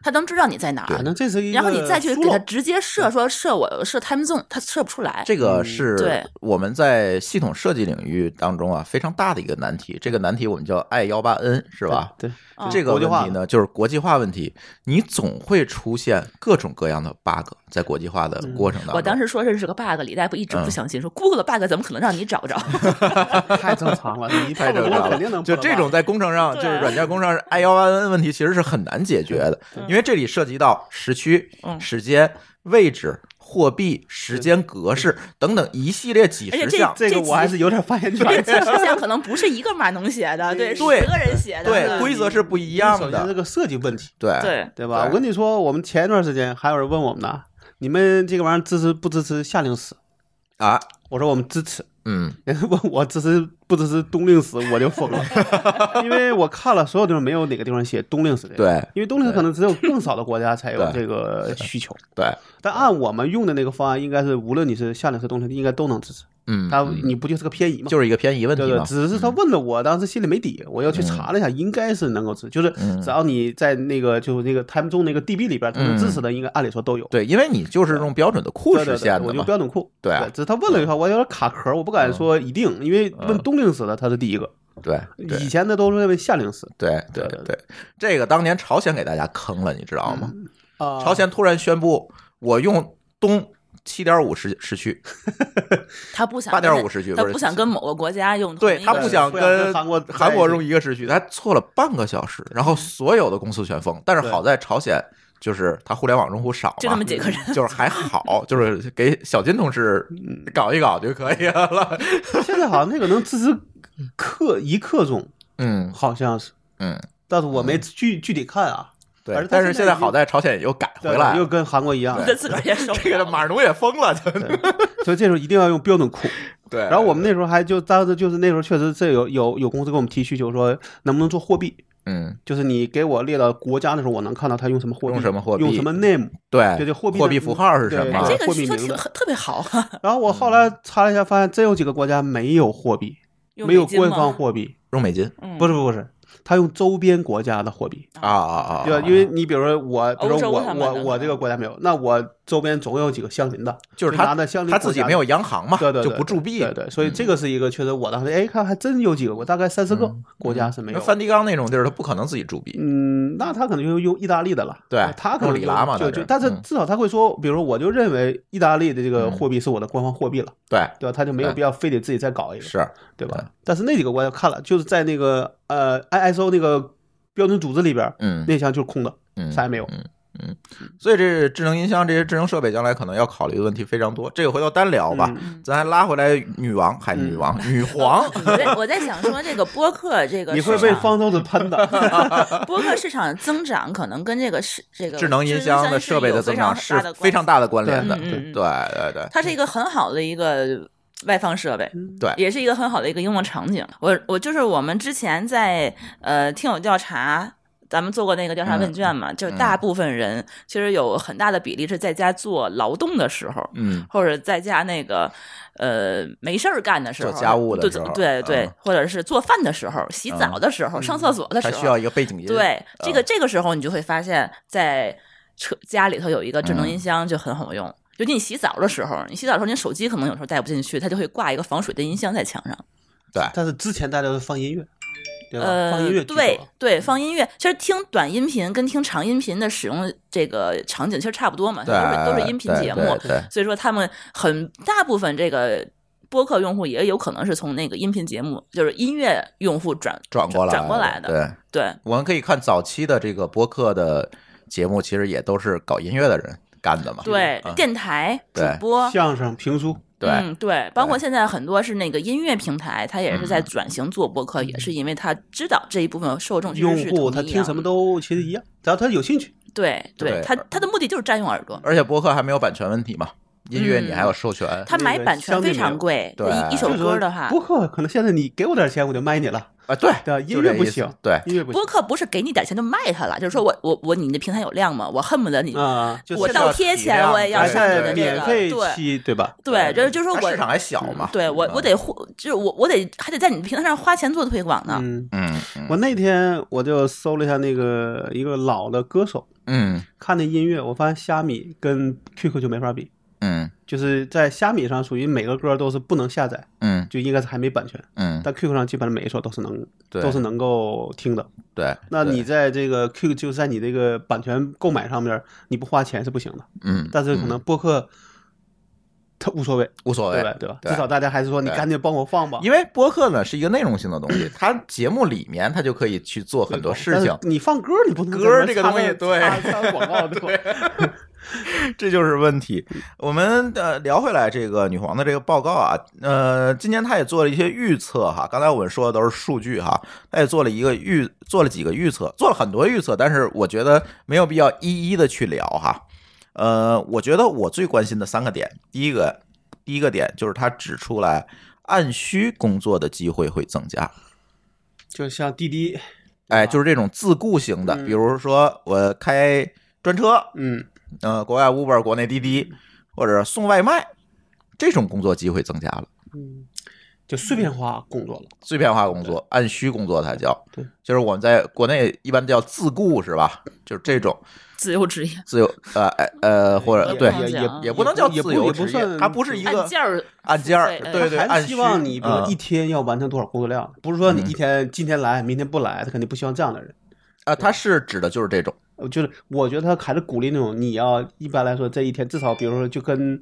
[SPEAKER 3] 他能知道你在哪
[SPEAKER 2] 反
[SPEAKER 3] 儿，
[SPEAKER 2] 正这是一个
[SPEAKER 3] 然后你再去给他
[SPEAKER 2] 疏漏
[SPEAKER 3] 直接设说设我设 time zone，他设不出来。
[SPEAKER 1] 这个
[SPEAKER 2] 嗯
[SPEAKER 1] 是
[SPEAKER 3] 对
[SPEAKER 1] 我们在系统设计领域当中啊非常大的一个难题。这个难题我们叫 I 幺八 N 是吧？
[SPEAKER 2] 对，
[SPEAKER 3] 嗯
[SPEAKER 1] 这个
[SPEAKER 2] 国际
[SPEAKER 1] 问
[SPEAKER 2] 化
[SPEAKER 1] 题呢，就是国际化问题，你总会出现各种各样的 bug 在国际化的
[SPEAKER 2] 嗯
[SPEAKER 1] 过程当中。
[SPEAKER 3] 我当时说这是个 bug，李大夫一直
[SPEAKER 1] 嗯
[SPEAKER 3] 不相信，说 Google 的 bug 怎么可能让你找着？
[SPEAKER 2] 太正常了，你一
[SPEAKER 1] 太
[SPEAKER 2] 碰
[SPEAKER 1] 正
[SPEAKER 2] 了
[SPEAKER 1] 常
[SPEAKER 2] 肯定能
[SPEAKER 1] 就
[SPEAKER 2] 碰
[SPEAKER 1] 这
[SPEAKER 2] 到
[SPEAKER 1] 种在工程上，就
[SPEAKER 3] 对
[SPEAKER 1] 是软件工程上 I 幺八 N 问题，其实是很难解决的，因为这里涉及到时区、
[SPEAKER 3] 嗯
[SPEAKER 1] 时间、位置、货币、时间格式等等一系列几
[SPEAKER 3] 而且
[SPEAKER 1] 十
[SPEAKER 3] 这
[SPEAKER 1] 项。
[SPEAKER 2] 这个
[SPEAKER 3] 这
[SPEAKER 2] 我还是有点发言权
[SPEAKER 3] 这
[SPEAKER 2] 的。
[SPEAKER 3] 几十项可能不是一个码农写的，对，是
[SPEAKER 1] 对
[SPEAKER 3] 十个人写的，
[SPEAKER 1] 对，
[SPEAKER 3] 对
[SPEAKER 1] 规则是不一样
[SPEAKER 2] 首先这
[SPEAKER 1] 的。
[SPEAKER 2] 个设计问题，
[SPEAKER 1] 对
[SPEAKER 3] 对
[SPEAKER 2] 对吧？
[SPEAKER 1] 对
[SPEAKER 2] 我跟你说，我们前一段时间还有人问我们呢，你们这个玩意儿支持不支持夏令时？
[SPEAKER 1] 啊，
[SPEAKER 2] 我说我们支持。
[SPEAKER 1] 嗯，
[SPEAKER 2] 人家问 我支持不支持冬令时，我就疯了， 因为我看了所有地方没有哪个地方写冬令时这个。
[SPEAKER 1] 对
[SPEAKER 2] 因为冬令时可能只有更少的国家才有
[SPEAKER 1] 对
[SPEAKER 2] 这个需求，
[SPEAKER 1] 对，
[SPEAKER 2] 但按我们用的那个方案，应该是无论你是夏令时、冬令时，应该都能支持。
[SPEAKER 1] 嗯，
[SPEAKER 2] 它
[SPEAKER 1] 嗯
[SPEAKER 2] 你不就是个偏移吗？
[SPEAKER 1] 就是一个偏移问题
[SPEAKER 2] 对对，
[SPEAKER 1] 嘛。嗯
[SPEAKER 2] 只是他问了我，当时心里没底，我又去查了一下，应该是能够支持，就是
[SPEAKER 1] 嗯
[SPEAKER 2] 只要你在那个就是那个 time 中那个 DB 里边，它能支持的，应该按理说都有。
[SPEAKER 1] 嗯对，因为你就是用标准的库
[SPEAKER 2] 对对
[SPEAKER 1] 实
[SPEAKER 2] 对
[SPEAKER 1] 现
[SPEAKER 2] 我
[SPEAKER 1] 的
[SPEAKER 2] 就
[SPEAKER 1] 嘛。
[SPEAKER 2] 标准库。
[SPEAKER 1] 对啊嗯
[SPEAKER 2] 只是他问了一下，我有点卡壳，我不敢说一定，因为问冬令时的他是第一个，
[SPEAKER 1] 对对
[SPEAKER 2] 以前的都是认为夏令时
[SPEAKER 1] 对对
[SPEAKER 2] 对
[SPEAKER 1] 对，这个当年朝鲜给大家坑了，你知道吗？
[SPEAKER 2] 啊
[SPEAKER 1] 朝鲜突然宣布，我用东七点五时时区，
[SPEAKER 3] 他不想
[SPEAKER 1] 8.5时区
[SPEAKER 3] 他
[SPEAKER 1] 不是
[SPEAKER 3] 不想跟某个国家用同
[SPEAKER 1] 对
[SPEAKER 3] 一个
[SPEAKER 1] 他不想
[SPEAKER 2] 不想跟
[SPEAKER 1] 跟
[SPEAKER 2] 韩国
[SPEAKER 1] 韩国用一个时区，他错了半个小时，然后所有的公司全封。但是
[SPEAKER 2] 嗯对
[SPEAKER 1] 好在朝鲜就是它互联网用户少嘛，嗯
[SPEAKER 3] 就那么几个人，
[SPEAKER 1] 就是还好，就是给小金同事
[SPEAKER 2] 嗯
[SPEAKER 1] 搞一搞就可以 了。
[SPEAKER 2] 现在好像那个能支持克一克钟，
[SPEAKER 1] 嗯
[SPEAKER 2] 好像是，
[SPEAKER 1] 嗯，
[SPEAKER 2] 但是我没具具体看啊。
[SPEAKER 1] 对
[SPEAKER 2] 反正。它
[SPEAKER 1] 但是现
[SPEAKER 2] 现在
[SPEAKER 1] 在
[SPEAKER 2] 已经
[SPEAKER 1] 好在朝鲜又改
[SPEAKER 2] 对
[SPEAKER 1] 回来
[SPEAKER 2] 又
[SPEAKER 1] 了，
[SPEAKER 2] 跟韩国一样，
[SPEAKER 3] 这自个儿也受不
[SPEAKER 1] 这个
[SPEAKER 3] 了。
[SPEAKER 1] 马尔农也封了，就
[SPEAKER 2] 所以这时候一定要用标准库。
[SPEAKER 1] 对。
[SPEAKER 2] 然后我们那时候还就当时就是那时候确实这有有有公司给我们提需求说能不能做货币，
[SPEAKER 1] 嗯，
[SPEAKER 2] 就是你给我列到国家的时候，我能看到他用什么货币，
[SPEAKER 1] 用什么货币
[SPEAKER 2] 用什么 name。
[SPEAKER 1] 对，
[SPEAKER 2] 就这货币的
[SPEAKER 1] 货币符号是什
[SPEAKER 2] 对
[SPEAKER 1] 么？啊
[SPEAKER 3] 这个
[SPEAKER 2] 货币
[SPEAKER 3] 需求
[SPEAKER 2] 名
[SPEAKER 3] 挺
[SPEAKER 2] 字
[SPEAKER 3] 特别好 啊，
[SPEAKER 2] 然后我后来查了一下，发现真有几个国家没有货币，
[SPEAKER 3] 用
[SPEAKER 2] 没有
[SPEAKER 3] 美金
[SPEAKER 2] 官
[SPEAKER 3] 吗
[SPEAKER 2] 方，货币，
[SPEAKER 1] 用美金
[SPEAKER 3] 嗯
[SPEAKER 2] 不是不是不是，他用周边国家的货币。
[SPEAKER 1] 啊啊啊！
[SPEAKER 2] 对吧？因为你比如说我，比如说
[SPEAKER 3] 欧洲
[SPEAKER 2] 我
[SPEAKER 3] 他们
[SPEAKER 2] 我
[SPEAKER 3] 的
[SPEAKER 2] 我这个国家没有，那我周边总有几个相邻的，
[SPEAKER 1] 就是
[SPEAKER 2] 拿
[SPEAKER 1] 他
[SPEAKER 2] 的相邻
[SPEAKER 1] 他
[SPEAKER 2] 国
[SPEAKER 1] 自己
[SPEAKER 2] 家
[SPEAKER 1] 没有央行嘛，
[SPEAKER 2] 对对
[SPEAKER 1] 就
[SPEAKER 2] 对
[SPEAKER 1] 不铸币。嗯
[SPEAKER 2] 对对，所以这个是一个确实，我当时哎看还真有几个国，大概三四个国家是没
[SPEAKER 1] 嗯
[SPEAKER 2] 有
[SPEAKER 1] 那。梵蒂冈那种地儿，他不可能自己铸币。
[SPEAKER 2] 嗯，那他可能就用意大利的了，
[SPEAKER 1] 对
[SPEAKER 2] 嗯他可能
[SPEAKER 1] 哎用里拉嘛那
[SPEAKER 2] 就
[SPEAKER 1] 是
[SPEAKER 2] 就，但是
[SPEAKER 1] 嗯
[SPEAKER 2] 至少他会说，比如说我就认为意大利的这个货币是我的官方货币了，
[SPEAKER 1] 对，
[SPEAKER 2] 对吧？他就没有
[SPEAKER 1] 对
[SPEAKER 2] 必要非得自己再搞一个，
[SPEAKER 1] 哎是，啊
[SPEAKER 2] 对
[SPEAKER 1] 对
[SPEAKER 2] 吧？但是那几个国家看了，就是在那个呃 ISO 那个标准组织里边，
[SPEAKER 1] 嗯
[SPEAKER 2] 那项就是空的，
[SPEAKER 1] 嗯，
[SPEAKER 2] 啥也没有。
[SPEAKER 1] 所以这智能音箱这些智能设备将来可能要考虑的问题非常多，这个回头单聊
[SPEAKER 3] 嗯
[SPEAKER 1] 吧。咱还拉回来女王，还女王、女皇，
[SPEAKER 3] 哦我在我在想说这个 播客这个
[SPEAKER 2] 你会
[SPEAKER 3] 市
[SPEAKER 2] 被
[SPEAKER 3] 场
[SPEAKER 2] 方舟子喷的，
[SPEAKER 3] 播客市场增长可能跟这个是 这个
[SPEAKER 1] 智能音箱的设备的增长
[SPEAKER 3] 是有
[SPEAKER 1] 是
[SPEAKER 3] 非常大的关系
[SPEAKER 1] 非常大的关联的。
[SPEAKER 3] 嗯嗯嗯
[SPEAKER 1] 对对对，
[SPEAKER 3] 它是一个很好的一个外放设备，
[SPEAKER 1] 对
[SPEAKER 3] 也是一个很好的一个应用场景。我我就是我们之前在呃听友调查。咱们做过那个调查问卷
[SPEAKER 1] 嗯
[SPEAKER 3] 嘛，就是大部分人其实有很大的比例是在家做劳动的时候，
[SPEAKER 1] 嗯，
[SPEAKER 3] 或者在家那个呃没事儿干的时候，
[SPEAKER 1] 做家务的
[SPEAKER 3] 对
[SPEAKER 1] 时候
[SPEAKER 3] 对对、
[SPEAKER 1] 嗯
[SPEAKER 3] 或者是做饭的时候、洗澡的时候、上厕 所的时
[SPEAKER 1] 它
[SPEAKER 3] 候，
[SPEAKER 1] 需要一个背景音，
[SPEAKER 3] 对
[SPEAKER 1] 嗯
[SPEAKER 3] 这个这个时候你就会发现，在车家里头有一个智能音
[SPEAKER 1] 嗯
[SPEAKER 3] 箱就很好用。尤其你洗澡的时候，你洗澡的时候，你手机可能有时候带不进去，它就会挂一个防水的音箱在墙上。
[SPEAKER 1] 对，
[SPEAKER 2] 但是之前大家都放音乐，对吧？
[SPEAKER 3] 呃，
[SPEAKER 2] 放音乐居啊多，
[SPEAKER 3] 对
[SPEAKER 1] 嗯
[SPEAKER 3] 对，放音乐。其实听短音频跟听长音频的使用这个场景其实差不多嘛，都
[SPEAKER 1] 对
[SPEAKER 3] 是都是音频节目。
[SPEAKER 1] 对对对
[SPEAKER 3] 所以说他们很大部分这个播客用户也有可能是从那个音频节目，就是音乐用户转
[SPEAKER 1] 转过来
[SPEAKER 3] 转过来的。
[SPEAKER 1] 对，
[SPEAKER 3] 对
[SPEAKER 1] 我们可以看早期的这个播客的节目，其实也都是搞音乐的人干的嘛。
[SPEAKER 3] 对
[SPEAKER 1] 嗯
[SPEAKER 3] 电台主
[SPEAKER 1] 对
[SPEAKER 3] 播。
[SPEAKER 2] 相声、评书，
[SPEAKER 1] 对，
[SPEAKER 3] 嗯，对，包括现在很多是那个音乐平台，它也是在转型做播客，也是因为它知道这一部分受众其实
[SPEAKER 2] 用
[SPEAKER 3] 是
[SPEAKER 2] 户
[SPEAKER 3] 同
[SPEAKER 2] 他
[SPEAKER 3] 一啊
[SPEAKER 2] 听
[SPEAKER 3] 样
[SPEAKER 2] 什么都其实一样，只要他有兴趣。
[SPEAKER 3] 对对
[SPEAKER 1] 对，
[SPEAKER 3] 它它的目的就是占用耳朵，
[SPEAKER 1] 而且播客还没有版权问题嘛，音乐
[SPEAKER 3] 嗯
[SPEAKER 1] 你还有授权。
[SPEAKER 3] 它买版权非常贵，
[SPEAKER 1] 那个相对没有
[SPEAKER 3] 一一首
[SPEAKER 2] 就是说
[SPEAKER 3] 歌的话，
[SPEAKER 2] 播客可能现在你给我点钱，我就卖你了，
[SPEAKER 1] 啊，对
[SPEAKER 2] 对吧？音
[SPEAKER 1] 就这
[SPEAKER 2] 乐不
[SPEAKER 1] 意思
[SPEAKER 2] 行，
[SPEAKER 1] 对，
[SPEAKER 2] 音乐不行
[SPEAKER 3] 播客不是给你点钱就卖它了，就是说我我我你的平台有量吗？我恨不得你
[SPEAKER 2] 啊，就
[SPEAKER 3] 我
[SPEAKER 2] 是
[SPEAKER 1] 到
[SPEAKER 3] 倒贴
[SPEAKER 1] 体
[SPEAKER 3] 钱
[SPEAKER 1] 量
[SPEAKER 3] 我也要
[SPEAKER 2] 还
[SPEAKER 1] 对
[SPEAKER 3] 上你
[SPEAKER 2] 在
[SPEAKER 3] 的这
[SPEAKER 2] 免
[SPEAKER 3] 个，
[SPEAKER 2] 费
[SPEAKER 3] 对
[SPEAKER 2] 期，对吧？
[SPEAKER 3] 对，就是就是
[SPEAKER 1] 它
[SPEAKER 3] 我
[SPEAKER 1] 市场还嗯小嘛。
[SPEAKER 3] 对
[SPEAKER 2] 嗯
[SPEAKER 3] 我我得互就是我我得还得在你的平台上花钱做推广呢，
[SPEAKER 2] 嗯，
[SPEAKER 1] 嗯嗯
[SPEAKER 2] 我那天我就搜了一下那个一个老的歌手，
[SPEAKER 1] 嗯
[SPEAKER 2] 看那音乐，我发现虾米跟 QQ 就没法比，
[SPEAKER 1] 嗯
[SPEAKER 2] 就是在虾米上属于每个歌都是不能下载，
[SPEAKER 1] 嗯
[SPEAKER 2] 就应该是还没版权，
[SPEAKER 1] 嗯，
[SPEAKER 2] 但 QQ 上基本上每一首都是能
[SPEAKER 1] 对
[SPEAKER 2] 都是能够听的。
[SPEAKER 1] 对。
[SPEAKER 2] 那你
[SPEAKER 1] 对
[SPEAKER 2] 在这个 Q 就在你这个版权购买上面，你不花钱是不行的。
[SPEAKER 1] 嗯，
[SPEAKER 2] 但是可能
[SPEAKER 1] 嗯
[SPEAKER 2] 播客，它无所谓，
[SPEAKER 1] 无所
[SPEAKER 2] 对吧
[SPEAKER 1] 谓？，
[SPEAKER 2] 对吧？
[SPEAKER 1] 对
[SPEAKER 2] 至少大家还是说你
[SPEAKER 1] 对
[SPEAKER 2] 赶紧帮我放吧，
[SPEAKER 1] 因为播客呢是一个内容性的东 西，它节目里面它就可以去做很多事情
[SPEAKER 2] 但，是你放歌你不能
[SPEAKER 1] 歌这个东西对
[SPEAKER 2] 插插广告对 吧？
[SPEAKER 1] 这就是问题。我们呃聊回来这个女皇的这个报告啊，呃，今年她也做了一些预测哈。刚才我们说的都是数据哈，她也做了一个预，做了几个预测，做了很多预测，但是我觉得没有必要一一的去聊哈。呃，我觉得我最关心的三个点，第一个，第一个点就是她指出来按需工作的机会会增加。
[SPEAKER 2] 就像滴滴，
[SPEAKER 1] 哎，就是这种自雇型的，
[SPEAKER 2] 嗯
[SPEAKER 1] 比如说我开专车，
[SPEAKER 2] 嗯，
[SPEAKER 1] 呃，国外 Uber、国内滴滴或者送外卖这种工作机会增加了，
[SPEAKER 2] 嗯
[SPEAKER 1] 嗯
[SPEAKER 2] 就碎片化工作了，
[SPEAKER 1] 碎片化工作、按需工作，它叫
[SPEAKER 2] 对，
[SPEAKER 1] 就是我们在国内一般叫自雇是吧？就是这种
[SPEAKER 3] 自由职业，
[SPEAKER 1] 自由呃哎呃或者
[SPEAKER 2] 也
[SPEAKER 1] 对，
[SPEAKER 2] 也也
[SPEAKER 3] 也
[SPEAKER 1] 也不能叫自
[SPEAKER 2] 也不
[SPEAKER 1] 由
[SPEAKER 2] 也
[SPEAKER 1] 职
[SPEAKER 2] 不
[SPEAKER 1] 业，
[SPEAKER 2] 算，
[SPEAKER 1] 它不是一个
[SPEAKER 3] 按件儿
[SPEAKER 1] 按件儿
[SPEAKER 3] 付费
[SPEAKER 1] 对对
[SPEAKER 2] 他还
[SPEAKER 1] 按
[SPEAKER 2] 是希
[SPEAKER 1] 需
[SPEAKER 2] 望你比如
[SPEAKER 1] 嗯
[SPEAKER 2] 一天要完成多少工作量，不是说你一天今天来明天不来，他肯定不希望这样的人。
[SPEAKER 1] 啊，它是指的就是这种，
[SPEAKER 2] 我就是我觉得他还是鼓励那种你要一般来说这一天至少，比如说就跟，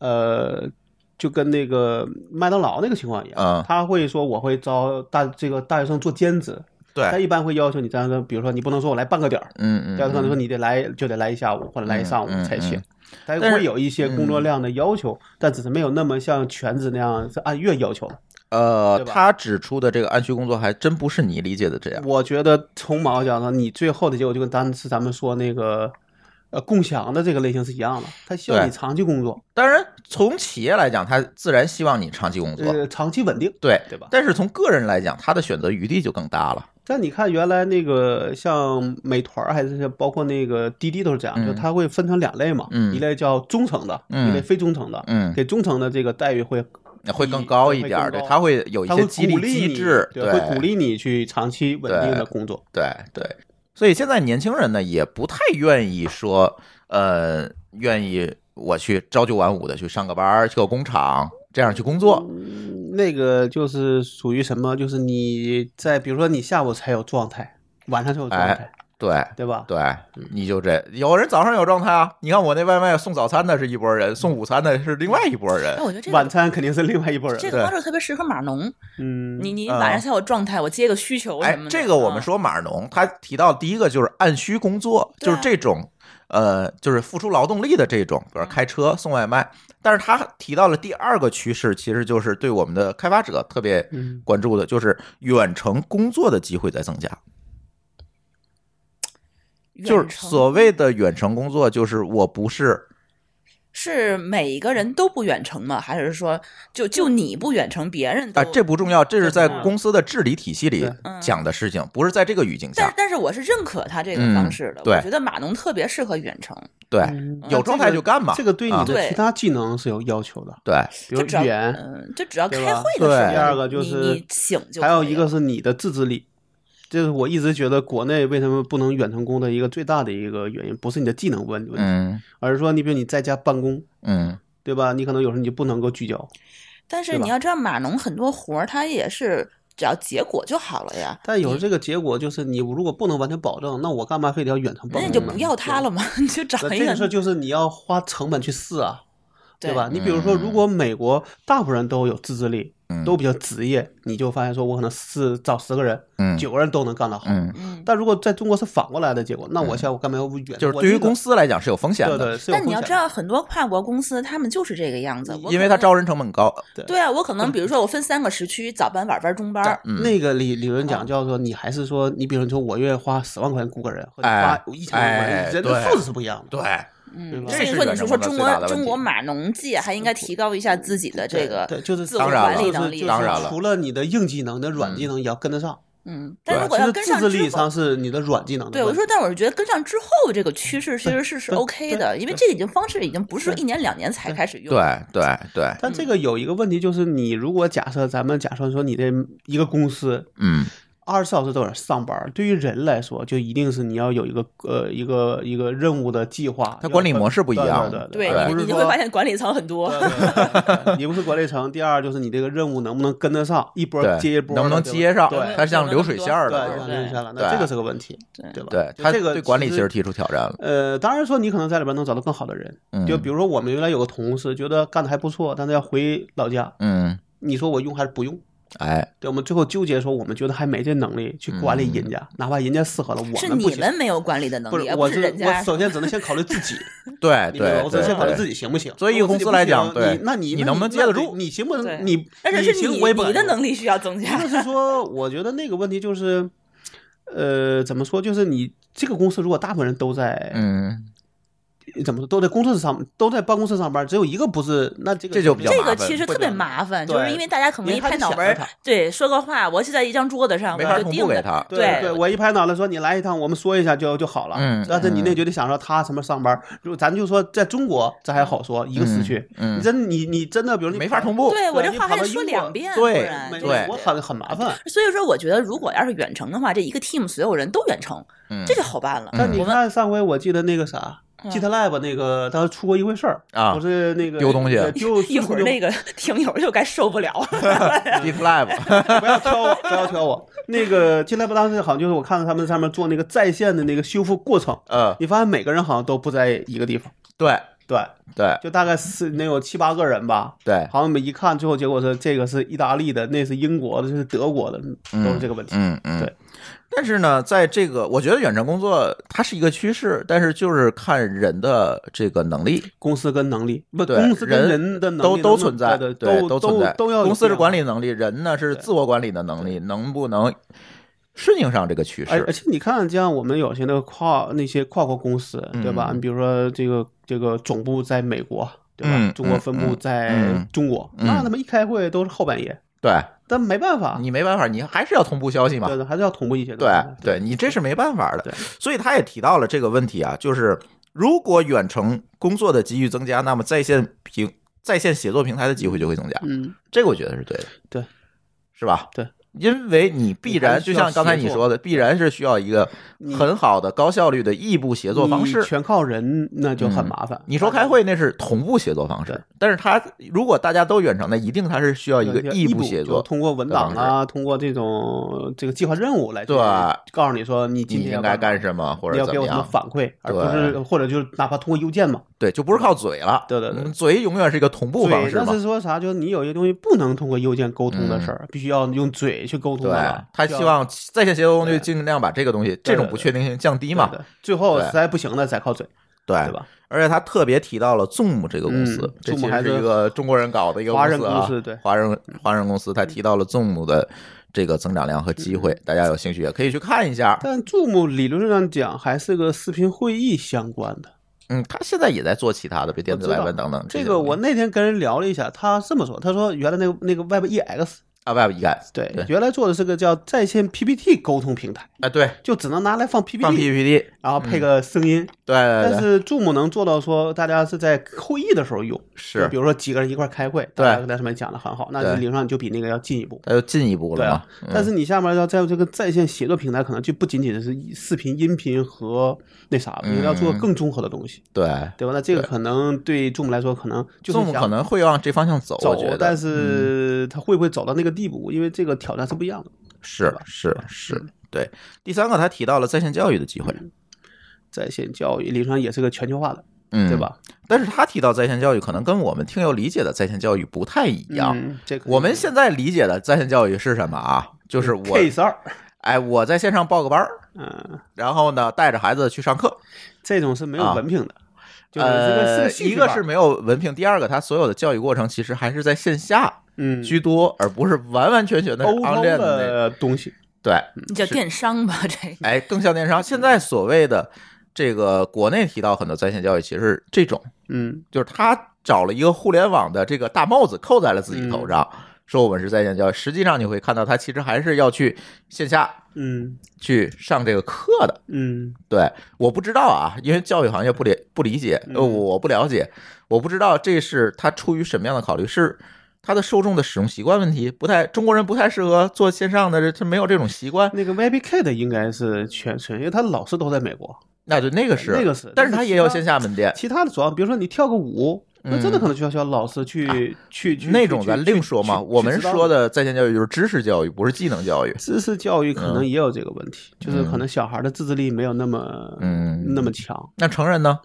[SPEAKER 2] 呃，就跟那个麦当劳那个情况一样，
[SPEAKER 1] 嗯
[SPEAKER 2] 他会说我会招大这个大学生做兼职，他
[SPEAKER 1] 对，
[SPEAKER 2] 一般会要求你这样的，比如说你不能说我来半个点儿，
[SPEAKER 1] 嗯哎嗯
[SPEAKER 2] 第二个可能说
[SPEAKER 1] 嗯，
[SPEAKER 2] 你得来就得来一下午或者来一上午
[SPEAKER 1] 嗯嗯
[SPEAKER 2] 才行
[SPEAKER 1] 嗯，
[SPEAKER 2] 他
[SPEAKER 1] 但是嗯
[SPEAKER 2] 会有一些工作量的要求，但只是没有那么像全职那样是按月要求的。
[SPEAKER 1] 呃，
[SPEAKER 2] 对吧
[SPEAKER 1] 他指出的这个按需工作还真不是你理解的这样，
[SPEAKER 2] 我觉得从毛讲呢，你最后的结果就跟当时咱们说那个。呃，共享的这个类型是一样的，他希望
[SPEAKER 1] 对
[SPEAKER 2] 你长期工作，
[SPEAKER 1] 当然从企业来讲，他自然希望你长期工作，
[SPEAKER 2] 呃，长期稳定。
[SPEAKER 1] 对
[SPEAKER 2] 对吧
[SPEAKER 1] 但是从个人来讲，他的选择余地就更大了。
[SPEAKER 2] 但你看，原来那个像美团儿还是像包括那个滴滴都是这样，
[SPEAKER 1] 嗯
[SPEAKER 2] 就它会分成两类嘛，
[SPEAKER 1] 嗯
[SPEAKER 2] 一类叫忠诚的，
[SPEAKER 1] 嗯
[SPEAKER 2] 一类非忠诚的。
[SPEAKER 1] 嗯，
[SPEAKER 2] 给忠诚的这个待遇会，
[SPEAKER 1] 会更高一点儿，
[SPEAKER 2] 嗯会
[SPEAKER 1] 对
[SPEAKER 2] 更高，
[SPEAKER 1] 他会有一
[SPEAKER 2] 它
[SPEAKER 1] 些
[SPEAKER 2] 会
[SPEAKER 1] 激
[SPEAKER 2] 鼓
[SPEAKER 1] 励
[SPEAKER 2] 励
[SPEAKER 1] 机
[SPEAKER 2] 你
[SPEAKER 1] 制，
[SPEAKER 2] 对，会鼓，励你去长期稳定的工作。
[SPEAKER 1] 对对。所以现在年轻人呢，也不太愿意说，呃，愿意我去朝九晚五的去上个班儿，去个工厂这样去工作。
[SPEAKER 2] 嗯那个就是属于什么？就是你在比如说你下午才有状态，晚上才有状
[SPEAKER 1] 哎
[SPEAKER 2] 态，
[SPEAKER 1] 对
[SPEAKER 2] 对吧？
[SPEAKER 1] 对，
[SPEAKER 2] 嗯
[SPEAKER 1] 你就这，有人早上有状态啊。你看我那外卖送早餐的是一拨人，送午餐的是另外一拨人
[SPEAKER 3] 哎，。我觉得这
[SPEAKER 2] 晚
[SPEAKER 3] 个
[SPEAKER 2] 餐肯定是另外一拨人。
[SPEAKER 3] 这个方式特别适合码农，
[SPEAKER 2] 嗯，
[SPEAKER 3] 你你
[SPEAKER 1] 嗯
[SPEAKER 3] 晚上才有状态，我接个需求
[SPEAKER 1] 哎
[SPEAKER 3] 什么，的。
[SPEAKER 1] 这个我们
[SPEAKER 3] 嗯
[SPEAKER 1] 说马尔农，他提到第一个就是按需工作，
[SPEAKER 3] 对嗯
[SPEAKER 1] 就
[SPEAKER 3] 啊
[SPEAKER 1] 是这种，呃，就是付出劳动力的这种，比如说开车送外卖。但是他提到了第二个趋势，其实就是对我们的开发者特别
[SPEAKER 2] 嗯
[SPEAKER 1] 关注的，就是远程工作的机会在增加。
[SPEAKER 3] 远
[SPEAKER 1] 就是
[SPEAKER 3] 程
[SPEAKER 1] 所谓的远程工作，就是我不是
[SPEAKER 3] 是每一个人都不远程吗？还是说就就你不远程，别人
[SPEAKER 1] 嗯
[SPEAKER 3] 都
[SPEAKER 1] 啊，这不重要，这是在公司的治理体系里
[SPEAKER 2] 对
[SPEAKER 3] 嗯
[SPEAKER 1] 讲的事情，不是在这个语境
[SPEAKER 3] 但
[SPEAKER 1] 下。
[SPEAKER 3] 但是我是认可他这个方式的，
[SPEAKER 1] 嗯对
[SPEAKER 3] 我觉得码农特别适合远程，嗯
[SPEAKER 1] 对，有
[SPEAKER 2] 这
[SPEAKER 1] 状态
[SPEAKER 2] 个
[SPEAKER 1] 就干嘛
[SPEAKER 2] 嗯这个对你
[SPEAKER 1] 啊
[SPEAKER 2] 的
[SPEAKER 3] 对
[SPEAKER 2] 其他技能是有要求的，
[SPEAKER 1] 对，
[SPEAKER 2] 比如
[SPEAKER 3] 就只要
[SPEAKER 2] 语言，
[SPEAKER 3] 嗯，就只要开
[SPEAKER 2] 对
[SPEAKER 3] 会
[SPEAKER 2] 吧
[SPEAKER 3] 的时候，
[SPEAKER 1] 对第
[SPEAKER 2] 二个就
[SPEAKER 3] 你
[SPEAKER 2] 是
[SPEAKER 3] 你请就
[SPEAKER 2] 还有
[SPEAKER 3] 可以
[SPEAKER 2] 一个
[SPEAKER 3] 了
[SPEAKER 2] 是你的自制力。这是我一直觉得国内为什么不能远程工的一个最大的一个原因，不是你的技能问问题，
[SPEAKER 1] 嗯
[SPEAKER 2] 而是说你比如你在家办公，
[SPEAKER 1] 嗯，
[SPEAKER 2] 对吧？你可能有时候你就不能够聚焦。
[SPEAKER 3] 但是
[SPEAKER 2] 对吧
[SPEAKER 3] 你要知道码农很多活儿，他也是只要结果就好了呀，
[SPEAKER 2] 但有时候这个结果就是你如果不能完全保证，那我干嘛非得要远程办公
[SPEAKER 3] 那
[SPEAKER 2] 呢？
[SPEAKER 3] 你就
[SPEAKER 1] 嗯
[SPEAKER 3] 不要他了嘛， 你就找
[SPEAKER 2] 那
[SPEAKER 3] 一
[SPEAKER 2] 这个事儿
[SPEAKER 3] 个
[SPEAKER 2] 就是你要花成本去试啊，对
[SPEAKER 3] 对
[SPEAKER 2] 吧？你比如说，如果美国大部分人都有自制力，
[SPEAKER 1] 嗯
[SPEAKER 2] 都比较职业，你就发现说我可能是找十个人，
[SPEAKER 1] 嗯
[SPEAKER 2] 九个人都能干得好。
[SPEAKER 1] 嗯，
[SPEAKER 3] 嗯，
[SPEAKER 2] 但如果在中国是反过来的结果，那我想我干嘛要远？
[SPEAKER 1] 就是对于公
[SPEAKER 2] 司，
[SPEAKER 1] 司来讲是有风险
[SPEAKER 2] 对
[SPEAKER 1] 的，
[SPEAKER 2] 对，是有
[SPEAKER 3] 但你
[SPEAKER 2] 风
[SPEAKER 3] 要
[SPEAKER 2] 险
[SPEAKER 3] 知道，很多跨国公司他们就是这个样子，我
[SPEAKER 1] 因为
[SPEAKER 3] 可
[SPEAKER 1] 它
[SPEAKER 3] 能
[SPEAKER 1] 招人成本高。
[SPEAKER 3] 对啊，我可能比如说我分三个时区，早班、晚班、中班，
[SPEAKER 1] 嗯
[SPEAKER 2] 那个理理论
[SPEAKER 3] 嗯
[SPEAKER 2] 讲叫做你还是说你比如说我愿意花十万块钱雇个人，或者花
[SPEAKER 1] 哎
[SPEAKER 2] 一千万块
[SPEAKER 1] 哎
[SPEAKER 2] 钱，人的
[SPEAKER 1] 对
[SPEAKER 2] 素质是不一样
[SPEAKER 1] 对，
[SPEAKER 2] 的。对
[SPEAKER 3] 嗯，
[SPEAKER 2] 吧
[SPEAKER 3] 所
[SPEAKER 2] 这
[SPEAKER 3] 以
[SPEAKER 1] 是
[SPEAKER 3] 说
[SPEAKER 1] 远
[SPEAKER 3] 你
[SPEAKER 1] 程
[SPEAKER 3] 说
[SPEAKER 1] 工作
[SPEAKER 3] 中
[SPEAKER 1] 最大的
[SPEAKER 3] 国
[SPEAKER 1] 问
[SPEAKER 3] 中国
[SPEAKER 1] 题
[SPEAKER 3] 码农界还应该提高一下自己的这个
[SPEAKER 2] 对，就是
[SPEAKER 3] 自我
[SPEAKER 1] 当然
[SPEAKER 3] 管
[SPEAKER 1] 了
[SPEAKER 3] 理
[SPEAKER 2] 就是
[SPEAKER 3] 能力，
[SPEAKER 2] 就是
[SPEAKER 1] 当然了
[SPEAKER 2] 除了你的硬技能，你的软技能也要跟得上。
[SPEAKER 3] 嗯，但
[SPEAKER 1] 对
[SPEAKER 3] 如果
[SPEAKER 2] 啊其
[SPEAKER 3] 要
[SPEAKER 2] 实
[SPEAKER 3] 跟
[SPEAKER 2] 自
[SPEAKER 3] 上
[SPEAKER 2] 制
[SPEAKER 3] 之
[SPEAKER 2] 力
[SPEAKER 3] 后
[SPEAKER 2] 上是你的软技能的
[SPEAKER 3] 对，我
[SPEAKER 2] 问
[SPEAKER 3] 说
[SPEAKER 2] 题。，
[SPEAKER 3] 但我是觉得跟上之后这个趋势其实是是
[SPEAKER 2] 对
[SPEAKER 3] OK 的，
[SPEAKER 2] 对
[SPEAKER 3] 因为
[SPEAKER 2] 对
[SPEAKER 3] 这已经方式已经不是
[SPEAKER 2] 对
[SPEAKER 3] 一年两年才开始用。
[SPEAKER 1] 对对对，
[SPEAKER 2] 但这个有一个问题就是，你如果假设咱们假设说你这一个公司
[SPEAKER 1] 嗯
[SPEAKER 2] 二十四小时都在上班，对于人来说，就一定是你要有一个呃一个一个任务的计划，
[SPEAKER 1] 它管理模式不一样
[SPEAKER 2] 对
[SPEAKER 3] 对
[SPEAKER 2] 而
[SPEAKER 1] 对
[SPEAKER 3] 你
[SPEAKER 2] 不是
[SPEAKER 3] 你就
[SPEAKER 2] 说
[SPEAKER 3] 会发现管理层很多。
[SPEAKER 2] 对对对对你不是管理层，第二就是你这个任务能不能跟得上，一波
[SPEAKER 1] 对，
[SPEAKER 2] 接一波的，
[SPEAKER 1] 能不能
[SPEAKER 2] 对吧
[SPEAKER 1] 接上
[SPEAKER 2] 对？
[SPEAKER 1] 它像流水线儿
[SPEAKER 2] 对，
[SPEAKER 1] 的，
[SPEAKER 2] 就
[SPEAKER 3] 对
[SPEAKER 2] 像流水线了，
[SPEAKER 1] 对
[SPEAKER 2] 那这个是个问题，
[SPEAKER 3] 对
[SPEAKER 2] 对吧？
[SPEAKER 1] 对，
[SPEAKER 2] 就
[SPEAKER 1] 它
[SPEAKER 2] 这个
[SPEAKER 1] 对管理其
[SPEAKER 2] 其
[SPEAKER 1] 实提出挑战了。
[SPEAKER 2] 呃，当然说你可能在里边能找到更好的人，
[SPEAKER 1] 嗯
[SPEAKER 2] 就比如说我们原来有个同事，觉得干的还不错，但是要回老家，
[SPEAKER 1] 嗯，
[SPEAKER 2] 你说我用还是不用？
[SPEAKER 1] 哎，
[SPEAKER 2] 对，我们最后纠结说，我们觉得还没这能力去管理人家，
[SPEAKER 1] 嗯
[SPEAKER 2] 哪怕人家适合了，我
[SPEAKER 3] 是
[SPEAKER 2] 们不
[SPEAKER 3] 你
[SPEAKER 2] 行。
[SPEAKER 3] 们没有管理的能
[SPEAKER 2] 不
[SPEAKER 3] 力，
[SPEAKER 2] 是，
[SPEAKER 3] 而
[SPEAKER 2] 我
[SPEAKER 3] 不是人
[SPEAKER 2] 我
[SPEAKER 3] 家。
[SPEAKER 2] 首先只能先考 虑自己，
[SPEAKER 1] 对
[SPEAKER 2] 你明白
[SPEAKER 1] 哎对
[SPEAKER 2] 吧我只能先考虑
[SPEAKER 1] 对
[SPEAKER 2] 自
[SPEAKER 1] 对，
[SPEAKER 2] 己行不行。
[SPEAKER 1] 作为一个公司来讲
[SPEAKER 2] 如果自己不
[SPEAKER 1] 对
[SPEAKER 2] 行你那你
[SPEAKER 1] 你
[SPEAKER 2] 那
[SPEAKER 1] 能不能接得住
[SPEAKER 2] 你你行不
[SPEAKER 3] 对
[SPEAKER 2] 能？你
[SPEAKER 3] 但是是
[SPEAKER 2] 行
[SPEAKER 3] 你
[SPEAKER 2] 我也不敢
[SPEAKER 3] 你的
[SPEAKER 2] 说
[SPEAKER 3] 能力需要增加
[SPEAKER 2] 一个。是说，我觉得那个问题就是，呃，怎么说？就是你这个公司如果大部分人都在、
[SPEAKER 1] 嗯，
[SPEAKER 2] 怎么说都在工作室上都在办公室上班，只有一个不是，那这个
[SPEAKER 1] 这就比较
[SPEAKER 3] 这
[SPEAKER 1] 麻
[SPEAKER 3] 个
[SPEAKER 1] 烦
[SPEAKER 3] 其
[SPEAKER 2] 会
[SPEAKER 3] 实特别
[SPEAKER 2] 这样
[SPEAKER 3] 麻烦，
[SPEAKER 2] 对
[SPEAKER 3] 就是因为大家可能一
[SPEAKER 2] 因为他
[SPEAKER 3] 拍
[SPEAKER 2] 得
[SPEAKER 3] 脑门
[SPEAKER 2] 想
[SPEAKER 3] 儿
[SPEAKER 2] 着他，
[SPEAKER 3] 对，说个话，我就在一张桌子上，
[SPEAKER 1] 没法
[SPEAKER 3] 我就
[SPEAKER 1] 同
[SPEAKER 3] 定
[SPEAKER 1] 步给
[SPEAKER 3] 的。
[SPEAKER 1] 他。
[SPEAKER 2] 对
[SPEAKER 3] 对
[SPEAKER 2] 我一拍脑袋说你来一趟，我们说一下就就好了。
[SPEAKER 1] 嗯
[SPEAKER 2] 但是你那就得想说他什么上班，如果咱就说在中国这还好说，一个时区，
[SPEAKER 1] 嗯嗯
[SPEAKER 2] 你真你你真的比如你
[SPEAKER 1] 没法
[SPEAKER 2] 跑
[SPEAKER 1] 同步
[SPEAKER 3] 对我这
[SPEAKER 2] 你
[SPEAKER 3] 话还
[SPEAKER 2] 跑
[SPEAKER 3] 得
[SPEAKER 2] 到
[SPEAKER 3] 说
[SPEAKER 2] 英
[SPEAKER 3] 两
[SPEAKER 2] 国
[SPEAKER 3] 遍，
[SPEAKER 1] 对
[SPEAKER 3] 不然
[SPEAKER 2] 美
[SPEAKER 3] 就啊
[SPEAKER 2] 国
[SPEAKER 1] 对
[SPEAKER 2] 很很麻烦。
[SPEAKER 3] 所以说，我觉得如果要是远程的话，这一个 team 所有人都远程，
[SPEAKER 1] 嗯
[SPEAKER 3] 这就好办了。
[SPEAKER 2] 但你
[SPEAKER 3] 我们嗯
[SPEAKER 2] 看上回我记得那个啥。GitLab 那个当时出过一回事儿
[SPEAKER 1] 啊
[SPEAKER 2] 不是那个
[SPEAKER 1] 丢东西啊
[SPEAKER 2] 呃丢
[SPEAKER 3] 一会儿那
[SPEAKER 2] 个
[SPEAKER 3] 个 听友就该受不了了。
[SPEAKER 1] Deep Lab，
[SPEAKER 2] 不要挑我，不要挑我。那个 GitLab 当时好像就是我看到他们上面做那个在线的那个修复过程，
[SPEAKER 1] 呃，
[SPEAKER 2] 你发现每个人好像都不在一个地方，
[SPEAKER 1] 对
[SPEAKER 2] 对，
[SPEAKER 1] 对
[SPEAKER 2] 就大概是能有七八个人吧，
[SPEAKER 1] 对，
[SPEAKER 2] 好像我们一看，最后结果是这个是意大利的，那是英国的，这是德国的，都是这个问题。
[SPEAKER 1] 嗯嗯，
[SPEAKER 2] 对。
[SPEAKER 1] 但是呢，在这个，我觉得远程工作它是一个趋势，但是就是看人的这个能力，
[SPEAKER 2] 公司跟能力，不，
[SPEAKER 1] 对
[SPEAKER 2] 公司跟
[SPEAKER 1] 人
[SPEAKER 2] 人的能
[SPEAKER 1] 都
[SPEAKER 2] 力能
[SPEAKER 1] 都
[SPEAKER 2] 不能
[SPEAKER 1] 存在，
[SPEAKER 2] 对，
[SPEAKER 1] 对，
[SPEAKER 2] 都
[SPEAKER 1] 存在。
[SPEAKER 2] 都要有
[SPEAKER 1] 公司是管
[SPEAKER 2] 这
[SPEAKER 1] 理
[SPEAKER 2] 样。
[SPEAKER 1] 能力，人呢是自我管理的能力，能不能顺应上这个趋
[SPEAKER 2] 而而
[SPEAKER 1] 势？
[SPEAKER 2] 且你看，像我们有些那个跨那些跨国公司，对吧？
[SPEAKER 1] 嗯
[SPEAKER 2] 你比如说这个这个总部在美国，对吧？
[SPEAKER 1] 嗯
[SPEAKER 2] 中国分部在
[SPEAKER 1] 嗯
[SPEAKER 2] 中国，
[SPEAKER 1] 嗯
[SPEAKER 2] 那他们一开会都是后半夜，
[SPEAKER 1] 对
[SPEAKER 2] 但没办法，
[SPEAKER 1] 你没办法，你还是要同步消息嘛
[SPEAKER 2] 对。的，还是要同步一些东
[SPEAKER 1] 对
[SPEAKER 2] 西。
[SPEAKER 1] 对，你这是没办法的
[SPEAKER 2] 对。
[SPEAKER 1] 所以他也提到了这个问题啊，就是如果远程工作的机遇增加，那么在线平在线协作平台的机会就会增加。
[SPEAKER 2] 嗯，
[SPEAKER 1] 这个我觉得是对的，
[SPEAKER 2] 对，
[SPEAKER 1] 是吧？
[SPEAKER 2] 对，
[SPEAKER 1] 因为你必然
[SPEAKER 2] 你还是
[SPEAKER 1] 就
[SPEAKER 2] 需要
[SPEAKER 1] 像刚才你
[SPEAKER 2] 协作嗯
[SPEAKER 1] 说的，必然是需要一个很好的、高效率的异步协作方
[SPEAKER 2] 你
[SPEAKER 1] 式。嗯
[SPEAKER 2] 全靠人，那就很麻烦。
[SPEAKER 1] 你说开会那是同步协作方式
[SPEAKER 2] 对，
[SPEAKER 1] 但是它如果大家都远程，那一定它是需要一个
[SPEAKER 2] 对
[SPEAKER 1] 异
[SPEAKER 2] 步
[SPEAKER 1] 协
[SPEAKER 2] 就
[SPEAKER 1] 作。
[SPEAKER 2] 通过文档啊，通过这种这个计划任务来
[SPEAKER 1] 对
[SPEAKER 2] 告诉你说你
[SPEAKER 1] 你
[SPEAKER 2] 今天
[SPEAKER 1] 应
[SPEAKER 2] 要
[SPEAKER 1] 该干
[SPEAKER 2] 干嘛
[SPEAKER 1] 什么或
[SPEAKER 2] 你
[SPEAKER 1] 者
[SPEAKER 2] 要
[SPEAKER 1] 怎
[SPEAKER 2] 给
[SPEAKER 1] 么
[SPEAKER 2] 我什么
[SPEAKER 1] 样？
[SPEAKER 2] 反馈，而不
[SPEAKER 1] 对
[SPEAKER 2] 是或者就是哪怕通过邮件嘛。
[SPEAKER 1] 对，就不是靠嘴了。
[SPEAKER 2] 对对对
[SPEAKER 1] 嗯嘴永远是一个同步方
[SPEAKER 2] 对，
[SPEAKER 1] 式
[SPEAKER 2] 但
[SPEAKER 1] 嘛嗯
[SPEAKER 2] 是。说啥，就是你有些东西不能通过邮件沟通的事儿，必须要用嘴去沟通
[SPEAKER 1] 对
[SPEAKER 2] 的了。，
[SPEAKER 1] 他
[SPEAKER 2] 需要
[SPEAKER 1] 希望在线协作工具尽量把这个东西这种
[SPEAKER 2] 对
[SPEAKER 1] 不确定性降低
[SPEAKER 2] 对
[SPEAKER 1] 嘛。
[SPEAKER 2] 对最后
[SPEAKER 1] 对哎
[SPEAKER 2] 实在不行了再靠嘴，
[SPEAKER 1] 对
[SPEAKER 2] 对吧？
[SPEAKER 1] 而且他特别提到了 Zoom 这个公司
[SPEAKER 2] 嗯，
[SPEAKER 1] 这
[SPEAKER 2] Zoom
[SPEAKER 1] 其实
[SPEAKER 2] 还
[SPEAKER 1] 是
[SPEAKER 2] 是
[SPEAKER 1] 一个中国人搞的一个
[SPEAKER 2] 华人
[SPEAKER 1] 啊
[SPEAKER 2] 公司对
[SPEAKER 1] 华人华人公司，他提到了 Zoom 的这个增长量和机
[SPEAKER 2] 嗯
[SPEAKER 1] 会，大家有兴趣也可以去看一下。
[SPEAKER 2] 但 Zoom 理论上讲还是个视频会议相关的，
[SPEAKER 1] 嗯，他现在也在做其他的，比如电子
[SPEAKER 2] 我知
[SPEAKER 1] 外
[SPEAKER 2] 道
[SPEAKER 1] 文等等些
[SPEAKER 2] 这
[SPEAKER 1] 东西。
[SPEAKER 2] 个我那天跟人聊了一下，他这么说，他说原来那个那个 Web EX，
[SPEAKER 1] 啊外一干，
[SPEAKER 2] 对，
[SPEAKER 1] 对
[SPEAKER 2] 原来做的是个叫在线 PPT 沟通平台，
[SPEAKER 1] 啊对，
[SPEAKER 2] 就只能拿来放 PPT，
[SPEAKER 1] 放 PPT，
[SPEAKER 2] 然后配个声音。
[SPEAKER 1] 对嗯对
[SPEAKER 2] 但
[SPEAKER 1] 对，
[SPEAKER 2] 是 Zoom 能做到说大家是在会议的时候用，
[SPEAKER 1] 是
[SPEAKER 2] 就比如说几个人一块儿开会，
[SPEAKER 1] 对
[SPEAKER 2] 大家在上面讲的很好，那
[SPEAKER 1] 对
[SPEAKER 2] 理论上就比那个要进一步。
[SPEAKER 1] 他又进一步
[SPEAKER 2] 对
[SPEAKER 1] 了嘛嗯
[SPEAKER 2] 啊。，但是你下面要在这个在线协作平台，可能就不仅仅是视频、音频和那啥了，
[SPEAKER 1] 嗯
[SPEAKER 2] 你要做更综合的东西，
[SPEAKER 1] 对，
[SPEAKER 2] 对吧？那这个
[SPEAKER 1] 嗯对
[SPEAKER 2] 可能对 Zoom 来说，可能就
[SPEAKER 1] 字
[SPEAKER 2] 是
[SPEAKER 1] 母
[SPEAKER 2] 想
[SPEAKER 1] 可能会往这方向走，我
[SPEAKER 2] 走
[SPEAKER 1] 觉得，，嗯
[SPEAKER 2] 但是它会不会走到那个地步？因为这个挑战是不一样的。
[SPEAKER 1] 是是是，
[SPEAKER 2] 嗯
[SPEAKER 1] 对。第三个，他提到了在线教育的机会，
[SPEAKER 2] 在线教育理论上也是个全球化的，
[SPEAKER 1] 嗯，
[SPEAKER 2] 对？吧？
[SPEAKER 1] 但是他提到在线教育，可能跟我们听友理解的在线教育不太一样。
[SPEAKER 2] 嗯，这个
[SPEAKER 1] 我们现在理解的在线教育是什么啊？就是我，
[SPEAKER 2] case 二，
[SPEAKER 1] 哎，我在线上报个班儿，
[SPEAKER 2] 嗯，
[SPEAKER 1] 然后呢，带着孩子去上课。
[SPEAKER 2] 这种是没有
[SPEAKER 1] 啊
[SPEAKER 2] 文凭的，就是这
[SPEAKER 1] 呃
[SPEAKER 2] 个，是
[SPEAKER 1] 一个
[SPEAKER 2] 兴趣
[SPEAKER 1] 是
[SPEAKER 2] 班
[SPEAKER 1] 没有文凭，第二个，他所有的教育过程其实还是在线下
[SPEAKER 2] 嗯
[SPEAKER 1] 居多，而不是完完全全的
[SPEAKER 2] 欧洲
[SPEAKER 1] online 的那个。
[SPEAKER 2] 的东西，
[SPEAKER 1] 对，
[SPEAKER 3] 你嗯叫
[SPEAKER 1] 是
[SPEAKER 3] 电商吧？这个
[SPEAKER 1] 哎，更像电商。现在所谓的这个国内提到很多在线教育，其实是这种
[SPEAKER 2] 嗯，
[SPEAKER 1] 就是他找了一个互联网的这个大帽子扣在了自己
[SPEAKER 2] 嗯
[SPEAKER 1] 头上，说我们是在线教育。实际上你会看到，他其实还是要去线下
[SPEAKER 2] 嗯
[SPEAKER 1] 去上这个课的。
[SPEAKER 2] 嗯
[SPEAKER 1] 对，我不知道啊，因为教育行业不理不理解，呃，
[SPEAKER 2] 嗯
[SPEAKER 1] 我不了解，我不知道这是他出于什么样的考虑，是他的受众的使用习惯问题，不太中国人不太适合做线上的，他没有这种习惯，
[SPEAKER 2] 那个 YBK 的应该是全全，因为他老师都在美国，
[SPEAKER 1] 那就那个是
[SPEAKER 2] 那个是
[SPEAKER 1] 但是
[SPEAKER 2] 但
[SPEAKER 1] 他
[SPEAKER 2] 是
[SPEAKER 1] 也
[SPEAKER 2] 其
[SPEAKER 1] 有
[SPEAKER 2] 他
[SPEAKER 1] 线下门店，
[SPEAKER 2] 其他的主要比如说你跳个舞，那真
[SPEAKER 1] 嗯
[SPEAKER 2] 的
[SPEAKER 1] 啊
[SPEAKER 2] 可能需要需要老师去、去去
[SPEAKER 1] 那种
[SPEAKER 2] 去
[SPEAKER 1] 咱
[SPEAKER 2] 去
[SPEAKER 1] 另说嘛。
[SPEAKER 2] 去
[SPEAKER 1] 我们
[SPEAKER 2] 去指导
[SPEAKER 1] 说
[SPEAKER 2] 你
[SPEAKER 1] 的在线教育就是知识教育，不是技能教育。
[SPEAKER 2] 知识教育可能
[SPEAKER 1] 嗯
[SPEAKER 2] 也有这个问题，就是可能小孩的自制力没有那么
[SPEAKER 1] 嗯
[SPEAKER 2] 那么强，
[SPEAKER 1] 那成人呢？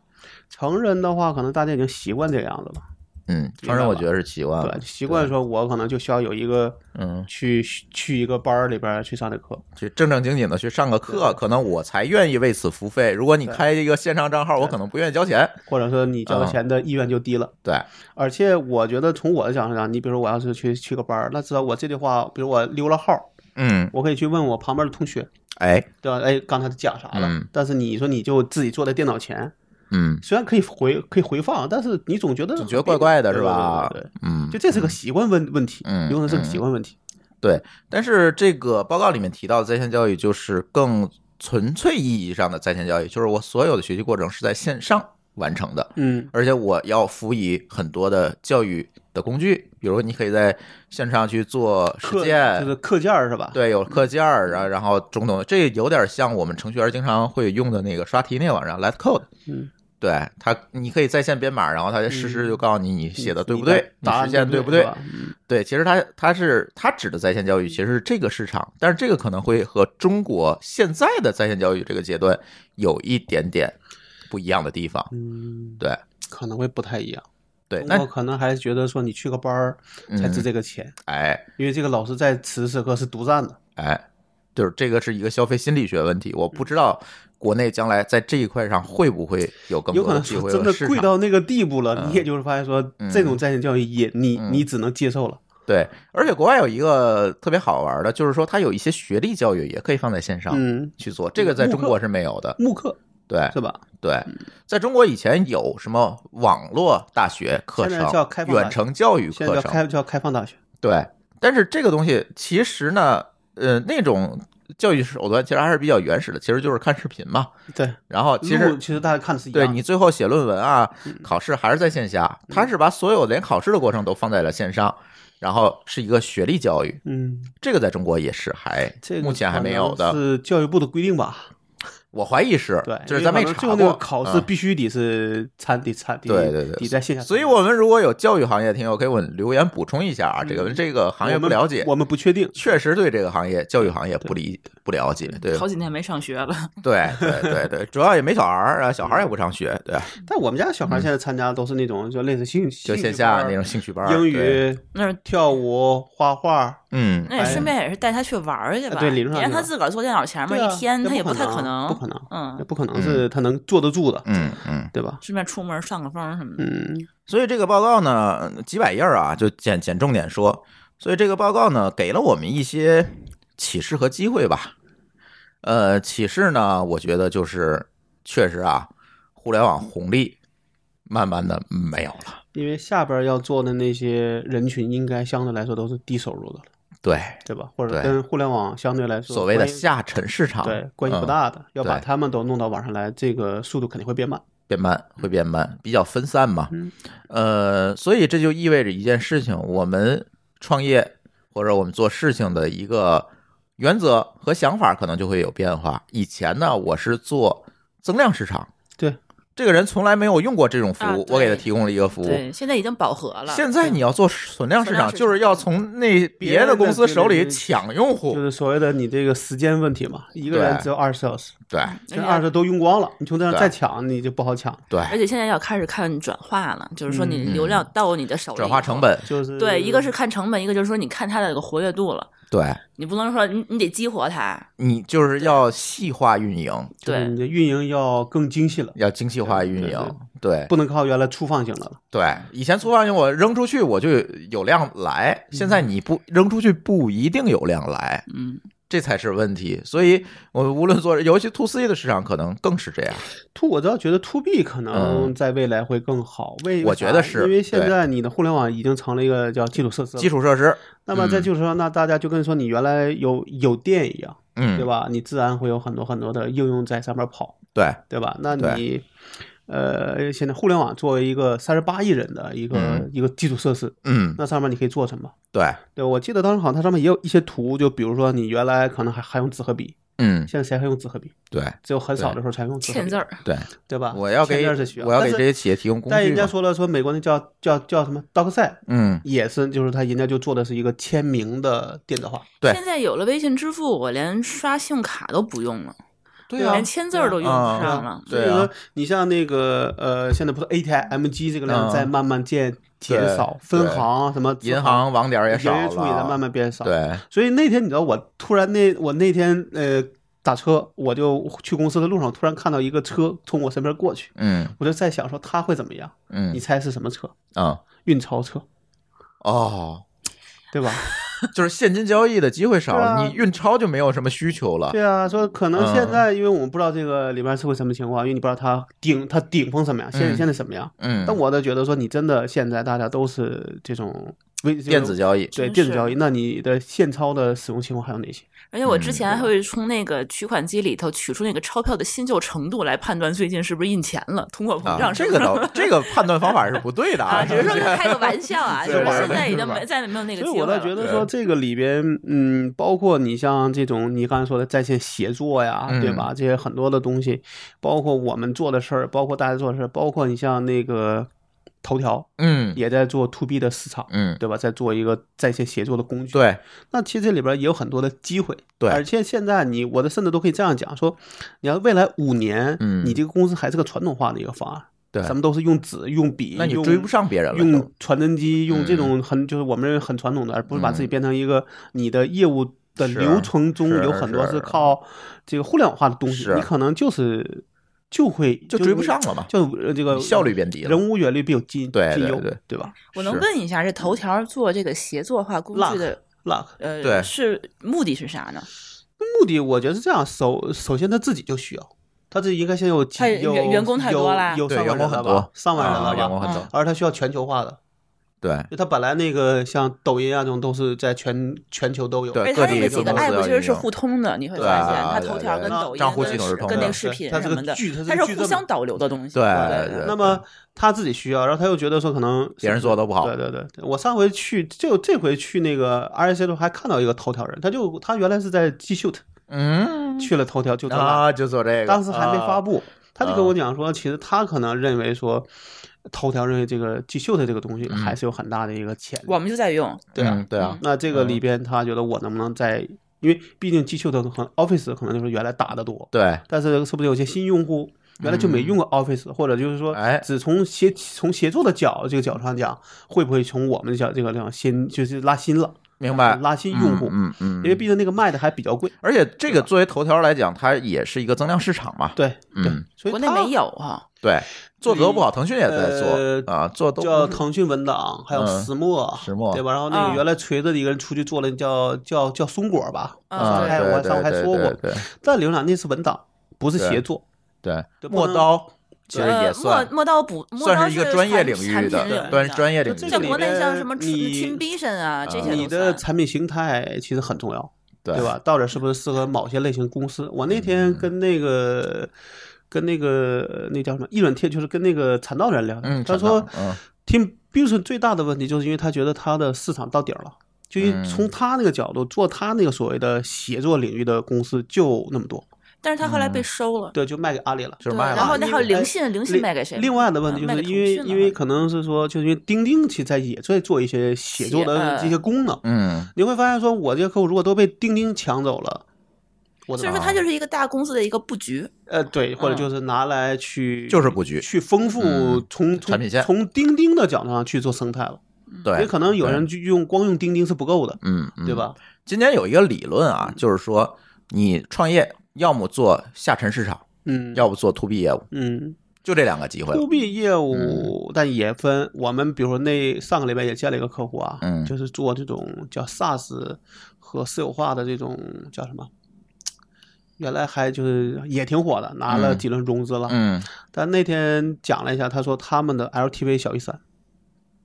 [SPEAKER 2] 成人的话可能大家已经习惯这个样子了，
[SPEAKER 1] 嗯，
[SPEAKER 2] 白
[SPEAKER 1] 成人我觉得是习惯
[SPEAKER 2] 对吧
[SPEAKER 1] 了，。
[SPEAKER 2] 习惯说我可能就需要有一个
[SPEAKER 1] 啊嗯，
[SPEAKER 2] 去去一个班儿里边儿去上这课，
[SPEAKER 1] 去正正经经的去上个课，可能我才愿意为此付费。如果你开一个线上账号，我可能不愿意交钱。
[SPEAKER 2] 或者说你交
[SPEAKER 1] 嗯
[SPEAKER 2] 钱的意愿就低了。
[SPEAKER 1] 对，
[SPEAKER 2] 而且我觉得从我的角度上，你比如说我要是去去个班儿，那至少我这句话，比如我溜了号儿，
[SPEAKER 1] 嗯，
[SPEAKER 2] 我可以去问我旁边的同学，
[SPEAKER 1] 哎，
[SPEAKER 2] 对吧？哎，刚才他讲啥了？
[SPEAKER 1] 嗯
[SPEAKER 2] 但是你说你就自己坐在电脑前，
[SPEAKER 1] 嗯，
[SPEAKER 2] 虽然可以回可以回放，但是你总觉得
[SPEAKER 1] 总觉得怪怪的
[SPEAKER 2] 对
[SPEAKER 1] 是吧
[SPEAKER 2] 对对对？
[SPEAKER 1] 嗯
[SPEAKER 2] 对，就，这是个习惯问问题，
[SPEAKER 1] 嗯
[SPEAKER 2] 有可能是个习惯问题。
[SPEAKER 1] 对。但是这个报告里面提到的在线教育，就是更纯粹意义上的在线教育，就是我所有的学习过程是在线上完成的。
[SPEAKER 2] 嗯
[SPEAKER 1] 而且我要辅以很多的教育的工具，比如你可以在线上去做实
[SPEAKER 2] 课
[SPEAKER 1] 践，
[SPEAKER 2] 就是课件儿是吧？，
[SPEAKER 1] 对，有课件儿，然后然后种种，这有点像我们程序员经常会用的那个刷题那网站 Let Code，
[SPEAKER 2] 嗯，
[SPEAKER 1] 对它，你可以在线编码，然后它实时就告诉你你写的对不
[SPEAKER 2] 嗯你
[SPEAKER 1] 对，你
[SPEAKER 2] 答案
[SPEAKER 1] 实现
[SPEAKER 2] 对
[SPEAKER 1] 不
[SPEAKER 2] 不
[SPEAKER 1] 对
[SPEAKER 2] 是吧？嗯
[SPEAKER 1] 对，其实它它是它指的在线教育，其实是这个市场，但是这个可能会和中国现在的在线教育这个阶段有一点点不一样的地方，
[SPEAKER 2] 嗯，
[SPEAKER 1] 对
[SPEAKER 2] 可能会不太一样。
[SPEAKER 1] 对，那
[SPEAKER 2] 我可能还觉得说你去个班儿哦才值这个钱，
[SPEAKER 1] 哎。
[SPEAKER 2] 因为这个老师在此时此刻是独占的。
[SPEAKER 1] 哎，就是这个是一个消费心理学问题，我
[SPEAKER 2] 嗯
[SPEAKER 1] 不知道国内将来在这一块上会不会有更
[SPEAKER 2] 有
[SPEAKER 1] 多
[SPEAKER 2] 可
[SPEAKER 1] 的
[SPEAKER 2] 能
[SPEAKER 1] 机
[SPEAKER 2] 说
[SPEAKER 1] 会
[SPEAKER 2] 真
[SPEAKER 1] 和
[SPEAKER 2] 的
[SPEAKER 1] 市
[SPEAKER 2] 贵
[SPEAKER 1] 场。
[SPEAKER 2] 到那个地步了，
[SPEAKER 1] 嗯
[SPEAKER 2] 你也就是发现说
[SPEAKER 1] 嗯
[SPEAKER 2] 这种在线教育也你
[SPEAKER 1] 嗯
[SPEAKER 2] 你只能接受了。
[SPEAKER 1] 对，而且国外有一个特别好玩的，就是说它有一些学历教育也可以放在线上
[SPEAKER 2] 嗯，
[SPEAKER 1] 去做，这个在中国是没有的。
[SPEAKER 2] 慕课
[SPEAKER 1] 对
[SPEAKER 2] 是吧？
[SPEAKER 1] 对，在中国以前有什么网络大学课
[SPEAKER 2] 现在
[SPEAKER 1] 程
[SPEAKER 2] 叫开、放大学
[SPEAKER 1] 远程教育
[SPEAKER 2] 现在
[SPEAKER 1] 课
[SPEAKER 2] 叫
[SPEAKER 1] 程，
[SPEAKER 2] 开叫开放大学。
[SPEAKER 1] 对，但是这个东西其实呢，呃，那种教育手段其实还是比较原始的，其实就是看视频嘛。
[SPEAKER 2] 对，
[SPEAKER 1] 然后其实
[SPEAKER 2] 路其实大家看的是一样
[SPEAKER 1] 对
[SPEAKER 2] 嗯的。
[SPEAKER 1] 你最后写论文啊，考试还是在线下，他是把所有连考试的过程都放在了线上，然后是一个学历教育，
[SPEAKER 2] 嗯，
[SPEAKER 1] 这个在中国也是还
[SPEAKER 2] 这个
[SPEAKER 1] 目前还没有
[SPEAKER 2] 可
[SPEAKER 1] 的，
[SPEAKER 2] 能是教育部的规定吧？
[SPEAKER 1] 我怀疑是
[SPEAKER 2] 对，，
[SPEAKER 1] 就是咱没
[SPEAKER 2] 因为可
[SPEAKER 1] 查
[SPEAKER 2] 能最后那
[SPEAKER 1] 过
[SPEAKER 2] 个考试
[SPEAKER 1] 嗯
[SPEAKER 2] 必须得是参得参得
[SPEAKER 1] 对对对
[SPEAKER 2] 得在线下参加。
[SPEAKER 1] 所以，我们如果有教育行业的听友，给我们留言补充一下啊，这个这个行业
[SPEAKER 2] 嗯我
[SPEAKER 1] 不
[SPEAKER 2] 们
[SPEAKER 1] 了解，
[SPEAKER 2] 我们不确定。
[SPEAKER 1] 确实对这个行业教育行业不理不了解，对
[SPEAKER 3] 好几年没上学了，
[SPEAKER 1] 对对对对，主要也没小孩儿啊，小孩儿也不上学， 对，
[SPEAKER 2] 但我们家小孩现在参加都是那种就类似兴
[SPEAKER 1] 嗯就
[SPEAKER 2] 就
[SPEAKER 1] 线下那种兴趣班儿，对，
[SPEAKER 2] 英语、
[SPEAKER 3] 那是
[SPEAKER 2] 跳舞、画画。
[SPEAKER 1] 嗯，
[SPEAKER 3] 那你顺便也是带他去玩儿去吧，
[SPEAKER 2] 哎啊对理论上
[SPEAKER 3] 你让
[SPEAKER 2] 是
[SPEAKER 3] 他自个儿坐电脑前面
[SPEAKER 2] 对啊
[SPEAKER 3] 一天，
[SPEAKER 2] 这
[SPEAKER 3] 他也
[SPEAKER 2] 不
[SPEAKER 3] 太可
[SPEAKER 2] 能，不可能，也
[SPEAKER 3] 嗯，
[SPEAKER 2] 不可能是他能坐得住的，
[SPEAKER 1] 嗯嗯。
[SPEAKER 2] 对吧？
[SPEAKER 3] 顺便出门上个风什么的。
[SPEAKER 2] 嗯，
[SPEAKER 1] 所以这个报告呢，几百页儿啊，就简简重点说。所以这个报告呢，给了我们一些启示和机会吧。呃，启示呢，我觉得就是确实啊，互联网红利慢慢的没有了。
[SPEAKER 2] 因为下边要做的那些人群，应该相对来说都是低收入的了，
[SPEAKER 1] 对，
[SPEAKER 2] 对吧？或者
[SPEAKER 1] 对
[SPEAKER 2] 跟互联网相对来说
[SPEAKER 1] 所谓的
[SPEAKER 2] 关系
[SPEAKER 1] 下沉市场，
[SPEAKER 2] 对关系不
[SPEAKER 1] 嗯
[SPEAKER 2] 大的，要把
[SPEAKER 1] 对
[SPEAKER 2] 他们都弄到网上来，这个速度肯定会变慢。
[SPEAKER 1] 变慢，会变慢，比较分散嘛。呃，所以这就意味着一件事情：我们创业或者我们做事情的一个原则和想法可能就会有变化。以前呢，我是做增量市场，
[SPEAKER 2] 对
[SPEAKER 1] 这个人从来没有用过这种服
[SPEAKER 3] 啊
[SPEAKER 1] 务，
[SPEAKER 3] 对
[SPEAKER 1] 我给他提供了一个服务。
[SPEAKER 3] 对，现在已经饱和了。
[SPEAKER 1] 现在你要做存量市
[SPEAKER 3] 存量
[SPEAKER 1] 场，
[SPEAKER 3] 市场
[SPEAKER 1] 就是要从那别的公司手里抢用
[SPEAKER 2] 就
[SPEAKER 1] 户，
[SPEAKER 2] 是所谓的你这个时间问题嘛，一个
[SPEAKER 1] 对
[SPEAKER 2] 人只有二十小时，
[SPEAKER 1] 对
[SPEAKER 3] 哎
[SPEAKER 2] 这二十都用光了，你从这上
[SPEAKER 1] 对
[SPEAKER 2] 再抢，你就不好抢，
[SPEAKER 1] 对，
[SPEAKER 3] 而且现在要开始看转化了，就是说你
[SPEAKER 1] 嗯
[SPEAKER 3] 流量到你的手里，
[SPEAKER 1] 转化成。本，
[SPEAKER 2] 就是
[SPEAKER 3] 对，一个
[SPEAKER 2] 嗯
[SPEAKER 3] 是看成本，一个就是说你看它的这个活跃度了，
[SPEAKER 1] 对
[SPEAKER 3] 你不能说你你得激活它。
[SPEAKER 1] 你就是要细化运营，
[SPEAKER 2] 就是
[SPEAKER 3] 对
[SPEAKER 2] 你的运营要更精细了，
[SPEAKER 1] 要精细化运营，对，
[SPEAKER 2] 不能靠原来粗放型的了。
[SPEAKER 1] 对，以前粗放型我扔出去我就有量来，现
[SPEAKER 2] 嗯
[SPEAKER 1] 在你不扔出去不一定有量来，
[SPEAKER 3] 嗯，
[SPEAKER 1] 这才是问题。所以，我们无论做，尤其 to C 的市场，可能更是这样。
[SPEAKER 2] to 我倒觉得 to B 可能
[SPEAKER 1] 嗯
[SPEAKER 2] 在未来会更好，为
[SPEAKER 1] 我
[SPEAKER 2] 为啥
[SPEAKER 1] 觉得是
[SPEAKER 2] 因为现
[SPEAKER 1] 对
[SPEAKER 2] 在你的互联网已经成了一个叫基础设施了，
[SPEAKER 1] 基础设施，
[SPEAKER 2] 那么在
[SPEAKER 1] 嗯
[SPEAKER 2] 基础上，那大家就跟说你原来有有电一样，
[SPEAKER 1] 嗯，
[SPEAKER 2] 对？吧？你自然会有很多很多的应用在上面跑，
[SPEAKER 1] 对，
[SPEAKER 2] 对吧？那
[SPEAKER 1] 对
[SPEAKER 2] 你呃，现在互联网作为一个三十八亿人的一个、
[SPEAKER 1] 嗯
[SPEAKER 2] 一个基础设施，
[SPEAKER 1] 嗯，
[SPEAKER 2] 那上面你可以做什么？
[SPEAKER 1] 对，
[SPEAKER 2] 对，我记得当时好像它上面也有一些图，就比如说你原来可能还还用纸和笔，
[SPEAKER 1] 嗯，
[SPEAKER 2] 现在谁还用纸和笔？
[SPEAKER 1] 对，
[SPEAKER 2] 只有很少的时候才用纸和
[SPEAKER 3] 欠
[SPEAKER 2] 笔
[SPEAKER 3] 字，儿，
[SPEAKER 1] 对，
[SPEAKER 2] 对吧？
[SPEAKER 1] 我要给
[SPEAKER 2] 签字是需要，
[SPEAKER 1] 我要给这
[SPEAKER 2] 但是
[SPEAKER 1] 些企业提供工
[SPEAKER 2] 但
[SPEAKER 1] 具
[SPEAKER 2] 人家
[SPEAKER 1] 嘛，
[SPEAKER 2] 说了，说美国那叫叫叫什么 DocSign，
[SPEAKER 1] 嗯，
[SPEAKER 2] 也是就是他人家就做的是一个签名的电子化。
[SPEAKER 1] 对
[SPEAKER 3] 现在有了微信支付，我连刷信用卡都不用了，
[SPEAKER 1] 对
[SPEAKER 3] 连签字儿都用
[SPEAKER 1] 啊
[SPEAKER 3] 不上了。
[SPEAKER 1] 对
[SPEAKER 2] 所以
[SPEAKER 1] 啊
[SPEAKER 2] 说，你像那个呃，现在不是 ATM 机这个量
[SPEAKER 1] 嗯
[SPEAKER 2] 在慢慢减减
[SPEAKER 1] 对
[SPEAKER 2] 少，分
[SPEAKER 1] 对
[SPEAKER 2] 行啊什么
[SPEAKER 1] 银行网点儿也
[SPEAKER 2] 营
[SPEAKER 1] 少
[SPEAKER 2] 业处理在慢
[SPEAKER 1] 了，
[SPEAKER 2] 慢变少。，
[SPEAKER 1] 对，
[SPEAKER 2] 所以那天你知道，我突然那我那天呃打车，我就去公司的路上，突然看到一个车从我身边过去，
[SPEAKER 1] 嗯
[SPEAKER 2] 我就在想说他会怎么样？
[SPEAKER 1] 嗯
[SPEAKER 2] 你猜是什么车？
[SPEAKER 1] 啊
[SPEAKER 2] 运钞车，
[SPEAKER 1] 哦，
[SPEAKER 2] 对吧？
[SPEAKER 1] 就是现金交易的机会少
[SPEAKER 2] 对啊
[SPEAKER 1] 了，你运钞就没有什么需求了，
[SPEAKER 2] 对啊，说可能
[SPEAKER 1] 嗯
[SPEAKER 2] 现在，因为我们不知道这个里面是会什么情况，因为你不知道它顶它顶峰什么样，现在
[SPEAKER 1] 嗯
[SPEAKER 2] 现在什么样。
[SPEAKER 1] 嗯，
[SPEAKER 2] 但我倒觉得说，你真的现在大家都是这种微这种
[SPEAKER 1] 电子交易，
[SPEAKER 2] 对
[SPEAKER 3] 真
[SPEAKER 2] 电子
[SPEAKER 3] 是
[SPEAKER 2] 交易，那你的现钞的使用情况还有哪些？
[SPEAKER 3] 而且我
[SPEAKER 1] 嗯
[SPEAKER 3] 之前还会从那个取款机里头取出那个钞票的新旧程度来判断最近是不是印钱了，通货膨
[SPEAKER 1] 啊，
[SPEAKER 3] 胀是
[SPEAKER 1] 这
[SPEAKER 3] 不
[SPEAKER 1] 个
[SPEAKER 3] 是
[SPEAKER 1] 倒 这个判断方法是不对的
[SPEAKER 3] 啊，只
[SPEAKER 1] 这
[SPEAKER 3] 是说
[SPEAKER 1] 个
[SPEAKER 3] 是开个玩笑 啊，
[SPEAKER 1] 这
[SPEAKER 3] 就是
[SPEAKER 1] 玩儿
[SPEAKER 3] 现在
[SPEAKER 1] 的
[SPEAKER 3] 已
[SPEAKER 1] 是
[SPEAKER 3] 经
[SPEAKER 1] 吧
[SPEAKER 3] 没再也没有那个
[SPEAKER 2] 所
[SPEAKER 3] 机
[SPEAKER 2] 以
[SPEAKER 3] 会
[SPEAKER 2] 我
[SPEAKER 3] 了。
[SPEAKER 2] 倒觉得
[SPEAKER 1] 对
[SPEAKER 2] 说，这个里边，嗯，包括你像这种你刚才说的在线协作呀，
[SPEAKER 1] 嗯
[SPEAKER 2] 对吧？这些很多的东西，包括我们做的事儿，包括大家做的事儿，包括你像那个头条
[SPEAKER 1] 嗯
[SPEAKER 2] 也在做 to B 的市场，
[SPEAKER 1] 嗯，
[SPEAKER 2] 对吧？在做一个在线协作的工具。
[SPEAKER 1] 对
[SPEAKER 2] 那其实这里边也有很多的机会，
[SPEAKER 1] 对
[SPEAKER 2] 而且现在你我的甚至都可以这样讲说，你要未来五年，
[SPEAKER 1] 嗯
[SPEAKER 2] 你这个公司还是个传统化的一个方案，
[SPEAKER 1] 对，
[SPEAKER 2] 咱们都是用纸、用笔，
[SPEAKER 1] 那你
[SPEAKER 2] 用
[SPEAKER 1] 追不上别人了就，
[SPEAKER 2] 用传真机，用这
[SPEAKER 1] 嗯
[SPEAKER 2] 种很、就是我们认为很传统的，而不是把
[SPEAKER 1] 嗯
[SPEAKER 2] 自己变成一个你的业务的
[SPEAKER 1] 是
[SPEAKER 2] 流程中
[SPEAKER 1] 是
[SPEAKER 2] 有很多
[SPEAKER 1] 是
[SPEAKER 2] 是靠这个互联网化的东西，
[SPEAKER 1] 是
[SPEAKER 2] 你可能就是就会
[SPEAKER 1] 就追不上，了嘛，
[SPEAKER 2] 就呃这个
[SPEAKER 1] 你效率变低了。
[SPEAKER 2] 人无远虑必有近
[SPEAKER 1] 对
[SPEAKER 2] 近
[SPEAKER 1] 对
[SPEAKER 2] 忧，
[SPEAKER 1] 对
[SPEAKER 2] 对吧？
[SPEAKER 3] 我能
[SPEAKER 1] 是
[SPEAKER 3] 问一下，这头条做这个协作化工具的，
[SPEAKER 2] 那
[SPEAKER 3] 呃，
[SPEAKER 1] 对
[SPEAKER 3] 是目的是啥呢？
[SPEAKER 2] 目的我觉得是这样，首首先他自己就需要，他自己应该先有几
[SPEAKER 3] 他
[SPEAKER 2] 有
[SPEAKER 3] 员员工太多啦
[SPEAKER 2] 有有
[SPEAKER 1] 对
[SPEAKER 2] 上万
[SPEAKER 1] 员工
[SPEAKER 2] 人
[SPEAKER 1] 很
[SPEAKER 2] 了
[SPEAKER 1] 多
[SPEAKER 2] 吧，，上万人
[SPEAKER 1] 啊
[SPEAKER 2] 了
[SPEAKER 1] 员
[SPEAKER 2] 吧，
[SPEAKER 1] 工很多
[SPEAKER 3] 嗯，
[SPEAKER 2] 而他需要全球化的，
[SPEAKER 1] 对
[SPEAKER 2] 就他本来那个像抖音啊这种都是在全全球都有，
[SPEAKER 1] 对
[SPEAKER 3] 而且
[SPEAKER 1] 各
[SPEAKER 3] 哎它
[SPEAKER 1] 地
[SPEAKER 3] 这个几
[SPEAKER 1] 不
[SPEAKER 3] 个
[SPEAKER 1] 同的
[SPEAKER 3] app
[SPEAKER 1] 要
[SPEAKER 3] 其实
[SPEAKER 1] 运
[SPEAKER 3] 是
[SPEAKER 1] 用
[SPEAKER 3] 互通的，你会
[SPEAKER 1] 对啊
[SPEAKER 3] 发现它
[SPEAKER 1] 对
[SPEAKER 3] 头条
[SPEAKER 1] 对
[SPEAKER 3] 跟抖音、
[SPEAKER 1] 账户系统是通
[SPEAKER 3] 跟那
[SPEAKER 1] 的
[SPEAKER 3] 个视
[SPEAKER 2] 对
[SPEAKER 3] 频
[SPEAKER 2] 它是
[SPEAKER 3] 什
[SPEAKER 2] 个
[SPEAKER 3] 么的，
[SPEAKER 2] 巨它是
[SPEAKER 3] 它是
[SPEAKER 2] 巨
[SPEAKER 3] 互
[SPEAKER 2] 这
[SPEAKER 3] 相
[SPEAKER 2] 么
[SPEAKER 3] 导流的东西。
[SPEAKER 1] 对
[SPEAKER 3] 对
[SPEAKER 1] 对
[SPEAKER 2] 那么他自己需要，然后他又觉得说可能是
[SPEAKER 1] 别人做得不好
[SPEAKER 2] 对对对，对我上回去就这回去那个 R S C 的时候还看到一个头条人，他就他原来是在 G Shoot
[SPEAKER 1] 嗯
[SPEAKER 2] 去了头条就他妈，
[SPEAKER 1] 啊，就做这个，
[SPEAKER 2] 当时还没发
[SPEAKER 1] 啊，
[SPEAKER 2] 布，他就跟我讲说，其实他可能认为说。头条认为这个 G Shoot 这个东西
[SPEAKER 1] 嗯
[SPEAKER 2] 还是有很大的一个潜力
[SPEAKER 3] 我，们就在用，
[SPEAKER 2] 对啊
[SPEAKER 1] 嗯对啊，
[SPEAKER 2] 那这个里边他觉得我能不能在，因为毕竟 G Shoot 可能 Office 可能就是原来打的多，
[SPEAKER 1] 对，
[SPEAKER 2] 但是是不是有些新用户原来就没用过 Office，、或者就是说，
[SPEAKER 1] 嗯哎
[SPEAKER 2] 只从协从协作的角这个角度上讲，会不会从我们的角这个上新就是拉新了，
[SPEAKER 1] 明白，
[SPEAKER 2] 拉新用户，
[SPEAKER 1] 嗯嗯，嗯
[SPEAKER 2] 因为毕竟那个卖的还比较贵，
[SPEAKER 1] 而且这个作为头条来讲，它也是一个增量市场嘛，
[SPEAKER 2] 对，
[SPEAKER 1] 嗯，
[SPEAKER 2] 对，所
[SPEAKER 3] 国
[SPEAKER 2] 以
[SPEAKER 3] 内
[SPEAKER 2] 它
[SPEAKER 3] 没有哈。
[SPEAKER 1] 对，做得不好，腾讯也在
[SPEAKER 2] 呃
[SPEAKER 1] 做啊，做都
[SPEAKER 2] 叫
[SPEAKER 1] 不是
[SPEAKER 2] 腾讯文档，还有
[SPEAKER 1] 嗯
[SPEAKER 2] 石墨，
[SPEAKER 1] 石墨
[SPEAKER 2] 对吧？然后那
[SPEAKER 3] 啊
[SPEAKER 2] 个原来锤子的一个人出去做了叫叫叫松果吧，
[SPEAKER 1] 啊，
[SPEAKER 3] 嗯
[SPEAKER 2] 哎
[SPEAKER 1] 对
[SPEAKER 2] 我
[SPEAKER 1] 对
[SPEAKER 2] 上回还
[SPEAKER 1] 对
[SPEAKER 2] 说
[SPEAKER 1] 对
[SPEAKER 2] 过
[SPEAKER 1] 对
[SPEAKER 2] 但浏览那是文档，不是
[SPEAKER 1] 对
[SPEAKER 2] 协作，
[SPEAKER 1] 对，
[SPEAKER 2] 对不
[SPEAKER 1] 陌
[SPEAKER 2] 能
[SPEAKER 1] 刀其实也
[SPEAKER 3] 呃
[SPEAKER 1] 算
[SPEAKER 3] 磨磨刀不磨刀
[SPEAKER 1] 算是一个专业领域
[SPEAKER 3] 产品
[SPEAKER 1] 的，
[SPEAKER 3] 领域
[SPEAKER 1] 专专业领
[SPEAKER 2] 这
[SPEAKER 1] 域
[SPEAKER 2] 个
[SPEAKER 3] 像
[SPEAKER 1] 的嗯
[SPEAKER 2] 里
[SPEAKER 3] 国内
[SPEAKER 2] 边
[SPEAKER 3] 像什么
[SPEAKER 2] 你
[SPEAKER 3] Team Vision 啊这些
[SPEAKER 2] 你
[SPEAKER 3] 都
[SPEAKER 2] 的
[SPEAKER 3] 算。
[SPEAKER 2] 产品形态其实很重要，
[SPEAKER 1] 对嗯
[SPEAKER 2] 对？吧？到底是不是适合某些类型公司？我那天跟那个、跟那个那叫什么易软贴，就是跟那个产道人聊的，
[SPEAKER 1] 嗯
[SPEAKER 2] 他
[SPEAKER 1] 产道
[SPEAKER 2] 说、
[SPEAKER 1] 嗯
[SPEAKER 2] Team Business 最大的问题就是因为他觉得他的市场到底儿了。就
[SPEAKER 1] 嗯
[SPEAKER 2] 是从他那个角度做他那个所谓的协作领域的公司就那么多，
[SPEAKER 3] 但是他后来被收了，
[SPEAKER 2] 对，就卖给阿里了。
[SPEAKER 1] 嗯就是
[SPEAKER 3] 对
[SPEAKER 1] 卖
[SPEAKER 3] 然后
[SPEAKER 1] 了，
[SPEAKER 3] 那还有灵信，灵信卖给谁了？
[SPEAKER 2] 哎另外的问题就
[SPEAKER 3] 啊卖
[SPEAKER 2] 是
[SPEAKER 3] 给
[SPEAKER 2] 因为
[SPEAKER 3] 腾讯了
[SPEAKER 2] 因为可能是说，就是因为钉钉其实在也在做一些写作的
[SPEAKER 3] 写
[SPEAKER 2] 这些功能，
[SPEAKER 1] 嗯，
[SPEAKER 2] 你会发现说，我这些客户如果都被钉钉抢走了，我
[SPEAKER 3] 所
[SPEAKER 2] 怎
[SPEAKER 3] 以
[SPEAKER 2] 么
[SPEAKER 3] 说它就是一个大公司的一个布局，
[SPEAKER 2] 呃对，或者
[SPEAKER 3] 嗯
[SPEAKER 2] 就是拿来去
[SPEAKER 1] 就是布局
[SPEAKER 2] 去丰富
[SPEAKER 1] 嗯
[SPEAKER 2] 从
[SPEAKER 1] 产品线
[SPEAKER 2] 从从钉钉的角度上去做生态了，
[SPEAKER 1] 嗯对，
[SPEAKER 2] 也可能有人就用光用钉钉是不够的，
[SPEAKER 1] 嗯，嗯
[SPEAKER 2] 对？吧？
[SPEAKER 1] 今年有一个理论
[SPEAKER 2] 嗯
[SPEAKER 1] 啊，就是说你创业要么做下沉市场，
[SPEAKER 2] 嗯，
[SPEAKER 1] 要不做 to B 业务，
[SPEAKER 2] 嗯
[SPEAKER 1] 就这两个机会了
[SPEAKER 2] ，to。B 业
[SPEAKER 1] 嗯
[SPEAKER 2] 务，但也分我们比如说那上个礼拜也见了一个客户啊，
[SPEAKER 1] 嗯
[SPEAKER 2] 就是做这种叫 SaaS 和私有化的这种叫什么？原来还就是也挺火的，拿了
[SPEAKER 1] 嗯
[SPEAKER 2] 几轮融资了，
[SPEAKER 1] 嗯
[SPEAKER 2] 但那天讲了一下，他说他们的 LTV 小于三，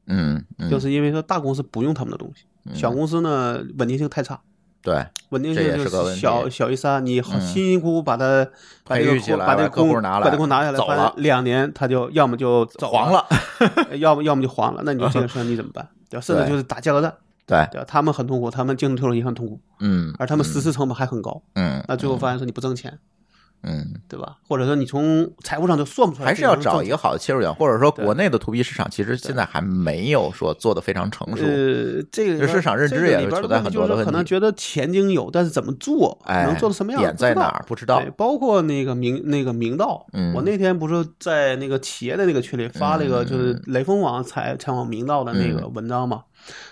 [SPEAKER 1] 嗯，嗯
[SPEAKER 2] 就是因为说大公司不用他们的东西，小公司呢稳定性太差，
[SPEAKER 1] 对，
[SPEAKER 2] 稳定性
[SPEAKER 1] 这也
[SPEAKER 2] 就是
[SPEAKER 1] 个问题
[SPEAKER 2] 小小于三，你好
[SPEAKER 1] 嗯
[SPEAKER 2] 辛辛苦苦把它把这
[SPEAKER 1] 培
[SPEAKER 2] 个
[SPEAKER 1] 育起
[SPEAKER 2] 客
[SPEAKER 1] 来
[SPEAKER 2] 把这
[SPEAKER 1] 把
[SPEAKER 2] 个
[SPEAKER 1] 客户
[SPEAKER 2] 户
[SPEAKER 1] 拿来
[SPEAKER 2] 把这个户拿下来，
[SPEAKER 1] 走了
[SPEAKER 2] 发现两年他就要么就走
[SPEAKER 1] 黄， 了，
[SPEAKER 2] 要么要么就黄了，那你就这个事儿你怎么办？对吧，甚至
[SPEAKER 1] 对
[SPEAKER 2] 就是打价格战，
[SPEAKER 1] 对，
[SPEAKER 2] 对吧？他们很痛苦，他们竞争对手也很痛苦，
[SPEAKER 1] 嗯，
[SPEAKER 2] 而他们实施成本还很高，
[SPEAKER 1] 嗯，
[SPEAKER 2] 那最后发现说你不挣钱，
[SPEAKER 1] 嗯，
[SPEAKER 2] 对吧？或者说你从财务上就算不出来，
[SPEAKER 1] 还是要找一个好的切入点，或者说国内的 to B 市场其实现在还没有说做的非常成熟。
[SPEAKER 2] 呃，这个里
[SPEAKER 1] 就
[SPEAKER 2] 边
[SPEAKER 1] 市场认
[SPEAKER 2] 这
[SPEAKER 1] 知
[SPEAKER 2] 个
[SPEAKER 1] 也
[SPEAKER 2] 里边
[SPEAKER 1] 存
[SPEAKER 2] 的
[SPEAKER 1] 在
[SPEAKER 2] 问题
[SPEAKER 1] 很
[SPEAKER 2] 就
[SPEAKER 1] 多
[SPEAKER 2] 是
[SPEAKER 1] 的问
[SPEAKER 2] 可能
[SPEAKER 1] 题
[SPEAKER 2] 觉得前景有，但是怎么做，
[SPEAKER 1] 哎，
[SPEAKER 2] 能做到什么样，
[SPEAKER 1] 点
[SPEAKER 2] 不
[SPEAKER 1] 在
[SPEAKER 2] 知道
[SPEAKER 1] 哪儿？？不知道
[SPEAKER 2] 对，。包括那个明那个明道，
[SPEAKER 1] 嗯
[SPEAKER 2] 我那天不是在那个企业的那个群里发了一个，就是
[SPEAKER 1] 嗯
[SPEAKER 2] 雷锋网采采访明道的那个文章嘛，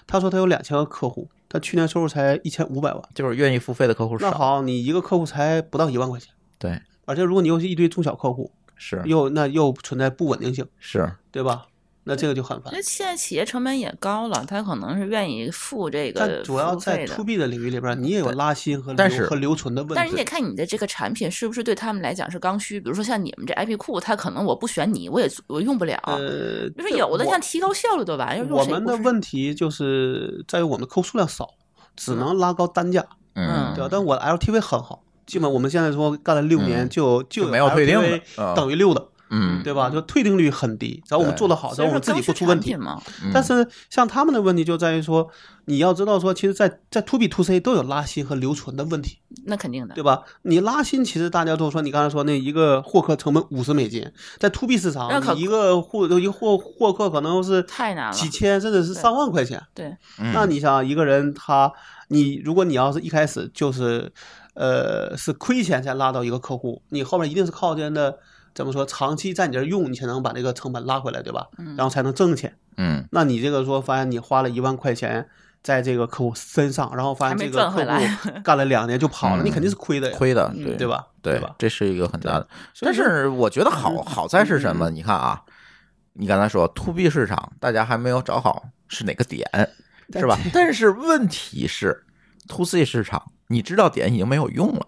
[SPEAKER 2] 他说他有两千个客户，他去年收入才一千五百万，
[SPEAKER 1] 就是愿意付费的客户
[SPEAKER 2] 那
[SPEAKER 1] 少，
[SPEAKER 2] 好，你一个客户才不到一万块钱，
[SPEAKER 1] 对，
[SPEAKER 2] 而且如果你又是一堆中小客户，
[SPEAKER 1] 是
[SPEAKER 2] 又那又存在不稳定性，
[SPEAKER 1] 是，
[SPEAKER 2] 对吧？那这个就很烦
[SPEAKER 3] 因为。现在企业成本也高了，他可能是愿意付这个
[SPEAKER 2] 但主要
[SPEAKER 3] 服务费
[SPEAKER 2] 在
[SPEAKER 3] 的
[SPEAKER 2] to。B 的领域里边，你也有拉新和
[SPEAKER 1] 但
[SPEAKER 2] 留
[SPEAKER 1] 是
[SPEAKER 2] 和留存的问题。
[SPEAKER 3] 但是你得看你的这个产品是不是对他们来讲是刚需，比如说像你们这 IP 库，它可能我不选你，我也我用不了。
[SPEAKER 2] 呃，
[SPEAKER 3] 啊就是
[SPEAKER 2] 这
[SPEAKER 3] 有的
[SPEAKER 2] 我
[SPEAKER 3] 像提高效率的玩意儿，用
[SPEAKER 2] 我
[SPEAKER 3] 谁
[SPEAKER 2] 们
[SPEAKER 3] 不
[SPEAKER 2] 的
[SPEAKER 3] 是
[SPEAKER 2] 问题就是在于我们的客户数量少，只能拉高单价，
[SPEAKER 1] 嗯
[SPEAKER 2] 对吧？但我的 LTV 很好，基本我们现在说干了六年
[SPEAKER 1] 嗯
[SPEAKER 2] 就就
[SPEAKER 1] 就没有退订的
[SPEAKER 2] LTV
[SPEAKER 1] 嗯
[SPEAKER 2] 等于六的，
[SPEAKER 1] 嗯
[SPEAKER 2] 对吧？就退订率很低，只要我们
[SPEAKER 1] 对
[SPEAKER 2] 做得好，只
[SPEAKER 3] 所
[SPEAKER 2] 要
[SPEAKER 3] 以
[SPEAKER 2] 我
[SPEAKER 3] 说
[SPEAKER 2] 们自己
[SPEAKER 3] 刚需
[SPEAKER 2] 不出问
[SPEAKER 3] 产
[SPEAKER 2] 题
[SPEAKER 3] 品。嘛，
[SPEAKER 1] 嗯
[SPEAKER 2] 但是像他们的问题就在于说，你要知道说，其实在，在 to B to C 都有拉新和留存的问题，
[SPEAKER 3] 那肯定的
[SPEAKER 2] 对。吧？你拉新，其实大家都说，你刚才说那一个获客成本五十美金，在 to B 市场
[SPEAKER 3] 那，可
[SPEAKER 2] 你一个获一个获获客可能是
[SPEAKER 3] 太难了
[SPEAKER 2] 几千甚至是
[SPEAKER 3] 对嗯
[SPEAKER 2] 上万块钱。
[SPEAKER 3] 对，
[SPEAKER 1] 嗯
[SPEAKER 2] 那你想一个人他，你如果你要是一开始就是，呃，是亏钱才拉到一个客户，你后面一定是靠人的怎么说，长期在你这儿用，你才能把这个成本拉回来，对吧？
[SPEAKER 3] 嗯
[SPEAKER 2] 然后才能挣钱。
[SPEAKER 1] 嗯
[SPEAKER 2] 那你这个说发现你花了一万块钱在这个客户身上，然后发现
[SPEAKER 3] 还没
[SPEAKER 2] 这个
[SPEAKER 3] 赚
[SPEAKER 2] 客
[SPEAKER 3] 回来
[SPEAKER 2] 户 干了两年就跑了，
[SPEAKER 1] 嗯
[SPEAKER 2] 你肯定是亏的呀，
[SPEAKER 1] 亏的，
[SPEAKER 3] 嗯
[SPEAKER 1] 对
[SPEAKER 2] 对？吧？
[SPEAKER 1] 对
[SPEAKER 2] 吧？
[SPEAKER 1] 这是一个很大的。
[SPEAKER 2] 所
[SPEAKER 1] 但
[SPEAKER 2] 以说
[SPEAKER 1] 是我觉得好好在是什么？你看啊，你刚才说 to B 市场，大家还没有找好是哪个点，是吧？但是问题是 to C 市场，你知道点已经没有用了，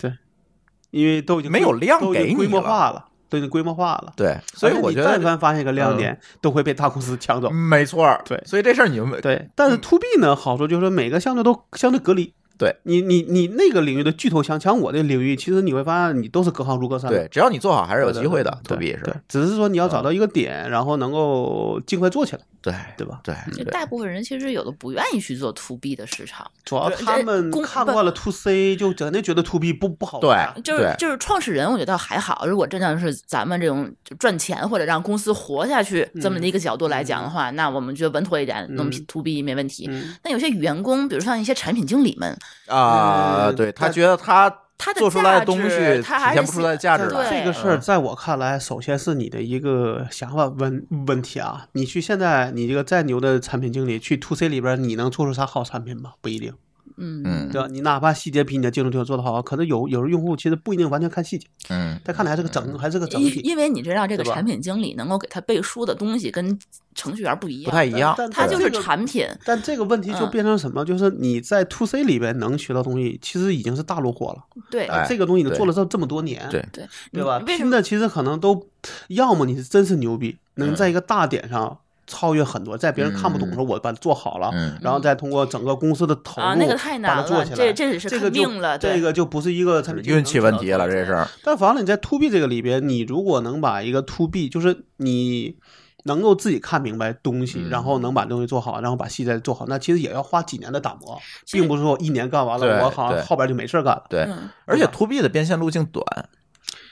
[SPEAKER 2] 因为都已经
[SPEAKER 1] 没有
[SPEAKER 2] 规
[SPEAKER 1] 量
[SPEAKER 2] 都已经
[SPEAKER 1] 给你
[SPEAKER 2] 规模
[SPEAKER 1] 了
[SPEAKER 2] 化了，都已经规模化了。
[SPEAKER 1] 对，所以
[SPEAKER 2] 而且
[SPEAKER 1] 我
[SPEAKER 2] 你
[SPEAKER 1] 觉
[SPEAKER 2] 但
[SPEAKER 1] 得嗯
[SPEAKER 2] 凡发现一个亮点，都会被大公司抢走。
[SPEAKER 1] 没错儿，
[SPEAKER 2] 对
[SPEAKER 1] 所以这事儿你们
[SPEAKER 2] 对，但是 to B 呢，好处就是说每个相对都相对隔离。
[SPEAKER 1] 嗯对
[SPEAKER 2] 你你你那个领域的巨头强抢我这个领域，其实你会发现你都是隔行如隔山的。
[SPEAKER 1] 对，只要你做好，还是有
[SPEAKER 2] 对，
[SPEAKER 1] 机会的。to
[SPEAKER 2] 对
[SPEAKER 1] B
[SPEAKER 2] 对
[SPEAKER 1] 是，嗯
[SPEAKER 2] 只是说你要找到一个点，然后能够尽快做起来，
[SPEAKER 1] 对
[SPEAKER 2] 对吧？
[SPEAKER 1] 对
[SPEAKER 3] 就
[SPEAKER 1] 对
[SPEAKER 3] 大部分人其实有的不愿意去做 to B 的市场，
[SPEAKER 2] 主要
[SPEAKER 3] 对
[SPEAKER 2] 他
[SPEAKER 3] 这
[SPEAKER 2] 们
[SPEAKER 3] 公
[SPEAKER 2] 看
[SPEAKER 3] 不
[SPEAKER 2] 惯了 to C，就真的觉得 to B 不不好玩。
[SPEAKER 1] 对
[SPEAKER 3] 就是就是创始人，我觉得倒还好。如果真的是咱们这种就赚钱或者让公司活下去这么的一个角度来讲的话，那我们觉得稳妥一点，弄
[SPEAKER 2] 嗯
[SPEAKER 3] to B 没问题。
[SPEAKER 2] 嗯，
[SPEAKER 3] 那有些员工，比如像一些产品经理们，
[SPEAKER 1] 啊，
[SPEAKER 2] 呃
[SPEAKER 1] 对他
[SPEAKER 2] 但
[SPEAKER 1] 觉得他
[SPEAKER 3] 他的
[SPEAKER 1] 做出来的
[SPEAKER 3] 价
[SPEAKER 1] 东西
[SPEAKER 3] 值
[SPEAKER 1] 体
[SPEAKER 3] 他还
[SPEAKER 1] 现
[SPEAKER 3] 是
[SPEAKER 1] 不出来的价值
[SPEAKER 3] 对
[SPEAKER 1] 来，
[SPEAKER 2] 这个事儿在我看来，首先是你的一个想法问问题啊。你去现在你这个再牛的产品经理去 to C 里边，你能做出啥好产品吗？不一定。
[SPEAKER 3] 嗯
[SPEAKER 1] 嗯
[SPEAKER 2] 对吧？你哪怕细节比你的竞争对手做得好，可能有有时候用户其实不一定完全看细节，
[SPEAKER 1] 嗯，
[SPEAKER 2] 他看的还是个整，还是个整
[SPEAKER 3] 因
[SPEAKER 2] 体，
[SPEAKER 3] 因为你知道这个
[SPEAKER 2] 对吧
[SPEAKER 3] 产品经理能够给他背书的东西跟程序员不一
[SPEAKER 1] 不
[SPEAKER 3] 样，
[SPEAKER 1] 太一样，
[SPEAKER 2] 但
[SPEAKER 3] 他就是
[SPEAKER 2] 这个
[SPEAKER 3] 产品，
[SPEAKER 2] 但这个问题就
[SPEAKER 3] 嗯
[SPEAKER 2] 变成什么？就是你在 to C 里边能学到东西，其实已经是大路货了。
[SPEAKER 3] 对
[SPEAKER 1] 哎
[SPEAKER 2] 这个东西你
[SPEAKER 1] 对
[SPEAKER 2] 做了这这么多年，
[SPEAKER 1] 对
[SPEAKER 3] 对
[SPEAKER 2] 对吧？
[SPEAKER 3] 嗯为什
[SPEAKER 2] 拼
[SPEAKER 3] 么？
[SPEAKER 2] 的其实可能都，要么你是真是牛逼，能
[SPEAKER 1] 嗯
[SPEAKER 2] 在一个大点上超越很多，在别人看不懂的时候我把它做好了，
[SPEAKER 1] 嗯
[SPEAKER 2] 然后再通过整个公司的投入
[SPEAKER 3] 嗯啊，那个太
[SPEAKER 2] 把它
[SPEAKER 3] 难
[SPEAKER 2] 做
[SPEAKER 3] 了，
[SPEAKER 2] 起来。
[SPEAKER 3] 这这只是
[SPEAKER 2] 这个
[SPEAKER 3] 看
[SPEAKER 2] 就
[SPEAKER 3] 命了，
[SPEAKER 2] 这
[SPEAKER 3] 对，
[SPEAKER 2] 个就不是一个产品经理
[SPEAKER 1] 运气问题了，
[SPEAKER 2] 能知道的
[SPEAKER 1] 这
[SPEAKER 2] 东西。
[SPEAKER 1] 是
[SPEAKER 2] 但反而你在 to B 这个里边，你如果能把一个 to B，就是你能够自己看明白东西，
[SPEAKER 1] 嗯
[SPEAKER 2] 然后能把东西做好，然后把细节做好，那其实也要花几年的打磨，
[SPEAKER 3] 其实
[SPEAKER 2] 并不是说一年干完
[SPEAKER 1] 对
[SPEAKER 2] 了，我好
[SPEAKER 1] 对
[SPEAKER 2] 像后边就没事儿干了。
[SPEAKER 1] 对，
[SPEAKER 3] 嗯
[SPEAKER 1] 而且 to B 的变现路径短，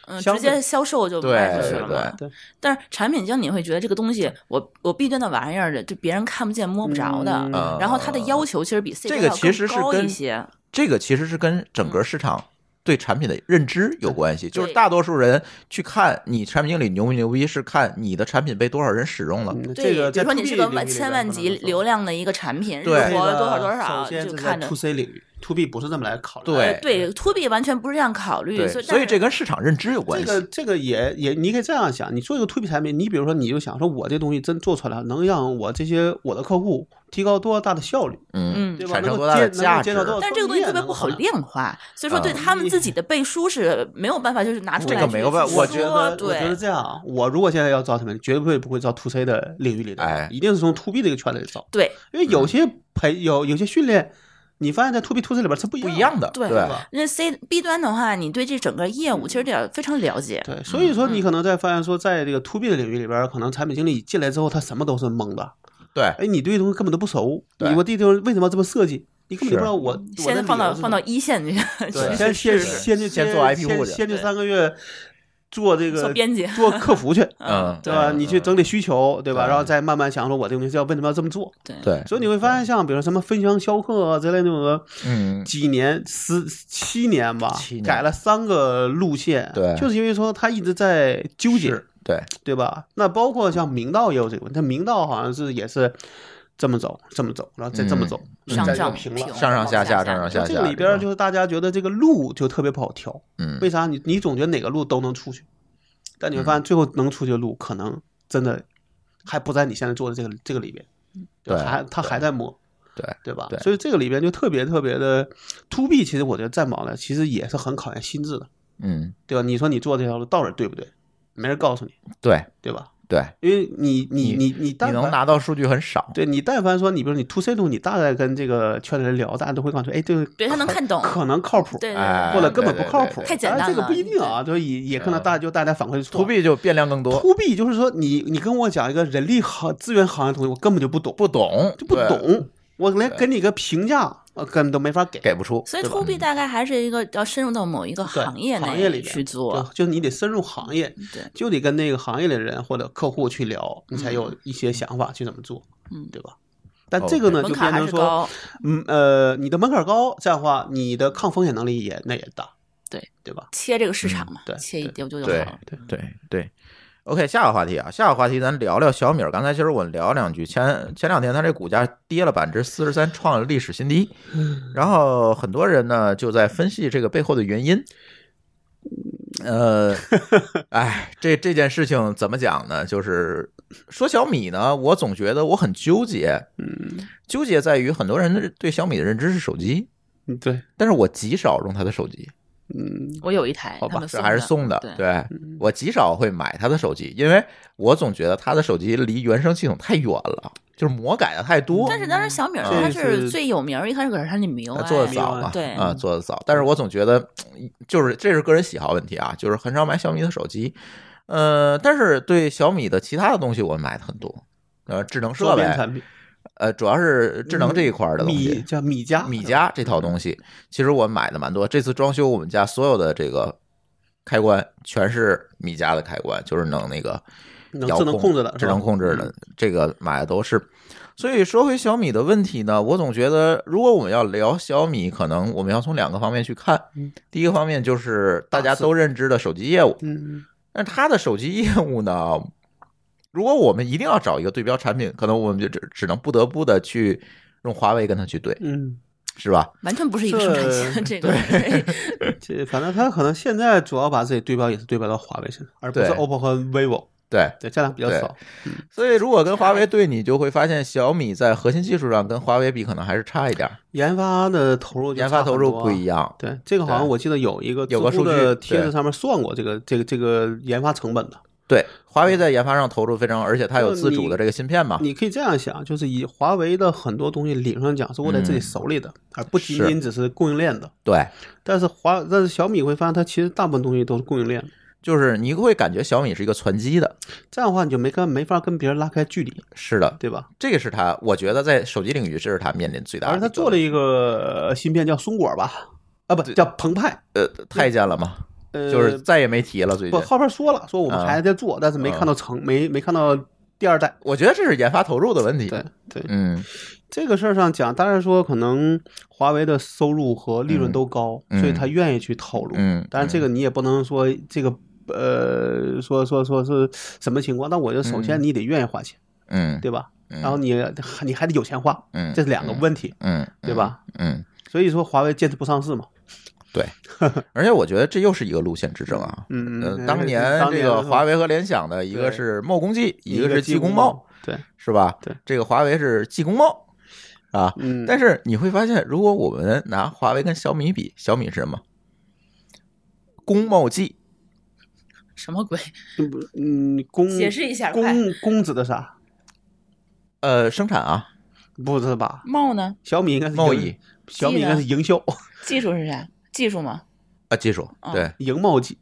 [SPEAKER 3] 嗯，
[SPEAKER 2] 相
[SPEAKER 3] 直接
[SPEAKER 2] 对
[SPEAKER 3] 销售就
[SPEAKER 1] 对
[SPEAKER 3] 卖出
[SPEAKER 1] 对
[SPEAKER 3] 去
[SPEAKER 1] 对
[SPEAKER 3] 了
[SPEAKER 1] 对
[SPEAKER 3] 嘛。但是产品经理会觉得这个东西，我我 B 端的玩意儿的，就别人看不见摸不着的，
[SPEAKER 2] 嗯
[SPEAKER 1] 呃
[SPEAKER 3] 然后他的要求其实比 C
[SPEAKER 1] 这
[SPEAKER 3] 端
[SPEAKER 1] 个
[SPEAKER 3] 要
[SPEAKER 1] 其实
[SPEAKER 3] 更
[SPEAKER 1] 是
[SPEAKER 3] 高
[SPEAKER 1] 跟
[SPEAKER 3] 一些。
[SPEAKER 1] 这个其实是跟整个市场对产品的认知有关系，就是
[SPEAKER 3] 对
[SPEAKER 1] 大多数人去看你产品经理牛不牛逼，是看你的产品被多少人使用了。
[SPEAKER 2] 嗯这
[SPEAKER 3] 对，
[SPEAKER 2] 个
[SPEAKER 3] 比
[SPEAKER 2] 在
[SPEAKER 3] 如
[SPEAKER 2] to
[SPEAKER 3] 说你
[SPEAKER 2] B
[SPEAKER 3] 是
[SPEAKER 2] 领
[SPEAKER 3] 个
[SPEAKER 2] 域里
[SPEAKER 3] 万千
[SPEAKER 2] 边
[SPEAKER 3] 万
[SPEAKER 2] 可能
[SPEAKER 3] 级
[SPEAKER 2] 能说
[SPEAKER 3] 流量的一个产品，日
[SPEAKER 1] 对
[SPEAKER 2] 这
[SPEAKER 3] 活
[SPEAKER 2] 个
[SPEAKER 3] 多少多少，
[SPEAKER 2] 首先
[SPEAKER 3] 就是
[SPEAKER 2] 在
[SPEAKER 3] 看着
[SPEAKER 2] to。C 领域，to B 不是这么来考虑。
[SPEAKER 1] 对
[SPEAKER 3] 呃对，to B 完全不是这样考虑，
[SPEAKER 1] 对，
[SPEAKER 3] 所以
[SPEAKER 1] 所以这
[SPEAKER 3] 个
[SPEAKER 1] 跟市场认知有关
[SPEAKER 2] 这
[SPEAKER 1] 系。
[SPEAKER 2] 个这个也也，你可以这样想，你做一个 to B 产品，你比如说你就想说，我这东西真做出来了，能让我这些我的客户提高多大的效率，
[SPEAKER 1] 嗯，
[SPEAKER 3] 嗯
[SPEAKER 2] 对，吧？
[SPEAKER 1] 产
[SPEAKER 2] 能
[SPEAKER 1] 生
[SPEAKER 2] 够
[SPEAKER 1] 多大的
[SPEAKER 2] 接能够
[SPEAKER 1] 价值
[SPEAKER 2] 接？到多少
[SPEAKER 3] 但是这个东西
[SPEAKER 2] 收益
[SPEAKER 3] 特别
[SPEAKER 2] 能啊
[SPEAKER 3] 不
[SPEAKER 2] 够
[SPEAKER 3] 好
[SPEAKER 2] 达到
[SPEAKER 3] 量化，所以说
[SPEAKER 1] 嗯
[SPEAKER 3] 对他们 自己的背书是没有办法，就是拿出
[SPEAKER 1] 这
[SPEAKER 3] 来
[SPEAKER 1] 个
[SPEAKER 3] 去
[SPEAKER 1] 没有办法
[SPEAKER 2] 我
[SPEAKER 1] 我
[SPEAKER 2] 觉
[SPEAKER 1] 觉
[SPEAKER 2] 得
[SPEAKER 3] 说，
[SPEAKER 2] 我觉得
[SPEAKER 3] 对，
[SPEAKER 2] 这样啊，我如果现在要招他们，绝对不会招 to C 的领域里的，
[SPEAKER 1] 哎
[SPEAKER 2] 一定是从 to B 这个圈子里招，
[SPEAKER 3] 对，
[SPEAKER 2] 因为有些培有有些训练，你发现在 to B to C 里边是不一
[SPEAKER 1] 不一
[SPEAKER 2] 样
[SPEAKER 1] 样的，
[SPEAKER 3] 对
[SPEAKER 2] 对吧？
[SPEAKER 3] 那 C B 端的话，你对这整个业务其实
[SPEAKER 2] 嗯
[SPEAKER 3] 得要非常了解，
[SPEAKER 2] 对，所以说
[SPEAKER 3] 嗯
[SPEAKER 2] 你可能在发现说，在这个 to B 的领域里边儿，可能产品经理进来之后，他什么都是懵的。
[SPEAKER 1] 对
[SPEAKER 2] 哎，你对这东西根本都不熟，
[SPEAKER 1] 对
[SPEAKER 2] 你我对这东西为什么这么设计，你根
[SPEAKER 1] 是
[SPEAKER 2] 本就不知道我。我的
[SPEAKER 3] 先
[SPEAKER 2] 理
[SPEAKER 3] 放
[SPEAKER 2] 由
[SPEAKER 3] 到
[SPEAKER 2] 是
[SPEAKER 3] 放
[SPEAKER 2] 什
[SPEAKER 3] 到
[SPEAKER 2] 么
[SPEAKER 3] 一线去，
[SPEAKER 2] 对，
[SPEAKER 3] 去
[SPEAKER 2] 先先
[SPEAKER 3] 试试
[SPEAKER 2] 先去
[SPEAKER 1] 先做 IP
[SPEAKER 2] 先
[SPEAKER 1] 户去
[SPEAKER 2] 先去
[SPEAKER 3] 对
[SPEAKER 2] 三个月做这个
[SPEAKER 3] 做编辑
[SPEAKER 2] 做客 服去。
[SPEAKER 1] 嗯
[SPEAKER 2] 对吧？
[SPEAKER 1] 嗯
[SPEAKER 2] 你去整理需求，对吧？
[SPEAKER 1] 对
[SPEAKER 2] 然后再慢慢想说，我这个东西要为什么要这么做？
[SPEAKER 3] 对
[SPEAKER 1] 对，
[SPEAKER 2] 所以你会发现，像比如什么分享销课啊之类那种的，
[SPEAKER 1] 嗯，
[SPEAKER 2] 几年十七年吧
[SPEAKER 1] 七，年
[SPEAKER 2] 改了三个路线，
[SPEAKER 1] 对
[SPEAKER 2] 就是因为说他一直在纠结，
[SPEAKER 1] 是对，
[SPEAKER 2] 对吧？那包括像明道也有这个问题，但明道好像是也是这么走，这么走，然后再这么走，
[SPEAKER 1] 嗯
[SPEAKER 2] 再
[SPEAKER 3] 上
[SPEAKER 2] 就
[SPEAKER 3] 上
[SPEAKER 2] 平了。
[SPEAKER 1] 上上下下，
[SPEAKER 3] 往
[SPEAKER 1] 上上下下，
[SPEAKER 2] 就这个里边就是大家觉得这个路就特别不好挑，
[SPEAKER 1] 嗯
[SPEAKER 2] 为啥？你你总觉得哪个路都能出去，但你会发
[SPEAKER 1] 嗯
[SPEAKER 2] 现最后能出去的路可能真的还不在你现在做的这个这个里边，
[SPEAKER 1] 对
[SPEAKER 2] 还他还在摸，
[SPEAKER 1] 对
[SPEAKER 2] 对吧？
[SPEAKER 1] 对
[SPEAKER 2] 所以这个里边就特别特别的 to B，其实我觉得战宝呢，其实也是很考验心智的，
[SPEAKER 1] 嗯
[SPEAKER 2] 对吧？你说你做这条路到底对不对？没人告诉你，
[SPEAKER 1] 对
[SPEAKER 2] 对吧？
[SPEAKER 1] 对，
[SPEAKER 2] 因为你你
[SPEAKER 1] 你
[SPEAKER 2] 你你
[SPEAKER 1] 你
[SPEAKER 2] 但
[SPEAKER 1] 能
[SPEAKER 2] 凡
[SPEAKER 1] 拿到数据很少，
[SPEAKER 2] 对你但凡说你比如你 to C 路，你大概跟这个圈子人聊，大家都会告诉你，哎，这个
[SPEAKER 3] 对他能看懂
[SPEAKER 2] 可能靠谱，
[SPEAKER 3] 对对
[SPEAKER 1] 哎
[SPEAKER 3] 对，
[SPEAKER 2] 或者根本不
[SPEAKER 1] 对对
[SPEAKER 2] 靠
[SPEAKER 1] 对
[SPEAKER 2] 谱。
[SPEAKER 1] 对
[SPEAKER 3] 太简
[SPEAKER 2] 当然
[SPEAKER 3] 单
[SPEAKER 2] 这个
[SPEAKER 3] 了
[SPEAKER 2] 不一定啊，就也也可能大家就大家反馈错
[SPEAKER 1] to。B 就变量更多，
[SPEAKER 2] to B 就是说你你跟我讲一个人力行资源行业的东西，我根本就不懂，
[SPEAKER 1] 不懂
[SPEAKER 2] 就不
[SPEAKER 1] 对
[SPEAKER 2] 懂，我连
[SPEAKER 1] 对
[SPEAKER 2] 给你个评价，我根本都没法给。
[SPEAKER 1] 给不出，
[SPEAKER 3] 所以
[SPEAKER 2] 对吧嗯
[SPEAKER 3] to B 大概还是一个要深入到某一个
[SPEAKER 2] 对
[SPEAKER 3] 行业
[SPEAKER 2] 行业里
[SPEAKER 3] 内
[SPEAKER 2] 边
[SPEAKER 3] 去做，
[SPEAKER 2] 就就是你得深入行业，
[SPEAKER 3] 对，
[SPEAKER 2] 就得跟那个行业的人或者客户去聊，你才有一些想法去怎么做，
[SPEAKER 3] 嗯
[SPEAKER 2] 对吧？但
[SPEAKER 1] 哦
[SPEAKER 2] 这个呢，
[SPEAKER 3] 门
[SPEAKER 2] 就
[SPEAKER 3] 槛
[SPEAKER 2] 变
[SPEAKER 3] 还
[SPEAKER 2] 成
[SPEAKER 3] 是
[SPEAKER 2] 说，
[SPEAKER 3] 高，
[SPEAKER 2] 嗯呃，你的门槛高，这样的话，你的抗风险能力也那也大，
[SPEAKER 3] 对
[SPEAKER 2] 对吧？
[SPEAKER 3] 切这个市场嘛
[SPEAKER 2] 嗯对，
[SPEAKER 3] 切一丢丢就
[SPEAKER 1] 对
[SPEAKER 3] 好了。
[SPEAKER 1] 对对对。OK，下个话题啊，下个话题咱聊聊小米儿。刚才其实我聊两句，前前两天它这股价跌了百分之四十三，创了历史新低。
[SPEAKER 3] 嗯
[SPEAKER 1] 然后很多人呢就在分析这个背后的原因。 呃，哎，这这件事情怎么讲呢？就是说小米呢，我总觉得我很纠结，
[SPEAKER 2] 嗯，
[SPEAKER 1] 纠结在于很多人对小米的认知是手机，
[SPEAKER 2] 嗯对，
[SPEAKER 1] 但是我极少用它的手机。
[SPEAKER 2] 嗯，
[SPEAKER 3] 我有一台，
[SPEAKER 2] 好吧
[SPEAKER 3] 他们
[SPEAKER 1] 这哦还是
[SPEAKER 3] 送
[SPEAKER 1] 送的，
[SPEAKER 3] 对嗯
[SPEAKER 1] 对我极少会买他的手机，因为我总觉得他的手机离原生系统太远了，就是魔改的太多。
[SPEAKER 3] 但是当时小米儿
[SPEAKER 1] 嗯
[SPEAKER 3] 它
[SPEAKER 2] 这
[SPEAKER 3] 是
[SPEAKER 2] 是
[SPEAKER 3] 最有名儿，一开始可是它的米 UI
[SPEAKER 1] 他做的早嘛，
[SPEAKER 3] 对
[SPEAKER 1] 啊、做的早。但是我总觉得，嗯就是这是个人喜好问题啊，就是很少买小米的手机，呃，但是对小米的其他的东西我买的很多，呃，智能设备
[SPEAKER 2] 周边，产品，嗯
[SPEAKER 1] 呃，主要是智能这一块儿的东西，
[SPEAKER 2] 米叫米家，
[SPEAKER 1] 米家这套东西，其实我买的蛮多。这次装修，我们家所有的这个开关全是米家的开关，就是能那个
[SPEAKER 2] 能
[SPEAKER 1] 遥
[SPEAKER 2] 智能控制的是吧嗯
[SPEAKER 1] 智能控制的，这个买的都是。所以说回小米的问题呢，我总觉得如果我们要聊小米，可能我们要从两个方面去看
[SPEAKER 2] 嗯。
[SPEAKER 1] 第一个方面就是大家都认知的手机业务，
[SPEAKER 2] 嗯，
[SPEAKER 1] 但是它的手机业务呢，如果我们一定要找一个对标产品，可能我们就只只能不得不的去用华为跟它去对。
[SPEAKER 2] 嗯
[SPEAKER 1] 是吧？
[SPEAKER 3] 完全不是一个生 产线。这个哎对
[SPEAKER 2] 这反正他可能现在主要把自己对标也是对标到华为身上，而不是
[SPEAKER 1] 对
[SPEAKER 2] OPPO 和 vivo。
[SPEAKER 1] 对，
[SPEAKER 2] 对，这两个比较
[SPEAKER 1] 对
[SPEAKER 2] 少。
[SPEAKER 1] 所以如果跟华为对，你就会发现小米在核心技术上跟华为比，可能还是差一点儿，
[SPEAKER 2] 研发的投入就
[SPEAKER 1] 研发
[SPEAKER 2] 差很
[SPEAKER 1] 投入
[SPEAKER 2] 多
[SPEAKER 1] 不一样。
[SPEAKER 2] 对，这个好像我记得有一个
[SPEAKER 1] 有个
[SPEAKER 2] 知乎
[SPEAKER 1] 数据
[SPEAKER 2] 的帖
[SPEAKER 1] 对
[SPEAKER 2] 子上面算过这个这个这个研发成本的。
[SPEAKER 1] 对，华为在研发上投入非常，而且它有
[SPEAKER 2] 就是
[SPEAKER 1] 自主
[SPEAKER 2] 你
[SPEAKER 1] 的这个芯片嘛。
[SPEAKER 2] 你可以这样想，就是以华为的很多东西理论上讲是握在自己手里的，而不
[SPEAKER 1] 嗯
[SPEAKER 2] 仅
[SPEAKER 1] 是
[SPEAKER 2] 仅只是供应链的。
[SPEAKER 1] 对，
[SPEAKER 2] 但是华，但是小米会发现它其实大部分东西都是供应链的，
[SPEAKER 1] 就是你会感觉小米是一个传机的。
[SPEAKER 2] 这样的话你就没跟没法跟别人拉开距离，
[SPEAKER 1] 是的，
[SPEAKER 2] 对吧？
[SPEAKER 1] 这个是它，我觉得在手机领域这是它面临最大的
[SPEAKER 2] 而
[SPEAKER 1] 一
[SPEAKER 2] 他
[SPEAKER 1] 个。
[SPEAKER 2] 做了一个呃芯片叫松果吧，啊不
[SPEAKER 1] 对
[SPEAKER 2] 叫澎湃，
[SPEAKER 1] 呃太监了嘛，
[SPEAKER 2] 呃
[SPEAKER 1] 就是再也没提了。最
[SPEAKER 2] 不
[SPEAKER 1] 近，
[SPEAKER 2] 后边说了，说我们
[SPEAKER 1] 啊
[SPEAKER 2] 还在做，但是没看到成，没没看到第二代。
[SPEAKER 1] 我觉得这是研发投入的问题。
[SPEAKER 2] 对对，
[SPEAKER 1] 嗯，
[SPEAKER 2] 这个事儿上讲，当然说可能华为的收入和利润都高，
[SPEAKER 1] 嗯
[SPEAKER 2] 所以他愿意去投入。
[SPEAKER 1] 嗯
[SPEAKER 2] 当然这个你也不能说这个呃说说说是什么情况，但我觉得首先你得愿意花钱，
[SPEAKER 1] 嗯，
[SPEAKER 2] 对吧？
[SPEAKER 1] 嗯
[SPEAKER 2] 然后你还你还得有钱花，
[SPEAKER 1] 嗯
[SPEAKER 2] 这是两个问题，
[SPEAKER 1] 嗯，嗯
[SPEAKER 2] 对？吧？
[SPEAKER 1] 嗯，
[SPEAKER 2] 所以说华为坚持不上市嘛，
[SPEAKER 1] 而且我觉得这又是一个路线之争啊。
[SPEAKER 2] 嗯
[SPEAKER 1] 呃
[SPEAKER 2] 嗯，
[SPEAKER 1] 当年这个华为和联想的一个
[SPEAKER 2] 对
[SPEAKER 1] 是茂工技，一个是
[SPEAKER 2] 技
[SPEAKER 1] 技工
[SPEAKER 2] 贸
[SPEAKER 1] 贸，，
[SPEAKER 2] 对，
[SPEAKER 1] 是吧？
[SPEAKER 2] 对，
[SPEAKER 1] 这个华为是技工贸啊。
[SPEAKER 2] 嗯，
[SPEAKER 1] 但是你会发现，如果我们拿华为跟小米比，小米是什么？工贸技，
[SPEAKER 3] 什 么鬼？
[SPEAKER 2] 嗯，公
[SPEAKER 3] 解释一下
[SPEAKER 2] 公
[SPEAKER 3] 快
[SPEAKER 2] 公指的啥？
[SPEAKER 1] 呃，生产啊，
[SPEAKER 2] 不是吧？
[SPEAKER 3] 贸呢？
[SPEAKER 2] 小米应该是
[SPEAKER 1] 贸
[SPEAKER 2] 营
[SPEAKER 1] 易，
[SPEAKER 2] 小米
[SPEAKER 3] 技
[SPEAKER 2] 应
[SPEAKER 3] 呢
[SPEAKER 2] 该是营销，
[SPEAKER 3] 技术是啥？技术吗？
[SPEAKER 1] 啊，技术，
[SPEAKER 3] 嗯
[SPEAKER 1] 对，
[SPEAKER 2] 营贸技。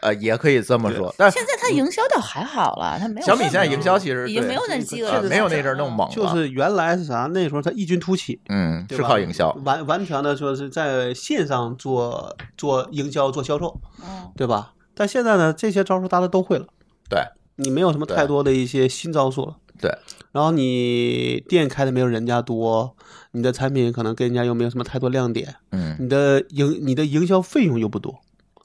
[SPEAKER 1] 呃，也可以这么说。但
[SPEAKER 3] 现在它营销倒还好了，它没有
[SPEAKER 1] 小米现在
[SPEAKER 3] 那么
[SPEAKER 1] 营销其实
[SPEAKER 3] 已经
[SPEAKER 1] 对
[SPEAKER 3] 没有那饥
[SPEAKER 1] 呃
[SPEAKER 3] 饿，
[SPEAKER 1] 没有那阵儿那么
[SPEAKER 3] 嗯
[SPEAKER 1] 猛了，
[SPEAKER 2] 就是原来是啥？那时候它异军突起，
[SPEAKER 1] 嗯，
[SPEAKER 2] 对
[SPEAKER 1] 是
[SPEAKER 2] 吧
[SPEAKER 1] 靠营销，
[SPEAKER 2] 完完全的说是在线上做做营销、做销售，
[SPEAKER 3] 嗯。
[SPEAKER 2] 对吧？但现在呢，这些招数大家都会了，
[SPEAKER 1] 对
[SPEAKER 2] 你没有什么太多的一些新招数了。
[SPEAKER 1] 对，
[SPEAKER 2] 然后你店开的没有人家多，你的产品可能跟人家又没有什么太多亮点，
[SPEAKER 1] 嗯
[SPEAKER 2] 你的营你的营销费用又不多，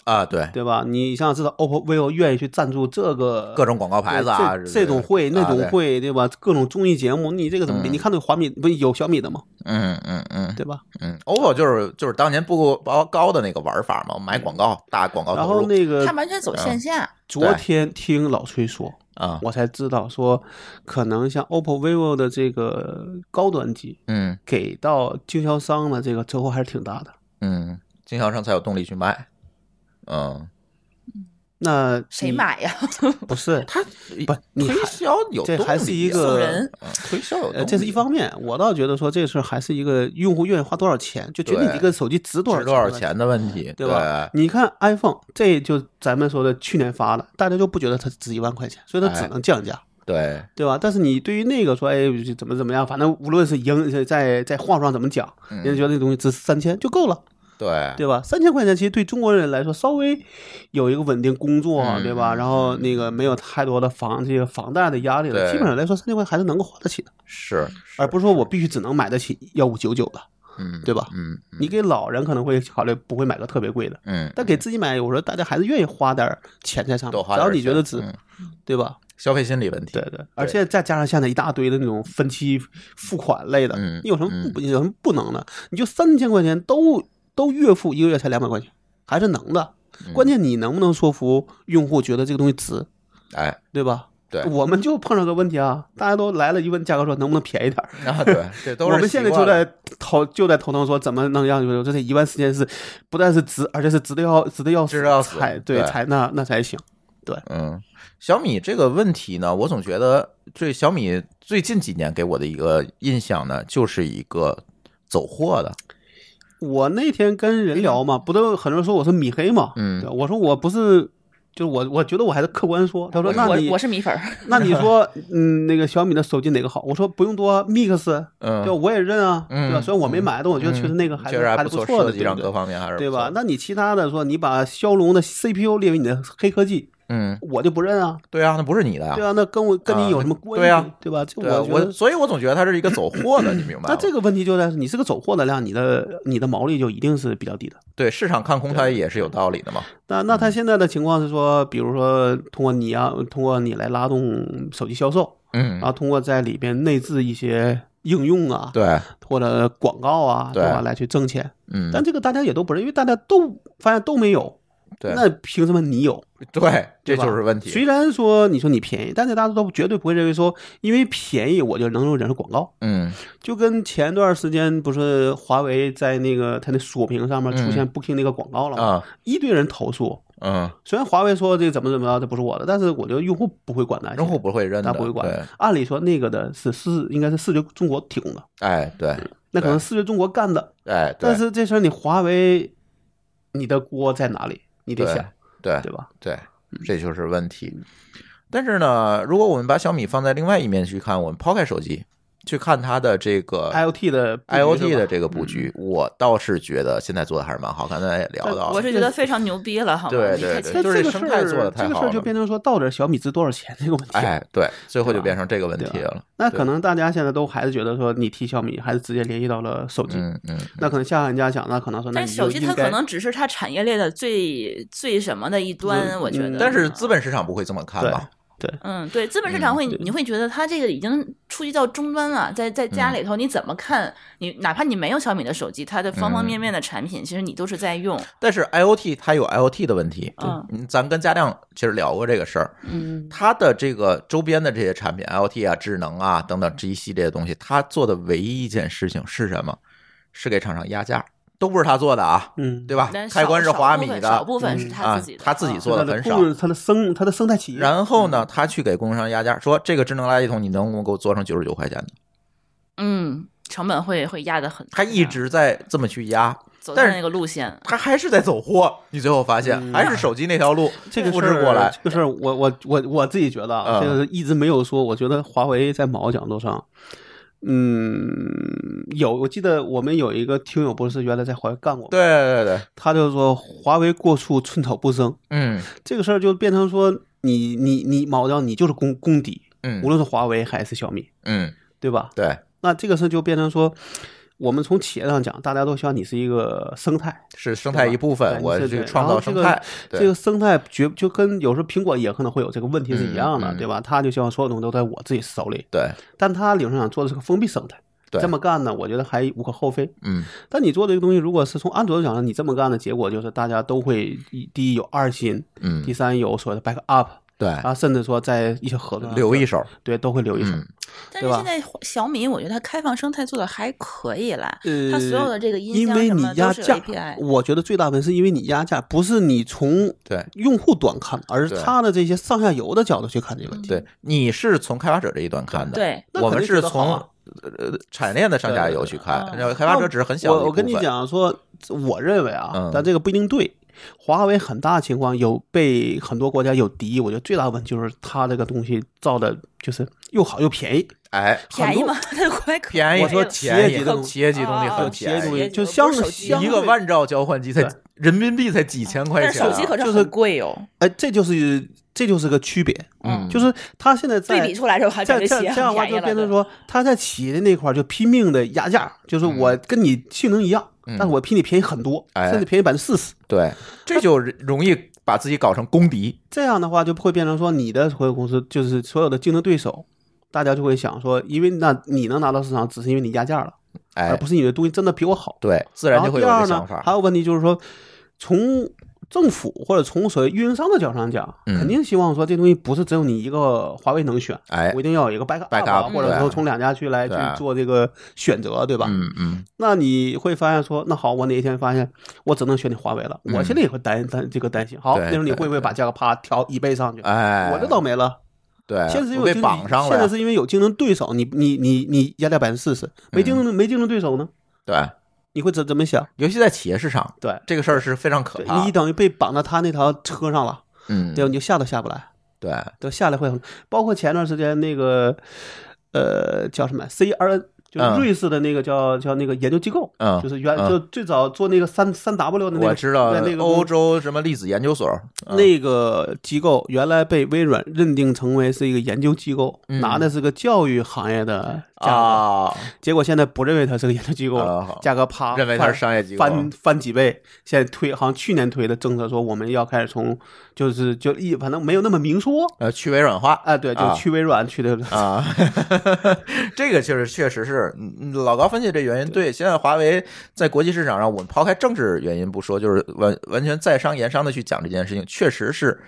[SPEAKER 1] 啊，对，
[SPEAKER 2] 对吧？你像知道 OPPO、vivo 愿意去赞助这个
[SPEAKER 1] 各种广告牌子啊，
[SPEAKER 2] 对
[SPEAKER 1] 是
[SPEAKER 2] 这这种会那种，
[SPEAKER 1] 啊
[SPEAKER 2] 会，对吧？各种综艺节目，你这个怎么比？
[SPEAKER 1] 嗯
[SPEAKER 2] 你看那华米不有小米的吗？
[SPEAKER 1] 对嗯嗯嗯
[SPEAKER 2] 对吧？
[SPEAKER 1] 嗯，OPPO 就是就是当年不高高的那个玩法嘛，买广告大广告
[SPEAKER 2] 然
[SPEAKER 1] 投
[SPEAKER 2] 后
[SPEAKER 1] 入
[SPEAKER 2] 那个
[SPEAKER 3] 它完全走线
[SPEAKER 1] 嗯
[SPEAKER 3] 下，
[SPEAKER 2] 昨天听老崔说，
[SPEAKER 1] 啊，
[SPEAKER 2] 我才知道说，可能像 OPPO、vivo 的这个高端机
[SPEAKER 1] 嗯
[SPEAKER 2] 给到经销商的这个折扣还是挺大的。
[SPEAKER 1] 嗯，经销商才有动力去卖，嗯，
[SPEAKER 2] 那你
[SPEAKER 3] 谁？买呀？
[SPEAKER 2] 不是
[SPEAKER 1] 他
[SPEAKER 2] 不你还
[SPEAKER 1] 推销有
[SPEAKER 2] 这
[SPEAKER 1] 动
[SPEAKER 2] 还是
[SPEAKER 1] 力
[SPEAKER 2] 一
[SPEAKER 1] 啊
[SPEAKER 3] 送
[SPEAKER 2] 个
[SPEAKER 3] 人。
[SPEAKER 1] 嗯推销有动
[SPEAKER 2] 呃，
[SPEAKER 1] 力，
[SPEAKER 2] 这是一方面，我倒觉得说这事儿还是一个用户愿意花多少钱，就决定
[SPEAKER 1] 对
[SPEAKER 2] 你这个手机值多少
[SPEAKER 1] 值多少
[SPEAKER 2] 钱的问
[SPEAKER 1] 钱的
[SPEAKER 2] 题
[SPEAKER 1] 问题，
[SPEAKER 2] 对吧？？你看 iPhone，这就咱们说的去年发的，大家就不觉得它值一万块钱，所以它
[SPEAKER 1] 哎
[SPEAKER 2] 只能降价，
[SPEAKER 1] 对，
[SPEAKER 2] 对吧？但是你对于那个说，哎，怎么怎么样，反正无论是赢在在话术上怎么讲，
[SPEAKER 1] 嗯
[SPEAKER 2] 人家觉得那东西值三千就够了，
[SPEAKER 1] 对
[SPEAKER 2] 对吧？三千块钱其实对中国人来说稍微有一个稳定工作，
[SPEAKER 1] 嗯
[SPEAKER 2] 对吧？然后那个没有太多的房这个房贷的压力了，
[SPEAKER 1] 对
[SPEAKER 2] 基本上来说三千块还是能够花得起的，
[SPEAKER 1] 是，
[SPEAKER 2] 而不是说我必须只能买得起幺五九九的，
[SPEAKER 1] 嗯
[SPEAKER 2] 对吧
[SPEAKER 1] 嗯
[SPEAKER 2] 你给老人可能会考虑不会买个特别贵的。
[SPEAKER 1] 嗯，
[SPEAKER 2] 但给自己买，我说大家还是愿意花点儿钱在上面
[SPEAKER 1] 多，花
[SPEAKER 2] 只要
[SPEAKER 1] 点
[SPEAKER 2] 你觉
[SPEAKER 1] 钱
[SPEAKER 2] 得值，
[SPEAKER 1] 嗯
[SPEAKER 2] 对吧？
[SPEAKER 1] 消费心理问题，
[SPEAKER 2] 对对，而且再加上现在一大堆的那种分期付款类的，
[SPEAKER 1] 嗯
[SPEAKER 2] 你有什么
[SPEAKER 1] 嗯
[SPEAKER 2] 不、有什么不能的？你就三千块钱都都月付，一个月才两百块钱，还是能的。
[SPEAKER 1] 嗯
[SPEAKER 2] 关键你能不能说服用户觉得这个东西值，
[SPEAKER 1] 哎，
[SPEAKER 2] 对吧？
[SPEAKER 1] 对
[SPEAKER 2] 我们就碰上个问题啊，大家都来了一问价格说能不能便宜点儿。
[SPEAKER 1] 啊，对， 这都是
[SPEAKER 2] 我们
[SPEAKER 1] 习
[SPEAKER 2] 现在就
[SPEAKER 1] 惯了
[SPEAKER 2] 在头就在头疼说怎么能让这这一万四千是不但是值，而且是值得要值得要
[SPEAKER 1] 值得要死
[SPEAKER 2] 才对
[SPEAKER 1] 对
[SPEAKER 2] 才那那才行。
[SPEAKER 1] 嗯，小米这个问题呢，我总觉得对小米最近几年给我的一个印象呢，就是一个走货的，
[SPEAKER 2] 我那天跟人聊嘛，不都很多人说我是米黑嘛？
[SPEAKER 1] 嗯
[SPEAKER 2] 对我说我不是，就是我我觉得我还是客观说。他说
[SPEAKER 3] 我
[SPEAKER 2] 那你
[SPEAKER 3] 我我是米粉儿，
[SPEAKER 2] 那 你说嗯那个小米的手机哪个好？我说不用多，Mix，啊
[SPEAKER 1] 嗯，
[SPEAKER 2] 对吧我也认啊，
[SPEAKER 1] 嗯
[SPEAKER 2] 对吧？虽然我没买，但我觉得
[SPEAKER 1] 嗯
[SPEAKER 2] 确实那个还
[SPEAKER 1] 确
[SPEAKER 2] 是
[SPEAKER 1] 实
[SPEAKER 2] 还
[SPEAKER 1] 还
[SPEAKER 2] 是
[SPEAKER 1] 错，
[SPEAKER 2] 错的，
[SPEAKER 1] 设
[SPEAKER 2] 对
[SPEAKER 1] 计上
[SPEAKER 2] 不
[SPEAKER 1] 各
[SPEAKER 2] 对
[SPEAKER 1] 方面还是
[SPEAKER 2] 对
[SPEAKER 1] 不
[SPEAKER 2] 吧
[SPEAKER 1] 错？的
[SPEAKER 2] 那你其他的说你把骁龙的 CPU 列为你的黑科技，
[SPEAKER 1] 嗯，
[SPEAKER 2] 我就不认啊，
[SPEAKER 1] 对啊，那不是你的呀
[SPEAKER 2] 对，啊，那跟我跟你有什么关系？
[SPEAKER 1] 对啊
[SPEAKER 2] 对吧？这
[SPEAKER 1] 对啊，
[SPEAKER 2] 我觉
[SPEAKER 1] 我
[SPEAKER 2] 得。
[SPEAKER 1] 所以，我总觉得它是一个走货 的，你明白
[SPEAKER 2] 那
[SPEAKER 1] 吗？
[SPEAKER 2] 这个问题就在你是个走货的量，你的你的毛利就一定是比较低的。
[SPEAKER 1] 对市场看空它也是有道理的嘛，
[SPEAKER 2] 那那
[SPEAKER 1] 嗯
[SPEAKER 2] 他现在的情况是说，比如说通过你啊，通过你来拉动手机销售，
[SPEAKER 1] 嗯
[SPEAKER 2] 然后通过在里边内置一些应用啊，
[SPEAKER 1] 对，
[SPEAKER 2] 或者广告啊，
[SPEAKER 1] 对
[SPEAKER 2] 对吧？来去挣钱，
[SPEAKER 1] 嗯，
[SPEAKER 2] 但这个大家也都不认，因为大家都发现都没有，
[SPEAKER 1] 对
[SPEAKER 2] 那凭什么你有？
[SPEAKER 1] 对，这
[SPEAKER 2] 对吧
[SPEAKER 1] 就是问题。
[SPEAKER 2] 虽然说你说你便宜，但是大家都绝对不会认为说，因为便宜我就能忍受广告。
[SPEAKER 1] 嗯
[SPEAKER 2] 就跟前段时间不是华为在那个它那锁屏上面出现 Booking 那个广告了吗？
[SPEAKER 1] 嗯啊
[SPEAKER 2] 一堆人投诉，
[SPEAKER 1] 嗯，
[SPEAKER 2] 虽然华为说这怎么怎么着，这不是我的，但是我觉得用户不会管那些，
[SPEAKER 1] 用户不会认
[SPEAKER 2] 他
[SPEAKER 1] 的，
[SPEAKER 2] 不会
[SPEAKER 1] 对
[SPEAKER 2] 管。按理说那个的是是应该是视觉中国提供的，
[SPEAKER 1] 哎，对，
[SPEAKER 2] 那可
[SPEAKER 1] 对
[SPEAKER 2] 能视觉中国干的，
[SPEAKER 1] 哎，对
[SPEAKER 2] 但是这事儿你华为，你的锅在哪里？你得
[SPEAKER 1] 对
[SPEAKER 2] 想，
[SPEAKER 1] 对
[SPEAKER 2] 对吧？
[SPEAKER 1] 对，这就是问题。但是呢，如果我们把小米放在另外一面去看，我们抛开手机去看它的这个
[SPEAKER 2] IOT 的布局
[SPEAKER 1] IOT
[SPEAKER 2] 是吧
[SPEAKER 1] 的这个布局，我倒是觉得现在做的还是蛮好。刚才也聊到
[SPEAKER 3] 我
[SPEAKER 1] 了，
[SPEAKER 3] 是觉得非常牛逼了，好吗？
[SPEAKER 1] 对
[SPEAKER 3] 你
[SPEAKER 1] 对对
[SPEAKER 3] 看这
[SPEAKER 2] 那
[SPEAKER 1] 就是
[SPEAKER 2] 这个
[SPEAKER 1] 生
[SPEAKER 2] 事
[SPEAKER 1] 态
[SPEAKER 2] 儿，
[SPEAKER 1] 做得太
[SPEAKER 2] 这个
[SPEAKER 1] 好
[SPEAKER 2] 事儿就
[SPEAKER 1] 了
[SPEAKER 2] 变成说到底小米值多少钱这个问题。
[SPEAKER 1] 哎，对，最后
[SPEAKER 2] 对
[SPEAKER 1] 就
[SPEAKER 2] 吧
[SPEAKER 1] 变成这个问题了。
[SPEAKER 2] 那
[SPEAKER 1] 对
[SPEAKER 2] 可能大家现在都还是觉得说，你提小米还是直接联系到了手机。
[SPEAKER 1] 嗯嗯，
[SPEAKER 2] 那可能下行家想，那可能说，那
[SPEAKER 3] 但
[SPEAKER 2] 你
[SPEAKER 3] 手
[SPEAKER 2] 就
[SPEAKER 3] 机它
[SPEAKER 2] 应该
[SPEAKER 3] 可能只是它产业链的最最什么的一端，
[SPEAKER 2] 嗯
[SPEAKER 3] 我觉得。
[SPEAKER 2] 嗯
[SPEAKER 1] 但是资本市场不会这么看吧？
[SPEAKER 3] 嗯，对，资本市场会，你会觉得它这个已经触及到终端了，在在
[SPEAKER 1] 嗯
[SPEAKER 3] 家里头你怎么看？你哪怕你没有小米的手机，它的
[SPEAKER 1] 嗯
[SPEAKER 3] 方方面面的产品，其实你都是在用。
[SPEAKER 1] 但是 IOT 它有 IOT 的问题，
[SPEAKER 3] 嗯
[SPEAKER 1] 嗯，咱跟嘉亮其实聊过这个事儿，
[SPEAKER 3] 嗯，
[SPEAKER 1] 它的这个周边的这些产品，IOT 啊、智能啊等等这一系列的东西，它做的唯一一件事情是什么？是给厂商压价，都不是它做的啊，
[SPEAKER 2] 嗯，
[SPEAKER 1] 对吧
[SPEAKER 3] 但？是
[SPEAKER 1] 开关是
[SPEAKER 3] 少
[SPEAKER 1] 华米
[SPEAKER 3] 少部分少
[SPEAKER 1] 的，
[SPEAKER 3] 部分是他
[SPEAKER 1] 啊
[SPEAKER 3] 自己的，
[SPEAKER 1] 他自己
[SPEAKER 3] 嗯
[SPEAKER 1] 做的很少
[SPEAKER 2] 它的供它的生它的生态企业，
[SPEAKER 1] 然后呢，他去给供应商压价，说这个智能垃圾桶你能不能给我做成九十九块钱的？
[SPEAKER 3] 嗯，成本会会压得很。
[SPEAKER 1] 他一直在这么去压，
[SPEAKER 3] 走
[SPEAKER 1] 但
[SPEAKER 3] 在
[SPEAKER 1] 是
[SPEAKER 3] 那个路线，
[SPEAKER 1] 他还是在走货。你最后发现
[SPEAKER 2] 嗯
[SPEAKER 1] 还是手机那条路
[SPEAKER 2] 这个
[SPEAKER 1] 复
[SPEAKER 2] 事
[SPEAKER 1] 制
[SPEAKER 2] 儿
[SPEAKER 1] 过来，
[SPEAKER 2] 这个事儿我我我我自己觉得
[SPEAKER 1] 嗯
[SPEAKER 2] 啊，这个一直没有说，我觉得华为在某个角度上，嗯，有我记得我们有一个听友不是原来在华为干过吗，
[SPEAKER 1] 对对对，
[SPEAKER 2] 他就说华为过处寸草不生，
[SPEAKER 1] 嗯
[SPEAKER 2] 这个事儿就变成说你你你毛掉你就是公公敌，无
[SPEAKER 1] 嗯
[SPEAKER 2] 论是华为还是小米，
[SPEAKER 1] 嗯，
[SPEAKER 2] 对吧？
[SPEAKER 1] 对，
[SPEAKER 2] 那这个事儿就变成说，我们从企业上讲，大家都希望你是一个生态，
[SPEAKER 1] 是生态一部分，
[SPEAKER 2] 对
[SPEAKER 1] 我
[SPEAKER 2] 对
[SPEAKER 1] 去
[SPEAKER 2] 对
[SPEAKER 1] 创
[SPEAKER 2] 然
[SPEAKER 1] 造
[SPEAKER 2] 后
[SPEAKER 1] 生
[SPEAKER 2] 这个
[SPEAKER 1] 态。
[SPEAKER 2] 这
[SPEAKER 1] 对
[SPEAKER 2] 个生态绝就跟有时候苹果也可能会有这个问题是一样的，
[SPEAKER 1] 嗯嗯
[SPEAKER 2] 对吧？他就希望所有东西都在我自己手里，
[SPEAKER 1] 对
[SPEAKER 2] 但他理论上想做的是个封闭生态。
[SPEAKER 1] 对，
[SPEAKER 2] 这么干呢，我觉得还无可厚非。
[SPEAKER 1] 嗯
[SPEAKER 2] 但你做这个东西，如果是从安卓角度讲，你这么干的结果就是大家都会一第一有二心，
[SPEAKER 1] 嗯
[SPEAKER 2] 第三有所谓的 back up，
[SPEAKER 1] 对，
[SPEAKER 2] 啊，甚至说在一些啊合作上
[SPEAKER 1] 留一手，
[SPEAKER 2] 对都会留一手。
[SPEAKER 1] 嗯
[SPEAKER 2] 对
[SPEAKER 3] 但是
[SPEAKER 2] 吧
[SPEAKER 3] 现在小米，我觉得它开放生态做的还可以啦。
[SPEAKER 2] 呃
[SPEAKER 3] 它所有的这个音
[SPEAKER 2] 因
[SPEAKER 3] 箱
[SPEAKER 2] 为
[SPEAKER 3] 什
[SPEAKER 2] 你
[SPEAKER 3] 么
[SPEAKER 2] 压
[SPEAKER 3] 都是有
[SPEAKER 2] 价
[SPEAKER 3] API，，
[SPEAKER 2] 我觉得最大问题是因为你压价，不是你从
[SPEAKER 1] 对
[SPEAKER 2] 用户端看，而是
[SPEAKER 1] 对嗯
[SPEAKER 2] 他的这些上下游的角度去看这个问题。
[SPEAKER 1] 对，你是从开发者这一端看的，
[SPEAKER 3] 对
[SPEAKER 2] 嗯那
[SPEAKER 1] 我
[SPEAKER 2] 肯
[SPEAKER 1] 们
[SPEAKER 2] 定
[SPEAKER 1] 是
[SPEAKER 2] 觉得好
[SPEAKER 1] 从
[SPEAKER 2] 啊嗯
[SPEAKER 1] 呃产业链的上下游去看，
[SPEAKER 3] 对对对
[SPEAKER 1] 然后开发者只是很小的一
[SPEAKER 2] 我我跟你
[SPEAKER 1] 部分，
[SPEAKER 2] 讲说，我认为
[SPEAKER 1] 嗯
[SPEAKER 2] 啊，但这个不一定对。华为很大情况有被很多国家有敌意，我觉得最大的问题就是它这个东西造的就是又好又便宜，
[SPEAKER 1] 哎，
[SPEAKER 3] 便宜
[SPEAKER 2] 很多
[SPEAKER 3] 吗？ 它快可
[SPEAKER 1] 便宜，
[SPEAKER 2] 我说企业
[SPEAKER 1] 便宜
[SPEAKER 2] 级的东西
[SPEAKER 1] 企业级东西
[SPEAKER 3] 哦
[SPEAKER 1] 很
[SPEAKER 3] 哦
[SPEAKER 2] 企业
[SPEAKER 1] 便
[SPEAKER 2] 东
[SPEAKER 1] 宜，
[SPEAKER 2] 西就
[SPEAKER 3] 不是
[SPEAKER 2] 相
[SPEAKER 3] 手机
[SPEAKER 2] 相
[SPEAKER 1] 一个
[SPEAKER 2] 对
[SPEAKER 1] 万兆交换机才
[SPEAKER 2] 对
[SPEAKER 1] 人民币才几千块
[SPEAKER 3] 但是
[SPEAKER 1] 钱
[SPEAKER 3] 手
[SPEAKER 1] 啊，
[SPEAKER 3] 机可是
[SPEAKER 2] 就是
[SPEAKER 3] 很贵哦。
[SPEAKER 2] 哎，这就是这就是个区别，
[SPEAKER 1] 嗯
[SPEAKER 2] 就是它现在在
[SPEAKER 3] 对比出来之后，还
[SPEAKER 2] 这
[SPEAKER 3] 感觉
[SPEAKER 2] 样这
[SPEAKER 3] 企业
[SPEAKER 2] 样这样的话
[SPEAKER 3] 很便宜
[SPEAKER 2] 就
[SPEAKER 3] 了。
[SPEAKER 2] 变成
[SPEAKER 3] 对
[SPEAKER 2] 说，他在企业的那块儿就拼命的压价，就是我跟你性能一样，
[SPEAKER 1] 嗯
[SPEAKER 2] 但是我比你便宜很多，
[SPEAKER 1] 哎
[SPEAKER 2] 甚至便宜百分之四十。
[SPEAKER 1] 对，这就容易把自己搞成公敌，
[SPEAKER 2] 这样的话就会变成说，你的所有公司就是所有的竞争对手，大家就会想说，因为那你能拿到市场，只是因为你压价了，而
[SPEAKER 1] 哎
[SPEAKER 2] 不，是你的东西真的比我好。
[SPEAKER 1] 对，自
[SPEAKER 2] 啊然
[SPEAKER 1] 然
[SPEAKER 2] 后
[SPEAKER 1] 就会
[SPEAKER 2] 第
[SPEAKER 1] 有
[SPEAKER 2] 二
[SPEAKER 1] 这
[SPEAKER 2] 呢
[SPEAKER 1] 想，法
[SPEAKER 2] 还，有问题就是说，从政府或者从所谓运营商的角度上讲，
[SPEAKER 1] 嗯
[SPEAKER 2] 肯定希望说这东西不是只有你一个华为能选，
[SPEAKER 1] 哎
[SPEAKER 2] 我，一定要有一个 back
[SPEAKER 1] back
[SPEAKER 2] up，啊
[SPEAKER 1] up，
[SPEAKER 2] 或者
[SPEAKER 1] 对
[SPEAKER 2] 说从两家去来去
[SPEAKER 1] 对啊
[SPEAKER 2] 做这个选择，对吧？
[SPEAKER 1] 嗯嗯，
[SPEAKER 2] 那你会发现说，那好，我哪一天发现我只能选你华为了，
[SPEAKER 1] 嗯
[SPEAKER 2] 我现在也会担担这个担心。好，
[SPEAKER 1] 对
[SPEAKER 2] 那时候你
[SPEAKER 1] 对
[SPEAKER 2] 会不会把价格啪调一倍上去？
[SPEAKER 1] 哎，
[SPEAKER 2] 我这倒霉了。
[SPEAKER 1] 对，
[SPEAKER 2] 现在是因
[SPEAKER 1] 我
[SPEAKER 2] 为
[SPEAKER 1] 被
[SPEAKER 2] 有竞
[SPEAKER 1] 绑上
[SPEAKER 2] 现
[SPEAKER 1] 了
[SPEAKER 2] 在
[SPEAKER 1] 呀，
[SPEAKER 2] 是因为有竞争对手，你你你你压价百分之四十，
[SPEAKER 1] 嗯
[SPEAKER 2] 没竞争没竞争对手呢，
[SPEAKER 1] 对，
[SPEAKER 2] 你会怎怎么想？
[SPEAKER 1] 尤其在企业市场，
[SPEAKER 2] 对，
[SPEAKER 1] 这个事儿是非常可
[SPEAKER 2] 对
[SPEAKER 1] 怕的，
[SPEAKER 2] 你等于被绑到他那条车上了，
[SPEAKER 1] 嗯，
[SPEAKER 2] 对吧？你就下都下不来，
[SPEAKER 1] 对，
[SPEAKER 2] 都下来会很。包括前段时间那个，呃，叫什么 CRN，就是
[SPEAKER 1] 嗯
[SPEAKER 2] 瑞士的那个叫叫那个研究机构，
[SPEAKER 1] 嗯
[SPEAKER 2] 就是原
[SPEAKER 1] 嗯
[SPEAKER 2] 就最早做那个三三 W 的那个，
[SPEAKER 1] 我知道
[SPEAKER 2] 对那个公
[SPEAKER 1] 欧洲什么粒子研究所，嗯
[SPEAKER 2] 那个机构原来被微软认定成为是一个研究机构，
[SPEAKER 1] 嗯
[SPEAKER 2] 拿的是个教育行业的价格，
[SPEAKER 1] 啊，
[SPEAKER 2] 结果现在不认为它是个研究机构了，
[SPEAKER 1] 啊
[SPEAKER 2] 价格啪
[SPEAKER 1] 认为它是商业机构
[SPEAKER 2] 翻翻翻几倍。现在推好像去年推的政策说我们要开始从就是就一反正没有那么明说
[SPEAKER 1] 呃，去微软化
[SPEAKER 2] 啊，对，就
[SPEAKER 1] 啊
[SPEAKER 2] 去微软去的，
[SPEAKER 1] 啊， 这个确实确实是，嗯嗯老高分析这原因对。现在华为在国际市场上，我们抛开政治原因不说，就是完完全在商言商的去讲这件事情，确实是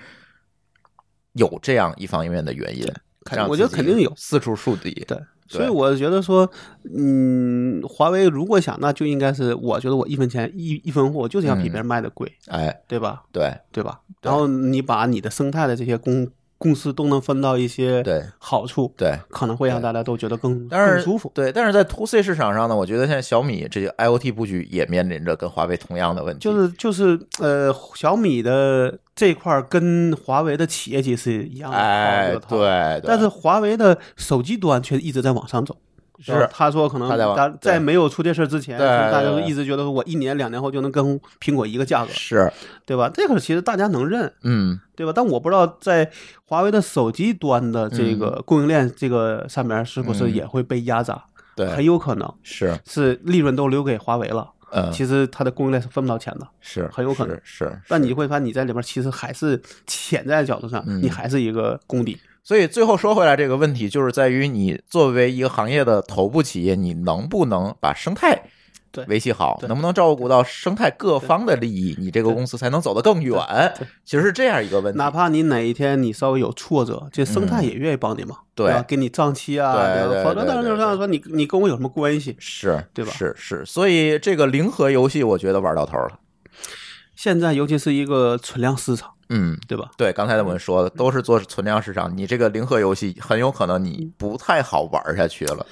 [SPEAKER 1] 有这样一方面的原因。
[SPEAKER 2] 肯
[SPEAKER 1] 让
[SPEAKER 2] 我觉得
[SPEAKER 1] 自己
[SPEAKER 2] 肯定有
[SPEAKER 1] 四处树敌，
[SPEAKER 2] 对。
[SPEAKER 1] 对
[SPEAKER 2] 所以我觉得说，嗯，华为如果想，那就应该是，我觉得我一分钱一一分货，我就是要比别人卖的贵，
[SPEAKER 1] 哎，
[SPEAKER 2] 对吧？
[SPEAKER 1] 对
[SPEAKER 2] 对吧？
[SPEAKER 1] 嗯对
[SPEAKER 2] 然后你把你的生态的这些公公司都能分到一些
[SPEAKER 1] 对
[SPEAKER 2] 好处，
[SPEAKER 1] 对。
[SPEAKER 2] 可能会让大家都觉得更
[SPEAKER 1] 但是
[SPEAKER 2] 更舒服。
[SPEAKER 1] 对，但是在 to C 市场上呢，我觉得现在小米这些 IoT 布局也面临着跟华为同样的问题，
[SPEAKER 2] 就是就是呃，小米的这块儿跟华为的企业级是一样的，
[SPEAKER 1] 哎，
[SPEAKER 2] 有套
[SPEAKER 1] 对，对
[SPEAKER 2] 但是华为的手机端却一直在往上走。
[SPEAKER 1] 是
[SPEAKER 2] 吧他说可能
[SPEAKER 1] 他在往
[SPEAKER 2] 大
[SPEAKER 1] 对
[SPEAKER 2] 在没有出这事儿之前，
[SPEAKER 1] 对对
[SPEAKER 2] 大家都
[SPEAKER 1] 对
[SPEAKER 2] 一直觉得我一年两年后就能跟苹果一个价格，
[SPEAKER 1] 是，
[SPEAKER 2] 对吧？这个其实大家能认，
[SPEAKER 1] 嗯，
[SPEAKER 2] 对吧？但我不知道在华为的手机端的这
[SPEAKER 1] 嗯
[SPEAKER 2] 个供应链这个上面是不是也会被压榨，很
[SPEAKER 1] 对，
[SPEAKER 2] 有可能
[SPEAKER 1] 是，
[SPEAKER 2] 是利润都留给华为了，
[SPEAKER 1] 嗯，
[SPEAKER 2] 其实它的供应链是分不到钱的。
[SPEAKER 1] 是
[SPEAKER 2] 很有可能
[SPEAKER 1] 是。是
[SPEAKER 2] 但你会发现你在里边其实还是潜在角度上，
[SPEAKER 1] 嗯
[SPEAKER 2] 你还是一个功底。
[SPEAKER 1] 所以最后说回来，这个问题就是在于你作为一个行业的头部企业，你能不能把生态
[SPEAKER 2] 对
[SPEAKER 1] 维系好，
[SPEAKER 2] 对
[SPEAKER 1] 能不能照顾到生态各方的利益，你这个
[SPEAKER 2] 对
[SPEAKER 1] 公司才能走得更远。其实是这样一个问题，
[SPEAKER 2] 哪怕你哪一天你稍微有挫折，这生态也愿意帮你嘛，
[SPEAKER 1] 嗯对
[SPEAKER 2] 吧？给你账期啊，
[SPEAKER 1] 对
[SPEAKER 2] 吧
[SPEAKER 1] 对
[SPEAKER 2] 否则
[SPEAKER 1] 对
[SPEAKER 2] 当然
[SPEAKER 1] 对
[SPEAKER 2] 就
[SPEAKER 1] 对
[SPEAKER 2] 是说你你跟我有什么关系？
[SPEAKER 1] 是，
[SPEAKER 2] 对吧
[SPEAKER 1] 是是，所以这个零和游戏，我觉得玩到头了。
[SPEAKER 2] 现在尤其是一个存量市场，
[SPEAKER 1] 嗯，
[SPEAKER 2] 对吧？
[SPEAKER 1] 对，刚才我们说的都是做存量市场，你这个零和游戏很有可能你不太好玩下去了。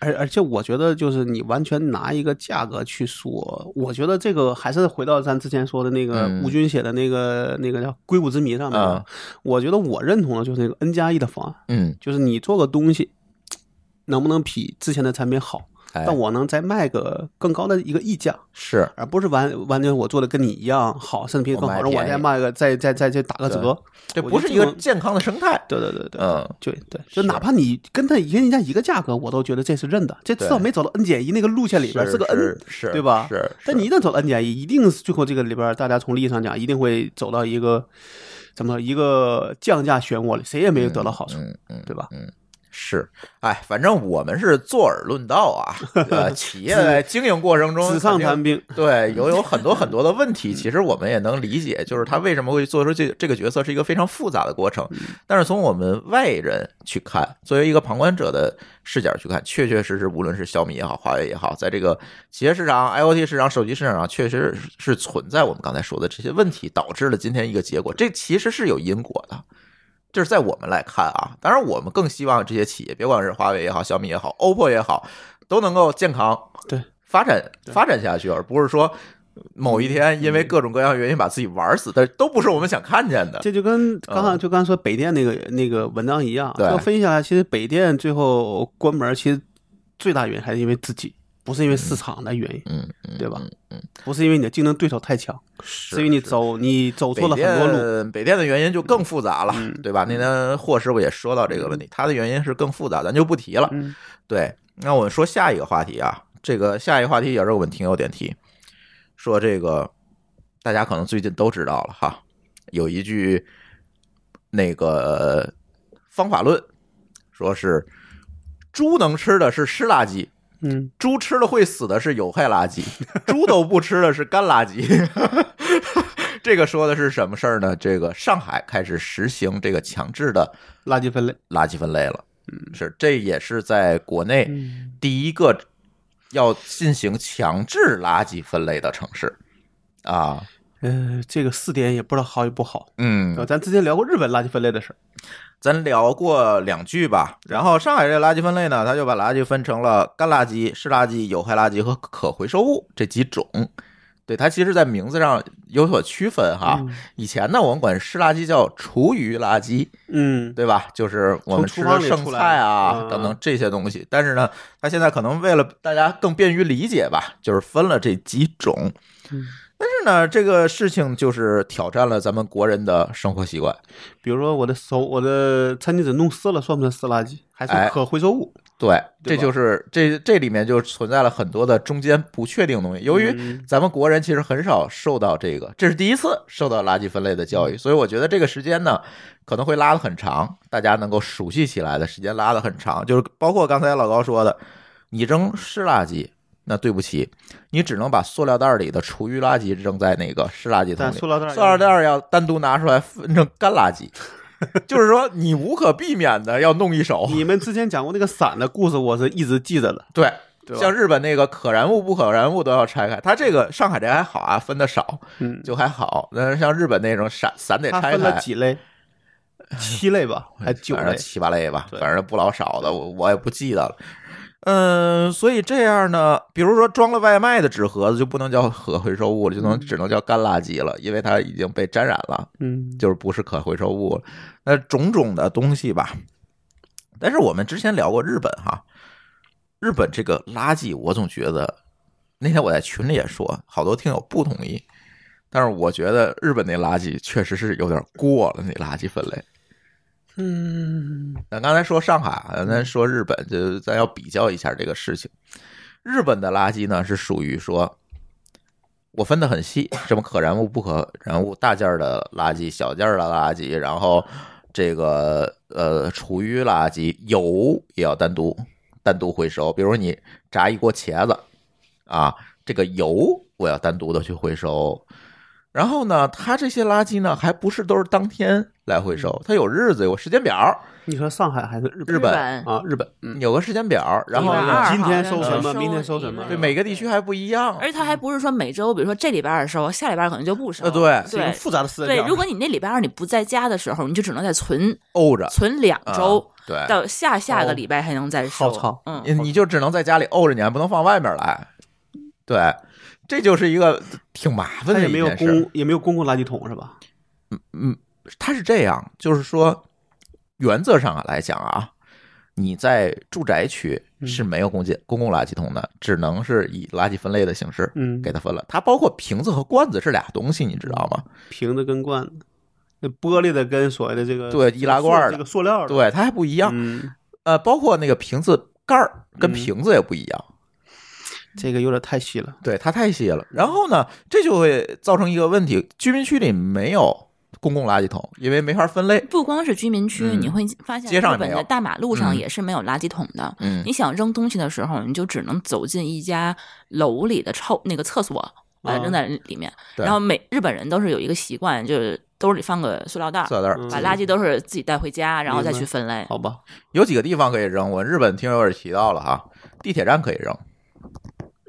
[SPEAKER 2] 而而且我觉得，就是你完全拿一个价格去说，我觉得这个还是回到咱之前说的那个
[SPEAKER 1] 嗯
[SPEAKER 2] 吴军写的那个、那个叫《硅谷之谜》上面吧。
[SPEAKER 1] 啊
[SPEAKER 2] 我觉得我认同的就是那个 N 加一的方案，
[SPEAKER 1] 嗯，
[SPEAKER 2] 就是你做个东西，能不能比之前的产品好，
[SPEAKER 1] 哎
[SPEAKER 2] 但我能再卖个更高的一个溢价，
[SPEAKER 1] 是
[SPEAKER 2] 而不是完完全我做的跟你一样好，甚至比你更好，
[SPEAKER 1] 我卖
[SPEAKER 2] 然后我
[SPEAKER 1] 便宜
[SPEAKER 2] 再卖个再再再再打个折。
[SPEAKER 1] 这
[SPEAKER 2] 我
[SPEAKER 1] 不
[SPEAKER 2] 觉得
[SPEAKER 1] 是一个
[SPEAKER 2] 种
[SPEAKER 1] 健康的生态。
[SPEAKER 2] 对对对对，
[SPEAKER 1] 嗯，
[SPEAKER 2] 对对，就是哪怕你跟他跟人家一个价格，我都觉得这是认的，这至少
[SPEAKER 1] 对
[SPEAKER 2] 没走到 n 减一那个路线里边
[SPEAKER 1] 是
[SPEAKER 2] 个 n，
[SPEAKER 1] 是是
[SPEAKER 2] 对吧？
[SPEAKER 1] 是是
[SPEAKER 2] 但你一旦走到 n 减一，一定是最后这个里边，大家从利益上讲，一定会走到一个怎么说一个降价漩涡里，谁也没有得到好处，
[SPEAKER 1] 嗯嗯，
[SPEAKER 2] 对吧？
[SPEAKER 1] 是，哎，反正我们是坐而论道 啊。呃，企业在经营过程中，
[SPEAKER 2] 纸上谈。兵，
[SPEAKER 1] 对，有有 很多很多的问题，其实我们也能理解，就是他为什么会做出这这个角色是一个非常复杂的过程。但是从我们外人去看，作为一个旁观者的视角去看，确确实实，无论是小米也好，华为也好，在这个企业市场、IoT 市场、手机市场上，确实是存在我们刚才说的这些问题，导致了今天一个结果。这其实是有因果的。这是在我们来看啊，当然我们更希望这些企业，别管是华为也好、小米也好、OPPO 也好，都能够健康
[SPEAKER 2] 对
[SPEAKER 1] 发展发展下去，而不是说某一天因为各种各样原因把自己玩死，但都不是我们想看见的。
[SPEAKER 2] 这就跟刚刚就刚才说北电那个那个文章一样，
[SPEAKER 1] 啊对
[SPEAKER 2] 要分析下来，其实北电最后关门，其实最大原因还是因为自己，不是因为市场的原因，
[SPEAKER 1] 嗯，嗯
[SPEAKER 2] 对吧？
[SPEAKER 1] 嗯，
[SPEAKER 2] 不是因为你的竞争对手太强，
[SPEAKER 1] 是
[SPEAKER 2] 是因为你走你走错了很多路。嗯
[SPEAKER 1] 路。北电的原因就更复杂了，对吧？那天霍师傅也说到这个问题，他的原因是更复杂，咱就不提了。
[SPEAKER 2] 嗯
[SPEAKER 1] 对，那我们说下一个话题啊，这个下一个话题也是我们听友点题，说这个大家可能最近都知道了哈，有一句那个方法论，说是猪能吃的是湿垃圾，
[SPEAKER 2] 嗯，
[SPEAKER 1] 猪吃了会死的是有害垃圾， 猪都不吃的是干垃圾。 这个说的是什么事儿呢？这个上海开始实行这个强制的
[SPEAKER 2] 垃圾分类。
[SPEAKER 1] 垃圾分类了，是这也是在国内
[SPEAKER 2] 嗯
[SPEAKER 1] 第一个要进行强制垃圾分类的城市啊。
[SPEAKER 2] 呃，这个四点也不知道好与不好。
[SPEAKER 1] 嗯，
[SPEAKER 2] 呃，咱之前聊过日本垃圾分类的事儿。
[SPEAKER 1] 咱聊过两句吧。然后上海这垃圾分类呢，它就把垃圾分成了干垃圾、湿垃圾、有害垃圾和可回收物这几种。对，它其实在名字上有所区分哈。以前呢，我们管湿垃圾叫厨余垃圾，
[SPEAKER 2] 嗯，
[SPEAKER 1] 对吧？就是我们吃的
[SPEAKER 2] 从厨房里
[SPEAKER 1] 剩
[SPEAKER 2] 出来
[SPEAKER 1] 菜啊
[SPEAKER 2] 嗯
[SPEAKER 1] 等等这些东西。但是呢，它现在可能为了大家更便于理解吧，就是分了这几种。
[SPEAKER 2] 嗯
[SPEAKER 1] 但是呢，这个事情就是挑战了咱们国人的生活习惯。
[SPEAKER 2] 比如说我的手，我的餐巾纸弄湿了，算不算湿垃圾？还
[SPEAKER 1] 哎
[SPEAKER 2] 是可回收物？
[SPEAKER 1] 对，这
[SPEAKER 2] 对吧
[SPEAKER 1] 就是这这里面就存在了很多的中间不确定的东西。由于
[SPEAKER 2] 嗯
[SPEAKER 1] 咱们国人其实很少受到这个，这是第一次受到垃圾分类的教
[SPEAKER 2] 嗯
[SPEAKER 1] 育，所以我觉得这个时间呢可能会拉得很长，大家能够熟悉起来的时间拉得很长。就是包括刚才老高说的，你扔湿垃圾，那对不起，你只能把塑料袋里的厨余垃圾扔在那个湿垃圾桶
[SPEAKER 2] 但
[SPEAKER 1] 里
[SPEAKER 2] 塑，料袋儿
[SPEAKER 1] 塑料袋儿要单独拿出来分成干垃 圾，就是说你无可避免的要弄一手。
[SPEAKER 2] 你们之前讲过那个伞的故事，我是一直记着的。
[SPEAKER 1] 对，
[SPEAKER 2] 对吧
[SPEAKER 1] 像日本那个可燃物不可燃物都要拆开，它这个上海这还好啊，分的少
[SPEAKER 2] 嗯，
[SPEAKER 1] 就还好。但是像日本那种散散得
[SPEAKER 2] 它
[SPEAKER 1] 拆
[SPEAKER 2] 分了
[SPEAKER 1] 开，哎
[SPEAKER 2] 几类？七类吧，还九
[SPEAKER 1] 反
[SPEAKER 2] 类
[SPEAKER 1] 正？七八类吧，
[SPEAKER 2] 对
[SPEAKER 1] 反正不老少的，我我也不记得了。嗯，所以这样呢，比如说装了外卖的纸盒子就不能叫可回收物了，就能只能叫干垃圾了，因为它已经被沾染了。
[SPEAKER 2] 嗯，
[SPEAKER 1] 就是不是可回收物了，那种种的东西吧。但是我们之前聊过日本哈，日本这个垃圾，我总觉得那天我在群里也说，好多听友不同意，但是我觉得日本那垃圾确实是有点过了，那垃圾分类。
[SPEAKER 2] 嗯，
[SPEAKER 1] 咱刚才说上海，咱说日本，就咱要比较一下这个事情。日本的垃圾呢是属于说，我分得很细，什么可燃物、不可燃物，大件儿的垃圾、小件儿的垃圾，然后这个呃厨余垃圾、油也要单独单独回收。比如你炸一锅茄子啊，这个油我要单独的去回收。然后呢，它这些垃圾呢，还不是都是当天来回收，它有日子有时间表儿。
[SPEAKER 2] 你说上海还是日本
[SPEAKER 1] 日本
[SPEAKER 2] 啊？日本，嗯，
[SPEAKER 1] 有个时间表，然后
[SPEAKER 2] 一般
[SPEAKER 1] 呢，
[SPEAKER 2] 今天收
[SPEAKER 3] 收
[SPEAKER 2] 什么明天收什么
[SPEAKER 1] 对每个地区。还不一样。
[SPEAKER 3] 而且它还不是说每周，比如说这礼拜二收，下礼拜二可能就不收。
[SPEAKER 1] 呃对
[SPEAKER 2] 是一个
[SPEAKER 3] 对
[SPEAKER 2] 复杂的事件
[SPEAKER 3] 对，如果你那礼拜二你不在家的时候，你就只能再存
[SPEAKER 1] 沤着
[SPEAKER 3] 存两周，
[SPEAKER 1] 啊对
[SPEAKER 3] 到下下个礼拜还能再
[SPEAKER 2] 好
[SPEAKER 3] 收。
[SPEAKER 2] 操
[SPEAKER 3] 嗯，
[SPEAKER 1] 你你就只能在家里沤着，你还不能放外面来。对，这就是一个挺麻烦
[SPEAKER 2] 它
[SPEAKER 1] 的
[SPEAKER 2] 也
[SPEAKER 1] 一
[SPEAKER 2] 没有
[SPEAKER 1] 件事儿。
[SPEAKER 2] 公也没有公共垃圾桶是吧？
[SPEAKER 1] 它是这样，就是说，原则上来讲啊，你在住宅区
[SPEAKER 2] 嗯
[SPEAKER 1] 是没有公进公共垃圾桶的，只能是以垃圾分类的形式
[SPEAKER 2] 嗯
[SPEAKER 1] 给它分了。它包括瓶子和罐子是俩东西，你知道吗？
[SPEAKER 2] 瓶子跟罐子，那玻璃的跟所谓的这个
[SPEAKER 1] 对
[SPEAKER 2] 这个
[SPEAKER 1] 易拉罐
[SPEAKER 2] 塑
[SPEAKER 1] 的
[SPEAKER 2] 这个塑料的，
[SPEAKER 1] 对，它还不一样。
[SPEAKER 2] 嗯，
[SPEAKER 1] 呃，包括那个瓶子盖儿跟
[SPEAKER 2] 嗯
[SPEAKER 1] 瓶子也不一样。
[SPEAKER 2] 这个有点太细了。
[SPEAKER 1] 对，它太细了。然后呢，这就会造成一个问题：居民区里没有公共垃圾桶，因为没法分类。
[SPEAKER 3] 不光是居民区，
[SPEAKER 1] 嗯
[SPEAKER 3] 你会发现
[SPEAKER 1] 街上也
[SPEAKER 3] 日
[SPEAKER 1] 没
[SPEAKER 3] 本
[SPEAKER 1] 有
[SPEAKER 3] 的大马路上
[SPEAKER 1] 嗯
[SPEAKER 3] 也是没有垃圾桶的。
[SPEAKER 1] 嗯
[SPEAKER 3] 你想扔东西的时候，你就只能走进一家楼里的臭那个厕所，把
[SPEAKER 2] 啊
[SPEAKER 3] 它扔在里面。
[SPEAKER 1] 对
[SPEAKER 3] 然后每日本人都是有一个习惯，就是兜里放个塑料袋儿，
[SPEAKER 1] 塑料袋儿
[SPEAKER 2] 嗯
[SPEAKER 3] 把垃圾都是自己带回家，然后再
[SPEAKER 2] 明白
[SPEAKER 3] 去分类。
[SPEAKER 2] 好吧，
[SPEAKER 1] 有几个地方可以扔，我日本听友也提到了哈，地铁站可以扔。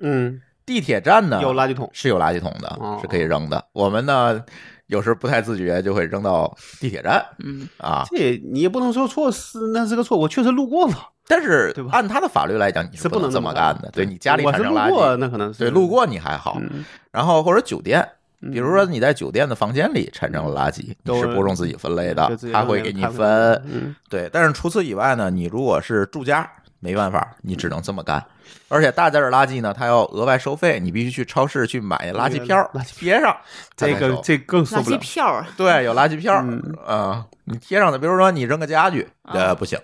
[SPEAKER 2] 嗯，
[SPEAKER 1] 地铁站呢
[SPEAKER 2] 有垃圾桶
[SPEAKER 1] 是有垃圾桶的
[SPEAKER 2] 哦，
[SPEAKER 1] 是可以扔的。我们呢有时候不太自觉就会扔到地铁站
[SPEAKER 3] 嗯，
[SPEAKER 1] 啊，
[SPEAKER 2] 这你也不能说错是那是个错，我确实路过了，
[SPEAKER 1] 但是
[SPEAKER 2] 对吧
[SPEAKER 1] 按他的法律来讲，你
[SPEAKER 2] 是
[SPEAKER 1] 不
[SPEAKER 2] 能
[SPEAKER 1] 能这
[SPEAKER 2] 么
[SPEAKER 1] 么干的。对你家里
[SPEAKER 2] 我
[SPEAKER 1] 产
[SPEAKER 2] 是
[SPEAKER 1] 生
[SPEAKER 2] 路
[SPEAKER 1] 垃
[SPEAKER 2] 过，
[SPEAKER 1] 圾，
[SPEAKER 2] 那可能是
[SPEAKER 1] 对路，过你还好，
[SPEAKER 2] 嗯
[SPEAKER 1] 然后或者酒店，
[SPEAKER 2] 嗯
[SPEAKER 1] 比如说你在酒店的房间里产生了垃圾，
[SPEAKER 2] 都
[SPEAKER 1] 你是不用自己分类的
[SPEAKER 2] 就自己，
[SPEAKER 1] 他
[SPEAKER 2] 扔
[SPEAKER 1] 会
[SPEAKER 2] 那
[SPEAKER 1] 给
[SPEAKER 2] 个
[SPEAKER 1] 你
[SPEAKER 2] 咖啡罐
[SPEAKER 1] 分。
[SPEAKER 2] 嗯
[SPEAKER 1] 对，但是除此以外呢，你如果是住家，没办法，你只能这么干。而且大件儿垃圾呢，它要额外收费，你必须去超市去买垃圾票儿
[SPEAKER 2] 那个垃圾，
[SPEAKER 1] 贴上才
[SPEAKER 2] 这
[SPEAKER 1] 能收。
[SPEAKER 2] 个这更受
[SPEAKER 3] 垃
[SPEAKER 2] 不
[SPEAKER 3] 圾
[SPEAKER 2] 了。
[SPEAKER 3] 票儿
[SPEAKER 1] 对，有垃圾票儿
[SPEAKER 2] 嗯啊
[SPEAKER 1] 啊，你贴上的，比如说你扔个家具，呃，不行，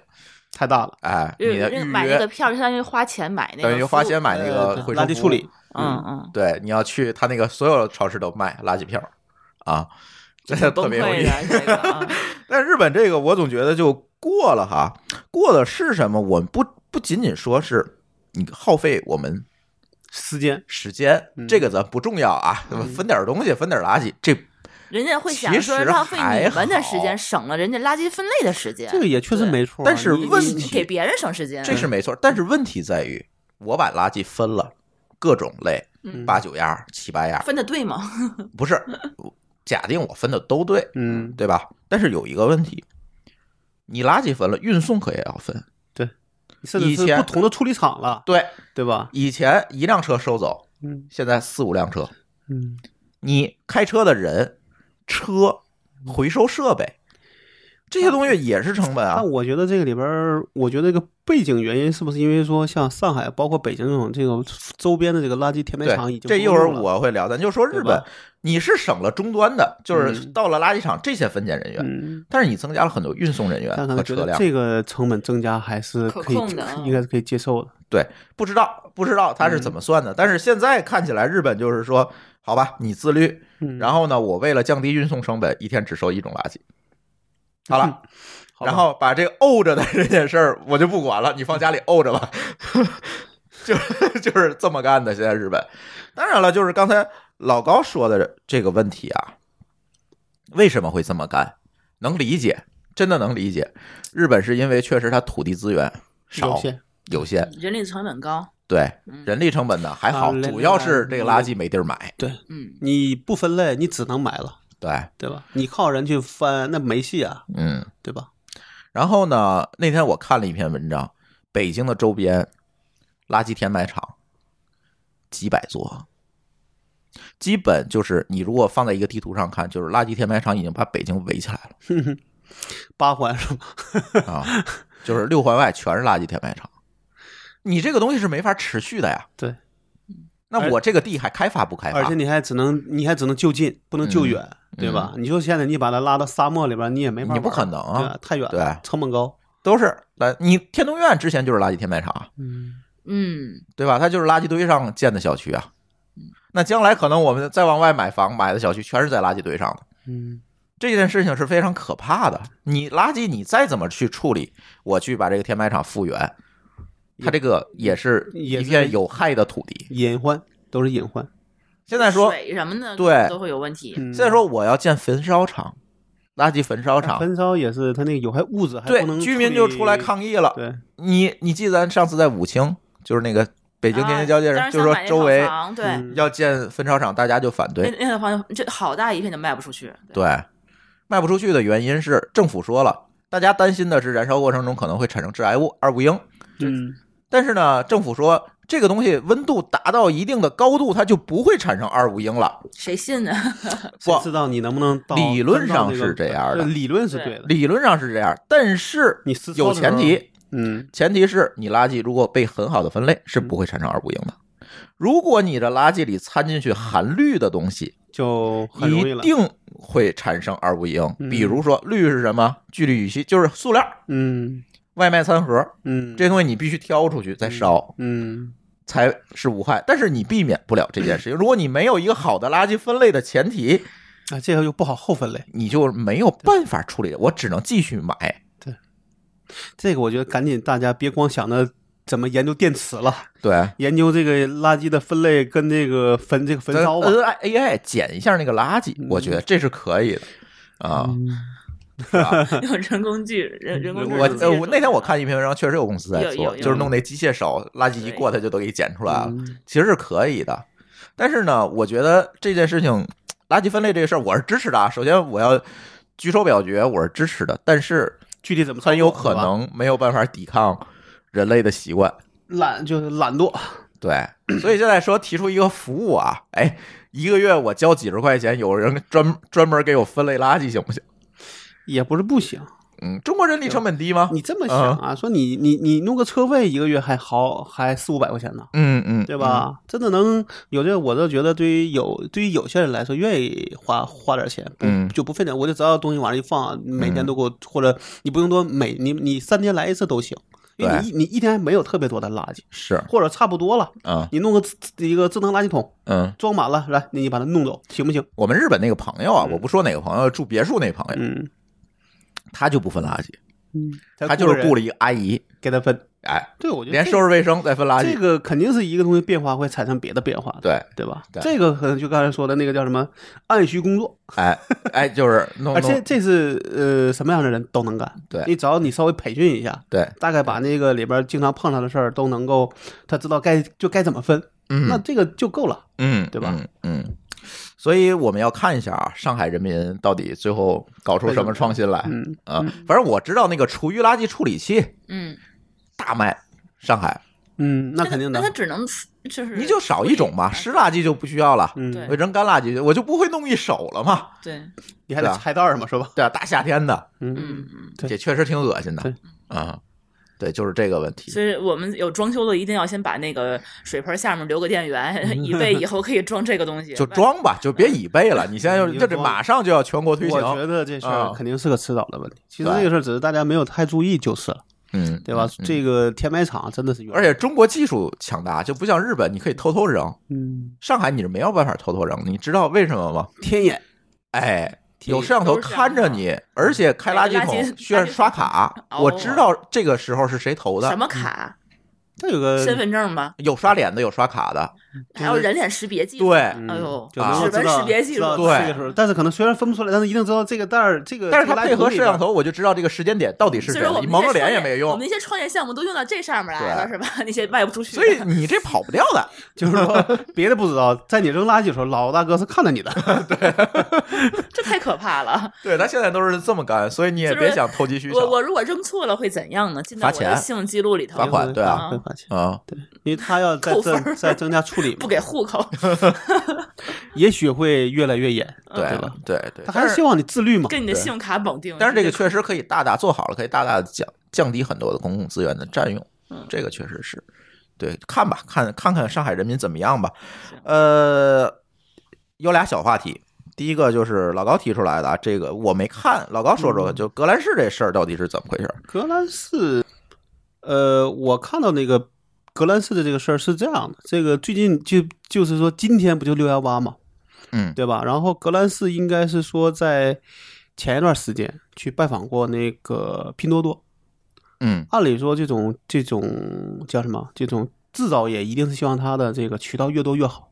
[SPEAKER 2] 太大了，
[SPEAKER 1] 哎，
[SPEAKER 3] 就是
[SPEAKER 1] 你的
[SPEAKER 3] 就是
[SPEAKER 1] 预
[SPEAKER 3] 买那个
[SPEAKER 1] 约
[SPEAKER 3] 票，相当于花钱买那个，
[SPEAKER 1] 等于花钱。买那个
[SPEAKER 2] 呃
[SPEAKER 1] 回收
[SPEAKER 2] 垃圾
[SPEAKER 1] 服
[SPEAKER 2] 处
[SPEAKER 1] 务
[SPEAKER 2] 理，
[SPEAKER 3] 嗯嗯，
[SPEAKER 1] 对，你要去他那个所有超市都卖垃圾票儿啊，这 特
[SPEAKER 3] 崩
[SPEAKER 1] 别有
[SPEAKER 3] 溃
[SPEAKER 1] 意
[SPEAKER 3] 的
[SPEAKER 1] 思。
[SPEAKER 3] 这个啊，
[SPEAKER 1] 但日本这个我总觉得就过了哈，过的是什么？我们不不仅仅说是你耗费我们
[SPEAKER 2] 时间
[SPEAKER 1] 时间
[SPEAKER 2] 嗯，
[SPEAKER 1] 这个咱不重要啊，分点东西，分点垃圾，这
[SPEAKER 2] 嗯
[SPEAKER 3] 人家会想
[SPEAKER 1] 其
[SPEAKER 3] 说
[SPEAKER 1] 实
[SPEAKER 3] 浪费你
[SPEAKER 1] 还
[SPEAKER 3] 们的时
[SPEAKER 1] 好
[SPEAKER 3] 间，省了人家垃圾分类的时间。
[SPEAKER 2] 这个也确实
[SPEAKER 3] 对
[SPEAKER 2] 没错啊。
[SPEAKER 1] 但是
[SPEAKER 2] 你
[SPEAKER 1] 问
[SPEAKER 3] 你
[SPEAKER 1] 题
[SPEAKER 3] 给别人省时间，
[SPEAKER 1] 这是没错。但是问题在于，我把垃圾分了各种类，
[SPEAKER 3] 嗯
[SPEAKER 1] 八九样、七八样，
[SPEAKER 3] 分的对吗？
[SPEAKER 1] 不是我假定我分的都对，
[SPEAKER 2] 嗯，
[SPEAKER 1] 对吧？但是有一个问题，你垃圾分了，运送可也要分。
[SPEAKER 2] 甚至
[SPEAKER 1] 以
[SPEAKER 2] 是
[SPEAKER 1] 前
[SPEAKER 2] 不同的处理厂了，
[SPEAKER 1] 对，
[SPEAKER 2] 对吧？
[SPEAKER 1] 以前一辆车收走，
[SPEAKER 2] 嗯
[SPEAKER 1] 现在四五辆车。
[SPEAKER 2] 嗯，
[SPEAKER 1] 你开车的人、车、回收设备这些东西也是成本啊
[SPEAKER 2] 但。我觉得这个里边儿，我觉得这个背景原因是不是因为说像上海，包括北京这种这个周边的这个垃圾填埋
[SPEAKER 1] 对
[SPEAKER 2] 场已，经
[SPEAKER 1] 这
[SPEAKER 2] 不
[SPEAKER 1] 一会儿
[SPEAKER 2] 用了
[SPEAKER 1] 我会聊，咱就说
[SPEAKER 2] 对
[SPEAKER 1] 日
[SPEAKER 2] 吧
[SPEAKER 1] 本，你是省了终端的，就是
[SPEAKER 2] 嗯
[SPEAKER 1] 到了垃圾场这些分拣人员，
[SPEAKER 2] 嗯，
[SPEAKER 1] 但是你增加了很多运送人员
[SPEAKER 2] 但可
[SPEAKER 1] 和
[SPEAKER 2] 能
[SPEAKER 1] 车
[SPEAKER 2] 觉得
[SPEAKER 1] 辆。
[SPEAKER 2] 这个成本增加还是
[SPEAKER 3] 可
[SPEAKER 2] 可以
[SPEAKER 3] 控的啊，
[SPEAKER 2] 应该是可以接受的。
[SPEAKER 1] 不知道不知道他
[SPEAKER 2] 嗯
[SPEAKER 1] 是怎么算的，但是现在看起来日本就是说，好吧，你自律，
[SPEAKER 2] 嗯，
[SPEAKER 1] 然后呢，我为了降低运送成本，一天只收一种垃圾。好 了，
[SPEAKER 2] 好吧
[SPEAKER 1] 然后把这个怄着的这件事儿我就不管了，你放家里怄着吧， 就 就是这么干的。现在日本，当然了，就是刚才老高说的这个问题啊，为什么会这么干？能理解，真的能理解。日本是因为确实它土地资源少
[SPEAKER 2] 有限
[SPEAKER 1] 有限，
[SPEAKER 3] 人力成本高，
[SPEAKER 1] 对
[SPEAKER 3] 嗯
[SPEAKER 1] 人力成本呢还好，
[SPEAKER 2] 啊人力
[SPEAKER 1] 主要是这个垃圾没地儿买。
[SPEAKER 3] 嗯，
[SPEAKER 2] 你不分类，你只能买了，
[SPEAKER 1] 对，
[SPEAKER 2] 对吧？你靠人去翻，那没戏啊，
[SPEAKER 1] 嗯。
[SPEAKER 2] 对吧？
[SPEAKER 1] 然后呢，那天我看了一篇文章，北京的周边垃圾填埋场几百座，基本就是你如果放在一个地图上看，就是垃圾填埋场已经把北京围起来了
[SPEAKER 2] 八环是吧？
[SPEAKER 1] 啊，就是六环外全是垃圾填埋场。你这个东西是没法持续的呀。
[SPEAKER 2] 对。
[SPEAKER 1] 那我这个地还开发不开发？
[SPEAKER 2] 而且你还只能，你还只能就近，不能就远，对吧？你说现在你把它拉到沙漠里边，你也没法
[SPEAKER 1] 嗯
[SPEAKER 2] 玩，
[SPEAKER 1] 你不可能啊
[SPEAKER 2] 对啊，太远了，
[SPEAKER 1] 对
[SPEAKER 2] 成本高。
[SPEAKER 1] 都是来，你天通苑之前就是垃圾填埋场啊，
[SPEAKER 2] 嗯，
[SPEAKER 3] 嗯，
[SPEAKER 1] 对吧？它就是垃圾堆上建的小区啊。那将来可能我们再往外买房买的小区，全是在垃圾堆上的。
[SPEAKER 2] 嗯，
[SPEAKER 1] 这件事情是非常可怕的。你垃圾你再怎么去处理，我去把这个填埋场复原，它这个也是
[SPEAKER 2] 也
[SPEAKER 1] 一
[SPEAKER 2] 是
[SPEAKER 1] 片有害的土地。
[SPEAKER 2] 隐患都是隐患。
[SPEAKER 1] 现在说，
[SPEAKER 3] 水什么的，
[SPEAKER 1] 对
[SPEAKER 3] 都会有问题。
[SPEAKER 2] 嗯
[SPEAKER 1] 现在说我要建焚烧厂，垃圾焚烧厂，
[SPEAKER 2] 嗯焚烧也是它那个有害物质，还不
[SPEAKER 1] 对，
[SPEAKER 2] 能
[SPEAKER 1] 居民就
[SPEAKER 2] 处
[SPEAKER 1] 出
[SPEAKER 2] 理
[SPEAKER 1] 来。抗议了。
[SPEAKER 2] 对，
[SPEAKER 1] 你你记得咱上次在武清，就是那个北京天津交界
[SPEAKER 3] 啊
[SPEAKER 1] 上，
[SPEAKER 3] 当时
[SPEAKER 1] 就是说
[SPEAKER 3] 想买那
[SPEAKER 1] 周
[SPEAKER 3] 套
[SPEAKER 1] 围
[SPEAKER 3] 房哎对，
[SPEAKER 2] 嗯
[SPEAKER 1] 要建焚烧厂，大家就反对
[SPEAKER 3] 那。那套房这好大一片就卖不出去，对，
[SPEAKER 1] 对，卖不出去的原因是政府说了，大家担心的是燃烧过程中可能会产生致癌物二固英，
[SPEAKER 2] 嗯，
[SPEAKER 1] 但是呢，政府说这个东西温度达到一定的高度，它就不会产生二固英了。
[SPEAKER 3] 谁信呢？
[SPEAKER 2] 谁
[SPEAKER 1] 不
[SPEAKER 2] 知道你能不能到
[SPEAKER 1] 理论
[SPEAKER 2] 真到
[SPEAKER 1] 上
[SPEAKER 2] 那个
[SPEAKER 1] 是这样的
[SPEAKER 2] 对理论是对的。
[SPEAKER 1] 理论上是这样，但是
[SPEAKER 2] 你实操
[SPEAKER 1] 有
[SPEAKER 2] 的时候
[SPEAKER 1] 前提，
[SPEAKER 2] 嗯，
[SPEAKER 1] 前提是你垃圾如果被很好的分类，是不会产生二固英的。如果你的垃圾里掺进去含氯的东西，
[SPEAKER 2] 就很容易
[SPEAKER 1] 一
[SPEAKER 2] 了。
[SPEAKER 1] 定会产生二固英。
[SPEAKER 2] 嗯
[SPEAKER 1] 比如说氯是什么？聚氯乙烯，就是塑料、
[SPEAKER 2] 嗯
[SPEAKER 1] 外卖餐盒，
[SPEAKER 2] 嗯，
[SPEAKER 1] 这东西你必须挑出去再烧
[SPEAKER 2] 嗯
[SPEAKER 1] 才是无害，但是你避免不了这件事情。如果你没有一个好的垃圾分类的前提，
[SPEAKER 2] 啊，这个又不好后分类。
[SPEAKER 1] 你就没有办法处理。我只能继续买。
[SPEAKER 2] 这个我觉得赶紧大家别光想着怎么研究电池了，
[SPEAKER 1] 对，
[SPEAKER 2] 研究这个垃圾的分类跟这个焚这个焚烧吧。嗯
[SPEAKER 1] N I A I 减一下那个垃圾，我觉得这是可以的啊。是吧
[SPEAKER 3] 有人工具，人人工智
[SPEAKER 1] 我
[SPEAKER 3] 能技
[SPEAKER 1] 呃，
[SPEAKER 3] 术啊
[SPEAKER 1] 我那天我看一篇文章，确实有公司在
[SPEAKER 3] 有
[SPEAKER 1] 做，
[SPEAKER 3] 有有
[SPEAKER 1] 就是弄那机械手，垃圾一过，它就都给捡出来了。
[SPEAKER 2] 嗯
[SPEAKER 1] 其实是可以的。但是呢，我觉得这件事情，垃圾分类这个事儿，我是支持的啊。首先，我要举手表决，我是支持的。但是
[SPEAKER 2] 具体怎么操作
[SPEAKER 1] 很有可
[SPEAKER 2] 好吧
[SPEAKER 1] 能没有办法抵抗人类的习惯，
[SPEAKER 2] 懒就是懒惰，
[SPEAKER 1] 对。所以现在说提出一个服务啊，哎，一个月我交几十块钱，有人专专门给我分类垃圾行不行？
[SPEAKER 2] 也不是不行。
[SPEAKER 1] 嗯，中国人力成本低吗？
[SPEAKER 2] 你这么想
[SPEAKER 1] 嗯
[SPEAKER 2] 啊，说你你你弄个车位一个月还好，还四五百块钱呢，
[SPEAKER 1] 嗯嗯，
[SPEAKER 2] 对吧？真的能有这，我都觉得对于有对于有些人来说，愿意花花点钱，不、
[SPEAKER 1] 嗯
[SPEAKER 2] 就不费点，我就只要东西往那一放，每天都给我、或者你不用多每你你三天来一次都行，因为你你一天还没有特别多的垃圾，
[SPEAKER 1] 嗯？是，
[SPEAKER 2] 或者差不多了，
[SPEAKER 1] 嗯
[SPEAKER 2] 你弄个自一个智能垃圾桶
[SPEAKER 1] 嗯，
[SPEAKER 2] 装满了，来你你把它弄走，行不行？
[SPEAKER 1] 我们日本那个朋友啊，我不说哪个朋友，住别墅那朋友，
[SPEAKER 2] 嗯
[SPEAKER 1] 他就不分垃圾，
[SPEAKER 2] 嗯，
[SPEAKER 1] 他就是雇
[SPEAKER 2] 雇
[SPEAKER 1] 了
[SPEAKER 2] 人
[SPEAKER 1] 一个阿姨，
[SPEAKER 2] 给他分，
[SPEAKER 1] 哎，
[SPEAKER 2] 对我觉得
[SPEAKER 1] 连
[SPEAKER 2] 这
[SPEAKER 1] 收拾卫生再分垃圾，
[SPEAKER 2] 这个肯定是一个东西变化会产生别的变化的，
[SPEAKER 1] 对，
[SPEAKER 2] 对吧？
[SPEAKER 1] 对
[SPEAKER 2] 这个可能就刚才说的那个叫什么按需工作，
[SPEAKER 1] 哎哎， 就是弄
[SPEAKER 2] 而且
[SPEAKER 1] 弄，
[SPEAKER 2] 啊这是呃什么样的人都能干，
[SPEAKER 1] 对
[SPEAKER 2] 你只要你稍微培训一下，
[SPEAKER 1] 对，
[SPEAKER 2] 大概把那个里边经常碰上的事儿都能够，他知道该就该怎么分，
[SPEAKER 1] 嗯，
[SPEAKER 2] 那这个就够了。
[SPEAKER 1] 嗯，
[SPEAKER 2] 对吧
[SPEAKER 1] 嗯嗯，所以我们要看一下啊，上海人民到底最后搞出什么创新来
[SPEAKER 2] 嗯，
[SPEAKER 1] 啊？反正我知道那个厨余垃圾处理器
[SPEAKER 3] 嗯，
[SPEAKER 1] 大卖，上海
[SPEAKER 2] 嗯，那肯定的
[SPEAKER 3] 那，他只能就是
[SPEAKER 1] 你就少一种嘛，湿垃圾就不需要了，
[SPEAKER 2] 嗯，
[SPEAKER 3] 对
[SPEAKER 1] 我扔干垃圾我就不会弄一手了嘛，
[SPEAKER 3] 对，
[SPEAKER 2] 你还得
[SPEAKER 1] 对啊
[SPEAKER 2] 拆袋儿嘛，是吧？
[SPEAKER 1] 对吧？大夏天的，
[SPEAKER 2] 嗯，
[SPEAKER 3] 嗯嗯，
[SPEAKER 2] 对
[SPEAKER 1] 这确实挺恶心的
[SPEAKER 2] 对
[SPEAKER 1] 啊。对，就是这个问题。
[SPEAKER 3] 所以我们有装修的，一定要先把那个水盆下面留个电源，以 备以后可以装这个东西。
[SPEAKER 1] 嗯就装吧，就别以备了。你现在就
[SPEAKER 2] 嗯
[SPEAKER 1] 就这马上就要全国推
[SPEAKER 2] 我觉
[SPEAKER 1] 行，
[SPEAKER 2] 得这事
[SPEAKER 1] 啊
[SPEAKER 2] 儿肯定是个迟早的问题。其实
[SPEAKER 1] 对
[SPEAKER 2] 这个事儿只是大家没有太注意就是了，
[SPEAKER 1] 嗯，
[SPEAKER 2] 对吧
[SPEAKER 1] 嗯？
[SPEAKER 2] 这个填埋场真的是有，
[SPEAKER 1] 而且中国技术强大，就不像日本，你可以偷偷扔。
[SPEAKER 2] 嗯，
[SPEAKER 1] 上海你是没有办法偷偷扔，你知道为什么吗？
[SPEAKER 2] 天眼
[SPEAKER 1] 哎，有摄像头看着你，而且开垃圾
[SPEAKER 3] 每个垃
[SPEAKER 1] 桶
[SPEAKER 3] 圾
[SPEAKER 1] 需要刷卡。
[SPEAKER 3] 垃圾桶
[SPEAKER 1] 我知道这个时候是谁投
[SPEAKER 3] 什
[SPEAKER 1] 的，嗯呃
[SPEAKER 3] 么卡？
[SPEAKER 2] 这有个
[SPEAKER 3] 身份证吗？
[SPEAKER 1] 有刷脸的，有刷卡的。
[SPEAKER 3] 还有人脸识别技术？
[SPEAKER 1] 对
[SPEAKER 2] 嗯
[SPEAKER 3] 哎呦，
[SPEAKER 2] 就能够
[SPEAKER 3] 指
[SPEAKER 2] 知
[SPEAKER 3] 纹
[SPEAKER 2] 道
[SPEAKER 3] 识别技
[SPEAKER 2] 知
[SPEAKER 3] 术
[SPEAKER 2] 道，
[SPEAKER 1] 啊对
[SPEAKER 2] 这个时候，但是可能虽然分不出来，但是一定知道这个袋儿，这个
[SPEAKER 1] 但是它配
[SPEAKER 2] 这个垃圾
[SPEAKER 1] 合
[SPEAKER 2] 桶里
[SPEAKER 1] 摄像
[SPEAKER 3] 啊
[SPEAKER 2] 边
[SPEAKER 1] 头，我就知道这个时间点到底是
[SPEAKER 3] 所
[SPEAKER 1] 谁
[SPEAKER 3] 以说
[SPEAKER 1] 了。
[SPEAKER 3] 我
[SPEAKER 1] 你
[SPEAKER 3] 们
[SPEAKER 1] 蒙个
[SPEAKER 3] 这些
[SPEAKER 1] 脸也
[SPEAKER 3] 创业
[SPEAKER 1] 没用
[SPEAKER 3] 我们，那些创业项目都用到这上面来了，
[SPEAKER 1] 对
[SPEAKER 3] 是吧？ 那些卖不出去的，
[SPEAKER 1] 所以你这跑不掉的。
[SPEAKER 2] 就是 说别的不知道，在你扔垃圾的时候，老大哥是看着你的。
[SPEAKER 3] 这太可怕了。
[SPEAKER 1] 对，他现在都是这么干，所以你也
[SPEAKER 3] 就是
[SPEAKER 1] 别想投机取
[SPEAKER 3] 我
[SPEAKER 1] 巧
[SPEAKER 3] 我如果扔错了会怎样呢？进到
[SPEAKER 1] 罚
[SPEAKER 3] 我的
[SPEAKER 1] 钱
[SPEAKER 3] 信用记录里头，
[SPEAKER 1] 罚款对啊
[SPEAKER 2] 会罚钱，
[SPEAKER 1] 啊。
[SPEAKER 2] 因为他要再
[SPEAKER 3] 扣分
[SPEAKER 2] 增
[SPEAKER 3] 儿
[SPEAKER 2] 再增加处理嘛，
[SPEAKER 3] 不给户 口，
[SPEAKER 2] 也许会越来越严，
[SPEAKER 1] 对
[SPEAKER 2] 吧？
[SPEAKER 1] 对对，
[SPEAKER 2] 他还
[SPEAKER 1] 但
[SPEAKER 2] 是希望你自律嘛。
[SPEAKER 3] 跟你的信用卡绑定。
[SPEAKER 1] 但是呃这个确实可以大大做好了，可以大大的降降低很多的公共资源的占用，这个确实是。对，看吧，看看看上海人民怎么样吧。呃，有俩小话题，第一个就是老高提出来的，啊，这个我没看，老高说说，就格兰仕这事儿到底是怎么回事？
[SPEAKER 2] 格兰仕，呃，我看到那个格兰仕的这个事儿是这样的，这个最近就就是说今天不就六幺八嘛，
[SPEAKER 1] 嗯
[SPEAKER 2] 对吧？然后格兰仕应该是说在前一段时间去拜访过那个拼多多，
[SPEAKER 1] 嗯
[SPEAKER 2] 按理说这种这种叫什么？这种制造业一定是希望它的这个渠道越多越好。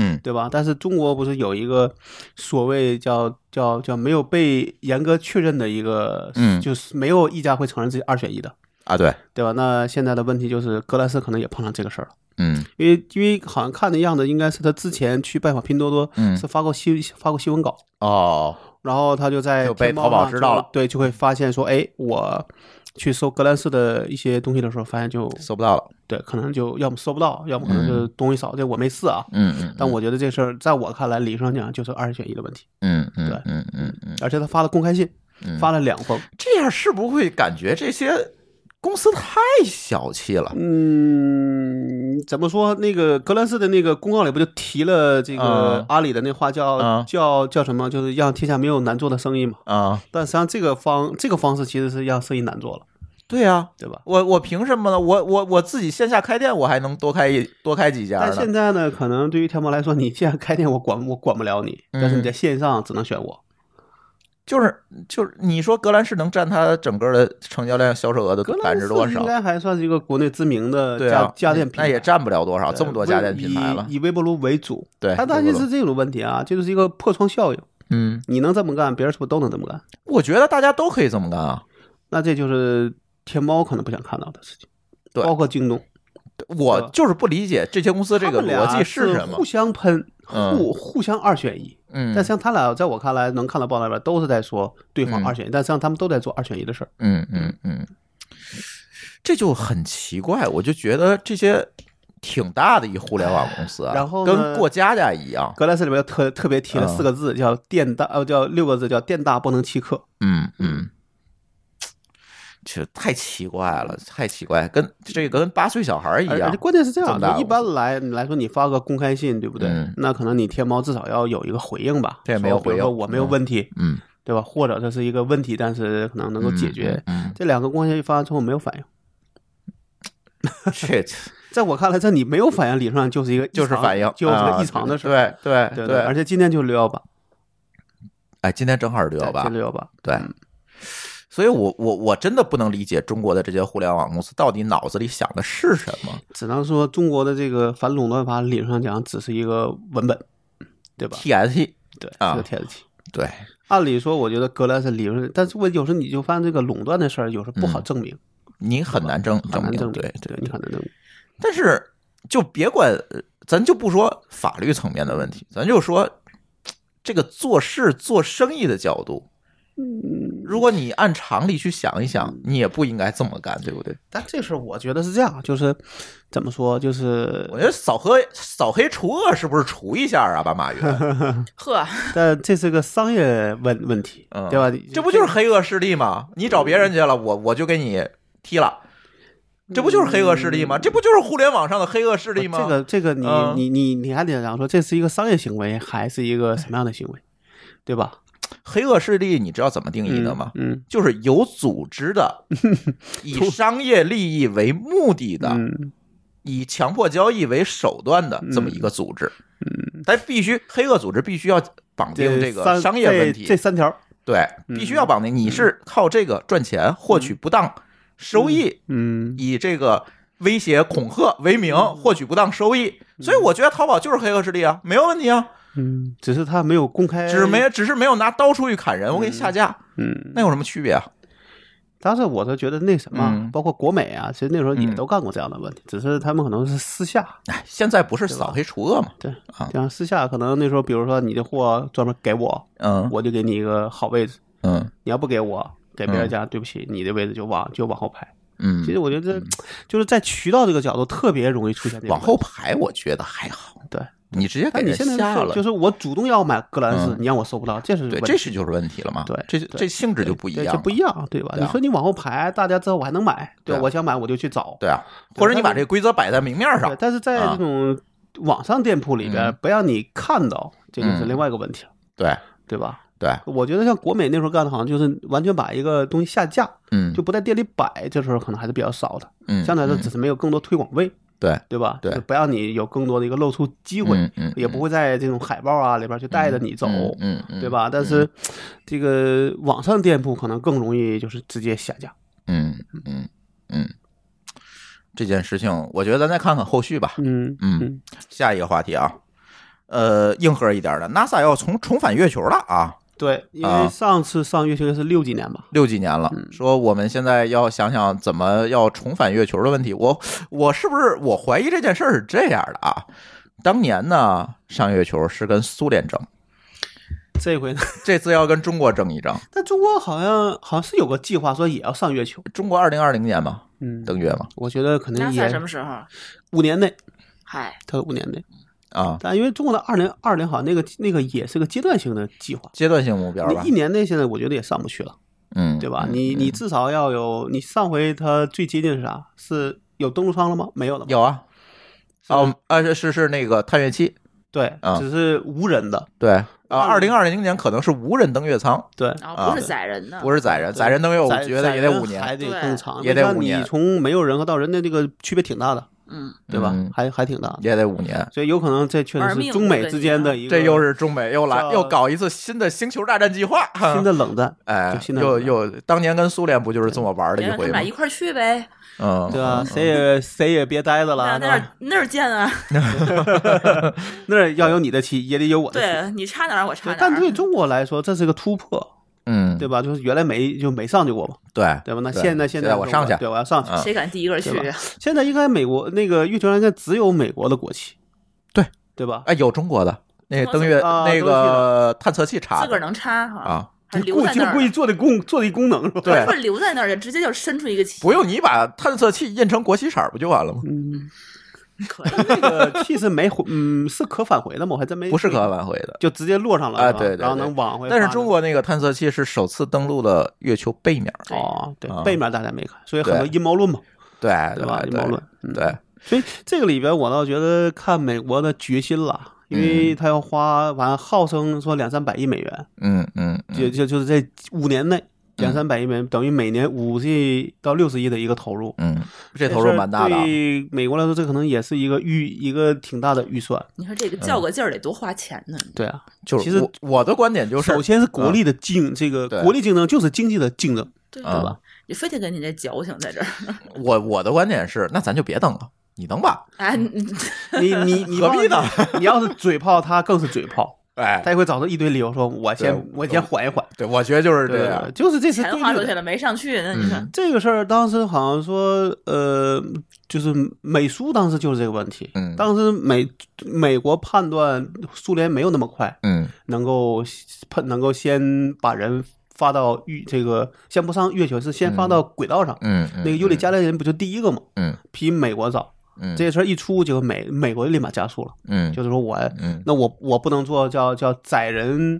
[SPEAKER 1] 嗯
[SPEAKER 2] 对吧？但是中国不是有一个所谓叫叫叫没有被严格确认的一个，
[SPEAKER 1] 嗯
[SPEAKER 2] 就是没有一家会承认自己二选一的，
[SPEAKER 1] 啊，对，
[SPEAKER 2] 对吧？那现在的问题就是格兰仕可能也碰上这个事儿了，
[SPEAKER 1] 嗯
[SPEAKER 2] 因为因为好像看的样子，应该是他之前去拜访拼多多，
[SPEAKER 1] 嗯
[SPEAKER 2] 是发过新发过新闻稿，
[SPEAKER 1] 哦，
[SPEAKER 2] 然后他就在
[SPEAKER 1] 就被
[SPEAKER 2] 天猫
[SPEAKER 1] 淘宝
[SPEAKER 2] 上
[SPEAKER 1] 知道了
[SPEAKER 2] 就对，就会发现说，哎，我去搜格兰仕的一些东西的时候，发现就
[SPEAKER 1] 搜不到了，
[SPEAKER 2] 对，可能就要么搜不到，要么可能就是东西少，这我没试啊。
[SPEAKER 1] 嗯嗯，
[SPEAKER 2] 但我觉得这事儿在我看来，理论上讲就是二选一的问题。
[SPEAKER 1] 嗯嗯嗯嗯嗯，
[SPEAKER 2] 而且他发了公开信，
[SPEAKER 1] 嗯
[SPEAKER 2] 发了两封。
[SPEAKER 1] 这样是不会感觉这些公司太小气了？
[SPEAKER 2] 嗯，怎么说？那个格兰仕的那个公告里不就提了这个
[SPEAKER 1] 嗯
[SPEAKER 2] 阿里的那话叫、
[SPEAKER 1] 嗯
[SPEAKER 2] 叫叫什么？就是让天下没有难做的生意嘛。
[SPEAKER 1] 啊，
[SPEAKER 2] 但实际上这个方这个方式其实是让生意难做了，
[SPEAKER 1] 对呀、啊，
[SPEAKER 2] 对吧？
[SPEAKER 1] 我我凭什么呢？我我我自己线下开店，我还能多开一多开几家
[SPEAKER 2] 但现
[SPEAKER 1] 呢？
[SPEAKER 2] 在呢，可能对于天猫来说，你现在开店我管我管不了你，但是你在线上只能选我。
[SPEAKER 1] 就是就是，你说格兰仕能占它整个的成交量、销售额的
[SPEAKER 2] 格
[SPEAKER 1] 百
[SPEAKER 2] 兰
[SPEAKER 1] 分之多
[SPEAKER 2] 仕
[SPEAKER 1] 少
[SPEAKER 2] 应？该还算是一个国内知名的
[SPEAKER 1] 对
[SPEAKER 2] 家、
[SPEAKER 1] 啊，
[SPEAKER 2] 家电品
[SPEAKER 1] 那
[SPEAKER 2] 牌，
[SPEAKER 1] 也占不了多少，
[SPEAKER 2] 对啊
[SPEAKER 1] 这么多家电品牌了
[SPEAKER 2] 以。以哎微波炉为主，
[SPEAKER 1] 对
[SPEAKER 2] 他担心是这种问题啊，这就是一个破窗效应。
[SPEAKER 1] 嗯，
[SPEAKER 2] 你能这么干，别人是不是都能这么干？
[SPEAKER 1] 我觉得大家都可以这么干啊。
[SPEAKER 2] 那这就是天猫可能不想看到的事情，
[SPEAKER 1] 对
[SPEAKER 2] 包括京东，
[SPEAKER 1] 我
[SPEAKER 2] 对吧
[SPEAKER 1] 就是不理解这些公司这
[SPEAKER 2] 嗯他
[SPEAKER 1] 个
[SPEAKER 2] 们俩
[SPEAKER 1] 逻辑
[SPEAKER 2] 是
[SPEAKER 1] 什么
[SPEAKER 2] 互。相喷，
[SPEAKER 1] 嗯
[SPEAKER 2] 互互相二选一。
[SPEAKER 1] 嗯
[SPEAKER 2] 但像他俩，在我看来，能看到报道里边都是在说对方
[SPEAKER 1] 嗯
[SPEAKER 2] 二选一，但实际上他们都在做二选一的事儿。
[SPEAKER 1] 嗯嗯嗯，这就很奇怪，我就觉得这些挺大的一互联网公司啊，
[SPEAKER 2] 然后呢
[SPEAKER 1] 跟过家家一样。
[SPEAKER 2] 格莱斯里边特特别提了
[SPEAKER 1] 嗯
[SPEAKER 2] 四个字，叫“店大”，呃，叫六个字，叫“店大不能欺客
[SPEAKER 1] 嗯嗯，这太奇怪了，太奇怪，跟这个跟八岁小孩儿”一
[SPEAKER 2] 而。而
[SPEAKER 1] 样
[SPEAKER 2] 且。关键是这
[SPEAKER 1] 这
[SPEAKER 2] 样
[SPEAKER 1] 么大
[SPEAKER 2] 的，一般来来说，你发个公开信，对不对
[SPEAKER 1] 嗯？
[SPEAKER 2] 那可能你天猫至少要有一个回应吧？
[SPEAKER 1] 这也没有
[SPEAKER 2] 说比如
[SPEAKER 1] 回应
[SPEAKER 2] 说我没有
[SPEAKER 1] 嗯
[SPEAKER 2] 问题，
[SPEAKER 1] 嗯，
[SPEAKER 2] 对吧？或者这是一个问题，但是可能能够解决。
[SPEAKER 1] 嗯，
[SPEAKER 2] 这两个公开信发完之后没有反应，
[SPEAKER 1] 嗯这
[SPEAKER 2] 在我看来，这你没有反应，理 论上就是一个异
[SPEAKER 1] 就
[SPEAKER 2] 常
[SPEAKER 1] 是反应，
[SPEAKER 2] 就是
[SPEAKER 1] 啊
[SPEAKER 2] 个异常的事儿。
[SPEAKER 1] 对对
[SPEAKER 2] 对而且今天就是六幺八，
[SPEAKER 1] 哎，今天正好是六幺八，
[SPEAKER 2] 六幺八，
[SPEAKER 1] 对。所以我我我真的不能理解中国的这些互联网公司到底脑子里想的是什么。
[SPEAKER 2] 只能说中国的这个反垄断法理论上讲只是一个文本，对吧？
[SPEAKER 1] TST，
[SPEAKER 2] 对，
[SPEAKER 1] 啊
[SPEAKER 2] 是个帖子题。
[SPEAKER 1] 对，
[SPEAKER 2] 按理说，我觉得格兰是理论，但是我有时候你就发现这个垄断的事儿，有时候不好证明，
[SPEAKER 1] 你很难证
[SPEAKER 2] 很
[SPEAKER 1] 嗯
[SPEAKER 2] 难
[SPEAKER 1] 明，
[SPEAKER 2] 证明，
[SPEAKER 1] 对
[SPEAKER 2] 对，你很难证明。
[SPEAKER 1] 但是就别管，呃咱就不说法律层面的问题，咱就说这个做事做生意的角度。
[SPEAKER 2] 嗯
[SPEAKER 1] 如果你按常理去想一想，你也不应该这么干，对不对？
[SPEAKER 2] 但这事儿我觉得是这样，就是怎么说，就是
[SPEAKER 1] 我觉得扫黑扫黑除恶是不是除一下啊？把马 云，
[SPEAKER 3] 呵，
[SPEAKER 2] 但这是个商业问问题，
[SPEAKER 1] 嗯
[SPEAKER 2] 对吧？嗯
[SPEAKER 1] 这不就是黑恶势力吗？你找别人去了，我我就给你踢了。这不就是黑恶势力吗？这不就是互联网上的黑恶势力吗？
[SPEAKER 2] 嗯这个这个你、
[SPEAKER 1] 嗯
[SPEAKER 2] 你你你还得讲说这是一个商业行为还是一个什么样的行为，对吧？
[SPEAKER 1] 黑恶势力，你知道怎么定义的吗？
[SPEAKER 2] 嗯
[SPEAKER 1] 就是有组织 的，以商业利益为目的的，
[SPEAKER 2] 嗯
[SPEAKER 1] 以强迫交易为手段的这么一个组织。嗯，但必须黑恶组织必须要绑定这个
[SPEAKER 2] 三
[SPEAKER 1] 商业问题，
[SPEAKER 2] 这这嗯三条，
[SPEAKER 1] 对，必须要绑定。你是靠这个赚钱，获取不当收益，
[SPEAKER 2] 嗯，
[SPEAKER 1] 以这个威胁、恐吓为名获取不当收益。所以我觉得淘宝就是黑恶势力啊，没有问题啊，
[SPEAKER 2] 嗯，只是他没有公开，
[SPEAKER 1] 只没只是没有拿刀出去砍人，我给你下架，
[SPEAKER 2] 哎嗯，
[SPEAKER 1] 那有什么区别啊？
[SPEAKER 2] 当时我是觉得那什么，
[SPEAKER 1] 嗯
[SPEAKER 2] 包括国美啊，其实那时候也
[SPEAKER 1] 嗯
[SPEAKER 2] 都干过这样的问题，只是他们可能是私下，
[SPEAKER 1] 哎，现在不是扫黑除恶嘛？
[SPEAKER 2] 对
[SPEAKER 1] 啊，
[SPEAKER 2] 这样私下可能那时候，比如说你的货专门给我，
[SPEAKER 1] 嗯
[SPEAKER 2] 我就给你一个好位置，
[SPEAKER 1] 嗯
[SPEAKER 2] 你要不给我，给别人家，对不起，你的位置就往就往后排。
[SPEAKER 1] 嗯，
[SPEAKER 2] 其实我觉得这就是在渠道这个角度特别容易出现这个
[SPEAKER 1] 往
[SPEAKER 2] 问题
[SPEAKER 1] 后排我觉得还好，
[SPEAKER 2] 对。
[SPEAKER 1] 你直接给
[SPEAKER 2] 但你
[SPEAKER 1] 人
[SPEAKER 2] 现在
[SPEAKER 1] 下
[SPEAKER 2] 是
[SPEAKER 1] 了，
[SPEAKER 2] 就是我主动要买格兰仕，
[SPEAKER 1] 嗯
[SPEAKER 2] 你让我收不到，这是
[SPEAKER 1] 对，
[SPEAKER 2] 问
[SPEAKER 1] 这
[SPEAKER 2] 题
[SPEAKER 1] 是就是问题了嘛？
[SPEAKER 2] 对
[SPEAKER 1] 这这
[SPEAKER 2] 对
[SPEAKER 1] 性质就不一
[SPEAKER 2] 对
[SPEAKER 1] 样
[SPEAKER 2] 这
[SPEAKER 1] 了，
[SPEAKER 2] 不一样，对吧？
[SPEAKER 1] 对啊
[SPEAKER 2] 你说你往后排，大家之后我还能买，对
[SPEAKER 1] 对
[SPEAKER 2] 吧
[SPEAKER 1] 啊
[SPEAKER 2] 我想买我就去找，
[SPEAKER 1] 对啊，或者你把
[SPEAKER 2] 但是
[SPEAKER 1] 这个规则摆在明面
[SPEAKER 2] 对
[SPEAKER 1] 上，
[SPEAKER 2] 但是在
[SPEAKER 1] 啊
[SPEAKER 2] 这种网上店铺里边，
[SPEAKER 1] 嗯
[SPEAKER 2] 不让你看到，这就是
[SPEAKER 1] 嗯
[SPEAKER 2] 另外一个问题了，
[SPEAKER 1] 对
[SPEAKER 2] 对吧？
[SPEAKER 1] 对，
[SPEAKER 2] 我觉得像国美那时候干的，好像就是完全把一个东西下架，
[SPEAKER 1] 嗯，
[SPEAKER 2] 就不在店里摆，这时候可能还是比较少的。
[SPEAKER 1] 嗯
[SPEAKER 2] 相对来说，
[SPEAKER 1] 嗯
[SPEAKER 2] 只是没有更多推广位，
[SPEAKER 1] 对
[SPEAKER 2] 对吧？
[SPEAKER 1] 对
[SPEAKER 2] 就不让你有更多的一个露出机会，
[SPEAKER 1] 嗯嗯
[SPEAKER 2] 也不会在这种海报啊里边去带着你走，
[SPEAKER 1] 嗯嗯，嗯
[SPEAKER 2] 对？吧？但是这个网上店铺可能更容易就是直接下架。
[SPEAKER 1] 嗯嗯嗯，这件事情，我觉得咱再看看后续吧。
[SPEAKER 2] 嗯
[SPEAKER 1] 嗯，下一个话题啊，呃，硬核一点的，NASA 要重重返月球了啊。
[SPEAKER 2] 对，因为
[SPEAKER 1] 啊
[SPEAKER 2] 上次上月球是六几年吧？
[SPEAKER 1] 六几年了，
[SPEAKER 2] 嗯
[SPEAKER 1] 说我们现在要想想怎么要重返月球的问题。我我是不是我怀疑这件事儿是这样的啊？当年呢，上月球是跟苏联争，
[SPEAKER 2] 这回呢？
[SPEAKER 1] 这次要跟中国争一争。
[SPEAKER 2] 但中国好像好像是有个计划说也要上月球，
[SPEAKER 1] 中国二零二零年嘛，
[SPEAKER 2] 嗯
[SPEAKER 1] 登月嘛，
[SPEAKER 2] 我觉得可能
[SPEAKER 3] NASA
[SPEAKER 2] 也
[SPEAKER 3] 什么时候？
[SPEAKER 2] 五年内，
[SPEAKER 3] 嗨，
[SPEAKER 2] 它是五年内。
[SPEAKER 1] 啊，
[SPEAKER 2] 但因为中国的二零二零好像那个那个也是个阶段性的计划，
[SPEAKER 1] 阶段性目标吧
[SPEAKER 2] 你一，年内现在我觉得也上不去了，
[SPEAKER 1] 嗯，
[SPEAKER 2] 对吧？
[SPEAKER 1] 嗯
[SPEAKER 2] 你你至少要有，你上回它最接近是啥？是有登陆舱了吗？没有了吗？
[SPEAKER 1] 有啊，哦啊是是是那个探月器，
[SPEAKER 2] 对
[SPEAKER 1] 啊，
[SPEAKER 2] 只是无人的，
[SPEAKER 1] 对啊，
[SPEAKER 2] 哦
[SPEAKER 1] 二零二零年可能是无人登月舱，
[SPEAKER 2] 对，
[SPEAKER 3] 然
[SPEAKER 1] 啊
[SPEAKER 3] 后不是载人的，
[SPEAKER 1] 不是载人，载人登月我
[SPEAKER 2] 嗯载
[SPEAKER 1] 觉得也得
[SPEAKER 2] 载人
[SPEAKER 1] 五年
[SPEAKER 2] 还，得
[SPEAKER 3] 对
[SPEAKER 2] 更长，
[SPEAKER 1] 也得
[SPEAKER 2] 那
[SPEAKER 1] 五年
[SPEAKER 2] 你从没有人和到人的这个区别挺大的，
[SPEAKER 3] 嗯，
[SPEAKER 2] 对吧
[SPEAKER 1] 嗯？
[SPEAKER 2] 还还挺大的，
[SPEAKER 1] 也得五年，
[SPEAKER 2] 所以有可能这确实
[SPEAKER 3] 玩
[SPEAKER 2] 是
[SPEAKER 3] 命
[SPEAKER 2] 中美之
[SPEAKER 3] 啊
[SPEAKER 2] 间的一个，
[SPEAKER 1] 这又是中美又来
[SPEAKER 2] 叫
[SPEAKER 1] 又搞一次新的星球大战计划，
[SPEAKER 2] 新的冷战，
[SPEAKER 1] 哎
[SPEAKER 2] 就，新的冷
[SPEAKER 1] 又
[SPEAKER 2] 战
[SPEAKER 1] 又当年跟苏联不就是这么玩的
[SPEAKER 3] 别
[SPEAKER 1] 一
[SPEAKER 3] 让他
[SPEAKER 1] 回
[SPEAKER 3] 们
[SPEAKER 1] 吗
[SPEAKER 3] 俩一？块儿去呗，
[SPEAKER 1] 嗯，
[SPEAKER 2] 对啊吧？谁也谁也别待着
[SPEAKER 3] 那
[SPEAKER 2] 了，
[SPEAKER 3] 那
[SPEAKER 2] 是吧
[SPEAKER 3] 儿那儿见啊！
[SPEAKER 2] 那儿要有你的棋，也得有我的棋。
[SPEAKER 3] 对你差哪儿我差
[SPEAKER 2] 对，
[SPEAKER 3] 哪
[SPEAKER 2] 但对
[SPEAKER 3] 儿。
[SPEAKER 2] 中国来说，这是个突破，
[SPEAKER 1] 嗯，
[SPEAKER 2] 对吧？就是原来没就没上去过嘛，
[SPEAKER 1] 对
[SPEAKER 2] 对吧？那
[SPEAKER 1] 对
[SPEAKER 2] 现在
[SPEAKER 1] 现
[SPEAKER 2] 在
[SPEAKER 1] 在我上去
[SPEAKER 2] 对，我要上去。
[SPEAKER 1] 嗯
[SPEAKER 3] 谁敢第一个去
[SPEAKER 2] 对
[SPEAKER 3] 啊？
[SPEAKER 2] 现在应该美国那个月球上应该只有美国的国旗，
[SPEAKER 1] 对
[SPEAKER 2] 对吧？
[SPEAKER 1] 哎，有中国的那个登月
[SPEAKER 2] 啊
[SPEAKER 1] 那个探测器查
[SPEAKER 3] 自个儿能插哈？
[SPEAKER 1] 啊，
[SPEAKER 3] 还留
[SPEAKER 2] 故
[SPEAKER 3] 在
[SPEAKER 2] 就
[SPEAKER 3] 那
[SPEAKER 2] 故意
[SPEAKER 3] 儿？
[SPEAKER 2] 做的功做的功能是吧？
[SPEAKER 1] 对
[SPEAKER 3] 不是留在那儿，直接就伸出一个旗，
[SPEAKER 1] 不用你把探测器印成国旗色儿不就完了吗？
[SPEAKER 2] 嗯，
[SPEAKER 3] 可以。
[SPEAKER 2] 那个 气是没回，嗯，是可返回的吗？我还真没，
[SPEAKER 1] 不是可挽回的。
[SPEAKER 2] 就直接落上了
[SPEAKER 1] 啊
[SPEAKER 2] 是吧
[SPEAKER 1] 对对对
[SPEAKER 2] 然后能往回发呢。
[SPEAKER 1] 但是中国那个探测器是首次登陆了月球背面，
[SPEAKER 3] 对
[SPEAKER 2] 哦，对
[SPEAKER 1] 啊，
[SPEAKER 2] 背面大家没看，所以很多
[SPEAKER 1] 对
[SPEAKER 2] 阴谋论嘛，
[SPEAKER 1] 对
[SPEAKER 2] 对吧？阴
[SPEAKER 1] 对
[SPEAKER 2] 谋论，嗯
[SPEAKER 1] 对，
[SPEAKER 2] 所以这个里边，我倒觉得看美国的决心了，因为他要花完，号称说两三百亿美元，
[SPEAKER 1] 嗯嗯，嗯
[SPEAKER 2] 就就就是在五年内两三百亿美元，等于每年五十亿到六十亿的一个投入。
[SPEAKER 1] 嗯，这投入蛮大的啊，
[SPEAKER 2] 对美国来说，这可能也是一个预一个挺大的预算。
[SPEAKER 3] 你说这个较个劲儿得多花钱呢？
[SPEAKER 2] 对啊，
[SPEAKER 1] 就是
[SPEAKER 2] 其实
[SPEAKER 1] 我我的观点就是，
[SPEAKER 2] 首先是国力的竞，这个
[SPEAKER 1] 嗯对
[SPEAKER 2] 国力竞争就是经济的竞争，
[SPEAKER 3] 对
[SPEAKER 1] 嗯
[SPEAKER 2] 吧？
[SPEAKER 3] 你非得跟你这矫情在这儿，
[SPEAKER 1] 我我的观点是，那咱就别登了，你登吧，
[SPEAKER 3] 哎，你
[SPEAKER 2] 你 你你
[SPEAKER 1] 何必呢
[SPEAKER 2] 要是？你要是嘴炮，他更是嘴 炮，
[SPEAKER 1] 哎，
[SPEAKER 2] 他也会找出一堆理由说，我先
[SPEAKER 1] 对
[SPEAKER 2] 我先缓一缓。
[SPEAKER 1] 对，我觉得就是这
[SPEAKER 2] 对
[SPEAKER 1] 样，
[SPEAKER 2] 就是这次
[SPEAKER 3] 钱
[SPEAKER 2] 对
[SPEAKER 3] 花
[SPEAKER 2] 立
[SPEAKER 3] 出
[SPEAKER 2] 的
[SPEAKER 3] 去了没上去，那你说
[SPEAKER 1] 嗯
[SPEAKER 2] 这个事儿当时好像说，呃，就是美苏当时就是这个问题。
[SPEAKER 1] 嗯
[SPEAKER 2] 当时美美国判断苏联没有那么快
[SPEAKER 1] 嗯
[SPEAKER 2] 能够判能够先把人发到月这个先不上月球，是先发到轨道上。
[SPEAKER 1] 嗯，嗯
[SPEAKER 2] 那个尤里加列人不就第一个吗？
[SPEAKER 1] 嗯
[SPEAKER 2] 比美国早。
[SPEAKER 1] 嗯，
[SPEAKER 2] 这事儿一出，结果美美国就立马加速了，
[SPEAKER 1] 嗯
[SPEAKER 2] 就是说我
[SPEAKER 1] 嗯
[SPEAKER 2] 那我我不能做叫叫载人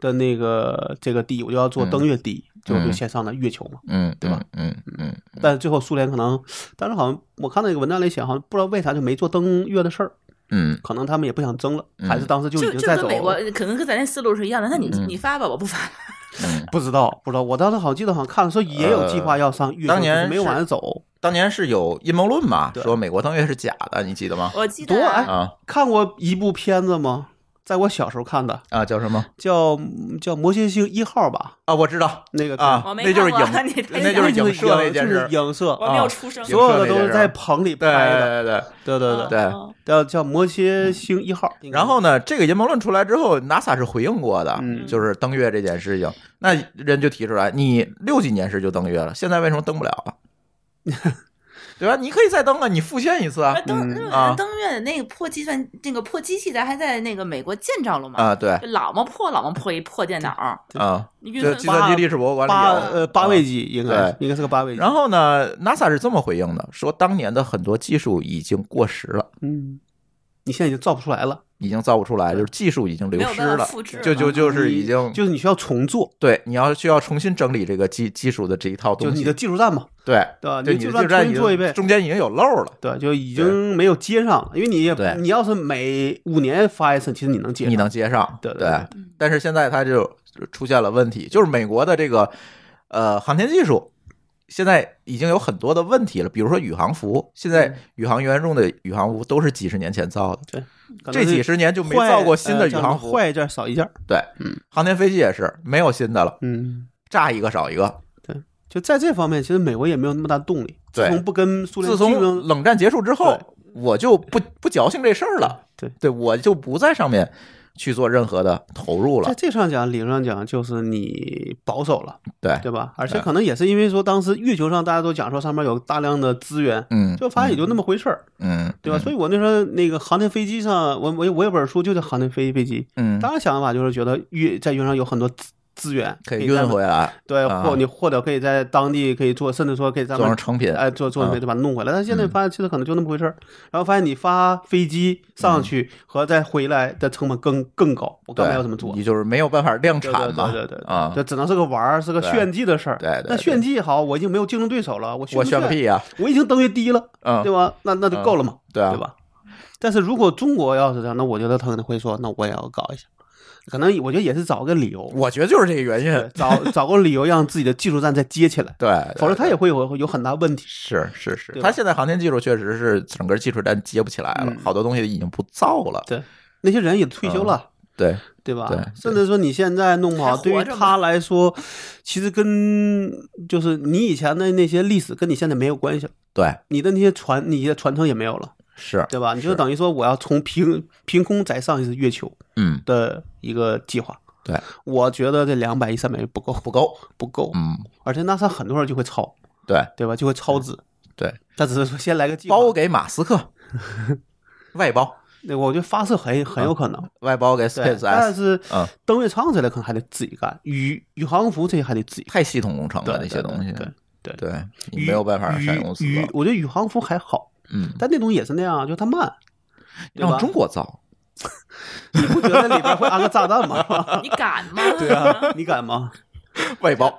[SPEAKER 2] 的那个这个第一，我就要做登月第一。就
[SPEAKER 1] 嗯
[SPEAKER 2] 就线上的月球嘛。
[SPEAKER 1] 嗯，
[SPEAKER 2] 对吧？
[SPEAKER 1] 嗯嗯
[SPEAKER 2] 但是最后苏联可能当时好像我看那个文章里写，好像不知道为啥就没做登月的事儿，
[SPEAKER 1] 嗯
[SPEAKER 2] 可能他们也不想争了，
[SPEAKER 1] 嗯
[SPEAKER 2] 还是当时就已
[SPEAKER 3] 就
[SPEAKER 2] 经
[SPEAKER 3] 就
[SPEAKER 2] 在
[SPEAKER 3] 跟
[SPEAKER 2] 走
[SPEAKER 3] 美国
[SPEAKER 2] 了。
[SPEAKER 3] 可能跟咱这思路是一样的。那你
[SPEAKER 1] 嗯
[SPEAKER 3] 你发吧，我不发了。
[SPEAKER 1] 嗯。
[SPEAKER 2] 不知道，不知道。我当时好像记得好像看了说也有计划要上月球，
[SPEAKER 1] 呃当年
[SPEAKER 2] 就是没有
[SPEAKER 1] 是
[SPEAKER 2] 往上走。
[SPEAKER 1] 当年是有阴谋论嘛，
[SPEAKER 2] 对
[SPEAKER 1] 说美国登月是假的，你记得 吗？
[SPEAKER 3] 我记
[SPEAKER 2] 多
[SPEAKER 3] 得啊
[SPEAKER 2] 哎
[SPEAKER 1] 啊
[SPEAKER 2] 看过一部片子吗？在我小时候看的，
[SPEAKER 1] 啊，叫什么？
[SPEAKER 2] 叫叫《魔蝎星一号》吧，
[SPEAKER 1] 啊，我知道
[SPEAKER 2] 那个
[SPEAKER 1] 啊
[SPEAKER 3] 我，没
[SPEAKER 1] 那就是
[SPEAKER 3] 看过
[SPEAKER 1] 影
[SPEAKER 3] 你，太
[SPEAKER 1] 那就是
[SPEAKER 2] 就
[SPEAKER 1] 影
[SPEAKER 2] 是
[SPEAKER 1] 射那件
[SPEAKER 2] 就是
[SPEAKER 1] 事。
[SPEAKER 2] 影射，
[SPEAKER 3] 我没有
[SPEAKER 1] 啊
[SPEAKER 3] 出生。
[SPEAKER 2] 所有的
[SPEAKER 1] 影射
[SPEAKER 2] 都
[SPEAKER 1] 那件
[SPEAKER 2] 是
[SPEAKER 1] 事
[SPEAKER 2] 在棚里
[SPEAKER 1] 对
[SPEAKER 2] 拍的，
[SPEAKER 1] 对对，
[SPEAKER 2] 对对
[SPEAKER 3] 哦
[SPEAKER 2] 对，
[SPEAKER 1] 对嗯
[SPEAKER 3] 哦
[SPEAKER 2] 叫叫《魔蝎星一号》。应该
[SPEAKER 1] 然后呢，这个阴谋论出来之后，NASA 是回应过的，
[SPEAKER 2] 嗯
[SPEAKER 1] 就是登月这件事情。那人就提出来，你六几年时就登月了，现在为什么登不了 啊？对吧？你可以再登啊，你复现一次啊
[SPEAKER 3] 那。呃
[SPEAKER 2] 嗯
[SPEAKER 3] 登那个
[SPEAKER 1] 啊
[SPEAKER 3] 登月的那个破计算那个破机器咱还在那个美国建造了嘛？
[SPEAKER 1] 啊，对
[SPEAKER 3] 就老么破老么破一破电脑，
[SPEAKER 1] 啊，
[SPEAKER 3] 运
[SPEAKER 1] 就
[SPEAKER 3] 算
[SPEAKER 1] 计算机历史博物馆里
[SPEAKER 2] 八
[SPEAKER 1] 有。
[SPEAKER 2] 呃八位机应该
[SPEAKER 1] 对
[SPEAKER 2] 应该是个八位机。
[SPEAKER 1] 然后呢，NASA 是这么回应的，说当年的很多技术已经过时了，
[SPEAKER 2] 嗯，你现在已经造不出来了，
[SPEAKER 1] 已经造不出来，就是技术已经流
[SPEAKER 3] 没有
[SPEAKER 1] 失
[SPEAKER 3] 办法
[SPEAKER 1] 了，
[SPEAKER 3] 复制了，
[SPEAKER 1] 就就就是已经
[SPEAKER 2] 就是你需要重做，
[SPEAKER 1] 对，你要需要重新整理这个技技术的这一套
[SPEAKER 2] 就
[SPEAKER 1] 东
[SPEAKER 2] 是你
[SPEAKER 1] 西
[SPEAKER 2] 的，技术栈嘛，
[SPEAKER 1] 对
[SPEAKER 2] 对吧？
[SPEAKER 1] 就
[SPEAKER 2] 你
[SPEAKER 1] 你
[SPEAKER 2] 技
[SPEAKER 1] 的
[SPEAKER 2] 术
[SPEAKER 1] 技术
[SPEAKER 2] 栈
[SPEAKER 1] 栈已
[SPEAKER 2] 重新做一
[SPEAKER 1] 经
[SPEAKER 2] 遍，
[SPEAKER 1] 中间已经有漏了。
[SPEAKER 2] 对，就已经没有接上了，因为你也
[SPEAKER 1] 对
[SPEAKER 2] 你要是每五年发一次，其实你能接上，
[SPEAKER 1] 你能接上，
[SPEAKER 2] 对对
[SPEAKER 1] 对
[SPEAKER 3] 嗯
[SPEAKER 1] 但是现在它就出现了问题，就是美国的这个呃航天技术现在已经有很多的问题了，比如说宇航服，现
[SPEAKER 2] 嗯
[SPEAKER 1] 在宇航员用的宇航服都是几十年前造的，
[SPEAKER 2] 可能
[SPEAKER 1] 这
[SPEAKER 2] 是
[SPEAKER 1] 几十年就没
[SPEAKER 2] 坏
[SPEAKER 1] 造过新的
[SPEAKER 2] 呃
[SPEAKER 1] 宇
[SPEAKER 2] 叫什么
[SPEAKER 1] 航服。
[SPEAKER 2] 坏一件少一件，
[SPEAKER 1] 对，
[SPEAKER 2] 嗯，
[SPEAKER 1] 航天飞机也是没有新的了，
[SPEAKER 2] 嗯。
[SPEAKER 1] 炸一个少一个。
[SPEAKER 2] 就在这方面，其实美国也没有那么大动力。自
[SPEAKER 1] 对
[SPEAKER 2] 从不跟苏联
[SPEAKER 1] 自
[SPEAKER 2] 竞
[SPEAKER 1] 从
[SPEAKER 2] 争
[SPEAKER 1] 冷战结束之后
[SPEAKER 2] 对，
[SPEAKER 1] 我就不不矫情这事儿了，
[SPEAKER 2] 对，
[SPEAKER 1] 对我就不在上面去做任何的投入
[SPEAKER 2] 在
[SPEAKER 1] 了。
[SPEAKER 2] 这上讲，理论上讲就是你保守了，
[SPEAKER 1] 对，
[SPEAKER 2] 对吧？而且
[SPEAKER 1] 对
[SPEAKER 2] 可能也是因为说，当时月球上大家都讲说上面有大量的资源，
[SPEAKER 1] 嗯，
[SPEAKER 2] 就发现也就那么回事儿，
[SPEAKER 1] 嗯，
[SPEAKER 2] 对吧？所以我那时候那个航天飞机上，我我我有本书就叫《航天飞飞机》，
[SPEAKER 1] 嗯，
[SPEAKER 2] 当时想法就是觉得月在月上有很多资资源
[SPEAKER 1] 可以
[SPEAKER 2] 咱们
[SPEAKER 1] 运回来，
[SPEAKER 2] 对，
[SPEAKER 1] 啊
[SPEAKER 2] 或你或者可以在当地可以做，甚至说可以咱
[SPEAKER 1] 做
[SPEAKER 2] 们
[SPEAKER 1] 成成品。
[SPEAKER 2] 哎做做
[SPEAKER 1] 啊嗯
[SPEAKER 2] 准备就把它弄回来。但现在发现其实可能就那么回事儿，然后发现你发飞机上去和再回来的成本更更高，我干
[SPEAKER 1] 嗯
[SPEAKER 2] 嘛
[SPEAKER 1] 对
[SPEAKER 2] 要这么做？
[SPEAKER 1] 你就是没有办法量
[SPEAKER 2] 对
[SPEAKER 1] 产嘛，
[SPEAKER 2] 对对对对
[SPEAKER 1] 啊
[SPEAKER 2] 这，只能是个玩儿，是个
[SPEAKER 1] 对
[SPEAKER 2] 炫技的事儿。
[SPEAKER 1] 对对对
[SPEAKER 2] 那炫技好，我已经没有竞争对手了，我炫
[SPEAKER 1] 我
[SPEAKER 2] 不
[SPEAKER 1] 炫个屁呀，
[SPEAKER 2] 我已经登月第一了，
[SPEAKER 1] 嗯
[SPEAKER 2] 对，吧？那那就够了嘛，
[SPEAKER 1] 对啊
[SPEAKER 2] 对吧？但是如果中国要是这样，那我觉得他可能会说，那我也要搞一下，可能我觉得也是找个理由，
[SPEAKER 1] 我觉得就是这个原因，
[SPEAKER 2] 对找 找个理由让自己的技术站再接起来，
[SPEAKER 1] 对，对
[SPEAKER 2] 否则他也
[SPEAKER 1] 对
[SPEAKER 2] 会有有很大问题。
[SPEAKER 1] 是是是，
[SPEAKER 2] 对吧
[SPEAKER 1] 他现在航天技术确实是整个技术站接不起来了
[SPEAKER 2] 嗯，
[SPEAKER 1] 好多东西已经不造了，
[SPEAKER 2] 对，那些人也退休了，
[SPEAKER 1] 对，
[SPEAKER 2] 对吧？
[SPEAKER 1] 嗯对
[SPEAKER 2] 甚至说你现在弄不好，
[SPEAKER 3] 还活
[SPEAKER 2] 对于
[SPEAKER 3] 着吗
[SPEAKER 2] 他来说，其实跟就是你以前的那些历史跟你现在没有关系了，
[SPEAKER 1] 对，
[SPEAKER 2] 你的那些传你的传承也没有了，
[SPEAKER 1] 是，
[SPEAKER 2] 对吧？你就是等于说我要从凭凭空再上一次月球
[SPEAKER 1] 嗯，
[SPEAKER 2] 的一个计划。
[SPEAKER 1] 对，
[SPEAKER 2] 我觉得这两百亿、三百亿不够，不够，不够。
[SPEAKER 1] 嗯，
[SPEAKER 2] 而且 NASA 很多人就会超，
[SPEAKER 1] 对
[SPEAKER 2] 对吧？就会超支。
[SPEAKER 1] 对，
[SPEAKER 2] 他只是说先来个计划，
[SPEAKER 1] 包给马斯 克，外包
[SPEAKER 2] 那我觉得发射很
[SPEAKER 1] 嗯
[SPEAKER 2] 很有可能。
[SPEAKER 1] 外包给
[SPEAKER 2] 对，但
[SPEAKER 1] SpaceX，
[SPEAKER 2] 是
[SPEAKER 1] 嗯
[SPEAKER 2] 登月舱这类可能还得自己干，宇宇航服这些还得自己干。
[SPEAKER 1] 太系统工程
[SPEAKER 2] 对
[SPEAKER 1] 了嗯那些东西，
[SPEAKER 2] 对对对，
[SPEAKER 1] 对，你
[SPEAKER 2] 宇
[SPEAKER 1] 没有办法
[SPEAKER 2] 宇
[SPEAKER 1] 善用私
[SPEAKER 2] 宇
[SPEAKER 1] 了，
[SPEAKER 2] 我觉得宇航服还好，
[SPEAKER 1] 嗯，
[SPEAKER 2] 但那东西也是那样啊，就它慢。对吧
[SPEAKER 1] 让中国 造，
[SPEAKER 2] 你不觉得里边会安个炸弹吗？
[SPEAKER 3] 你敢吗？
[SPEAKER 2] 对啊，你敢吗？
[SPEAKER 1] 外包，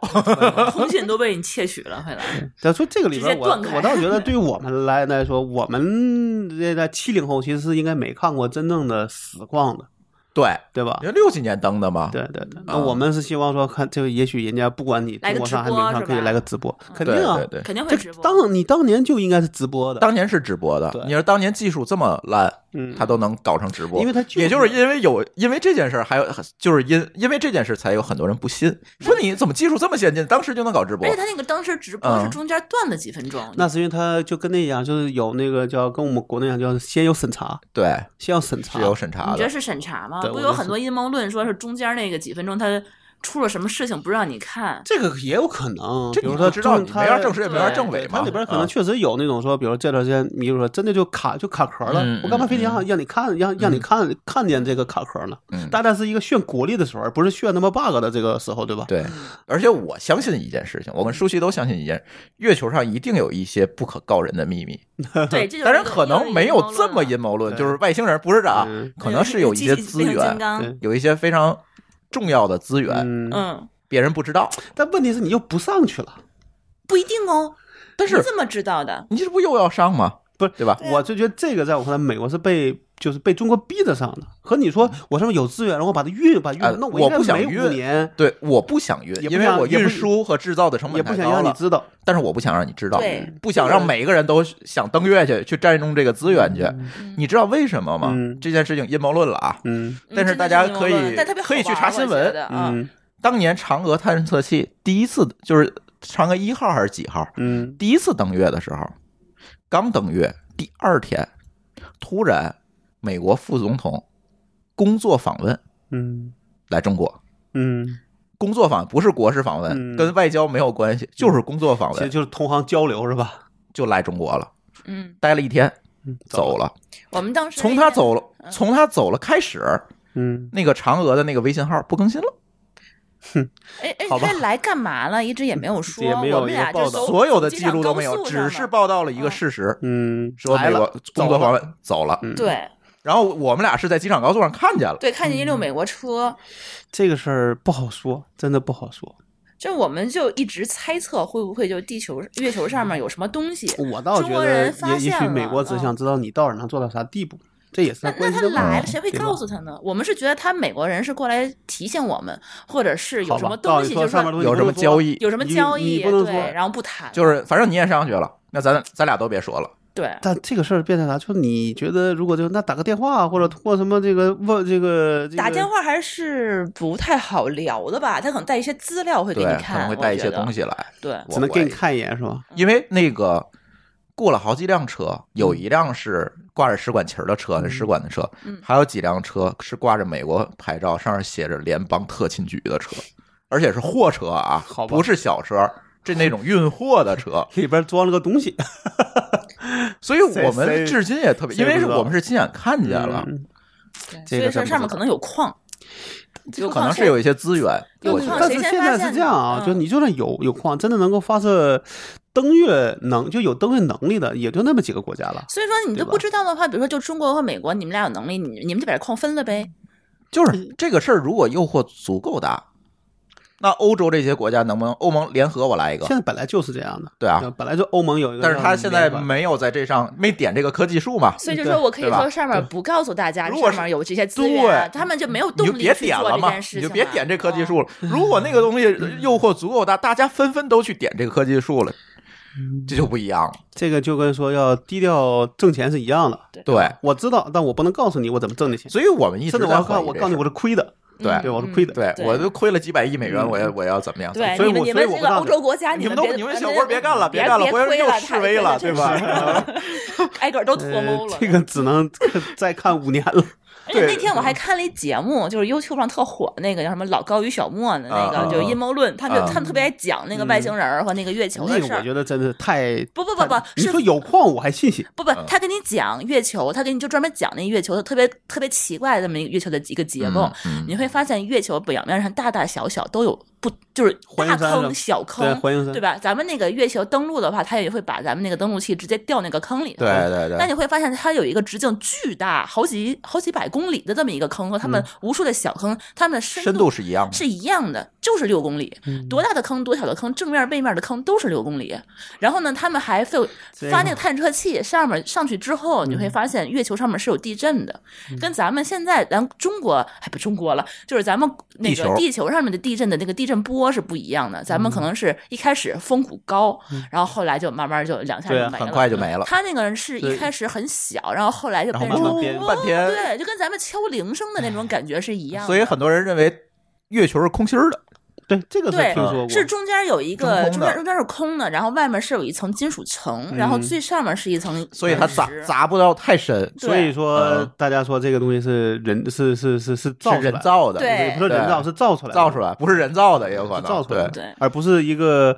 [SPEAKER 3] 通信都被你窃取了，回来。
[SPEAKER 2] 咱说这个里边
[SPEAKER 3] 直接
[SPEAKER 2] 我，
[SPEAKER 3] 断
[SPEAKER 2] 我
[SPEAKER 3] 开
[SPEAKER 2] 倒觉得 对于我们来来说，我们这在七零后其实是应该没看过真正的实况的，
[SPEAKER 1] 对，
[SPEAKER 2] 对吧
[SPEAKER 1] 因？为六几年登的嘛，
[SPEAKER 2] 对对对，
[SPEAKER 1] 啊
[SPEAKER 2] 那我们是希望说看这个，也许人家不管你
[SPEAKER 3] 来
[SPEAKER 2] 中
[SPEAKER 3] 个
[SPEAKER 2] 国
[SPEAKER 3] 直
[SPEAKER 2] 上还是美
[SPEAKER 3] 播
[SPEAKER 2] 国上，
[SPEAKER 3] 是
[SPEAKER 2] 可以
[SPEAKER 3] 吧
[SPEAKER 2] 来个直播，肯定
[SPEAKER 1] 对
[SPEAKER 2] 啊
[SPEAKER 1] 对，对。
[SPEAKER 3] 肯定会直
[SPEAKER 2] 这
[SPEAKER 3] 播。
[SPEAKER 2] 当你当年就应该是直播的，
[SPEAKER 1] 当年是直播的
[SPEAKER 2] 对，
[SPEAKER 1] 你说当年技术这么烂，
[SPEAKER 2] 嗯
[SPEAKER 1] 他都能搞成直播，
[SPEAKER 2] 因为它就是
[SPEAKER 1] 也就是因为有因为这件事儿，还有就是因因为这件事才有很多人不信，说你怎么技术这么先进，当时就能搞直播
[SPEAKER 3] 而且，他那个当时直
[SPEAKER 1] 嗯
[SPEAKER 3] 播是中间断了几分钟，
[SPEAKER 2] 那是因为他就跟那一样，就是有那个叫跟我们国内一样，叫先有审查，
[SPEAKER 1] 对，
[SPEAKER 2] 先要审查
[SPEAKER 1] 是。有审查
[SPEAKER 3] 你觉得
[SPEAKER 1] 的，
[SPEAKER 3] 是审查吗？
[SPEAKER 2] 对
[SPEAKER 3] 不
[SPEAKER 2] 我
[SPEAKER 3] 有
[SPEAKER 2] 觉得
[SPEAKER 3] 很多阴谋论说是中间那个几分钟他出了什么事情不让你 看，
[SPEAKER 2] 这个也有可能，
[SPEAKER 1] 这
[SPEAKER 2] 比
[SPEAKER 1] 你
[SPEAKER 2] 如
[SPEAKER 1] 不
[SPEAKER 2] 说
[SPEAKER 1] 知道，
[SPEAKER 2] 中
[SPEAKER 1] 你
[SPEAKER 2] 它
[SPEAKER 1] 没法证实，也没法
[SPEAKER 3] 对
[SPEAKER 1] 证伪
[SPEAKER 2] 它
[SPEAKER 1] 嘛。
[SPEAKER 2] 里边可能
[SPEAKER 1] 啊
[SPEAKER 2] 确实有那种说，比如这段时间，比如说真的就卡就卡壳了
[SPEAKER 1] 嗯，
[SPEAKER 2] 我干嘛非得让
[SPEAKER 1] 嗯
[SPEAKER 2] 让你看，让让你看看见这个卡壳呢？
[SPEAKER 1] 嗯
[SPEAKER 2] 大家是一个炫国力的时候，而不是炫他妈 bug 的这个时候，对吧？
[SPEAKER 1] 对，而且我相信一件事情，我跟舒淇都相信一件事，月球上一定有一些不可告人的秘密，
[SPEAKER 3] 对，这就是
[SPEAKER 1] 当然
[SPEAKER 3] 一个
[SPEAKER 1] 可能没有这么
[SPEAKER 3] 阴
[SPEAKER 1] 阴谋论，
[SPEAKER 2] 对
[SPEAKER 1] 就是外星人不是这啊
[SPEAKER 2] 嗯，
[SPEAKER 1] 可能是有一些资
[SPEAKER 3] 变形
[SPEAKER 1] 源
[SPEAKER 3] 金，刚
[SPEAKER 2] 对
[SPEAKER 1] 有一些非常重要的资源，
[SPEAKER 2] 嗯，
[SPEAKER 3] 嗯，
[SPEAKER 1] 别人不知道。
[SPEAKER 2] 但问题是你又不上去了，
[SPEAKER 3] 不一定哦。
[SPEAKER 1] 但是
[SPEAKER 3] 你怎么知道的？
[SPEAKER 1] 你这不又要上吗？
[SPEAKER 2] 不是
[SPEAKER 1] 对吧？
[SPEAKER 2] 我就觉得这个在我看来，美国是被就是被中国逼着上的。和你说我上面有资源，然后把它运把运
[SPEAKER 1] 嗯呃，
[SPEAKER 2] 那
[SPEAKER 1] 我
[SPEAKER 2] 应该
[SPEAKER 1] 不想
[SPEAKER 2] 每
[SPEAKER 1] 运
[SPEAKER 2] 五年
[SPEAKER 1] 对，我不想运
[SPEAKER 2] 也，不
[SPEAKER 1] 因为
[SPEAKER 2] 想
[SPEAKER 1] 我
[SPEAKER 2] 也不
[SPEAKER 1] 运输和制造的成
[SPEAKER 2] 也
[SPEAKER 1] 本
[SPEAKER 2] 不
[SPEAKER 1] 太
[SPEAKER 2] 想
[SPEAKER 1] 高
[SPEAKER 2] 让你嗯
[SPEAKER 1] 了。
[SPEAKER 2] 知道，
[SPEAKER 1] 但是我不想让你知道
[SPEAKER 3] 对，
[SPEAKER 1] 不想让每个人都想登月去，去占用这个资源去。你知道为什么吗
[SPEAKER 2] 嗯？
[SPEAKER 1] 这件事情阴谋论了啊！
[SPEAKER 2] 嗯
[SPEAKER 3] 嗯
[SPEAKER 1] 但是
[SPEAKER 3] 真的
[SPEAKER 1] 大家
[SPEAKER 3] 阴谋
[SPEAKER 1] 可以
[SPEAKER 3] 论但特别好
[SPEAKER 1] 可以去
[SPEAKER 3] 玩
[SPEAKER 1] 查
[SPEAKER 3] 我
[SPEAKER 1] 新
[SPEAKER 3] 觉
[SPEAKER 1] 闻
[SPEAKER 3] 得啊
[SPEAKER 2] 嗯
[SPEAKER 1] 当年嫦娥探测器第一次就是嫦娥一号还是几号
[SPEAKER 2] 嗯
[SPEAKER 1] 第一次登月的时候，刚登月第二天，突然美国副总统工作访问
[SPEAKER 2] 嗯
[SPEAKER 1] 来中国，
[SPEAKER 2] 嗯，
[SPEAKER 1] 工作访不是国事访问，
[SPEAKER 2] 嗯
[SPEAKER 1] 跟外交没有关系，就是工作访
[SPEAKER 2] 其实
[SPEAKER 1] 问
[SPEAKER 2] 就是同行交流是吧？
[SPEAKER 1] 就来中国了，
[SPEAKER 3] 嗯，
[SPEAKER 1] 待了一天
[SPEAKER 2] 嗯
[SPEAKER 1] 走，了。
[SPEAKER 3] 我们当时
[SPEAKER 1] 从他走了，
[SPEAKER 3] 嗯
[SPEAKER 1] 从他走了开始，
[SPEAKER 2] 嗯，
[SPEAKER 1] 那个嫦娥的那个微信号不更新了，
[SPEAKER 3] 哎，哎
[SPEAKER 2] 好吧
[SPEAKER 3] 他来干嘛了？一直也没有说，
[SPEAKER 2] 也没有
[SPEAKER 3] 我们俩
[SPEAKER 2] 一个报
[SPEAKER 3] 啊就
[SPEAKER 2] 道
[SPEAKER 3] 走
[SPEAKER 1] 所有的记录都没
[SPEAKER 3] 走
[SPEAKER 1] 有，
[SPEAKER 3] 机场高速上
[SPEAKER 1] 只
[SPEAKER 3] 了
[SPEAKER 1] 是报道了一个事实，
[SPEAKER 2] 嗯，
[SPEAKER 1] 说
[SPEAKER 2] 来
[SPEAKER 1] 美国
[SPEAKER 2] 了，
[SPEAKER 1] 工
[SPEAKER 2] 走
[SPEAKER 1] 作
[SPEAKER 2] 了
[SPEAKER 1] 访问走了。
[SPEAKER 2] 嗯
[SPEAKER 3] 对
[SPEAKER 1] 然后我们俩是在机场高速上看见了，
[SPEAKER 3] 对，看见一溜美国车，
[SPEAKER 2] 这个事儿不好说，真的不好说。
[SPEAKER 3] 就我们就一直猜测会不会就地球月球上面有什么东西。
[SPEAKER 1] 嗯
[SPEAKER 2] 我倒觉
[SPEAKER 3] 中国
[SPEAKER 2] 得
[SPEAKER 3] 人发
[SPEAKER 2] 也也许
[SPEAKER 3] 现
[SPEAKER 2] 美
[SPEAKER 3] 了
[SPEAKER 2] 国只
[SPEAKER 3] 嗯
[SPEAKER 2] 想知道你到底能做到啥地步，这也是
[SPEAKER 3] 那
[SPEAKER 2] 他
[SPEAKER 3] 那
[SPEAKER 2] 关
[SPEAKER 3] 他
[SPEAKER 2] 心的问
[SPEAKER 3] 来了，
[SPEAKER 2] 题
[SPEAKER 3] 谁会
[SPEAKER 2] 对吧
[SPEAKER 3] 告诉他呢？我们是觉得他美国人是过来提醒我们，或者是有
[SPEAKER 2] 好
[SPEAKER 3] 什么
[SPEAKER 2] 吧道
[SPEAKER 3] 东
[SPEAKER 2] 理
[SPEAKER 3] 西，
[SPEAKER 2] 说
[SPEAKER 3] 就是
[SPEAKER 2] 上面东
[SPEAKER 3] 说
[SPEAKER 2] 西
[SPEAKER 1] 有什
[SPEAKER 2] 不
[SPEAKER 1] 么
[SPEAKER 2] 能说
[SPEAKER 1] 交易
[SPEAKER 3] 有什么
[SPEAKER 2] 你
[SPEAKER 3] 交
[SPEAKER 2] 你
[SPEAKER 3] 易，
[SPEAKER 2] 不能说
[SPEAKER 3] 对，然后不谈，
[SPEAKER 1] 就是反正你也上学了，那咱咱俩都别说了，
[SPEAKER 3] 对，
[SPEAKER 2] 但这个事儿变成啥？就是你觉得如果就那打个电话，或者通过什么这个问这个、这个、
[SPEAKER 3] 打电，话还是不太好聊的吧？他可能带一些资料会给
[SPEAKER 1] 对，
[SPEAKER 3] 你
[SPEAKER 1] 可
[SPEAKER 3] 看，
[SPEAKER 1] 能会
[SPEAKER 3] 我
[SPEAKER 1] 带一
[SPEAKER 3] 觉
[SPEAKER 1] 些
[SPEAKER 3] 得
[SPEAKER 1] 东西来，
[SPEAKER 3] 对，
[SPEAKER 1] 我
[SPEAKER 2] 只能给
[SPEAKER 1] 怀疑，
[SPEAKER 2] 你看一眼是吧？
[SPEAKER 1] 因为那个过了好几辆车，有一辆是挂着使馆旗儿的车，那使馆的车
[SPEAKER 3] 嗯，
[SPEAKER 1] 还有几辆车是挂着美国牌照，上面写着联邦特勤局的车，而且是货车啊
[SPEAKER 2] 好，吧
[SPEAKER 1] 不是小车。这那种运货的车，
[SPEAKER 2] 里边装了个东西，
[SPEAKER 1] 所以我
[SPEAKER 2] 谁
[SPEAKER 1] 们至今也特别，
[SPEAKER 2] 谁
[SPEAKER 1] 因为是
[SPEAKER 2] 不知道
[SPEAKER 1] 我们是亲眼看见了，
[SPEAKER 2] 嗯
[SPEAKER 3] 对
[SPEAKER 2] 这
[SPEAKER 3] 所
[SPEAKER 2] 个真
[SPEAKER 3] 以说
[SPEAKER 2] 不
[SPEAKER 3] 上
[SPEAKER 2] 知
[SPEAKER 3] 面
[SPEAKER 2] 道
[SPEAKER 3] 可能有矿，有
[SPEAKER 1] 可能
[SPEAKER 3] 矿
[SPEAKER 1] 是有一些资源，
[SPEAKER 3] 有
[SPEAKER 1] 我觉
[SPEAKER 3] 矿
[SPEAKER 1] 得
[SPEAKER 2] 但是
[SPEAKER 3] 谁先
[SPEAKER 2] 现在
[SPEAKER 3] 发现
[SPEAKER 2] 是这样啊，
[SPEAKER 3] 的
[SPEAKER 2] 就
[SPEAKER 3] 嗯
[SPEAKER 2] 你就算有有矿，真的能够发射登月能就有登月能力的，也就那么几个国家了。
[SPEAKER 3] 所以说你
[SPEAKER 2] 对
[SPEAKER 3] 都
[SPEAKER 2] 吧
[SPEAKER 3] 不知道的话，比如说就中国和美国，你们俩有能力，你你们就把这矿分了呗。
[SPEAKER 1] 就是这个事儿，如果诱惑足够大，那欧洲这些国家能不能欧盟联合我来一个
[SPEAKER 2] 现？在本来就是这样的，
[SPEAKER 1] 对啊，
[SPEAKER 2] 本来就欧盟有一个这
[SPEAKER 1] 但
[SPEAKER 2] 样
[SPEAKER 1] 是
[SPEAKER 2] 的
[SPEAKER 1] 他
[SPEAKER 2] 联盟，
[SPEAKER 1] 现在没有在这上没点这个科技树嘛，
[SPEAKER 3] 所以就
[SPEAKER 2] 对
[SPEAKER 3] 说我可以
[SPEAKER 1] 对吧
[SPEAKER 3] 说上面不告诉大家
[SPEAKER 1] 如果
[SPEAKER 3] 上
[SPEAKER 1] 是
[SPEAKER 3] 面有这些资源，啊
[SPEAKER 1] 对
[SPEAKER 3] 他们就没有
[SPEAKER 1] 你
[SPEAKER 3] 动
[SPEAKER 1] 就
[SPEAKER 3] 力
[SPEAKER 1] 别
[SPEAKER 3] 去
[SPEAKER 1] 点
[SPEAKER 3] 做
[SPEAKER 1] 了
[SPEAKER 3] 这
[SPEAKER 1] 嘛
[SPEAKER 3] 件，事
[SPEAKER 1] 你就
[SPEAKER 3] 情了。
[SPEAKER 1] 别点这科技
[SPEAKER 3] 嗯
[SPEAKER 1] 树了。如果那个东西诱惑足够大，大家纷纷都去点这个科技树了，这就不一样了。
[SPEAKER 2] 这个就跟说要低调挣钱是一样的。
[SPEAKER 1] 对，
[SPEAKER 2] 我知道，但我不能告诉你我怎么挣的钱，
[SPEAKER 1] 所以我们一直
[SPEAKER 2] 甚至我
[SPEAKER 1] 在
[SPEAKER 2] 要
[SPEAKER 1] 怀
[SPEAKER 2] 告
[SPEAKER 1] 疑
[SPEAKER 2] 我
[SPEAKER 1] 这
[SPEAKER 2] 告诉你
[SPEAKER 1] 事
[SPEAKER 2] 我是亏的，
[SPEAKER 1] 对
[SPEAKER 3] 嗯
[SPEAKER 2] 对，我是亏的。
[SPEAKER 1] 对
[SPEAKER 3] 对嗯
[SPEAKER 1] 我都亏了几百亿美元，我要我要怎么样？
[SPEAKER 3] 对，
[SPEAKER 1] 所以
[SPEAKER 3] 你们
[SPEAKER 1] 我
[SPEAKER 3] 你
[SPEAKER 1] 所以
[SPEAKER 3] 们
[SPEAKER 1] 我
[SPEAKER 3] 这
[SPEAKER 1] 不
[SPEAKER 3] 个
[SPEAKER 1] 告
[SPEAKER 3] 欧
[SPEAKER 1] 诉你。
[SPEAKER 3] 洲国家，
[SPEAKER 1] 你
[SPEAKER 3] 们
[SPEAKER 1] 们都
[SPEAKER 3] 别
[SPEAKER 1] 你们
[SPEAKER 3] 呃
[SPEAKER 1] 小锅别干了，
[SPEAKER 3] 别
[SPEAKER 1] 干了，
[SPEAKER 3] 别
[SPEAKER 1] 回来
[SPEAKER 3] 亏
[SPEAKER 1] 又
[SPEAKER 3] 了
[SPEAKER 1] 示威了，对？ 吧？
[SPEAKER 3] 太太挨个 儿都脱
[SPEAKER 2] 呃
[SPEAKER 3] 欧 了。
[SPEAKER 2] 这个只能再看五年 了。
[SPEAKER 3] 而且
[SPEAKER 1] 对嗯
[SPEAKER 3] 那天我还看了一节目，就是 YouTube 上特火那个叫什么老高与小莫的那
[SPEAKER 1] 啊
[SPEAKER 3] 个，就是阴谋论，他们就
[SPEAKER 1] 啊嗯
[SPEAKER 3] 他们特别爱讲那个外星人儿和那个月球
[SPEAKER 2] 那
[SPEAKER 3] 的
[SPEAKER 2] 个
[SPEAKER 3] 事
[SPEAKER 2] 我
[SPEAKER 3] 儿。
[SPEAKER 2] 觉得真的太
[SPEAKER 3] 不不不不
[SPEAKER 2] 太你
[SPEAKER 3] 是
[SPEAKER 2] 说有矿我还信信，
[SPEAKER 3] 不不，
[SPEAKER 1] 嗯
[SPEAKER 3] 他跟你讲月球，他跟你就专门讲那月球的特别特别奇怪的这么一个月球的一个结构，
[SPEAKER 1] 嗯嗯
[SPEAKER 3] 你会发现月球表面上大大小小都有不就是
[SPEAKER 2] 环
[SPEAKER 3] 大
[SPEAKER 2] 形山
[SPEAKER 3] 坑
[SPEAKER 2] 上
[SPEAKER 3] 小
[SPEAKER 2] 对
[SPEAKER 3] 坑，
[SPEAKER 2] 环形山
[SPEAKER 3] 对吧？咱们那个月球登陆的话，它也会把咱们那个登陆器直接掉那个坑里头。
[SPEAKER 1] 对对对，
[SPEAKER 3] 但你会发现，它有一个直径巨大，好几好几百公里的这么一个坑和他们无数的小坑，它们的
[SPEAKER 1] 嗯深度是一样的。
[SPEAKER 3] 是一样的，就是六公里，
[SPEAKER 1] 嗯
[SPEAKER 3] 多大的坑，多小的坑，正面背面的坑都是六公里。然后呢，他们还会
[SPEAKER 2] 这
[SPEAKER 3] 发
[SPEAKER 2] 样
[SPEAKER 3] 那个探测器，上面上去之后，你会
[SPEAKER 1] 嗯
[SPEAKER 3] 发现月球上面是有地震的，跟咱们现在咱中国哎不中国了，就是咱们那
[SPEAKER 1] 地
[SPEAKER 3] 个
[SPEAKER 1] 球嗯
[SPEAKER 3] 地球上面的地震的那个地震波是不一样的。咱们可能是一开始风谷高，然后后来就慢慢就两下就
[SPEAKER 2] 对
[SPEAKER 3] 没
[SPEAKER 2] 啊
[SPEAKER 3] 了，
[SPEAKER 1] 很快就没了。
[SPEAKER 3] 他那个是一
[SPEAKER 2] 对
[SPEAKER 3] 开始很小，然后后来就
[SPEAKER 1] 然后
[SPEAKER 3] 变
[SPEAKER 1] 慢
[SPEAKER 3] 成
[SPEAKER 1] 慢
[SPEAKER 2] 变
[SPEAKER 3] 哦
[SPEAKER 1] 半天
[SPEAKER 3] 对，就跟咱们敲铃声的那种感觉是一样的。
[SPEAKER 1] 所以很多人认为月球是空心儿的，
[SPEAKER 2] 对这个是
[SPEAKER 3] 对
[SPEAKER 2] 听说过，
[SPEAKER 3] 是中间有一个
[SPEAKER 1] 中空
[SPEAKER 3] 中
[SPEAKER 1] 的
[SPEAKER 3] 间中间是空的，然后外面是有一层金属层，然后最上面是一层，
[SPEAKER 1] 所以它砸
[SPEAKER 3] 石。
[SPEAKER 1] 砸不到太深，
[SPEAKER 3] 对
[SPEAKER 2] 所以说
[SPEAKER 1] 嗯
[SPEAKER 2] 大家说这个东西是人是是是是造
[SPEAKER 1] 是
[SPEAKER 2] 出来
[SPEAKER 1] 人
[SPEAKER 2] 的，
[SPEAKER 1] 造的，
[SPEAKER 3] 对
[SPEAKER 2] 不是人造是造出来的
[SPEAKER 1] 造出来，不是人造的也有可
[SPEAKER 2] 是
[SPEAKER 1] 能，
[SPEAKER 2] 造出来的，
[SPEAKER 1] 对
[SPEAKER 3] 对
[SPEAKER 2] 而不是一个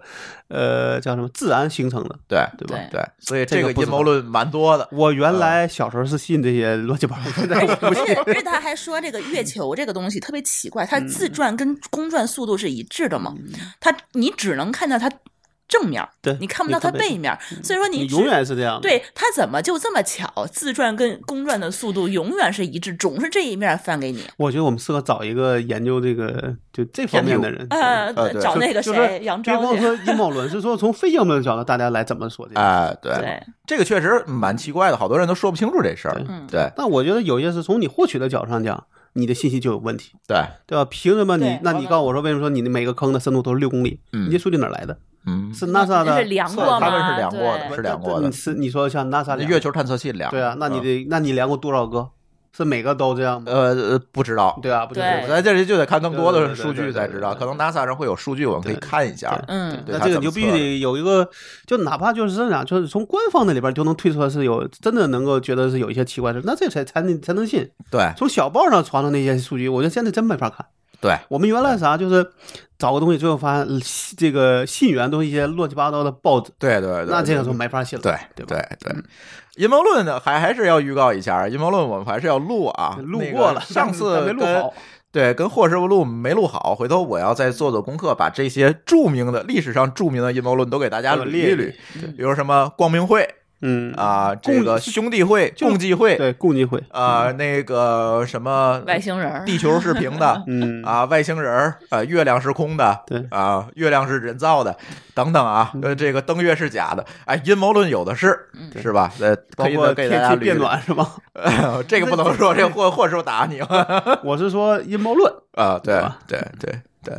[SPEAKER 2] 呃叫什么自然形成的，
[SPEAKER 1] 对
[SPEAKER 2] 对吧？
[SPEAKER 1] 对，所以这
[SPEAKER 2] 这
[SPEAKER 1] 个
[SPEAKER 2] 个不
[SPEAKER 1] 阴
[SPEAKER 2] 知道
[SPEAKER 1] 谋论蛮多的。
[SPEAKER 2] 我原来小时候是信这些乱七八糟，现在
[SPEAKER 3] 而且而且他还说这个月球这个东西特别奇怪，它自转跟公转速度是一致的嘛，它你只能看到它正面，
[SPEAKER 2] 对
[SPEAKER 3] 你看不到它
[SPEAKER 2] 你看不到
[SPEAKER 3] 背面，所以说你
[SPEAKER 2] 你
[SPEAKER 3] 只
[SPEAKER 2] 永远是这样的。
[SPEAKER 3] 对它怎么就这么巧？自转跟公转的速度永远是一致，总是这一面翻给你。
[SPEAKER 2] 我觉得我们适合找一个研究这个就这方面的人，
[SPEAKER 3] 呃，
[SPEAKER 1] 呃对
[SPEAKER 3] 找
[SPEAKER 2] 嗯就
[SPEAKER 3] 那个
[SPEAKER 2] 就
[SPEAKER 3] 谁
[SPEAKER 2] 是，
[SPEAKER 3] 杨
[SPEAKER 2] 别
[SPEAKER 3] 钊
[SPEAKER 2] 光
[SPEAKER 3] 去。
[SPEAKER 2] 说阴谋论，是说从非阴谋论角度，大家来怎么说这个？
[SPEAKER 1] 啊、对，
[SPEAKER 3] 对，
[SPEAKER 1] 这个确实蛮奇怪的，好多人都说不清楚这事儿
[SPEAKER 2] 对。
[SPEAKER 3] 嗯
[SPEAKER 1] 对
[SPEAKER 2] 那我觉得有些是从你获取的角度上讲，你的信息就有问题，
[SPEAKER 1] 对，
[SPEAKER 2] 对吧？凭什么你
[SPEAKER 3] 对？
[SPEAKER 2] 那
[SPEAKER 3] 我
[SPEAKER 2] 你
[SPEAKER 3] 们
[SPEAKER 2] 告诉我说，为什么说你的每个坑的深度都是六公里？
[SPEAKER 1] 嗯
[SPEAKER 2] 你这数据哪儿来的？
[SPEAKER 1] 嗯，
[SPEAKER 2] 是啊 NASA 的
[SPEAKER 3] 是量
[SPEAKER 1] 测
[SPEAKER 3] 过
[SPEAKER 1] 他
[SPEAKER 3] 吗？
[SPEAKER 1] 们是量过的，
[SPEAKER 3] 对
[SPEAKER 1] 是量过
[SPEAKER 2] 那
[SPEAKER 1] 的
[SPEAKER 2] 你。是你说像 NASA 量
[SPEAKER 1] 月球探测器量的，
[SPEAKER 2] 对啊，那你
[SPEAKER 1] 嗯
[SPEAKER 2] 得那你量过多少个？是每个都这样吗？
[SPEAKER 1] 呃呃不知道，
[SPEAKER 2] 对啊，不就是
[SPEAKER 3] 对
[SPEAKER 1] 我在这里就得看更多
[SPEAKER 2] 对
[SPEAKER 1] 的
[SPEAKER 2] 对对
[SPEAKER 1] 数据
[SPEAKER 2] 对对
[SPEAKER 1] 才
[SPEAKER 2] 对
[SPEAKER 1] 知道，
[SPEAKER 2] 对
[SPEAKER 1] 可能 NASA 上会有数据，我们可以
[SPEAKER 2] 对
[SPEAKER 1] 看一下。
[SPEAKER 3] 嗯，
[SPEAKER 1] 对
[SPEAKER 2] 那
[SPEAKER 1] 它
[SPEAKER 2] 这个
[SPEAKER 1] 怎
[SPEAKER 2] 你就
[SPEAKER 1] 么
[SPEAKER 2] 必
[SPEAKER 1] 测的
[SPEAKER 2] 须得有一个，就哪怕就是这样，就是从官方那里边就能推测是有真的能够觉得是有一些奇怪的事，那这才才能才能信。
[SPEAKER 1] 对
[SPEAKER 2] 从小报上传的那些数据，我觉得现在真没法看。
[SPEAKER 1] 对，
[SPEAKER 2] 我们原来啥就是找个东西，最后发现呃信这个信源都是一些乱七八糟的报纸，
[SPEAKER 1] 对对对，
[SPEAKER 2] 那这个
[SPEAKER 1] 对
[SPEAKER 2] 就没法信了。
[SPEAKER 1] 对
[SPEAKER 2] 对吧
[SPEAKER 1] 对对，
[SPEAKER 3] 嗯
[SPEAKER 1] 阴谋论呢还还是要预告一下，阴谋论我们还是要录啊，
[SPEAKER 2] 录
[SPEAKER 1] 那个
[SPEAKER 2] 过了，
[SPEAKER 1] 上
[SPEAKER 2] 但是
[SPEAKER 1] 次
[SPEAKER 2] 但没录
[SPEAKER 1] 跟
[SPEAKER 2] 好。
[SPEAKER 1] 对，跟霍师傅录没录好，回头我要再做做功课，把这些著名的历史上著名的阴谋论都给大家
[SPEAKER 2] 都
[SPEAKER 1] 捋
[SPEAKER 2] 列
[SPEAKER 1] 一
[SPEAKER 2] 一
[SPEAKER 1] 捋
[SPEAKER 2] 列，
[SPEAKER 1] 比如什么光明会
[SPEAKER 2] 嗯，
[SPEAKER 1] 啊，这
[SPEAKER 2] 共
[SPEAKER 1] 个兄弟会、
[SPEAKER 2] 就
[SPEAKER 1] 共济会
[SPEAKER 2] 对，嗯共济会，
[SPEAKER 1] 啊，那个什么
[SPEAKER 3] 外星人儿
[SPEAKER 1] 地球是平的
[SPEAKER 2] 嗯，
[SPEAKER 1] 啊，外星人儿啊，月亮是空的，
[SPEAKER 2] 对嗯
[SPEAKER 1] 啊，月亮是人造的，等等啊，呃，这个登月是假的，哎，阴谋论有的是，
[SPEAKER 3] 嗯
[SPEAKER 1] 是吧？呃，
[SPEAKER 2] 包
[SPEAKER 1] 可以
[SPEAKER 2] 括
[SPEAKER 1] 给大
[SPEAKER 2] 天
[SPEAKER 1] 家
[SPEAKER 2] 气
[SPEAKER 1] 捋
[SPEAKER 2] 变
[SPEAKER 1] 一捋，
[SPEAKER 2] 暖是吧？
[SPEAKER 1] 这个不能说，这霍霍师傅打你。
[SPEAKER 2] 我是说阴谋论，
[SPEAKER 1] 啊，对
[SPEAKER 2] 对吧
[SPEAKER 1] 对对对，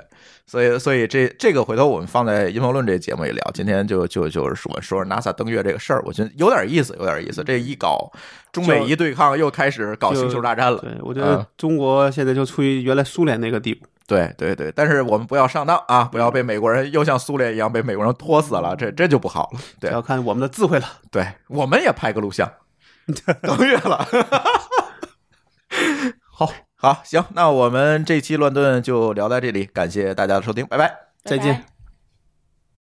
[SPEAKER 1] 所以所以这这个回头我们放在阴谋论这节目里聊。今天就就就是说说说 NASA 登月这个事儿，我觉得有点意思，有点意思。这一搞，中美
[SPEAKER 2] 就
[SPEAKER 1] 一对抗，又开始搞
[SPEAKER 2] 就
[SPEAKER 1] 星球大战了。
[SPEAKER 2] 对，我觉
[SPEAKER 1] 嗯
[SPEAKER 2] 得中国现在就处于原来苏联那个地步。
[SPEAKER 1] 对对对，但是我们不要上当啊，不要被美国人又像苏联一样被美国人拖死了，这这就不好了。对
[SPEAKER 2] 要看我们的智慧了。
[SPEAKER 1] 对，我们也拍个录像，登月了。
[SPEAKER 2] 好，
[SPEAKER 1] 好，行，那我们这期乱炖就聊到这里，感谢大家的收听，拜拜。
[SPEAKER 2] 再见
[SPEAKER 3] 拜拜